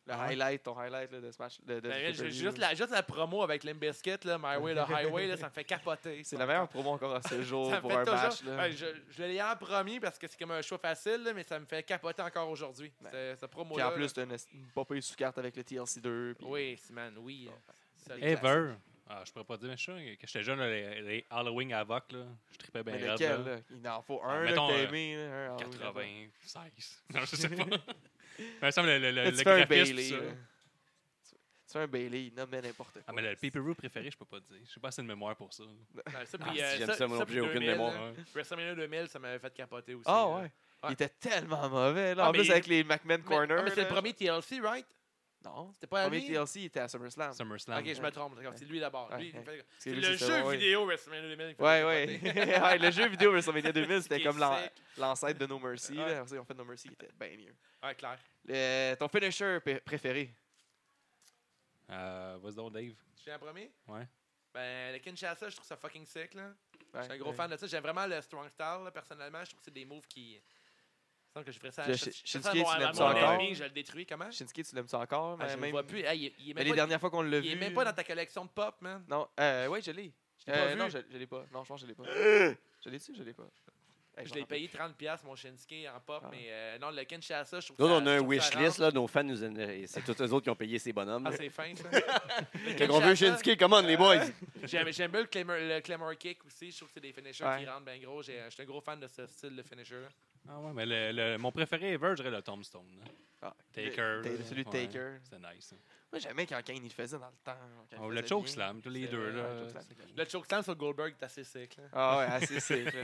Speaker 3: Le highlight, ton highlight là, de ce match. de- de-
Speaker 4: Ben,
Speaker 3: de
Speaker 4: ju-
Speaker 3: pay-per-view,
Speaker 4: juste,
Speaker 3: là.
Speaker 4: la, juste la promo avec Limbiscuit, là, My Way, le Highway, là, ça me fait capoter.
Speaker 3: C'est
Speaker 4: ça.
Speaker 3: la meilleure promo encore à ce jour
Speaker 4: Ça me
Speaker 3: pour
Speaker 4: fait
Speaker 3: un
Speaker 4: toujours-
Speaker 3: match. là.
Speaker 4: Ouais, je je l'ai en premier parce que c'est comme un choix facile, là, mais ça me fait capoter encore aujourd'hui.
Speaker 3: Ben,
Speaker 4: C'est- Cette promo
Speaker 3: Puis en plus, t'as une, une pas payée sous-carte avec le TLC2. puis-
Speaker 4: Oui, c'est- man, oui. Seul classique.
Speaker 2: Ever. Ah, je pourrais pas dire, mais je suis sûr que quand j'étais jeune, là, les, les Halloween Avoc, là, je tripais bien
Speaker 3: Mais
Speaker 2: raide,
Speaker 3: lequel,
Speaker 2: là.
Speaker 3: là? Il en faut
Speaker 2: Ben, Ah,
Speaker 3: un, là,
Speaker 2: mettons,
Speaker 3: que t'as
Speaker 2: euh,
Speaker 3: aimé, là, un en haut, là.
Speaker 2: 96. Non, je sais pas. Mais ça, le, le,
Speaker 4: Euh,
Speaker 2: le,
Speaker 3: Là,
Speaker 2: le
Speaker 3: tu fais un
Speaker 2: graphiste,
Speaker 3: Bailey,
Speaker 2: ça.
Speaker 3: là. Tu- Tu fais un Bailey, il nomme n'importe
Speaker 2: Ah,
Speaker 3: quoi.
Speaker 2: mais le pay-per-view préféré, je peux pas te dire. J'ai pas assez de mémoire pour ça.
Speaker 4: Ouais, ça,
Speaker 1: Ah,
Speaker 4: puis,
Speaker 1: si,
Speaker 4: euh,
Speaker 1: j'aime
Speaker 4: ça-
Speaker 1: ça, moi
Speaker 4: ça,
Speaker 1: non
Speaker 4: puis
Speaker 1: plus, j'ai aucune
Speaker 4: 2000,
Speaker 1: mémoire.
Speaker 4: là. WrestleMania 2000, ça m'avait fait capoter aussi.
Speaker 3: Ah
Speaker 4: là.
Speaker 3: ouais.
Speaker 4: Ouais.
Speaker 3: Il était tellement mauvais, là.
Speaker 4: Ah,
Speaker 3: en plus,
Speaker 4: mais-
Speaker 3: avec les McMahon
Speaker 4: Mais-
Speaker 3: Corner.
Speaker 4: ah, mais c'est le
Speaker 3: là.
Speaker 4: premier TLC, right?
Speaker 3: Non.
Speaker 4: C'était pas
Speaker 3: Le
Speaker 4: à
Speaker 3: premier
Speaker 4: lui?
Speaker 3: TLC, il était à SummerSlam.
Speaker 2: SummerSlam.
Speaker 4: Ok, je me trompe. d'accord, C'est lui d'abord.
Speaker 3: Ouais,
Speaker 4: Lui, il
Speaker 3: ouais.
Speaker 4: fait-
Speaker 3: Parce que
Speaker 4: C'est
Speaker 3: lui,
Speaker 4: le
Speaker 3: c'est ça,
Speaker 4: jeu
Speaker 3: ouais.
Speaker 4: vidéo WrestleMania 2000. qui
Speaker 3: Ouais,
Speaker 4: fait
Speaker 3: ouais.
Speaker 4: capoter.
Speaker 3: ouais. Le jeu vidéo WrestleMania 2000, c'était
Speaker 4: Qui
Speaker 3: comme
Speaker 4: est
Speaker 3: l'an-
Speaker 4: sick.
Speaker 3: l'ancêtre de No Mercy.
Speaker 4: Ouais.
Speaker 3: là. Après ça, ils ont fait No Mercy, il était bien mieux.
Speaker 4: Ouais, clair.
Speaker 3: Le- ton finisher pr- préféré?
Speaker 2: Euh, Vas-y donc, Dave.
Speaker 4: Je suis en premier?
Speaker 2: Ouais.
Speaker 4: Ben, le Kinshasa, je trouve ça fucking sick, là.
Speaker 3: Ouais,
Speaker 4: Je suis un gros
Speaker 3: ouais.
Speaker 4: fan de ça. J'aime vraiment le strong style, là, personnellement. Je trouve que c'est des moves qui. Il me semble que je ferais ça à
Speaker 3: Le
Speaker 4: je-
Speaker 3: Shi-
Speaker 4: je ferais ça à
Speaker 3: Shinsuke,
Speaker 4: mon-
Speaker 3: tu
Speaker 4: à
Speaker 3: l'aimes
Speaker 4: mon
Speaker 3: ça
Speaker 4: ennemi,
Speaker 3: encore?
Speaker 4: Je le détruis, comment?
Speaker 3: Shinsuke, tu l'aimes ça encore?
Speaker 4: Ah,
Speaker 3: mais
Speaker 4: je le
Speaker 3: même-
Speaker 4: vois plus. Hey, il- il
Speaker 3: mais
Speaker 4: est même
Speaker 3: les
Speaker 4: pas-
Speaker 3: dernières fois qu'on l'a vu.
Speaker 4: Il est même pas dans ta collection de pop, man.
Speaker 3: Non, euh, ouais, je l'ai.
Speaker 4: l'ai pas
Speaker 3: Euh,
Speaker 4: vu.
Speaker 3: non, je, je l'ai pas. Non, je pense que je l'ai pas. je l'ai-tu? Je l'ai pas. Hey,
Speaker 4: Je
Speaker 3: m'en
Speaker 4: l'ai
Speaker 3: rappelle.
Speaker 4: payé 30$ mon Shinsuke en pop,
Speaker 3: Ah.
Speaker 4: mais euh, non, le Kinshasa, je trouve
Speaker 1: Nous,
Speaker 4: ça-
Speaker 1: on a
Speaker 4: je
Speaker 1: un
Speaker 4: trouve ça
Speaker 1: wishlist,
Speaker 4: rentre.
Speaker 1: là. Nos fans, nous en- et c'est tous eux autres qui ont payé ces bonhommes.
Speaker 4: Ah,
Speaker 1: là.
Speaker 4: c'est fin, ça.
Speaker 1: Quand on veut Shinsuke, come on, les boys!
Speaker 4: J'aime j'aime bien le Claymore, le Claymore Kick aussi. Je trouve que c'est des finishers
Speaker 3: Ouais.
Speaker 4: qui rentrent bien gros. J'ai- Je suis un gros fan de ce style de finisher. là.
Speaker 2: Ah ouais, mais le, le- mon préféré ever, je dirais le Tombstone. là.
Speaker 3: Ah,
Speaker 2: Taker.
Speaker 3: Ta-
Speaker 2: là.
Speaker 3: celui de
Speaker 2: Ouais,
Speaker 3: Taker.
Speaker 2: C'était nice. hein.
Speaker 3: Moi, j'aimais quand Kane il faisait dans le temps. quand il
Speaker 2: Oh,
Speaker 3: faisait
Speaker 2: le
Speaker 3: bien.
Speaker 2: Chokeslam, tous les
Speaker 3: C'est-
Speaker 2: deux.
Speaker 3: ouais,
Speaker 2: là.
Speaker 3: le chokeslam, c'est
Speaker 2: C'est-
Speaker 4: Le chokeslam sur Goldberg est assez sick. là.
Speaker 3: Ah ouais, assez sick. là.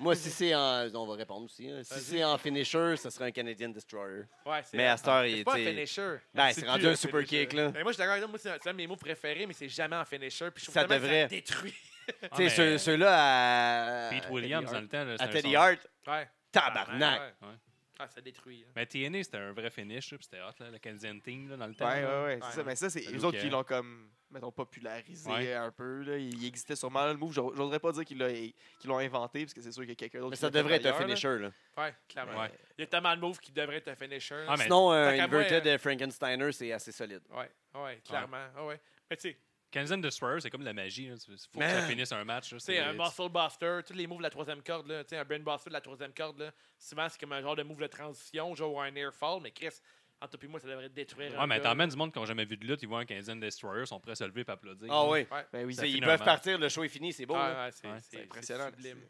Speaker 1: Moi, si c'est en. On va répondre aussi. hein. Si
Speaker 4: Vas-y. Ah,
Speaker 1: c'est en finisher, ça serait un Canadian Destroyer.
Speaker 4: Ouais, c'est
Speaker 1: Mais à cette heure, il
Speaker 4: c'est
Speaker 1: est.
Speaker 4: pas un
Speaker 1: Ben,
Speaker 4: finisher.
Speaker 1: c'est
Speaker 3: C'est
Speaker 1: rendu
Speaker 3: plus
Speaker 1: un
Speaker 3: un
Speaker 1: super
Speaker 3: finisher.
Speaker 1: kick, là.
Speaker 4: Mais moi, je suis d'accord avec toi. Moi, c'est un c'est un de mes mots préférés, mais c'est jamais en finisher. Puis je trouve
Speaker 1: Ça
Speaker 4: tellement que
Speaker 1: devrait.
Speaker 4: ça détruit.
Speaker 2: Ah,
Speaker 1: Tu sais,
Speaker 2: mais
Speaker 1: ceux- ceux-là à.
Speaker 2: Pete Williams, hein. dans le temps. là,
Speaker 1: À
Speaker 4: Ah,
Speaker 2: c'était un
Speaker 1: Teddy
Speaker 2: son-
Speaker 1: Hart, Ah,
Speaker 4: Ouais. Ah,
Speaker 1: tabarnak!
Speaker 4: Ouais.
Speaker 2: Ouais.
Speaker 4: Ah, ça détruit. là.
Speaker 2: Mais TNA, c'était un vrai finish. là, puis C'était hot, là, le Canadian Team, là, dans le temps.
Speaker 3: Ouais,
Speaker 2: là.
Speaker 3: ouais, ouais. c'est
Speaker 4: Ouais.
Speaker 3: Ça, mais ça, c'est
Speaker 2: Salut,
Speaker 3: eux autres qui
Speaker 2: Pierre.
Speaker 3: l'ont comme, mettons, popularisé
Speaker 2: Ouais.
Speaker 3: un peu. Là. Il il existait sûrement là, le move. J'o- J'oserais pas dire qu'il l'a- qu'ils l'ont inventé, parce que c'est sûr qu'il y a quelqu'un d'autre
Speaker 1: Mais
Speaker 3: qui
Speaker 1: ça
Speaker 3: l'a fait
Speaker 1: devrait être un
Speaker 3: ailleurs, là.
Speaker 1: finisher, là.
Speaker 4: hein. Ouais, clairement.
Speaker 2: Ouais.
Speaker 4: Il y a tellement de moves qui devraient être un finisher.
Speaker 2: Ah, mais-
Speaker 1: Sinon, un
Speaker 4: Fait qu'à moi,
Speaker 1: Inverted
Speaker 4: euh,
Speaker 1: euh, Frankensteiner, c'est assez solide.
Speaker 4: Ouais, ouais, clairement. Ah ouais. Mais tu sais,
Speaker 2: Canadian Destroyer, c'est comme de la magie. Il faut que
Speaker 4: Man.
Speaker 2: ça finisse un match. là,
Speaker 4: c'est un
Speaker 2: tu-
Speaker 4: muscle buster, tous les moves de la troisième corde, là, tu sais, un brain buster de la troisième corde, là, souvent c'est comme un genre de move de transition, genre un air fall, mais Chris, entre toi et moi, ça devrait détruire.
Speaker 2: Ouais,
Speaker 4: un
Speaker 2: mais
Speaker 4: gars,
Speaker 3: euh,
Speaker 2: t'emmènes du monde qui n'a jamais vu de lutte, ils voient un Canadian Destroyer, ils sont prêts à se lever et applaudir.
Speaker 1: Ah oui.
Speaker 4: Ouais,
Speaker 3: Ben oui,
Speaker 2: Ça
Speaker 1: C'est- Ils
Speaker 2: finit
Speaker 1: peuvent
Speaker 2: un
Speaker 1: partir, le show est fini, c'est beau.
Speaker 4: Ah,
Speaker 1: là.
Speaker 4: ouais, c'est
Speaker 2: Ouais.
Speaker 4: c'est
Speaker 3: impressionnant,
Speaker 4: impressionnant. Sublime.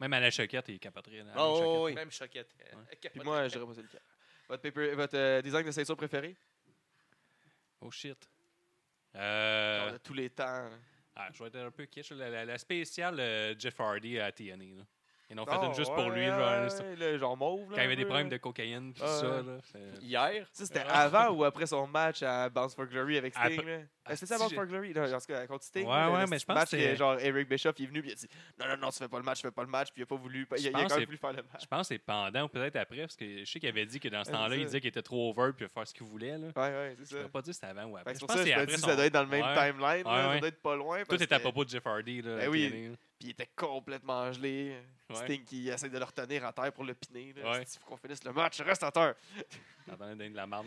Speaker 2: Même à la choquette, ils capoteraient. là, à la
Speaker 1: Ah,
Speaker 2: choquette.
Speaker 1: oui.
Speaker 4: Même choquette. Euh,
Speaker 3: Puis moi, je dirais pas c'est le cas. Votre, paper- votre euh, design de ceinture préféré?
Speaker 2: Oh shit. Euh,
Speaker 3: Genre Ah, de tous les temps. là.
Speaker 2: ah, je vais être un peu kitsch. La, la- la spéciale euh, Jeff Hardy à TNA. Là. Ils l'ont fait
Speaker 3: Ah,
Speaker 2: une juste
Speaker 3: ouais,
Speaker 2: pour
Speaker 3: ouais,
Speaker 2: lui.
Speaker 3: ouais,
Speaker 2: genre, là, ça.
Speaker 3: ouais, le genre mauve.
Speaker 2: quand il y avait des problèmes de cocaïne pis tout
Speaker 3: Ah,
Speaker 2: ça.
Speaker 3: ouais.
Speaker 2: Là, c'est-
Speaker 1: Hier,
Speaker 3: Ça, c'était
Speaker 2: Ouais.
Speaker 3: avant ou après son match à Bounce for Glory avec Sting?
Speaker 2: Après-
Speaker 3: là?
Speaker 2: Ah,
Speaker 3: Est-ce que c'était à
Speaker 2: si,
Speaker 3: Bounce
Speaker 2: j'ai-
Speaker 3: for Glory? Non, en tout cas, contre Sting.
Speaker 2: Ouais,
Speaker 3: là, le
Speaker 2: ouais,
Speaker 3: petit
Speaker 2: mais je pense
Speaker 3: match
Speaker 2: que c'est-
Speaker 3: Genre, Eric Bischoff, il est venu et il a dit Non, non, non, tu fais pas le match, tu fais pas le match. Puis il a pas voulu. Il a,
Speaker 2: Je
Speaker 3: il a
Speaker 2: pense
Speaker 3: quand
Speaker 2: c'est-
Speaker 3: même voulu faire le match.
Speaker 2: Je pense que c'est pendant ou peut-être après, parce que je sais qu'il avait dit que dans ce
Speaker 3: Ah,
Speaker 2: temps-là,
Speaker 3: c'est
Speaker 2: il
Speaker 3: ça.
Speaker 2: disait qu'il était trop over puis il pouvait faire ce qu'il voulait. Là.
Speaker 3: Ouais, ouais, c'est
Speaker 2: Je
Speaker 3: ça.
Speaker 2: ne pas dire c'était avant ou
Speaker 3: Fait
Speaker 2: après.
Speaker 3: que
Speaker 2: Je
Speaker 3: c'est
Speaker 2: pense
Speaker 3: pour
Speaker 2: que
Speaker 3: ça que
Speaker 2: c'est
Speaker 3: je me
Speaker 2: après.
Speaker 3: dis
Speaker 2: son-
Speaker 3: ça doit être dans le même
Speaker 2: Ouais.
Speaker 3: timeline. là,
Speaker 2: Ouais, ouais.
Speaker 3: Ça doit être pas loin. parce
Speaker 2: Tout est à
Speaker 3: que-
Speaker 2: propos de Jeff Hardy. Là,
Speaker 3: Ben
Speaker 2: à
Speaker 3: oui.
Speaker 2: TNA, là.
Speaker 3: Puis il était complètement gelé.
Speaker 2: Ouais.
Speaker 3: Sting qui essaie de le retenir à terre pour le piner. Il
Speaker 2: Ouais.
Speaker 3: faut qu'on finisse le match, reste à terre.
Speaker 2: T'entendais donner de la marde.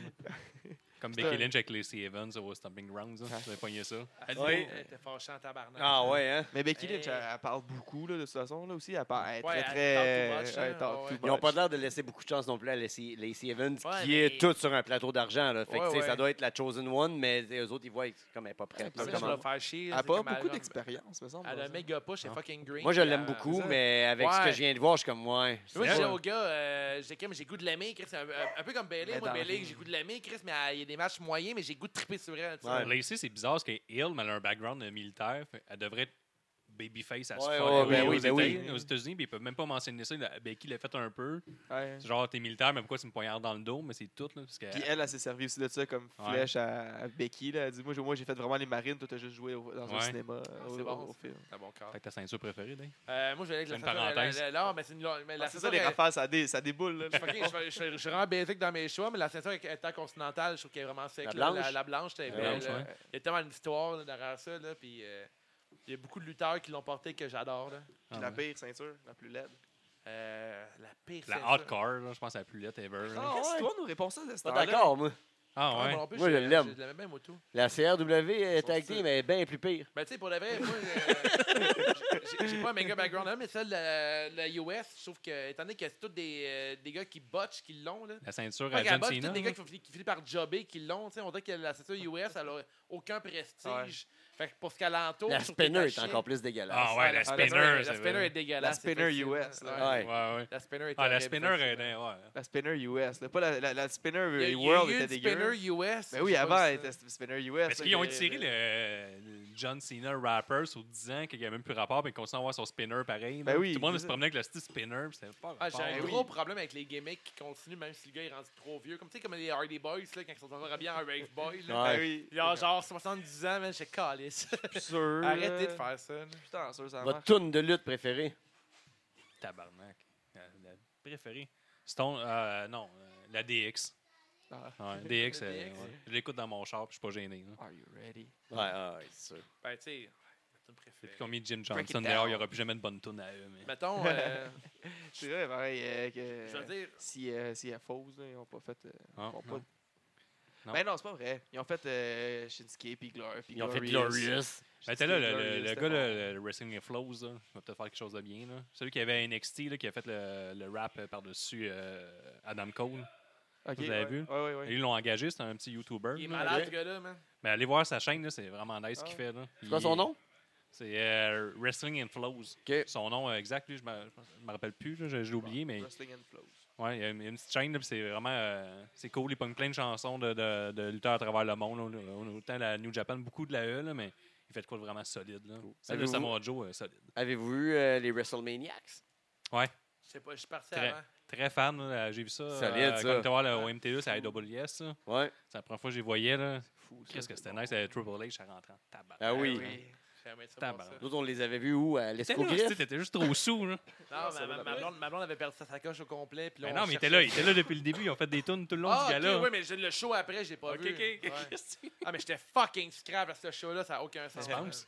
Speaker 2: Comme
Speaker 3: C'est
Speaker 2: Becky
Speaker 3: un-
Speaker 2: Lynch avec Lacey Evans au Stomping Grounds. Vous
Speaker 3: Ouais.
Speaker 2: avez pogné ça.
Speaker 4: Elle
Speaker 1: Oui.
Speaker 4: était était fâchée en tabarnak.
Speaker 1: Ah ouais, hein?
Speaker 3: Mais Becky Lynch,
Speaker 4: Hey.
Speaker 3: elle, elle parle beaucoup, là, de toute façon, là aussi. Elle, parle, elle est
Speaker 4: Ouais,
Speaker 3: très, très...
Speaker 4: elle talk too much,
Speaker 3: ouais,
Speaker 4: hein,
Speaker 3: talk
Speaker 4: ouais,
Speaker 3: too
Speaker 4: ouais.
Speaker 1: Ils n'ont
Speaker 3: much.
Speaker 1: pas l'air de laisser beaucoup de chance non plus à Lacey, Lacey Evans,
Speaker 4: Ouais,
Speaker 1: qui
Speaker 4: mais-
Speaker 1: est toute sur un plateau d'argent. là. Fait que,
Speaker 4: Ouais,
Speaker 1: tu sais,
Speaker 4: ouais.
Speaker 1: Ça doit être la chosen one, mais eux autres, ils voient que c'est comme elle n'est pas
Speaker 4: Elle
Speaker 1: prête. là,
Speaker 4: ça, je
Speaker 1: comment-
Speaker 4: vais faire chier.
Speaker 3: Elle
Speaker 4: c'est
Speaker 3: a pas
Speaker 4: comme
Speaker 3: beaucoup
Speaker 4: elle-
Speaker 3: d'expérience, hein. me semble.
Speaker 4: Elle a un
Speaker 3: ça.
Speaker 4: méga push, elle est
Speaker 2: Ah.
Speaker 4: fucking green.
Speaker 1: Moi, je
Speaker 4: puis
Speaker 1: l'aime
Speaker 4: elle-
Speaker 1: beaucoup,
Speaker 3: c'est ça.
Speaker 1: mais avec ce que
Speaker 4: Ouais.
Speaker 1: je viens de voir, je suis comme, ouais.
Speaker 4: Moi,
Speaker 2: C'est
Speaker 4: je disais
Speaker 2: vrai.
Speaker 4: au gars, euh, j'ai comme- j'ai goût de l'aimer, Chris. Un, un- un peu comme Bailey.
Speaker 3: Mais
Speaker 4: Moi,
Speaker 3: dans
Speaker 4: Bailey,
Speaker 3: le-
Speaker 4: j'ai goût de l'aimer, Chris, mais elle- il y a des matchs moyens, mais j'ai goût de triper sur elle. tu sais.
Speaker 1: Ouais.
Speaker 2: Lacey, c'est bizarre parce qu'elle est ill, mais elle a un background euh, militaire. Fait, Elle devrait être babyface à ce
Speaker 1: Ouais,
Speaker 2: fuck,
Speaker 1: ouais,
Speaker 2: oui,
Speaker 1: ben
Speaker 2: aux
Speaker 1: oui, ben oui.
Speaker 2: États- aux États-Unis, puis ils peuvent même pas mentionner ça. La- Becky l'a fait un peu.
Speaker 3: Ouais.
Speaker 2: C'est Genre, t'es militaire, mais pourquoi tu me poignardes dans le dos? Mais c'est tout. Là, parce que
Speaker 3: Puis elle, elle s'est servie aussi de ça comme
Speaker 2: Euh, Ouais.
Speaker 3: flèche à, à Becky. Là. Elle dit Moi, j'ai- moi, j'ai fait vraiment les marines, toi, t'as juste joué au- dans un
Speaker 2: Ouais.
Speaker 3: cinéma, au,
Speaker 4: c'est bon,
Speaker 3: au- au film.
Speaker 4: Ah, bon corps.
Speaker 2: Fait que ta ceinture préférée, Dave?
Speaker 4: Euh, moi, je vais aller
Speaker 2: C'est
Speaker 4: avec
Speaker 2: une
Speaker 4: la ceinture- la-
Speaker 2: parenthèse.
Speaker 4: la- la- Non, mais c'est une. mais la
Speaker 3: Ah, c'est ça, les
Speaker 4: ceinture, elle-
Speaker 3: rafales, ça, dé- ça déboule. Là.
Speaker 4: Fucking, je, je, je, je suis vraiment basic dans mes choix, mais la ceinture intercontinentale, je trouve qu'elle est vraiment sec.
Speaker 1: La
Speaker 4: là.
Speaker 1: blanche?
Speaker 4: La, la blanche, c'était
Speaker 1: La
Speaker 4: belle.
Speaker 2: blanche,
Speaker 4: là.
Speaker 2: ouais.
Speaker 4: Il y a tellement d'histoires derrière ça. Là, puis, euh, il y a beaucoup de lutteurs qui l'ont porté que j'adore. là.
Speaker 3: Puis
Speaker 2: Ah,
Speaker 3: la
Speaker 2: ouais.
Speaker 3: pire ceinture, la plus laide.
Speaker 4: Euh, la pire
Speaker 2: La
Speaker 4: ceinture.
Speaker 2: hardcore, là, je pense, la plus lettre ever. là.
Speaker 3: Ah,
Speaker 1: ouais.
Speaker 3: toi, nous réponds ça de cette
Speaker 1: Pas
Speaker 3: heure-là.
Speaker 1: d'accord, moi.
Speaker 2: Ah
Speaker 4: Ah,
Speaker 2: ouais?
Speaker 4: moi non plus,
Speaker 1: Moi, je l'aime.
Speaker 4: Je l'aimais bien, moi, tout.
Speaker 1: La CRW est
Speaker 4: Sont
Speaker 1: tactée,
Speaker 4: sûrs.
Speaker 1: mais bien plus pire.
Speaker 4: Ben, tu sais, pour de vrai, moi, euh, j'ai- j'ai pas un méga background, là, mais celle de la, la US, je trouve que, étant donné que c'est tous des, euh, des gars qui botchent, qui l'ont, là.
Speaker 2: La ceinture
Speaker 4: Pas
Speaker 2: à
Speaker 4: qu'elle
Speaker 2: John
Speaker 4: botche, Ah, c'est tous
Speaker 2: Cena.
Speaker 4: des gars
Speaker 2: là.
Speaker 4: qui, fi- qui finissent par jobber, qui l'ont, tu sais. On dirait que la ceinture US, elle a aucun prestige. Fait que pour ce qu'elle entoure.
Speaker 1: La
Speaker 4: je trouve qu'elle
Speaker 1: spinner est
Speaker 4: à chier.
Speaker 1: encore plus dégueulasse.
Speaker 2: Ah ouais, la
Speaker 3: Ah, la-
Speaker 2: spinner. c'est
Speaker 4: La spinner est
Speaker 2: vrai.
Speaker 3: La
Speaker 4: dégueulasse.
Speaker 3: spinner
Speaker 4: effectivement.
Speaker 3: US. là.
Speaker 1: Ouais.
Speaker 2: Ouais, ouais.
Speaker 4: La spinner est
Speaker 2: Ah, la
Speaker 4: horrible,
Speaker 2: spinner est...
Speaker 4: effectivement.
Speaker 2: ouais. ouais.
Speaker 3: La spinner US. là. Pas la, la, la
Speaker 4: Il y a-
Speaker 3: spinner
Speaker 4: il y a
Speaker 3: World
Speaker 4: eu
Speaker 3: était
Speaker 4: une
Speaker 3: dégueu.
Speaker 4: spinner US.
Speaker 3: Mais oui,
Speaker 4: je sais
Speaker 3: avant,
Speaker 4: pas
Speaker 3: elle
Speaker 4: si-
Speaker 3: était spinner US.
Speaker 2: Parce
Speaker 3: là,
Speaker 2: qu'ils ont
Speaker 3: que-
Speaker 2: étiré le, le John Cena rapper sur 10 ans, qu'il n'y a même plus rapport, mais qu'on s'en voit son spinner pareil.
Speaker 3: Ben
Speaker 2: là.
Speaker 3: oui,
Speaker 2: Tout le monde
Speaker 3: c'est
Speaker 2: se
Speaker 3: ça.
Speaker 2: promenait avec le style spinner, puis c'était pas
Speaker 4: Ah,
Speaker 2: rapport.
Speaker 4: j'ai un
Speaker 3: Ben oui.
Speaker 4: gros problème avec les gimmicks qui continuent, même si le gars est rendu trop vieux. Comme tu sais, comme les Hardy Boys, là, quand ils sont encore bien en Rave Boy. Là.
Speaker 1: Ouais.
Speaker 3: Ben oui.
Speaker 4: Ils ont genre 70 ans, man, j'ai calice.
Speaker 3: plus sûr.
Speaker 4: Arrêtez de faire ça. là.
Speaker 3: Putain, sûr, ça
Speaker 1: Votre
Speaker 3: marche.
Speaker 1: tune de lutte préférée?
Speaker 2: Ah, Tabarnak. Euh, La préférée. Stone. euh, non, euh, la DX.
Speaker 3: Ah.
Speaker 2: Ouais, DX, euh,
Speaker 4: DX.
Speaker 2: ouais. je l'écoute dans mon char, puis je suis pas gêné. là.
Speaker 3: Are you ready?
Speaker 1: Ouais, ouais, c'est sûr.
Speaker 4: Ben, tu sais, c'est une
Speaker 2: Depuis
Speaker 4: préférée.
Speaker 2: qu'on a mis Jim
Speaker 3: Break it
Speaker 2: Johnson, d'ailleurs, il n'y
Speaker 3: down. Ben,
Speaker 2: aura plus jamais de bonne tune à eux. Mais...
Speaker 4: Mettons, euh,
Speaker 3: C'est vrai, pareil. euh, que-
Speaker 4: je veux dire,
Speaker 3: Si, euh, si elle fausse, là, ils n'ont pas fait. euh,
Speaker 2: Ah,
Speaker 3: ils ont pas-
Speaker 2: non. Non.
Speaker 3: Ben non, c'est pas vrai. Ils ont fait euh, Shinsuke puis Glor- puis
Speaker 1: Ils ont fait Glorious.
Speaker 2: Ben, t'es là, le, le- le gars, le, le Wrestling Flows, là, va peut-être faire quelque chose de bien. Là. Celui qui avait NXT, là, qui a fait le, le rap euh, par-dessus euh, Adam Cole.
Speaker 3: Ok,
Speaker 2: vous l'avez
Speaker 3: ouais.
Speaker 2: vu?
Speaker 3: Ouais, ouais,
Speaker 2: Et
Speaker 3: ouais.
Speaker 2: Ils l'ont engagé, c'est un petit YouTuber.
Speaker 4: il est
Speaker 2: là.
Speaker 4: malade,
Speaker 1: ok.
Speaker 4: ce gars-là, man.
Speaker 2: Mais allez voir sa chaîne, là, c'est vraiment nice ce qu'il
Speaker 3: Ah.
Speaker 2: fait. là.
Speaker 1: C'est quoi son
Speaker 2: Il-
Speaker 1: nom?
Speaker 2: C'est euh, Wrestling and Flows.
Speaker 1: OK.
Speaker 2: Son nom euh, exact, lui, je me, je me rappelle plus, là, je, je l'ai oublié, mais
Speaker 3: Wrestling and Flows.
Speaker 2: ouais, il y a une, il y a une petite chaîne, là, puis c'est vraiment euh, c'est cool. Il pogne plein de chansons de, de, de lutteurs à travers le monde. là. On a autant la New Japan, beaucoup de la E, là, mais il fait de quoi de vraiment solide. Là. Celle de
Speaker 1: Avez-vous-
Speaker 2: Samoa Joe, euh, solide.
Speaker 1: Avez-vous vu euh, les WrestleManiacs?
Speaker 4: Je sais pas, je suis parti
Speaker 2: Très.
Speaker 4: avant.
Speaker 2: Très fan, là, j'ai vu ça. euh,
Speaker 1: Solide, ça.
Speaker 2: Quand tu voir le OMTE, E, c'est à IWS. ça.
Speaker 1: Ouais.
Speaker 2: C'est la première fois que je les voyais. là.
Speaker 3: Fou. ça,
Speaker 2: Qu'est-ce que
Speaker 3: c'est
Speaker 2: c'était
Speaker 3: bon.
Speaker 2: nice. euh, Triple H, ça rentre en tabac.
Speaker 1: Ah oui.
Speaker 4: J'aimerais ça voir ça.
Speaker 2: Tabarnak.
Speaker 1: Nous, autres, on les avait vus où? À
Speaker 2: T'étais là,
Speaker 1: l'Escogriffe?
Speaker 2: tu sais, t'étais juste trop sous. Là.
Speaker 3: Ça
Speaker 4: Non, ma,
Speaker 3: vaut
Speaker 4: ma-
Speaker 3: la
Speaker 4: ma
Speaker 3: peine.
Speaker 4: blonde, ma blonde avait perdu sa sacoche au complet. Puis
Speaker 2: Mais Ben non, mais il était là, il était là depuis le début. Ils ont fait des tunes tout le long
Speaker 4: Ah,
Speaker 2: du
Speaker 4: ok,
Speaker 2: gala.
Speaker 4: oui, mais j'ai- le show après, j'ai pas
Speaker 2: Ok,
Speaker 4: vu.
Speaker 2: ok, ok,
Speaker 4: Ouais.
Speaker 2: qu'est-ce que tu-
Speaker 4: Ah, mais j'étais fucking scrap à ce show-là, ça n'a aucun sens.
Speaker 2: Tu penses?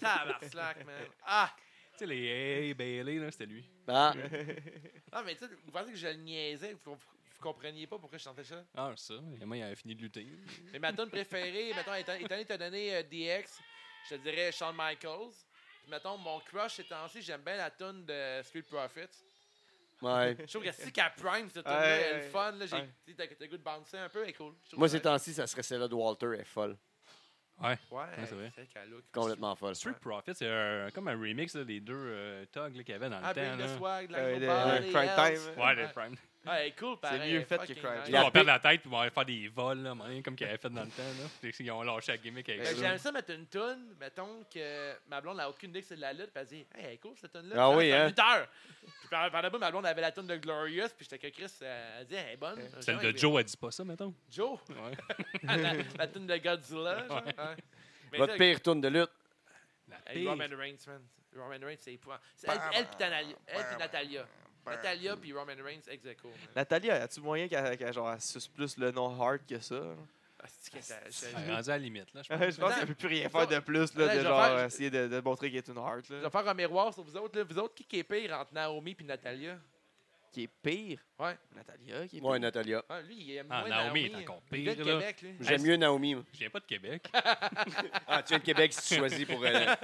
Speaker 4: Tabar slack, man. Ah!
Speaker 2: Tu sais, les Hey Bailey, là, c'était lui.
Speaker 1: Ah,
Speaker 4: Non, mais tu sais, vous pensez que je le niaisais, vous, vous compreniez pas pourquoi je chantais ça?
Speaker 2: Ah, ça. Et moi, il avait fini de lutter.
Speaker 4: Mais ma tune préférée, mettons, étant, étant donné que t'as donné euh, DX, je te dirais Shawn Michaels. Puis, mettons, mon crush ces temps-ci, j'aime bien la tune de Street Profits.
Speaker 1: ouais.
Speaker 4: Je trouve que c'est qu'à Prime, cette tune-là,
Speaker 3: Ouais,
Speaker 4: elle est
Speaker 3: ouais.
Speaker 4: fun. Là, j'ai,
Speaker 3: Ouais.
Speaker 4: tu sais, t'as, t'as le goût de bouncer un peu, elle est cool. Je trouve
Speaker 1: Moi,
Speaker 4: que-
Speaker 1: ces temps-ci, ça serait celle-là de Walter. Elle est folle.
Speaker 4: Ouais,
Speaker 2: c'est
Speaker 4: c'est
Speaker 2: vrai.
Speaker 4: vrai qu'elle look.
Speaker 1: Complètement folle.
Speaker 2: Street Profit, c'est un- comme un remix là, des deux euh, thugs là, qu'il y avait dans le
Speaker 4: Ah,
Speaker 2: temps.
Speaker 4: bring the
Speaker 2: là.
Speaker 4: swag, like
Speaker 3: Euh, de-
Speaker 4: nobody
Speaker 3: de Prime
Speaker 4: else.
Speaker 3: Time. hein.
Speaker 2: Ouais, les Prime.
Speaker 4: Ah, elle est cool, pareil.
Speaker 3: mieux
Speaker 4: elle est
Speaker 3: fait que
Speaker 4: fucking
Speaker 3: Crime.
Speaker 4: nice.
Speaker 1: La
Speaker 2: Là, on
Speaker 1: pique-
Speaker 2: perd la tête puis on va faire des vols, là, man, comme qu'il avait fait dans le temps. Là. Puis Ils ont lâché la gimmick avec
Speaker 3: Ben,
Speaker 4: Ben,
Speaker 2: ça.
Speaker 4: J'aime ça mettre une toune, mettons que ma blonde n'a aucune idée que c'est de la lutte, puis elle dit Hey, elle est cool cette toune-là.
Speaker 1: Ah
Speaker 4: Puis
Speaker 1: oui,
Speaker 4: c'est un
Speaker 1: hein?
Speaker 4: lutteur. Puis par, par là-bas, ma blonde avait la toune de Glorious, puis j'étais que Chris, euh, elle dit Elle est bonne.
Speaker 3: Euh,
Speaker 2: Celle
Speaker 4: Genre,
Speaker 2: de
Speaker 4: avec
Speaker 2: Joe, elle dit Ben, pas ça, mettons.
Speaker 4: les- Joe
Speaker 2: Ouais.
Speaker 4: La, la toune de Godzilla. Genre,
Speaker 2: Ouais.
Speaker 4: hein. Mais
Speaker 1: Votre
Speaker 4: ça,
Speaker 1: pire tune de lutte?
Speaker 2: La
Speaker 4: hey, Roman
Speaker 2: pire.
Speaker 4: Reigns, man. Roman Reigns, c'est épouvantable. C'est Elle, elle, puis Tanali- elle puis Natalia. Natalia, puis Roman Reigns, ex aequo, man.
Speaker 3: Natalia, as-tu moyen qu'elle qu'elle, genre, elle suce plus le nom hard que ça? là?
Speaker 4: Ah, c'est-tu qu'elle t'a-
Speaker 2: Elle
Speaker 4: je-
Speaker 2: est rendue à la limite, là, je pense.
Speaker 3: Je pense qu'elle peut plus rien faire de plus, là,
Speaker 4: Là, je
Speaker 3: de
Speaker 4: vais
Speaker 3: genre
Speaker 4: faire-
Speaker 3: essayer de, de montrer qu'elle est une hard.
Speaker 4: Je
Speaker 3: Là.
Speaker 4: vais faire un miroir sur vous autres. là. Vous autres, qui qui est pire entre Naomi et Natalia
Speaker 3: qui est pire.
Speaker 4: Ouais.
Speaker 3: Natalia qui est pire.
Speaker 1: Ouais, Natalia.
Speaker 4: Ah, lui, il aime
Speaker 2: Ah,
Speaker 4: moins
Speaker 2: Naomi est encore
Speaker 4: Il vient
Speaker 2: pire.
Speaker 4: de
Speaker 2: là.
Speaker 4: Québec, lui.
Speaker 2: Hey,
Speaker 1: J'aime mieux Naomi. moi.
Speaker 2: Je viens pas de Québec.
Speaker 1: Ah, tu viens de Québec si tu choisis pour. euh,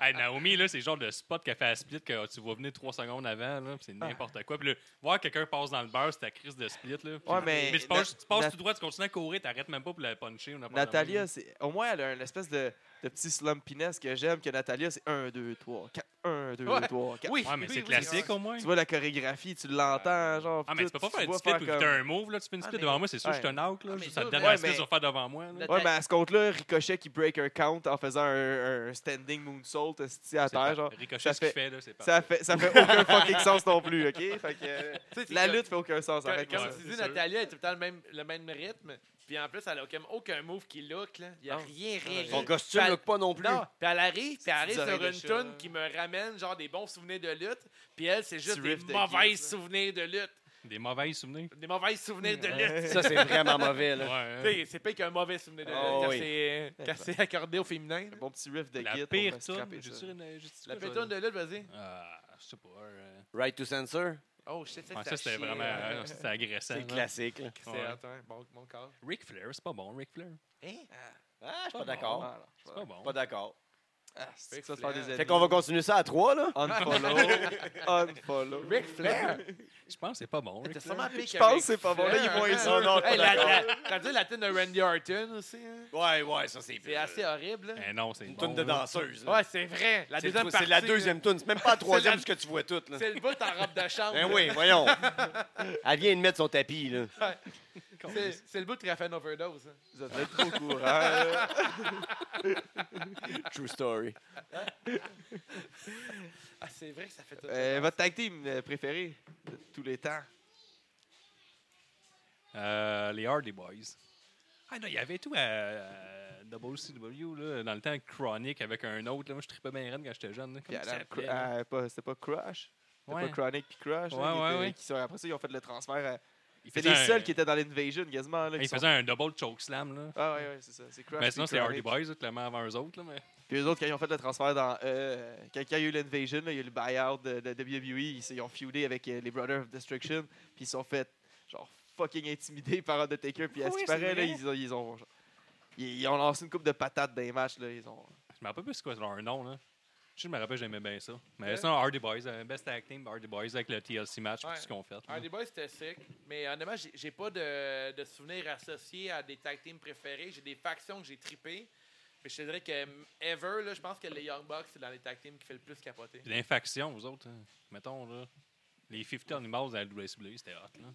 Speaker 2: Hey, Naomi, là, c'est le genre de spot qu'elle fait à Split que tu vois venir trois secondes avant, là, puis
Speaker 4: Ah.
Speaker 2: c'est n'importe quoi. Puis là, voir quelqu'un passe dans le beurre, c'est ta crise de Split, là. Puis-
Speaker 3: Ouais, mais-
Speaker 2: tu passes,
Speaker 3: Na-
Speaker 2: tu passes
Speaker 3: Na-
Speaker 2: tout droit, tu continues à courir, t'arrêtes même pas pour la puncher ou n'importe
Speaker 3: Natalia, c'est- au moins, elle a une espèce de, de petit slumpiness que j'aime, que Natalia, c'est 1, 2, 3, 4, 1, 2,
Speaker 4: Ouais.
Speaker 3: 3, 4.
Speaker 4: Oui,
Speaker 2: quoi. Ouais, mais
Speaker 4: oui,
Speaker 2: c'est
Speaker 4: oui,
Speaker 2: classique
Speaker 4: oui.
Speaker 2: au moins.
Speaker 3: Tu vois la chorégraphie, tu l'entends, genre.
Speaker 2: Ah, mais tu
Speaker 3: tout,
Speaker 2: peux pas faire un
Speaker 3: vois
Speaker 2: split ou
Speaker 3: comme-
Speaker 2: t'as un move, là. Tu fais une
Speaker 4: Ah,
Speaker 2: split
Speaker 4: mais-
Speaker 2: devant moi, c'est sûr,
Speaker 3: ouais.
Speaker 2: je suis un out, là.
Speaker 4: Ah, mais
Speaker 2: C'est
Speaker 4: là,
Speaker 2: la dernière
Speaker 3: ouais,
Speaker 2: split que je
Speaker 3: mais-
Speaker 2: vais faire devant moi, là.
Speaker 3: Ouais, mais à ce compte-là, Ricochet qui break un count en faisant un, un standing moonsault esti, à
Speaker 2: C'est pas-
Speaker 3: terre, genre.
Speaker 2: Ricochet,
Speaker 3: ça
Speaker 2: ce qu'il
Speaker 3: fait-
Speaker 2: fait, là, c'est pas.
Speaker 3: Ça fait, ça fait aucun fucking sens non plus, OK? Fait que, euh,
Speaker 4: Tu sais, c'est
Speaker 3: la
Speaker 4: comme-
Speaker 3: lutte fait aucun sens.
Speaker 4: Comme,
Speaker 3: Arrête
Speaker 4: comme
Speaker 2: ouais,
Speaker 4: tu
Speaker 2: c'est
Speaker 4: dis,
Speaker 2: sûr.
Speaker 4: Natalia, elle a tout le temps le même, le même rythme. Puis en plus, elle a comme aucun move qui look. Là. Il n'y a
Speaker 3: Non.
Speaker 4: rien, rien, rien.
Speaker 1: Son costume,
Speaker 4: Puis
Speaker 1: look pas non
Speaker 4: elle-
Speaker 1: plus.
Speaker 4: Non, puis elle arrive, puis elle
Speaker 3: Petites
Speaker 4: arrive sur
Speaker 3: oreilles de
Speaker 4: une
Speaker 3: chat,
Speaker 4: tune
Speaker 1: hein.
Speaker 3: là.
Speaker 4: qui me ramène genre des bons souvenirs de lutte. Puis elle, c'est juste
Speaker 3: Petit
Speaker 4: des
Speaker 3: riff de
Speaker 4: mauvais
Speaker 3: Gears, là.
Speaker 4: souvenirs de lutte.
Speaker 2: Des mauvais souvenirs.
Speaker 4: Des mauvais souvenirs de lutte.
Speaker 3: Ouais.
Speaker 1: Ça, c'est vraiment mauvais,
Speaker 2: Ouais,
Speaker 1: là.
Speaker 4: Tu
Speaker 2: hein.
Speaker 4: sais, C'est pas qu'un mauvais souvenir de lutte
Speaker 1: Oh,
Speaker 4: quand
Speaker 1: oui.
Speaker 4: c'est- quand c'est accordé au féminin.
Speaker 3: Un bon petit riff de
Speaker 2: La
Speaker 3: guide
Speaker 2: pire
Speaker 3: pour faire
Speaker 2: tune.
Speaker 3: scraper
Speaker 2: j'ai-tu
Speaker 3: ça.
Speaker 2: une- j'ai-tu
Speaker 4: La
Speaker 2: quoi,
Speaker 4: pétone
Speaker 2: ça?
Speaker 4: de lutte, vas-y.
Speaker 2: Ah, je sais pas. euh,
Speaker 1: Right to Censor,
Speaker 4: Oh shit, ça,
Speaker 2: ouais,
Speaker 4: ça
Speaker 2: Ça, c'était
Speaker 4: chie,
Speaker 2: vraiment
Speaker 4: là.
Speaker 2: euh, c'était agressant.
Speaker 1: c'est
Speaker 2: là.
Speaker 1: classique. là.
Speaker 4: C'est
Speaker 2: Ouais.
Speaker 4: attends, bon, mon corps.
Speaker 2: Ric Flair, c'est pas bon, Ric Flair.
Speaker 1: Ah,
Speaker 4: Hein?
Speaker 1: je suis
Speaker 2: Pas
Speaker 1: pas d'accord.
Speaker 3: Ah, non, je
Speaker 2: C'est
Speaker 3: sais
Speaker 2: pas
Speaker 3: pas.
Speaker 2: bon.
Speaker 1: Pas d'accord.
Speaker 3: Ah, c'est que ça va te faire des Ah, ennemis.
Speaker 1: Fait qu'on va continuer ça à trois, là.
Speaker 3: Unfollow. Unfollow.
Speaker 4: Ric Flair?
Speaker 2: Je pense que c'est pas bon, Ric
Speaker 4: T'as
Speaker 2: Flair.
Speaker 4: sûrement pire
Speaker 3: Je
Speaker 4: que
Speaker 3: pense
Speaker 4: Ric
Speaker 3: que c'est pas bon. Là, il est
Speaker 4: Flair,
Speaker 3: moins
Speaker 4: hein?
Speaker 3: sûr.
Speaker 1: non,
Speaker 4: Hey, la, la, t'as dit la tune de Randy Orton aussi, hein?
Speaker 1: Ouais, ouais, ça, c'est
Speaker 4: C'est assez horrible. là.
Speaker 2: Eh non, c'est
Speaker 1: Une
Speaker 2: bon,
Speaker 1: toune de
Speaker 2: là.
Speaker 1: danseuse, là.
Speaker 4: Ouais, c'est vrai. La
Speaker 1: C'est le
Speaker 4: deuxième
Speaker 1: trou- c'est la
Speaker 4: partie,
Speaker 1: deuxième tune, c'est même pas la troisième
Speaker 4: la-
Speaker 1: ce que tu vois toute, là.
Speaker 4: là. C'est le bout en robe de chambre.
Speaker 1: Ben
Speaker 4: là.
Speaker 1: oui, voyons. Elle vient de mettre son tapis, là.
Speaker 4: C'est c'est le bout qui a fait une overdose. hein.
Speaker 3: Vous êtes peut-être trop au courant. là.
Speaker 1: True story.
Speaker 4: Ah, c'est vrai que ça fait tout
Speaker 3: Euh, votre tag team euh, préféré de tous les temps?
Speaker 2: Euh, les Hardy Boys. Ah non, il y avait tout à euh, WCW là, dans le temps Chronic avec un autre. Là. Moi, je tripais bien Rennes quand j'étais jeune. Là.
Speaker 3: Puis
Speaker 2: Comment ça
Speaker 3: Adam
Speaker 2: s'appelait,
Speaker 3: Cr-
Speaker 2: là?
Speaker 3: euh, pas- C'était pas Crush? C'était
Speaker 2: Ouais.
Speaker 3: pas Chronic puis Crush? là,
Speaker 2: Ouais,
Speaker 3: qui
Speaker 2: ouais,
Speaker 3: étaient-
Speaker 2: ouais.
Speaker 3: qui sont- après ça, ils ont fait le transfert. À...
Speaker 2: Il
Speaker 3: C'est
Speaker 2: faisait
Speaker 3: les
Speaker 2: un- Ah,
Speaker 3: seuls qui étaient dans l'Invasion, quasiment. Là,
Speaker 2: Il
Speaker 3: qui sont-
Speaker 2: faisait un double choke slam. Là.
Speaker 3: Ah ouais, ouais, c'est ça. C'est Crush.
Speaker 2: Mais
Speaker 3: puis
Speaker 2: sinon, c'est
Speaker 3: Chronic.
Speaker 2: Hardy Boys, là, clairement, avant eux autres. Là, mais...
Speaker 3: Puis eux autres, quand ils ont fait le transfert dans. Euh, quand quand il y a eu l'Invasion, là, il y a eu le buyout de, de WWE, ils, se- ils ont feudé avec euh, les Brothers of Destruction, puis ils se sont fait genre fucking intimidés par Undertaker, puis à
Speaker 2: Oui,
Speaker 3: ce
Speaker 2: Ah c'est
Speaker 3: qui paraît, là,
Speaker 2: vrai.
Speaker 3: ils ont. Ils ont, genre- ils- ils ont lancé une coupe de patates dans les matchs. Là, ils ont...
Speaker 2: Je me rappelle plus c'est quoi leur nom. Là. Je sais, je me rappelle, j'aimais bien ça. Mais sinon, Hardy Boys, euh, best tag team, Hardy Boys avec le TLC match, puis
Speaker 4: Ouais.
Speaker 2: tout ce qu'on fait. là.
Speaker 4: Un débat, Ah, c'était sick. Mais honnêtement, j'ai- j'ai pas de, de souvenirs associés à des tag teams préférés. J'ai des factions que j'ai trippées. Mais je te dirais que mm, Ever, là, je pense que les Young Bucks, c'est dans les tag teams qui fait le plus capoter.
Speaker 2: Puis L'infaction, vous autres, hein. mettons, là, les 50 Animals à la WCW, c'était hot. Là.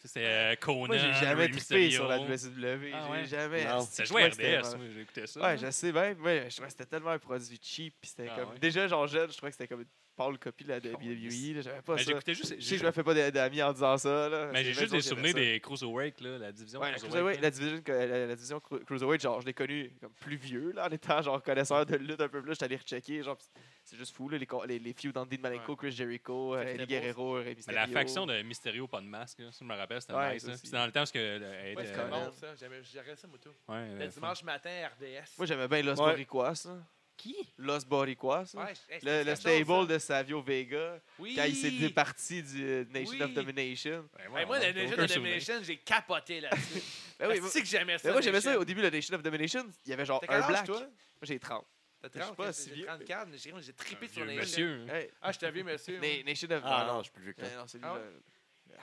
Speaker 2: Ça, C'était euh, Conan.
Speaker 3: Moi, j'ai jamais
Speaker 2: Rey
Speaker 3: trippé
Speaker 2: Mysterio.
Speaker 3: sur la WCW.
Speaker 2: Ah
Speaker 3: j'ai
Speaker 2: ouais?
Speaker 3: jamais.
Speaker 1: Non.
Speaker 3: Asti,
Speaker 2: Ça
Speaker 3: je
Speaker 2: jouait à
Speaker 3: trouvais que c'était
Speaker 2: RDS,
Speaker 3: vraiment-
Speaker 2: moi, j'écoutais ça. là.
Speaker 3: Ouais, je sais, ben, ouais, je trouvais que c'était tellement un produit cheap. Puis c'était
Speaker 2: Mm-hmm. Ah
Speaker 3: comme...
Speaker 2: ouais.
Speaker 3: Déjà, genre jeune, je trouvais que c'était comme une pâle copie de la WWE. là, J'avais pas
Speaker 2: Mais
Speaker 3: ça.
Speaker 2: j'écoutais juste.
Speaker 3: Je sais que je me fais pas d- d'amis en disant ça. Là.
Speaker 2: Mais j'ai juste
Speaker 3: C'est même
Speaker 2: des
Speaker 3: chose,
Speaker 2: souvenirs
Speaker 3: j'aimais ça.
Speaker 2: des Cruiserweight, là, la division
Speaker 3: Ouais, la,
Speaker 2: Cruiserweight.
Speaker 3: Cruiserweight-
Speaker 2: là.
Speaker 3: la division, que- la, la division Cru- Cruiserweight, genre, je l'ai connue comme plus vieux, là, en étant genre connaisseur de lutte un peu plus. J'étais allé rechecker, genre, pis c'est juste fou, là, les, co- les, les feuds d'Andy Malenko, Chris Jericho, euh,
Speaker 4: c'était
Speaker 3: Eddie
Speaker 4: beau, ça.
Speaker 3: Guerrero, Rey
Speaker 2: Mais
Speaker 3: Mysterio.
Speaker 2: la faction de Mysterio, pas de masque, là, ça je me rappelle, c'était
Speaker 3: Ouais,
Speaker 2: nice.
Speaker 3: ça
Speaker 2: là.
Speaker 3: aussi.
Speaker 2: C'était dans le temps parce que. euh,
Speaker 4: Ouais,
Speaker 2: euh,
Speaker 4: c'est
Speaker 3: Conan.
Speaker 4: bon, ça. J'aimais- j'ai regardé ça, Moutou.
Speaker 2: ouais,
Speaker 4: Le
Speaker 2: euh,
Speaker 4: dimanche matin, RDS.
Speaker 3: Moi, j'aimais bien Los
Speaker 1: Ouais.
Speaker 3: Boricuas, ça.
Speaker 2: Qui
Speaker 3: Los Boricuas, ça.
Speaker 4: Ouais, hey,
Speaker 3: Le,
Speaker 4: c'était
Speaker 3: le
Speaker 4: quelque chose,
Speaker 3: stable
Speaker 4: ça.
Speaker 3: de Savio Vega,
Speaker 4: Oui.
Speaker 3: quand il s'est départi du euh, Nation
Speaker 4: Oui.
Speaker 3: of Domination.
Speaker 2: ouais,
Speaker 4: Hey, moi,
Speaker 2: ouais,
Speaker 4: la
Speaker 2: aucun
Speaker 4: Nation of
Speaker 2: souvenir.
Speaker 4: Domination, j'ai capoté là-dessus.
Speaker 3: Ben oui,
Speaker 4: oui,
Speaker 3: moi,
Speaker 4: Ah, que j'aimais ça.
Speaker 3: ben moi, j'aimais ça
Speaker 4: Nation.
Speaker 3: au début, le Nation of Domination. Il y avait genre
Speaker 4: T'as quel
Speaker 3: un
Speaker 4: âge,
Speaker 3: black.
Speaker 4: toi?
Speaker 3: Moi, j'ai 30.
Speaker 4: T'as
Speaker 3: Je suis
Speaker 4: 30,
Speaker 3: pas
Speaker 4: j'ai-
Speaker 3: si
Speaker 4: j'ai
Speaker 3: vieux.
Speaker 4: 34, mais j'ai j'ai trippé sur
Speaker 2: Vieux
Speaker 4: Nation.
Speaker 2: Monsieur. hein.
Speaker 3: Hey,
Speaker 4: Ah, je t'avais, monsieur.
Speaker 3: Na-
Speaker 4: ouais.
Speaker 3: Nation of
Speaker 1: Ah non, je suis plus vieux que toi.
Speaker 3: Eh non, c'est lui.
Speaker 4: Ah
Speaker 3: là.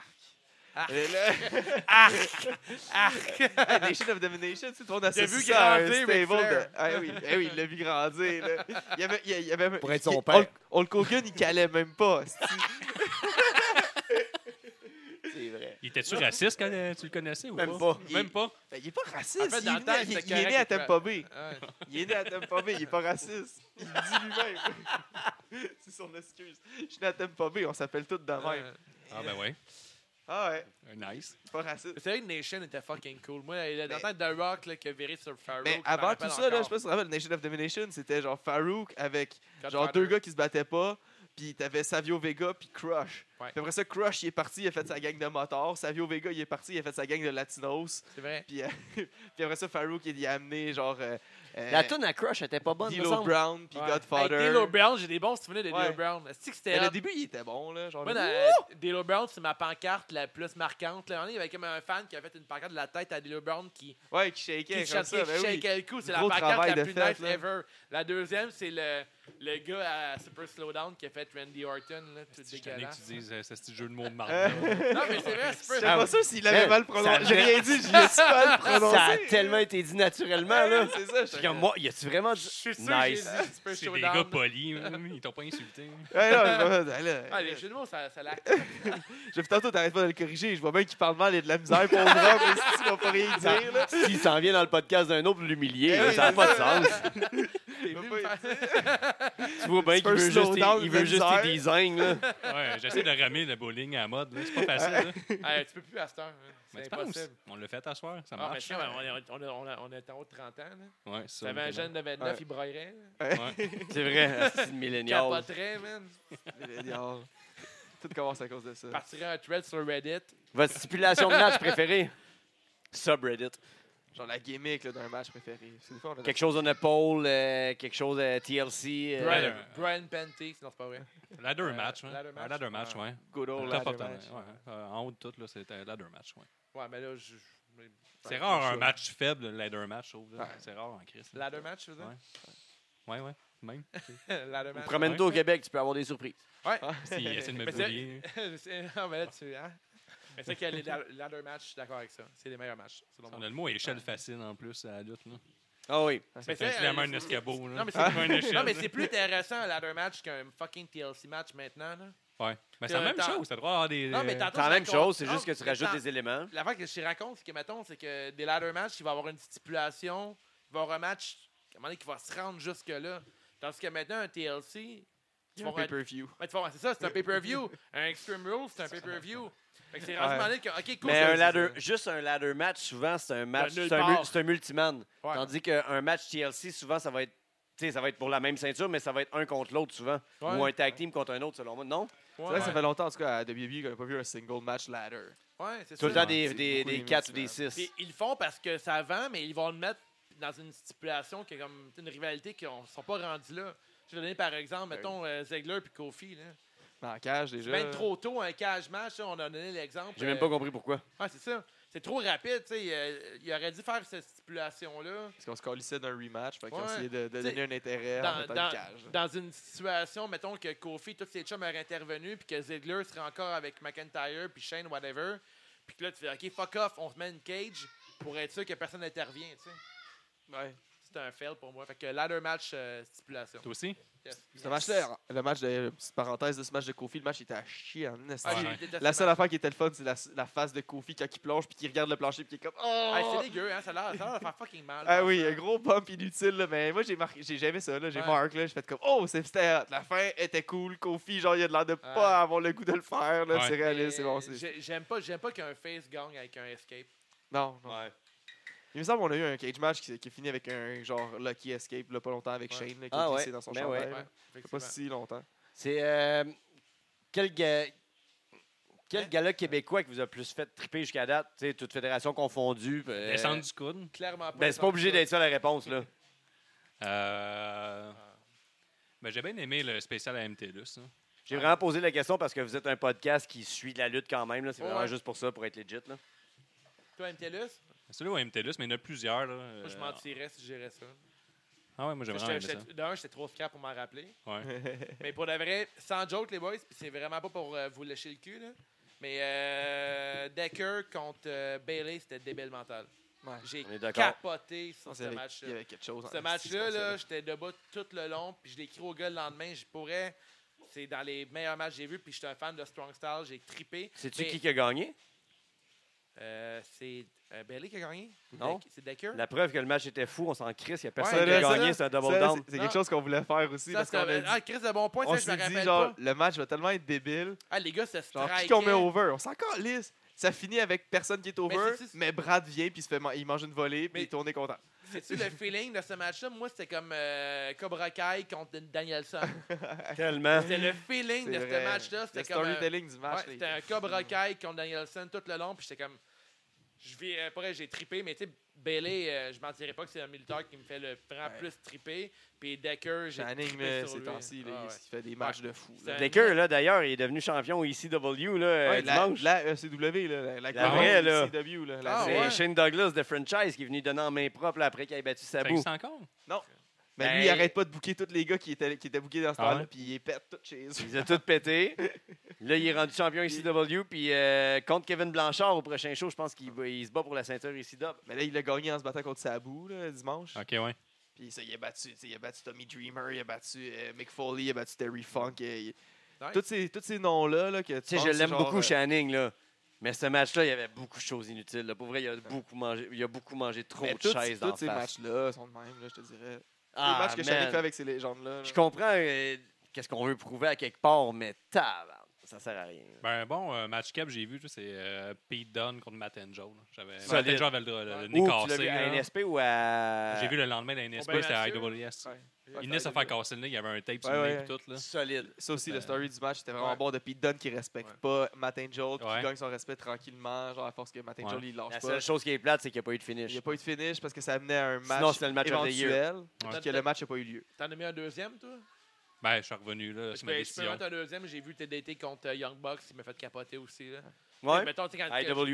Speaker 4: Arc.
Speaker 3: Et là-
Speaker 4: Arc! Arc!
Speaker 3: Hey, Nation of Domination, tu sais, tout le monde
Speaker 4: Il a
Speaker 3: associe
Speaker 4: vu
Speaker 3: ça à un
Speaker 4: grandir
Speaker 3: stable
Speaker 4: Ric
Speaker 3: de...
Speaker 4: Flair.
Speaker 3: Ah oui, eh oui, il l'a vu grandir. là. Il y avait, il y avait...
Speaker 1: Pour être son
Speaker 3: il-
Speaker 1: père.
Speaker 3: Hulk- Hulk Hogan, il calait même pas. esti.
Speaker 1: C'est vrai.
Speaker 2: Il était-tu raciste quand euh, tu le connaissais ou
Speaker 1: Même
Speaker 2: pas?
Speaker 1: pas.
Speaker 2: Même pas.
Speaker 3: Ben, il est pas raciste.
Speaker 4: En fait, dans
Speaker 3: il,
Speaker 4: le
Speaker 3: est
Speaker 4: temps,
Speaker 3: né-
Speaker 4: c'était
Speaker 3: il est né
Speaker 4: correct
Speaker 3: à
Speaker 4: qu'il
Speaker 3: Tampa Bay.
Speaker 4: Ouais.
Speaker 3: Il est né à Tampa Bay, il est pas raciste. Il le dit lui-même. c'est son excuse. Je suis né à Tampa Bay, on s'appelle tous de même.
Speaker 2: Ah, ben ouais.
Speaker 3: Ah ouais,
Speaker 2: Euh, Nice.
Speaker 3: il est pas raciste.
Speaker 4: C'est vrai que Nation était fucking cool. Moi, là, dans le
Speaker 3: Mais-
Speaker 4: temps de The Rock, là, qui a viré sur Pharaoh.
Speaker 3: Mais avant tout ça, là, je sais pas si tu te rappelles, Nation of Domination, c'était genre Farouk avec genre deux gars qui se battaient pas, puis t'avais Savio Vega puis Crush.
Speaker 4: Ouais.
Speaker 3: Puis après ça, Crush, il est parti, il a fait sa gang de motards. Savio Vega, il est parti, il a fait sa gang de Latinos.
Speaker 4: C'est vrai.
Speaker 3: Puis, euh, puis après ça, Farouk, il y a amené genre. Euh, euh,
Speaker 1: La tune à Crush était pas bonne, me
Speaker 3: D'Lo
Speaker 1: semble.
Speaker 3: Brown, puis
Speaker 4: Ouais.
Speaker 3: Godfather.
Speaker 4: Hey, D'Lo Brown, j'ai des bons souvenirs de
Speaker 3: Ouais.
Speaker 4: D'Lo Brown. C'est que c'était
Speaker 3: Mais le
Speaker 4: hot.
Speaker 3: début, il était bon, là. Genre,
Speaker 4: Moi,
Speaker 3: le-
Speaker 4: dans- D'Lo Brown, c'est ma pancarte la plus marquante. Là, il y avait comme un fan qui a fait une pancarte de la tête à D'Lo Brown qui,
Speaker 3: Ouais, qui
Speaker 4: qui,
Speaker 3: shakeait comme
Speaker 4: shake-
Speaker 3: ça.
Speaker 4: qui
Speaker 3: ben oui.
Speaker 4: shake le coup. C'est la
Speaker 3: Gros
Speaker 4: pancarte
Speaker 3: travail
Speaker 4: la
Speaker 3: de
Speaker 4: plus
Speaker 3: fait,
Speaker 4: nice
Speaker 3: là.
Speaker 4: ever. La deuxième, c'est le, le gars à Super Slowdown qui a fait Randy Orton. Là, tout
Speaker 2: Je tenais que tu
Speaker 4: dégueulasse.
Speaker 2: dises, euh, c'est ce petit jeu de mots de marde.
Speaker 3: Euh,
Speaker 4: Non, mais c'est vrai,
Speaker 3: Je
Speaker 4: Super
Speaker 3: sais
Speaker 1: Ah
Speaker 3: pas
Speaker 1: ouais.
Speaker 3: sûr s'il avait
Speaker 1: Man,
Speaker 3: mal
Speaker 1: ça
Speaker 3: prononcé. J'ai
Speaker 1: avait-
Speaker 3: rien dit, j'ai mal prononcé.
Speaker 1: Ah, Ça a tellement été dit naturellement, là.
Speaker 3: C'est ça, je
Speaker 1: Je suis comme, moi, y a-tu vraiment
Speaker 4: Je
Speaker 1: dit.
Speaker 4: suis sûr que j'ai
Speaker 1: Nice.
Speaker 4: dit Super
Speaker 2: C'est des gars
Speaker 4: Showdown.
Speaker 2: polis, hein, ils t'ont pas insulté.
Speaker 3: Ouais, non, je- ben, là,
Speaker 4: Ah, les jeux de mots, ça, ça l'acte.
Speaker 3: J'ai vu tantôt, t'arrêtes pas de le corriger. Je vois bien qu'il parle mal et de la misère pour vrai, mais si tu vas pas rien dire, là.
Speaker 1: S'il s'en vient dans le podcast d'un autre, l'humilier,
Speaker 3: Eh oui,
Speaker 1: ça n'a pas de sens.
Speaker 4: T'es venu me
Speaker 3: pas-
Speaker 4: faire-
Speaker 1: Tu vois bien qu'il
Speaker 3: peux
Speaker 1: veut
Speaker 3: slow
Speaker 1: juste, tes-
Speaker 3: down
Speaker 1: il veut
Speaker 3: the
Speaker 1: juste
Speaker 3: misère.
Speaker 1: tes designs, là.
Speaker 2: Ouais, j'essaie de ramener le bowling à la mode. là. C'est pas facile. là.
Speaker 4: Ah, tu peux plus à cette heure. hein.
Speaker 2: Mais tu
Speaker 4: C'est
Speaker 2: penses?
Speaker 4: impossible.
Speaker 2: On l'a fait à soir, ça
Speaker 4: Ah, mais
Speaker 2: marche.
Speaker 4: tiens, on est- on est- on a- on est en haut de 30 ans. là.
Speaker 2: ouais, ça,
Speaker 4: T'avais un
Speaker 2: vraiment.
Speaker 4: jeune de 29,
Speaker 3: Ouais.
Speaker 4: il braillerait. là.
Speaker 2: Ouais.
Speaker 1: C'est vrai, c'est millénial.
Speaker 4: Capoterait, man.
Speaker 3: Millénial. oh. Tout commence à cause de ça.
Speaker 4: Partirait un thread sur Reddit.
Speaker 1: Votre stipulation de match préférée? Subreddit.
Speaker 3: Genre la gimmick là, d'un match préféré. C'est une fois, on a-
Speaker 1: Quelque chose en épaule, euh, quelque chose euh, TLC. euh,
Speaker 4: Brian,
Speaker 2: Ladder.
Speaker 4: Brian Penty, sinon c'est pas vrai.
Speaker 2: Ladder
Speaker 4: Euh,
Speaker 2: match, ouais.
Speaker 4: ladder
Speaker 2: Ladder
Speaker 4: match.
Speaker 2: match, ladder match
Speaker 4: Ouais.
Speaker 2: ouais.
Speaker 3: Good old
Speaker 2: Le
Speaker 3: ladder
Speaker 2: top of the-
Speaker 3: match.
Speaker 2: ouais, euh, en haut de tout, là, c'était ladder match, ouais.
Speaker 4: Ouais, mais là, je. je-
Speaker 2: C'est
Speaker 4: Ouais,
Speaker 2: rare
Speaker 4: je-
Speaker 2: un match faible, le ladder match, je trouve. là.
Speaker 3: Ouais.
Speaker 2: C'est rare en crise. là.
Speaker 4: Ladder match, je veux dire.
Speaker 2: Ouais, ouais. Même.
Speaker 4: Ladder match.
Speaker 1: Promène-toi au Québec, tu peux avoir des surprises.
Speaker 4: Ouais.
Speaker 2: S'il essaie de me
Speaker 4: Mais c'est-
Speaker 2: brouiller.
Speaker 4: Je sais- non, mais là, tu. Hein? Mais c'est que les la- ladder match, je suis d'accord avec ça. C'est les meilleurs matchs, selon
Speaker 2: On
Speaker 4: moi.
Speaker 2: a le mot échelle facile en plus à la lutte. là.
Speaker 1: Ah oui.
Speaker 4: Mais
Speaker 2: C'est
Speaker 4: c'est-
Speaker 2: finalement
Speaker 4: euh,
Speaker 2: un escabeau. là.
Speaker 4: Non, mais c'est-
Speaker 2: pas une échelle.
Speaker 4: Non, mais c'est plus intéressant un ladder match qu'un fucking TLC match maintenant. Là.
Speaker 2: Ouais. Mais c'est la
Speaker 4: Euh,
Speaker 2: même
Speaker 4: t'as-
Speaker 2: chose. T'as le droit d'avoir des. euh,
Speaker 4: Non, mais
Speaker 1: C'est la
Speaker 4: je
Speaker 1: même
Speaker 4: raconte- Oh,
Speaker 1: chose, c'est
Speaker 4: non,
Speaker 1: juste que tu
Speaker 4: mais
Speaker 1: rajoutes
Speaker 4: t'en-
Speaker 1: des éléments.
Speaker 4: L'affaire que je te raconte, c'est que, mettons, c'est que des ladder matchs, il va y avoir une stipulation, il va y avoir un match, à un moment donné, qui va se rendre jusque-là. Tandis que maintenant, un TLC, tu vas
Speaker 3: Un
Speaker 4: avoir un-
Speaker 3: pay-per-view.
Speaker 4: Ouais, tu vas voir, c'est ça, c'est un pay-per-view. un Extreme Rules, c'est un pay-per-view. Fait que c'est
Speaker 3: Ouais.
Speaker 4: rendu à un moment donné que, OK, cool.
Speaker 1: Mais
Speaker 4: c'est-
Speaker 1: un ladder, juste un ladder match, souvent, c'est un match,
Speaker 4: nulle
Speaker 1: c'est un, mul-
Speaker 4: part.
Speaker 1: c'est un multiman.
Speaker 4: Ouais.
Speaker 1: Tandis qu'un match TLC, souvent, ça va être, tu sais, ça va être pour la même ceinture, mais ça va être un contre l'autre souvent.
Speaker 4: Ouais.
Speaker 1: Ou un tag team contre un autre, selon moi. Non?
Speaker 4: Ouais,
Speaker 3: C'est vrai que ça
Speaker 4: ouais.
Speaker 3: fait longtemps, en tout cas, à WWE, qu'on n'a pas vu un single match ladder.
Speaker 4: Ouais, c'est
Speaker 1: Tout le
Speaker 4: ça.
Speaker 1: temps des,
Speaker 3: c'est
Speaker 1: des,
Speaker 3: beaucoup
Speaker 1: des
Speaker 3: les
Speaker 1: 4 ou des
Speaker 3: multimans.
Speaker 1: 6.
Speaker 4: Puis ils le font parce que ça vend, mais ils vont le mettre dans une stipulation qui est comme une rivalité qui ne sont pas rendus là. Je vais donner par
Speaker 1: Ben
Speaker 4: exemple, mettons, euh, Ziegler puis Kofi. Là.
Speaker 3: Dans la cage, déjà.
Speaker 4: Même trop tôt, un cage match, là, on a donné l'exemple.
Speaker 1: J'ai
Speaker 4: euh,
Speaker 1: même pas compris pourquoi.
Speaker 4: Ouais, c'est ça. C'est trop rapide, tu sais. euh, il aurait dû faire cette stipulation-là
Speaker 3: Parce qu'on se calissait d'un rematch, fait qu'on
Speaker 4: Ouais.
Speaker 3: essayait de, de
Speaker 4: T'sais,
Speaker 3: donner un intérêt en
Speaker 4: dans,
Speaker 3: mettant
Speaker 4: dans-
Speaker 3: une cage.
Speaker 4: dans une situation, mettons que Kofi, tous ses chums auraient intervenu, puis que Ziggler serait encore avec McIntyre, puis Shane, whatever. Puis que là, tu fais, OK, fuck off, on se met une cage pour être sûr que personne n'intervient, tu sais.
Speaker 3: Ouais.
Speaker 4: C'est un fail pour moi. Fait que ladder match, euh, stipulation.
Speaker 2: Toi aussi?
Speaker 4: Yes.
Speaker 3: Ce match-là, le match de. petite Parenthèse de ce match de Kofi, le match était à chier en esti.
Speaker 4: Ah, j'ai
Speaker 2: Ouais.
Speaker 4: détesté
Speaker 3: La
Speaker 4: ce
Speaker 3: seule
Speaker 4: match.
Speaker 3: affaire qui était le fun, c'est la, la face de Kofi quand il plonge puis qu'il regarde le plancher puis qu'il est comme Oh!
Speaker 4: Ah, c'est dégueu, hein? Ça a l'air ça a l'air de faire fucking mal. hein.
Speaker 3: Ah oui, un gros pump inutile, là, mais moi j'ai marqué, j'ai jamais ça, là, j'ai
Speaker 4: Ouais.
Speaker 3: marqué, là, j'ai fait comme oh, c'est- c'était hot. la fin était cool, Kofi, genre il a de l'air de
Speaker 4: Ouais.
Speaker 3: pas avoir le goût de le faire, là,
Speaker 2: Ouais.
Speaker 3: c'est
Speaker 4: Mais
Speaker 3: réaliste, c'est bon, c'est...
Speaker 4: j'ai- J'aime pas, j'aime pas qu'un face gagne avec un escape.
Speaker 3: Non, non. Il me semble qu'on a eu un cage match qui, qui finit avec un genre Lucky Escape, là, pas longtemps avec
Speaker 4: Ouais.
Speaker 3: Shane, là, qui
Speaker 1: Ah
Speaker 3: est
Speaker 1: ouais,
Speaker 3: glissé dans son
Speaker 1: ben
Speaker 3: chandail,
Speaker 1: ouais.
Speaker 3: là.
Speaker 4: Ouais,
Speaker 3: Ça fait pas
Speaker 4: effectivement.
Speaker 3: si longtemps.
Speaker 1: C'est. euh, quel ga- Quel
Speaker 4: Hein?
Speaker 1: gala québécois qui vous a plus fait triper jusqu'à date? Tu sais, toute fédération confondue. euh,
Speaker 2: Descendre du coude.
Speaker 4: Clairement pas.
Speaker 1: Ben, c'est pas obligé d'être ça la réponse, là.
Speaker 2: Euh, ben, j'ai bien aimé le spécial à MTLUS. hein.
Speaker 1: J'ai vraiment posé la question parce que vous êtes un podcast qui suit de la lutte quand même. là. C'est
Speaker 4: Ouais.
Speaker 1: vraiment juste pour ça, pour être legit. Là.
Speaker 4: Toi, MTLUS,
Speaker 2: Celui-là au MTLUS, mais il y en a plusieurs. Là. euh,
Speaker 4: moi, je mentirais si je gérais ça.
Speaker 2: Ah ouais, moi j'ai vraiment aimé ça.
Speaker 4: D'un, j'étais trop fier pour m'en rappeler.
Speaker 2: Ouais.
Speaker 4: Mais pour de vrai, sans joke, les boys, puis c'est vraiment pas pour euh, vous lécher le cul, là. Mais euh, Decker contre euh, Bailey, c'était débile mental.
Speaker 3: Ouais.
Speaker 4: J'ai
Speaker 1: On est d'accord.
Speaker 4: capoté sur
Speaker 3: Non,
Speaker 4: ce
Speaker 3: c'est avec-
Speaker 4: match-là.
Speaker 3: Il y avait quelque chose. en
Speaker 4: Ce
Speaker 3: esti,
Speaker 4: match-là,
Speaker 3: je pense,
Speaker 4: là, j'étais debout tout le long, puis je l'ai écrit au gars le lendemain, je pourrais. C'est dans les meilleurs matchs que j'ai vus, puis j'étais un fan de Strong Style, j'ai trippé.
Speaker 1: Sais-tu
Speaker 4: Mais,
Speaker 1: qui qui a gagné?
Speaker 4: euh, c'est euh, Bailey qui a gagné
Speaker 1: Non.
Speaker 4: C'est Decker
Speaker 1: La preuve que le match était fou, on s'en crisse, il n'y a personne
Speaker 4: Ouais,
Speaker 1: qui a
Speaker 3: c'est ça.
Speaker 1: gagné, c'est un double
Speaker 3: Ça,
Speaker 1: down.
Speaker 3: c'est- C'est
Speaker 4: Non.
Speaker 3: quelque chose qu'on voulait faire aussi,
Speaker 4: Ça,
Speaker 3: parce
Speaker 4: c'est
Speaker 3: qu'on a
Speaker 4: un
Speaker 3: dit-
Speaker 4: ah, Chris de bon point,
Speaker 3: on
Speaker 4: ça, je me
Speaker 3: s'est dit,
Speaker 4: rappelle
Speaker 3: genre,
Speaker 4: pas.
Speaker 3: le match va tellement être débile.
Speaker 4: Ah, les gars, c'est
Speaker 3: Genre,
Speaker 4: strike.
Speaker 3: qui qu'on met over? On s'en calisse. Ça finit avec personne qui est over,
Speaker 4: Mais
Speaker 3: mais,
Speaker 4: c'est- c'est-
Speaker 3: Brad vient, puis il, se fait man- il mange une volée, puis
Speaker 4: Mais-
Speaker 3: il tourne est content.
Speaker 4: C'est-tu le feeling de ce match-là? Moi, c'était comme euh, Cobra Kai contre Danielson.
Speaker 1: Tellement.
Speaker 4: C'était le feeling de
Speaker 3: C'est
Speaker 4: ce
Speaker 3: vrai.
Speaker 4: match-là.
Speaker 3: Le
Speaker 4: C'était comme. un-
Speaker 3: storytelling du
Speaker 4: Ouais,
Speaker 3: match. les- Mm.
Speaker 4: c'était un Cobra Kai contre Danielson tout le long, puis j'étais comme. Je vais, après, j'ai trippé, mais tu sais, Bailey, euh, je mentirais pas que c'est un militaire qui me fait le vraiment
Speaker 3: Ouais.
Speaker 4: plus tripper. Puis Decker, j'ai
Speaker 3: Channing,
Speaker 4: trippé
Speaker 3: euh,
Speaker 4: sur
Speaker 3: ces
Speaker 4: lui.
Speaker 3: temps-ci, là,
Speaker 4: Ah,
Speaker 3: il
Speaker 4: ouais.
Speaker 3: il fait des matchs de fou. là.
Speaker 4: C'est-
Speaker 1: Decker, là, d'ailleurs, il est devenu champion ici W, là, euh,
Speaker 3: Ouais, la,
Speaker 1: dimanche.
Speaker 3: la ECW, là, la, la,
Speaker 1: La
Speaker 3: grande
Speaker 1: vraie, là.
Speaker 3: ECW, là,
Speaker 4: Ah,
Speaker 3: la
Speaker 1: c'est
Speaker 3: vraie.
Speaker 4: ouais.
Speaker 1: Shane Douglas de franchise qui est venu donner en main propre là, après qu'il ait battu
Speaker 2: Ça
Speaker 1: Sabu.
Speaker 2: existe encore?
Speaker 3: Mais
Speaker 1: Ben-
Speaker 3: lui, il arrête pas de bouquer tous les gars qui étaient, qui étaient bouqués dans ce
Speaker 2: Ah
Speaker 3: temps-là,
Speaker 2: ouais?
Speaker 3: puis il les pète tous chez eux.
Speaker 1: Il a tout pété. Là, il est rendu champion ici W, puis euh, contre Kevin Blanchard au prochain show, je pense qu'il va- il se bat pour la ceinture ici d'op.
Speaker 3: Mais là, il a gagné en se battant contre Sabu, là, dimanche.
Speaker 2: Ok, ouais.
Speaker 3: Puis ça, il a battu, tu sais, il a battu Tommy Dreamer, il a battu euh, Mick Foley, il a battu Terry Funk. euh, il-
Speaker 4: Nice.
Speaker 3: Tous ces, tous ces noms-là là, que tu
Speaker 1: Tu sais,
Speaker 3: penses,
Speaker 1: je l'aime
Speaker 3: genre,
Speaker 1: beaucoup,
Speaker 3: euh,
Speaker 1: Channing, là. Mais ce match-là, il y avait beaucoup de choses inutiles. là. Pour vrai, il a beaucoup mangé, il a beaucoup mangé trop
Speaker 3: mais
Speaker 1: de
Speaker 3: tous-
Speaker 1: chaises dans
Speaker 3: Tous
Speaker 1: le
Speaker 3: ces matchs-là sont de même, là, je te dirais. les matchs que Channing fait avec ces légendes-là. là.
Speaker 1: Je comprends euh, qu'est-ce qu'on veut prouver à quelque part, mais tabarnak, ça sert à rien.
Speaker 2: Ben bon, euh, match cap, j'ai vu, tu sais, c'est euh, Pete Dunne contre Matt Angel. là. J'avais Matt
Speaker 1: Solide.
Speaker 2: Angel avait le, le- le
Speaker 4: Ouais.
Speaker 2: nez
Speaker 1: Où tu l'as
Speaker 2: cassé.
Speaker 1: vu à euh,
Speaker 2: là.
Speaker 1: NSP ou à.
Speaker 2: J'ai vu le lendemain d'un NSP,
Speaker 4: bien
Speaker 2: c'était à
Speaker 4: sûr.
Speaker 2: IWS.
Speaker 3: Ouais.
Speaker 2: Il venait de se faire casser le nez, il y avait un tape sur
Speaker 3: Ouais,
Speaker 2: le nez
Speaker 3: ouais.
Speaker 2: et tout. Là.
Speaker 1: solide.
Speaker 3: Ça aussi, le
Speaker 2: Ben,
Speaker 3: story du match, c'était vraiment
Speaker 4: ouais.
Speaker 3: bon de Pete Dunne qui respecte
Speaker 4: Ouais.
Speaker 3: pas Matt Angel, puis
Speaker 2: Ouais.
Speaker 3: qui gagne son respect tranquillement, genre à force que Matt Angel, il lâche
Speaker 1: La
Speaker 3: pas.
Speaker 1: seule chose qui est plate, c'est qu'il n'y a pas eu de
Speaker 3: Il
Speaker 1: finish.
Speaker 3: n'y a pas eu de finish parce que ça amenait à un match
Speaker 1: Sinon, c'était le match of the
Speaker 3: éventuel,
Speaker 2: Ouais.
Speaker 3: puis que le match n'a pas eu lieu.
Speaker 4: T'en as mis un deuxième, toi?
Speaker 2: Ben, je suis revenu là,
Speaker 4: Je
Speaker 2: sur ma
Speaker 4: peux, je peux
Speaker 2: décision.
Speaker 4: mettre un deuxième. J'ai vu TDT contre euh, Young Bucks. Il m'a fait capoter aussi. Là.
Speaker 1: Ouais.
Speaker 4: Mais mettons, tu sais, quand-
Speaker 1: IWS,
Speaker 4: Ah
Speaker 1: le-
Speaker 4: ouais.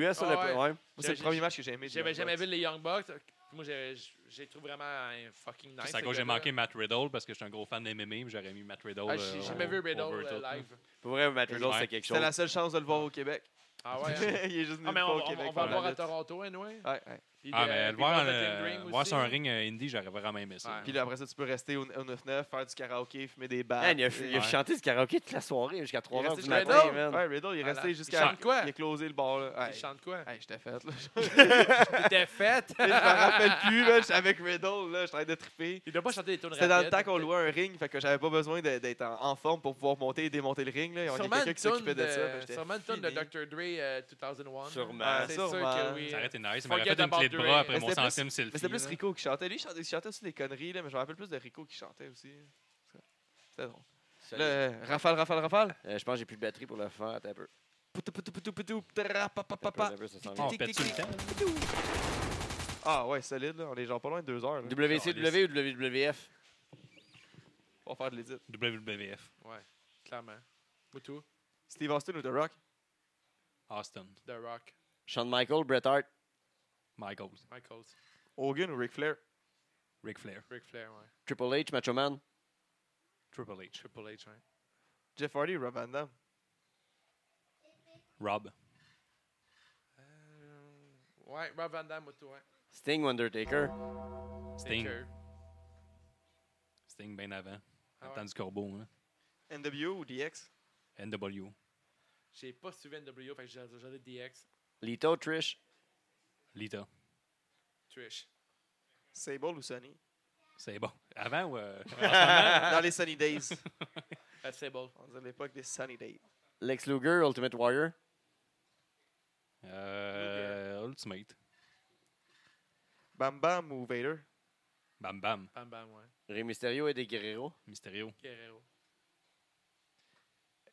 Speaker 1: ouais.
Speaker 3: Moi, C'est le
Speaker 4: j'ai-
Speaker 3: premier match que j'ai aimé. de
Speaker 4: J'avais
Speaker 3: Young
Speaker 4: jamais
Speaker 3: Bucks.
Speaker 4: vu les Young Bucks. Moi, j'ai- j'ai trouvé vraiment un fucking nice.
Speaker 2: C'est à
Speaker 4: ce
Speaker 2: cause que j'ai
Speaker 4: gars-là.
Speaker 2: manqué Matt Riddle parce que je suis un gros fan de MMA, mais j'aurais mis Matt Riddle.
Speaker 4: Ah, j'ai
Speaker 2: euh,
Speaker 4: j'ai jamais vu
Speaker 2: over
Speaker 4: Riddle
Speaker 2: tout,
Speaker 4: euh,
Speaker 2: là.
Speaker 4: live.
Speaker 1: Pour vrai, Matt Riddle,
Speaker 2: Ouais.
Speaker 1: c'était quelque chose.
Speaker 3: C'était la seule chance de le voir au Québec.
Speaker 4: Ah ouais? hein?
Speaker 3: il est juste venu
Speaker 4: Ah, mais
Speaker 3: le
Speaker 4: on,
Speaker 3: voir au
Speaker 4: on-
Speaker 3: Québec.
Speaker 4: on va le
Speaker 3: pendant
Speaker 4: voir à
Speaker 3: la lutte.
Speaker 4: Toronto, anyway.
Speaker 3: Ouais, ouais.
Speaker 4: Puis,
Speaker 2: Ah,
Speaker 4: euh,
Speaker 2: mais le
Speaker 4: puis
Speaker 2: voir,
Speaker 4: Velvet
Speaker 2: euh,
Speaker 4: Dream
Speaker 2: voir
Speaker 4: aussi,
Speaker 2: sur un
Speaker 4: là.
Speaker 2: ring euh, indie, j'aurais vraiment aimé ça.
Speaker 4: Ouais.
Speaker 3: Puis là, après ça, tu peux rester au, au 9-9, faire du karaoké, fumer des bars.
Speaker 1: Man, il a, f- il a
Speaker 2: Ouais.
Speaker 1: chanté ce karaoké toute la soirée jusqu'à 3h du
Speaker 4: jusqu'à
Speaker 1: matin,
Speaker 4: Riddle.
Speaker 1: man.
Speaker 3: Ouais, Riddle, il est
Speaker 4: Voilà.
Speaker 3: resté
Speaker 4: Il
Speaker 3: jusqu'à.
Speaker 4: chante quoi?
Speaker 3: Il a closé le bar. là. Ouais.
Speaker 4: Il chante quoi?
Speaker 3: Hey, j'étais faite, là.
Speaker 4: T'étais faite!
Speaker 3: je me rappelle plus, là. J'étais avec Riddle, là. J'étais en train de triper.
Speaker 4: Il doit pas chanter des tunes
Speaker 3: C'était dans le
Speaker 4: rapides.
Speaker 3: temps qu'on louait un ring, fait que j'avais pas besoin de- d'être en, en forme pour pouvoir monter et démonter le ring. Là. Il y avait
Speaker 4: Sûrement
Speaker 3: quelqu'un
Speaker 4: une
Speaker 3: qui s'occupait
Speaker 4: tune
Speaker 3: de ça. fait que
Speaker 4: de,
Speaker 3: j'étais
Speaker 4: sûrement une tune de
Speaker 3: fini.
Speaker 4: Dr. Dre euh, 2001.
Speaker 1: Sûrement.
Speaker 4: Ah, C'est sûr
Speaker 3: Sûrement.
Speaker 4: que oui.
Speaker 2: Ça aurait été nice. Il m'aurait
Speaker 4: Forget
Speaker 2: fait une
Speaker 4: about
Speaker 2: clé de
Speaker 4: Dre.
Speaker 2: bras après
Speaker 3: Mais
Speaker 2: mon
Speaker 3: c'était plus-
Speaker 2: centième selfie.
Speaker 3: Mais c'était plus
Speaker 2: là.
Speaker 3: Rico qui chantait. Lui, il chantait, il chantait aussi des conneries, là, mais je me rappelle plus de Rico qui chantait aussi. C'était drôle.
Speaker 1: Solide.
Speaker 3: Là, euh, rafale, rafale, rafale.
Speaker 1: Euh, je pense que j'ai plus de batterie pour le faire. Attends un peu.
Speaker 3: Poutou, poutou, poutou, poutou, ptara, pa, pa, pa,
Speaker 1: Attends un
Speaker 3: pa.
Speaker 1: peu, attends un peu, ça s'en
Speaker 2: Ah,
Speaker 1: vient.
Speaker 2: on pète-tu le temps?
Speaker 3: Ah ouais, solide, là. On est genre pas loin de deux heures.
Speaker 1: E,
Speaker 3: là.
Speaker 1: WCW ou WWF?
Speaker 3: On va faire de l'édit.
Speaker 2: WWF.
Speaker 4: Ouais, clairement. Moutou,
Speaker 3: Steve Austin ou The Rock?
Speaker 2: Austin.
Speaker 4: The Rock,
Speaker 1: Shawn Michaels, Bret Hart.
Speaker 2: Michaels.
Speaker 4: Michaels,
Speaker 3: Hogan ou Ric Flair?
Speaker 2: Ric Flair.
Speaker 4: Ric Flair, ouais.
Speaker 1: Triple H, Macho Man.
Speaker 2: Triple H.
Speaker 4: Triple H, ouais.
Speaker 3: Jeff Hardy ou Rob Van Damme?
Speaker 2: Rob.
Speaker 4: Euh, ouais, Rob Van Damme, Moutou, ouais.
Speaker 1: Sting ou Undertaker?
Speaker 2: Sting.
Speaker 4: Taker.
Speaker 2: Sting bien avant.
Speaker 4: Ah
Speaker 2: Le
Speaker 4: ouais.
Speaker 2: temps du corbeau. Hein.
Speaker 3: NWO ou DX?
Speaker 2: NW.
Speaker 4: J'ai pas suivi NWO, fait que j'ai regardé DX,
Speaker 1: Lito, Trish.
Speaker 2: Lita.
Speaker 4: Trish.
Speaker 3: Sable ou Sonny?
Speaker 2: C'est bon. Avant ou. euh,
Speaker 3: Dans les Sunny Days.
Speaker 4: Euh, Sable.
Speaker 3: On dit à l'époque des Sunny Days.
Speaker 1: Lex Luger, Ultimate Warrior.
Speaker 2: euh, Ultimate.
Speaker 3: Bam Bam ou Vader?
Speaker 2: Bam Bam.
Speaker 4: Bam Bam, ouais.
Speaker 1: Rey Mysterio et des Guerrero.
Speaker 2: Mysterio.
Speaker 4: Guerrero.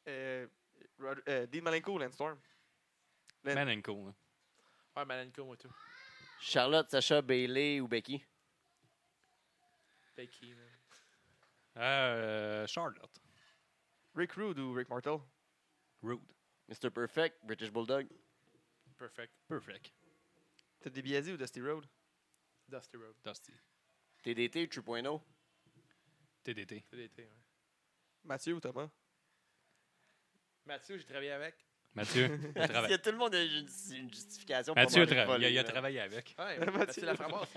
Speaker 3: Euh, Rod- euh, Dean Malenko ou Landstorm? Ben-
Speaker 2: Manenko. Hein.
Speaker 4: Ouais, Malenko, Moutou.
Speaker 1: Charlotte, Sacha, Bailey ou Becky.
Speaker 4: Becky, là.
Speaker 2: Euh, Charlotte.
Speaker 3: Rick Rude ou Rick Martel?
Speaker 2: Rude.
Speaker 1: Mr. Perfect, British Bulldog.
Speaker 4: Perfect.
Speaker 2: Perfect.
Speaker 3: T'as des Biazzi ou Dusty Road?
Speaker 4: Dusty Road.
Speaker 2: Dusty.
Speaker 1: TDT, 3.0.
Speaker 2: TDT.
Speaker 4: TDT, ouais.
Speaker 3: Mathieu ou Thomas?
Speaker 4: Mathieu, j'ai travaillé avec.
Speaker 2: Mathieu. il travaille.
Speaker 1: tout le monde a une, une justification
Speaker 2: Mathieu,
Speaker 1: manger le
Speaker 2: tra- il a, il a
Speaker 1: volet, là.
Speaker 2: travaillé avec.
Speaker 4: Ouais,
Speaker 3: Mathieu.
Speaker 4: Mathieu la framboise.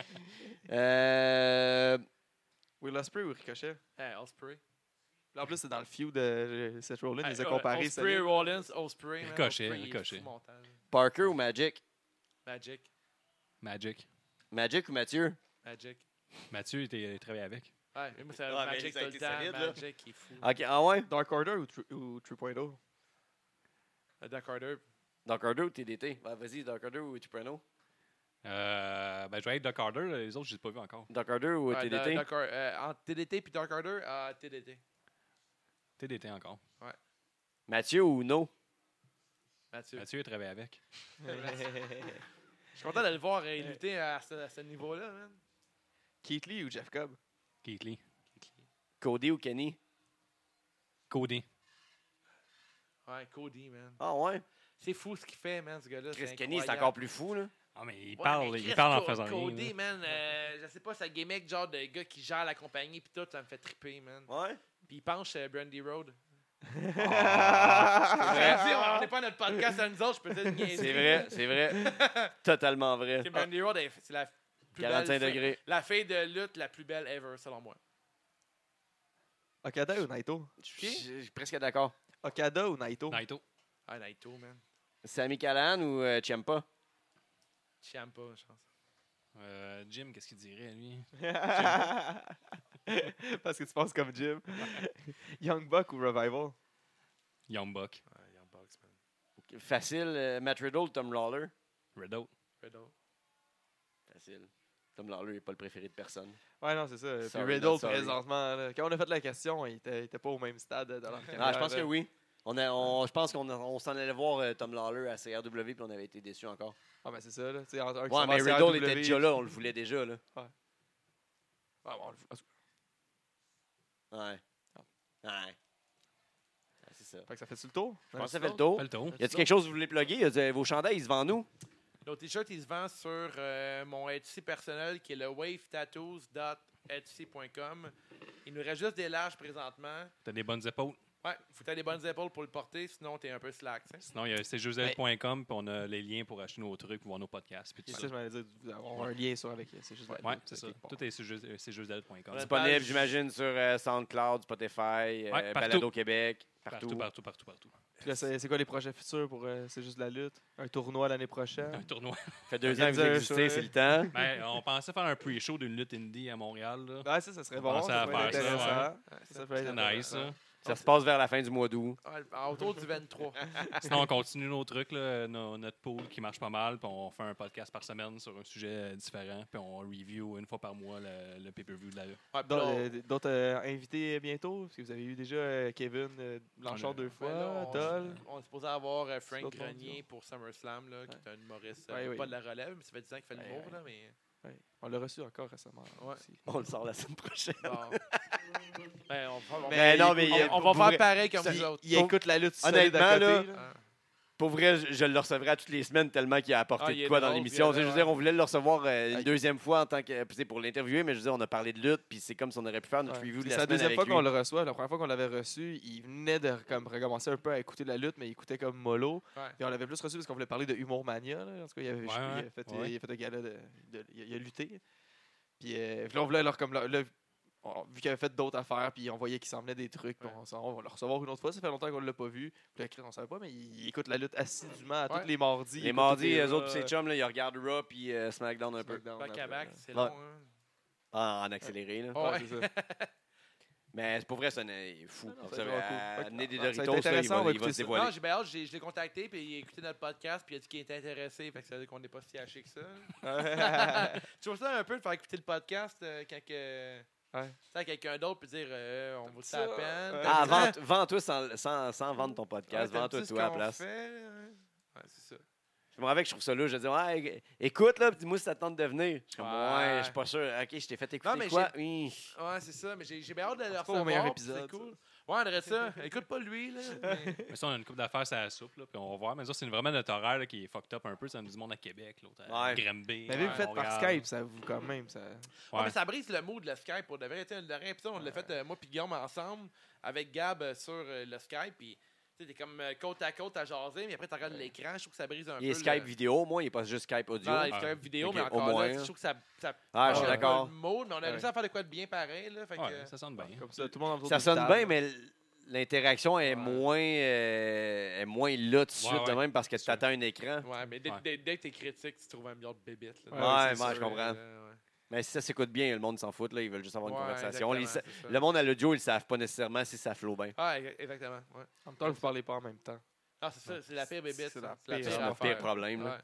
Speaker 1: Euh,
Speaker 3: Will Ospreay ou Ricochet?
Speaker 4: Hey, Osprey.
Speaker 3: Là, en plus, c'est dans le feud de euh, Seth Rollins. Ils les a
Speaker 4: Hey,
Speaker 3: comparés. cette
Speaker 4: Osprey,
Speaker 3: année.
Speaker 4: Rollins, Osprey. man.
Speaker 2: Ricochet,
Speaker 4: Osprey, il est
Speaker 2: Ricochet.
Speaker 4: fou montant, là.
Speaker 1: Parker ou Magic?
Speaker 4: Magic.
Speaker 2: Magic.
Speaker 1: Magic ou Mathieu?
Speaker 4: Magic.
Speaker 2: Mathieu, il, était- il travaillait avec.
Speaker 4: Ouais, mais moi, c'est
Speaker 1: Ouais, mais
Speaker 4: Magic
Speaker 1: Ah, ça
Speaker 4: tout
Speaker 1: a
Speaker 4: le
Speaker 1: été
Speaker 4: temps.
Speaker 1: solide, là.
Speaker 4: Magic, il est fou.
Speaker 1: Ok, ah ouais?
Speaker 3: Dark Order ou, Tru- ou 3.0?
Speaker 4: Doc Harder.
Speaker 1: Dark Order ou TDT? Ouais, Vas-y, Dark Order ou 3.0?
Speaker 2: Euh, ben, je vais être Doc Harder. là. Les autres, je les ai pas vus encore.
Speaker 1: Doc Harder ou
Speaker 4: Ouais,
Speaker 1: TDT?
Speaker 4: Doc- Doc Har- euh, entre TDT puis Dark Order, euh, TDT.
Speaker 2: TDT encore.
Speaker 1: Mathieu ou No?
Speaker 4: Mathieu.
Speaker 2: Mathieu, il travaille avec.
Speaker 4: Je suis content de le voir euh, lutter à ce, à ce niveau-là, man.
Speaker 3: Keith Lee ou Jeff Cobb?
Speaker 2: Keith Lee.
Speaker 1: Cody ou Kenny?
Speaker 2: Cody.
Speaker 4: Ouais, Cody, man.
Speaker 1: Ah ouais?
Speaker 4: C'est fou ce qu'il fait, man, ce gars-là.
Speaker 1: Chris Kenny, c'est encore plus fou, là.
Speaker 2: Ah, mais il
Speaker 4: Ouais,
Speaker 2: parle,
Speaker 4: mais
Speaker 2: il
Speaker 4: Chris
Speaker 2: parle en
Speaker 4: Co-
Speaker 2: faisant rien.
Speaker 4: Cody, man, euh, je sais pas, sa gimmick, genre de gars qui gère la compagnie, puis tout, ça me fait triper, man.
Speaker 1: Ouais?
Speaker 4: Puis il penche euh, Brandy Road.
Speaker 1: Ah,
Speaker 4: Je vais dire, on n'est pas à notre podcast à nous autres, je peux peut-être niaiser.
Speaker 1: c'est vrai, c'est vrai. Totalement vrai.
Speaker 4: Kim Brandy Road, elle- c'est la plus
Speaker 1: 45
Speaker 4: belle. fille-
Speaker 1: degrés.
Speaker 4: La fille de lutte la plus belle ever, selon moi.
Speaker 3: Okada ou Naito?
Speaker 1: Je je suis presque d'accord.
Speaker 3: Okada ou Naito?
Speaker 2: Naito.
Speaker 4: Ah, Naito, man.
Speaker 1: Sami Callan ou euh, Ciampa?
Speaker 4: J'aime pas, je pense.
Speaker 2: Euh, Jim, qu'est-ce qu'il dirait, lui?
Speaker 3: Parce que tu penses comme Jim. Young Buck ou Revival?
Speaker 2: Young Buck.
Speaker 4: Ouais, Ah, Young Bucks, man.
Speaker 1: Facile. euh, Matt Riddle, Tom Lawler.
Speaker 2: Red Oak.
Speaker 4: Riddle.
Speaker 1: Facile. Tom Lawler n'est pas le préféré de personne.
Speaker 3: Ouais, non, c'est ça. Puis
Speaker 1: Sorry,
Speaker 3: Riddle,
Speaker 1: not sorry.
Speaker 3: présentement, là, quand on a fait la question, il était, il était pas au même stade dans leur carrière.
Speaker 1: Ah, je pense que
Speaker 3: là.
Speaker 1: oui. On a- on- je pense qu'on a- on s'en allait voir euh, Tom Lawler à CRW puis on avait été déçus encore.
Speaker 3: Ah, ben c'est ça, là. Tu sais, entre un qui
Speaker 1: Ouais,
Speaker 3: s'en
Speaker 1: mais
Speaker 3: va à
Speaker 1: Riddle
Speaker 3: CRW,
Speaker 1: était déjà là, on le voulait déjà. Là.
Speaker 3: Ah, bon, on le fout.
Speaker 1: Ouais. Ouais. Ouais, C'est ça.
Speaker 3: Fait que ça fait-tu le tour?
Speaker 1: Je pense que ça fait le tour.
Speaker 4: Oh.
Speaker 2: Fais le tour.
Speaker 1: Y a-t-il quelque chose que vous voulez plugger? Y a-t-il- Vos chandails, ils se vendent nous?
Speaker 4: Nos t-shirts, ils se vendent sur euh, mon Etsy personnel qui est le wavetattoos.etsy.com. Il nous reste juste des larges présentement.
Speaker 2: T'as des bonnes épaules.
Speaker 4: Ouais, faut que t'aies des bonnes épaules pour le porter, sinon t'es un peu slack. tu sais.
Speaker 2: Sinon, il y a E cjusel.com, puis on a les liens pour acheter nos trucs, voir nos podcasts, puis tout
Speaker 3: C'est
Speaker 2: ça.
Speaker 3: ça, je
Speaker 4: E
Speaker 3: m'allais dire, vous allez avoir un lien sur avec. euh, C'est juste la
Speaker 2: Ouais,
Speaker 3: lutte,
Speaker 2: c'est ça.
Speaker 3: quelque part.
Speaker 2: Tout est E cjusel.com.
Speaker 4: Ouais.
Speaker 1: Disponible,
Speaker 4: page-
Speaker 1: j'imagine, sur euh, SoundCloud, Spotify, euh,
Speaker 2: Ouais, partout.
Speaker 1: Balado Québec, partout.
Speaker 2: Partout, partout, partout, partout.
Speaker 3: Puis là, c'est c'est quoi les projets futurs pour euh, C'est juste la lutte? Un tournoi l'année
Speaker 2: Un
Speaker 3: prochaine?
Speaker 2: tournoi.
Speaker 1: Ça fait deux ans que vous
Speaker 3: Organiser un
Speaker 1: existez,
Speaker 3: show,
Speaker 1: c'est le temps.
Speaker 2: Ben, on pensait faire un pre-show d'une lutte indie à Montréal. Là.
Speaker 3: Ah, ça, ça serait
Speaker 2: On
Speaker 3: bon.
Speaker 2: pensait
Speaker 3: Ça
Speaker 2: à
Speaker 3: pourrait être
Speaker 2: faire ça, ouais.
Speaker 3: intéressant.
Speaker 4: Ouais,
Speaker 3: Ça
Speaker 4: ça-
Speaker 3: pourrait être
Speaker 2: C'est nice.
Speaker 3: intéressant.
Speaker 2: hein.
Speaker 1: Ça se passe vers la fin du mois d'août.
Speaker 4: ouais, ben, autour du 23.
Speaker 2: Sinon, on continue nos trucs, là, nos- notre pool qui marche pas mal, puis on fait un podcast par semaine sur un sujet euh, différent, puis on review une fois par mois le, le pay-per-view de la E. lutte.
Speaker 4: Ouais, puis
Speaker 3: Donc,
Speaker 4: ben là, on-
Speaker 3: euh, D'autres euh, invités bientôt? Parce que vous avez eu déjà euh, Kevin euh,
Speaker 2: On
Speaker 3: Blanchard
Speaker 2: a-
Speaker 3: deux
Speaker 4: ouais, là,
Speaker 3: fois,
Speaker 4: on-
Speaker 3: Doll.
Speaker 4: On est supposé avoir euh, Frank
Speaker 3: D'autres mondes,
Speaker 4: Grenier
Speaker 3: là.
Speaker 4: pour SummerSlam, là, qui est un humoriste, euh,
Speaker 3: Ouais, oui.
Speaker 4: pas de la relève, mais ça fait 10 ans qu'il fait
Speaker 3: Ouais,
Speaker 4: l'humour,
Speaker 3: ouais.
Speaker 4: là, mais...
Speaker 3: Ouais. On l'a reçu encore récemment.
Speaker 4: Ouais.
Speaker 3: aussi.
Speaker 1: On le sort la semaine prochaine.
Speaker 4: bon. Ben, on, va- on-
Speaker 1: Mais non, mais
Speaker 4: on- on
Speaker 1: pour
Speaker 4: va
Speaker 1: vrai-
Speaker 4: faire pareil comme
Speaker 3: Il,
Speaker 4: vous autres.
Speaker 3: il écoute la lutte solide à
Speaker 1: Honnêtement,
Speaker 3: côté.
Speaker 1: là,
Speaker 3: là.
Speaker 4: Ah.
Speaker 1: Pour vrai, je, je le recevrai à toutes les semaines tellement qu'il a apporté
Speaker 4: Ah, il
Speaker 1: de
Speaker 4: est
Speaker 1: quoi dans
Speaker 4: drôle,
Speaker 1: l'émission.
Speaker 4: puis
Speaker 1: Je
Speaker 4: il est
Speaker 1: veux
Speaker 4: drôle.
Speaker 1: dire, on voulait le recevoir euh, une
Speaker 3: Ah, il-
Speaker 1: deuxième fois en tant que euh, puis c'est pour l'interviewer, mais je veux dire, on a parlé de lutte, puis c'est comme si on aurait pu faire notre
Speaker 3: Ouais.
Speaker 1: review de
Speaker 3: C'est
Speaker 1: la
Speaker 3: la
Speaker 1: semaine
Speaker 3: deuxième
Speaker 1: avec
Speaker 3: fois qu'on
Speaker 1: lui.
Speaker 3: le reçoit. La première fois qu'on l'avait reçu, il venait de comme, recommencer un peu à écouter la lutte, mais il écoutait comme mollo.
Speaker 4: Ouais.
Speaker 3: Puis on l'avait plus reçu parce qu'on voulait parler de Humour Mania. là. En tout cas, il, avait, je-
Speaker 2: Ouais,
Speaker 3: il a
Speaker 2: ouais,
Speaker 3: fait,
Speaker 2: ouais.
Speaker 3: il a fait un gala de, de- il, a, il a lutté. Puis euh, puis là, on voulait leur, comme, leur- là, on- vu qu'il avait fait d'autres affaires, puis on voyait qu'il s'en venait des trucs. puis
Speaker 4: Ouais.
Speaker 3: on, s'en- on va le recevoir une autre fois. Ça fait longtemps qu'on ne l'a pas vu. Puis là, Chris, on ne savait pas, mais il, il écoute la lutte assidûment à
Speaker 4: Ouais.
Speaker 3: tous les mardis.
Speaker 1: Les mardis,
Speaker 3: les euh,
Speaker 1: eux autres, puis ses chums, là, ils regardent Raw puis euh, SmackDown un peu.
Speaker 4: Back à back, c'est
Speaker 1: Ouais.
Speaker 4: long, hein.
Speaker 1: Ah, en accéléré, là.
Speaker 4: Ouais.
Speaker 1: Mais c'est pour vrai, c'est un euh, fou.
Speaker 3: Non, non,
Speaker 1: Vous
Speaker 3: ça a
Speaker 1: savez,
Speaker 3: été vraiment cool.
Speaker 1: à
Speaker 3: Ouais,
Speaker 1: amener
Speaker 4: Ah,
Speaker 1: des
Speaker 3: ça a été
Speaker 1: Doritos, là, il
Speaker 3: intéressant, on
Speaker 1: va,
Speaker 3: va
Speaker 1: il va
Speaker 3: écouter
Speaker 1: se
Speaker 3: ça.
Speaker 1: dévoiler.
Speaker 4: Non, j'ai ben hâte, j'ai- je l'ai contacté, puis il a écouté notre podcast, puis il a dit qu'il était intéressé, fait que ça veut dire qu'on n'est pas si haché que ça. tu vois ça un peu de faire écouter le podcast euh, quand que.
Speaker 3: Ouais.
Speaker 4: tu sais, à quelqu'un d'autre, puis dire euh, on vaut ça
Speaker 3: ça,
Speaker 4: à peine.
Speaker 3: ouais.
Speaker 4: T'aimes-tu
Speaker 1: Ah,
Speaker 4: ça?
Speaker 1: vends- vends-toi sans, sans, sans vendre ton
Speaker 4: Ouais,
Speaker 1: podcast.
Speaker 4: t'aimes-tu
Speaker 1: Vends-toi
Speaker 4: ce
Speaker 1: toi à la
Speaker 4: qu'on
Speaker 1: place.
Speaker 4: fait, là? Ouais, Ouais, c'est ça.
Speaker 1: Je me rappelle que je trouve ça là. Je dis, ouais, éc- écoute, là, puis dis-moi si ça te tente de venir. Je suis comme,
Speaker 4: Ouais.
Speaker 1: ouais, je suis pas sûr. Ok, je t'ai fait écouter
Speaker 4: Non, mais
Speaker 1: quoi? Oui.
Speaker 4: Ouais, c'est ça, mais j'ai j'ai bien hâte de le
Speaker 3: pas au
Speaker 4: recevoir.
Speaker 3: meilleur
Speaker 4: puis
Speaker 3: épisode,
Speaker 4: C'est cool. Ouais, on aurait ça. Écoute pas lui, là. mais-
Speaker 2: Mais ça, on a une coupe d'affaires à la soupe, là, puis on va voir. Mais ça, c'est vraiment notre horaire là, qui est fucked up un peu. Ça nous du monde à Québec, l'autre à
Speaker 1: Ouais.
Speaker 2: Granby.
Speaker 3: L'avez-vous
Speaker 2: à
Speaker 3: fait par
Speaker 2: Montréal.
Speaker 3: Skype, ça vous, quand même. Ça...
Speaker 2: Ouais.
Speaker 4: Ouais, mais ça brise le mot de le Skype pour de vrai. Tu sais, Le dernier épisode, on l'a fait euh, moi puis Guillaume ensemble avec Gab euh, sur euh, le Skype. Puis tu sais, t'es comme euh, côte à côte à jaser, mais après t'as regardes l'écran. Je trouve que ça brise un
Speaker 1: Il est
Speaker 4: peu.
Speaker 1: Skype
Speaker 4: le...
Speaker 1: vidéo, moi, il est pas juste Skype audio.
Speaker 4: Non, il est
Speaker 2: Ah.
Speaker 4: Skype vidéo,
Speaker 1: Ok,
Speaker 4: mais
Speaker 1: au
Speaker 4: encore
Speaker 1: moins,
Speaker 4: là,
Speaker 1: hein.
Speaker 4: je trouve que ça. ça
Speaker 1: Ah, je
Speaker 4: brise
Speaker 1: suis
Speaker 4: un peu
Speaker 1: d'accord.
Speaker 4: Le mot, mais on a
Speaker 3: Ouais.
Speaker 4: réussi à faire de quoi de bien pareil. Là, fait que,
Speaker 2: Ouais, ça sonne bien.
Speaker 3: Comme Ben, ça, tout le monde autour
Speaker 1: Ça
Speaker 3: du
Speaker 1: sonne
Speaker 3: table.
Speaker 1: bien, mais l- l'interaction est,
Speaker 4: Ouais.
Speaker 1: moins, euh, est moins là tout de suite,
Speaker 2: Ouais, ouais.
Speaker 1: de même, parce que tu
Speaker 2: sûr.
Speaker 1: attends un écran.
Speaker 4: Ouais, mais dès,
Speaker 2: Ouais.
Speaker 4: dès- dès que t'es critique, tu trouves un milliard de bébites. là.
Speaker 3: Ouais,
Speaker 1: ouais,
Speaker 3: c'est
Speaker 1: ouais,
Speaker 3: sûr,
Speaker 1: je comprends.
Speaker 4: Euh, ouais.
Speaker 1: Mais si ça s'écoute bien, le monde s'en fout, là, ils veulent juste avoir une
Speaker 4: Ouais,
Speaker 1: conversation. Les-
Speaker 4: exactement, c'est ça.
Speaker 1: le monde à l'audio, ils savent pas nécessairement si ça flow bien.
Speaker 4: Ah, ex- exactement. Ouais.
Speaker 3: En même temps, vous parlez pas en même temps.
Speaker 4: Ah, c'est ça, c'est la pire bébête.
Speaker 3: C'est
Speaker 4: ça.
Speaker 3: la
Speaker 4: C'est la
Speaker 3: pire-
Speaker 1: C'est
Speaker 4: pire
Speaker 1: mon
Speaker 4: affaire.
Speaker 1: pire problème. là.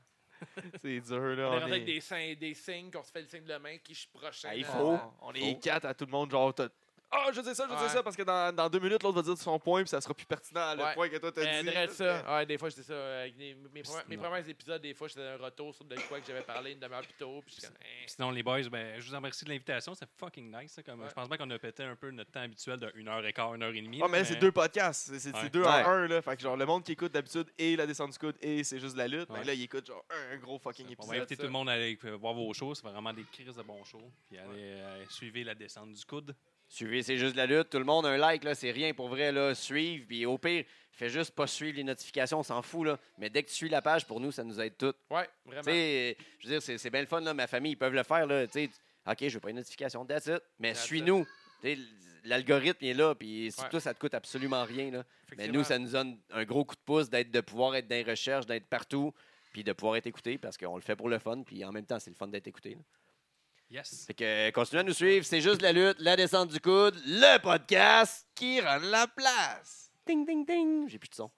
Speaker 4: Ouais.
Speaker 3: C'est dur, là.
Speaker 4: On est
Speaker 3: On
Speaker 4: rendu avec
Speaker 3: est,
Speaker 4: des, signes- des signes qu'on se fait le signe de la main qui je prochaine.
Speaker 1: Ah, il
Speaker 4: euh,
Speaker 1: faut.
Speaker 3: on est quatre à tout le monde, genre. t'as- Ah, je sais ça, je
Speaker 4: Ouais.
Speaker 3: sais ça, parce que dans, dans deux minutes, l'autre va dire son point, puis ça sera plus pertinent le
Speaker 4: Ouais.
Speaker 3: point que toi t'as
Speaker 4: Euh,
Speaker 3: dit.
Speaker 4: dresse ça. Ouais, des fois, j'étais ça. euh, avec des- mes, premiers, mes
Speaker 2: non.
Speaker 4: premiers épisodes, des fois, j'étais un retour sur de quoi que j'avais parlé une demi-heure plus tôt. Puis j'étais comme, eh.
Speaker 2: Sinon, les boys, ben, je vous en remercie de l'invitation. C'est fucking nice. ça, Comme,
Speaker 4: Ouais.
Speaker 2: Je pense bien qu'on a pété un peu notre temps habituel de 1h15, 1h30.
Speaker 3: Ah, mais là, c'est deux podcasts. C'est c'est- c'est
Speaker 2: Ouais.
Speaker 3: deux
Speaker 1: Ouais.
Speaker 3: en un, là. Fait que, genre, le monde qui écoute d'habitude et la descente du coude et c'est juste de la lutte. Mais
Speaker 2: Ouais.
Speaker 3: là, il écoute, genre, un gros fucking
Speaker 2: On
Speaker 3: épisode.
Speaker 2: va inviter
Speaker 4: ça.
Speaker 2: tout le monde à aller euh, voir vos shows. C'est vraiment des crises de bons shows. Puis allez euh, suivez la descente du coude.
Speaker 1: Suivez, c'est juste de la lutte. Tout le monde, un like, là, c'est rien pour vrai. Là. Suivre, puis au pire, fais juste pas suivre les notifications, on s'en fout. Là. Mais dès que tu suis la page, pour nous, ça nous aide toutes.
Speaker 4: Ouais,
Speaker 1: Tu
Speaker 4: vraiment.
Speaker 1: sais, euh, je veux dire, c'est, c'est bien le fun, là. ma famille, ils peuvent le faire. Là, tu sais. OK, je veux pas une notification, that's it. Mais
Speaker 4: That's it.
Speaker 1: suis-nous. Tu sais, L'algorithme il est là, puis si
Speaker 4: Ouais.
Speaker 1: toi, ça te coûte absolument rien. Là. Mais
Speaker 4: Effectivement.
Speaker 1: nous, ça nous donne un gros coup de pouce d'être, de pouvoir être dans les recherches, d'être partout, puis de pouvoir être écouté, parce qu'on le fait pour le fun, puis en même temps, c'est le fun d'être écouté. là.
Speaker 2: Yes.
Speaker 1: Fait que euh, continuez à nous suivre, c'est juste de la lutte, la descente du coude, le podcast.
Speaker 3: Qui rend la place?
Speaker 1: Ding, ding, ding. J'ai plus de son.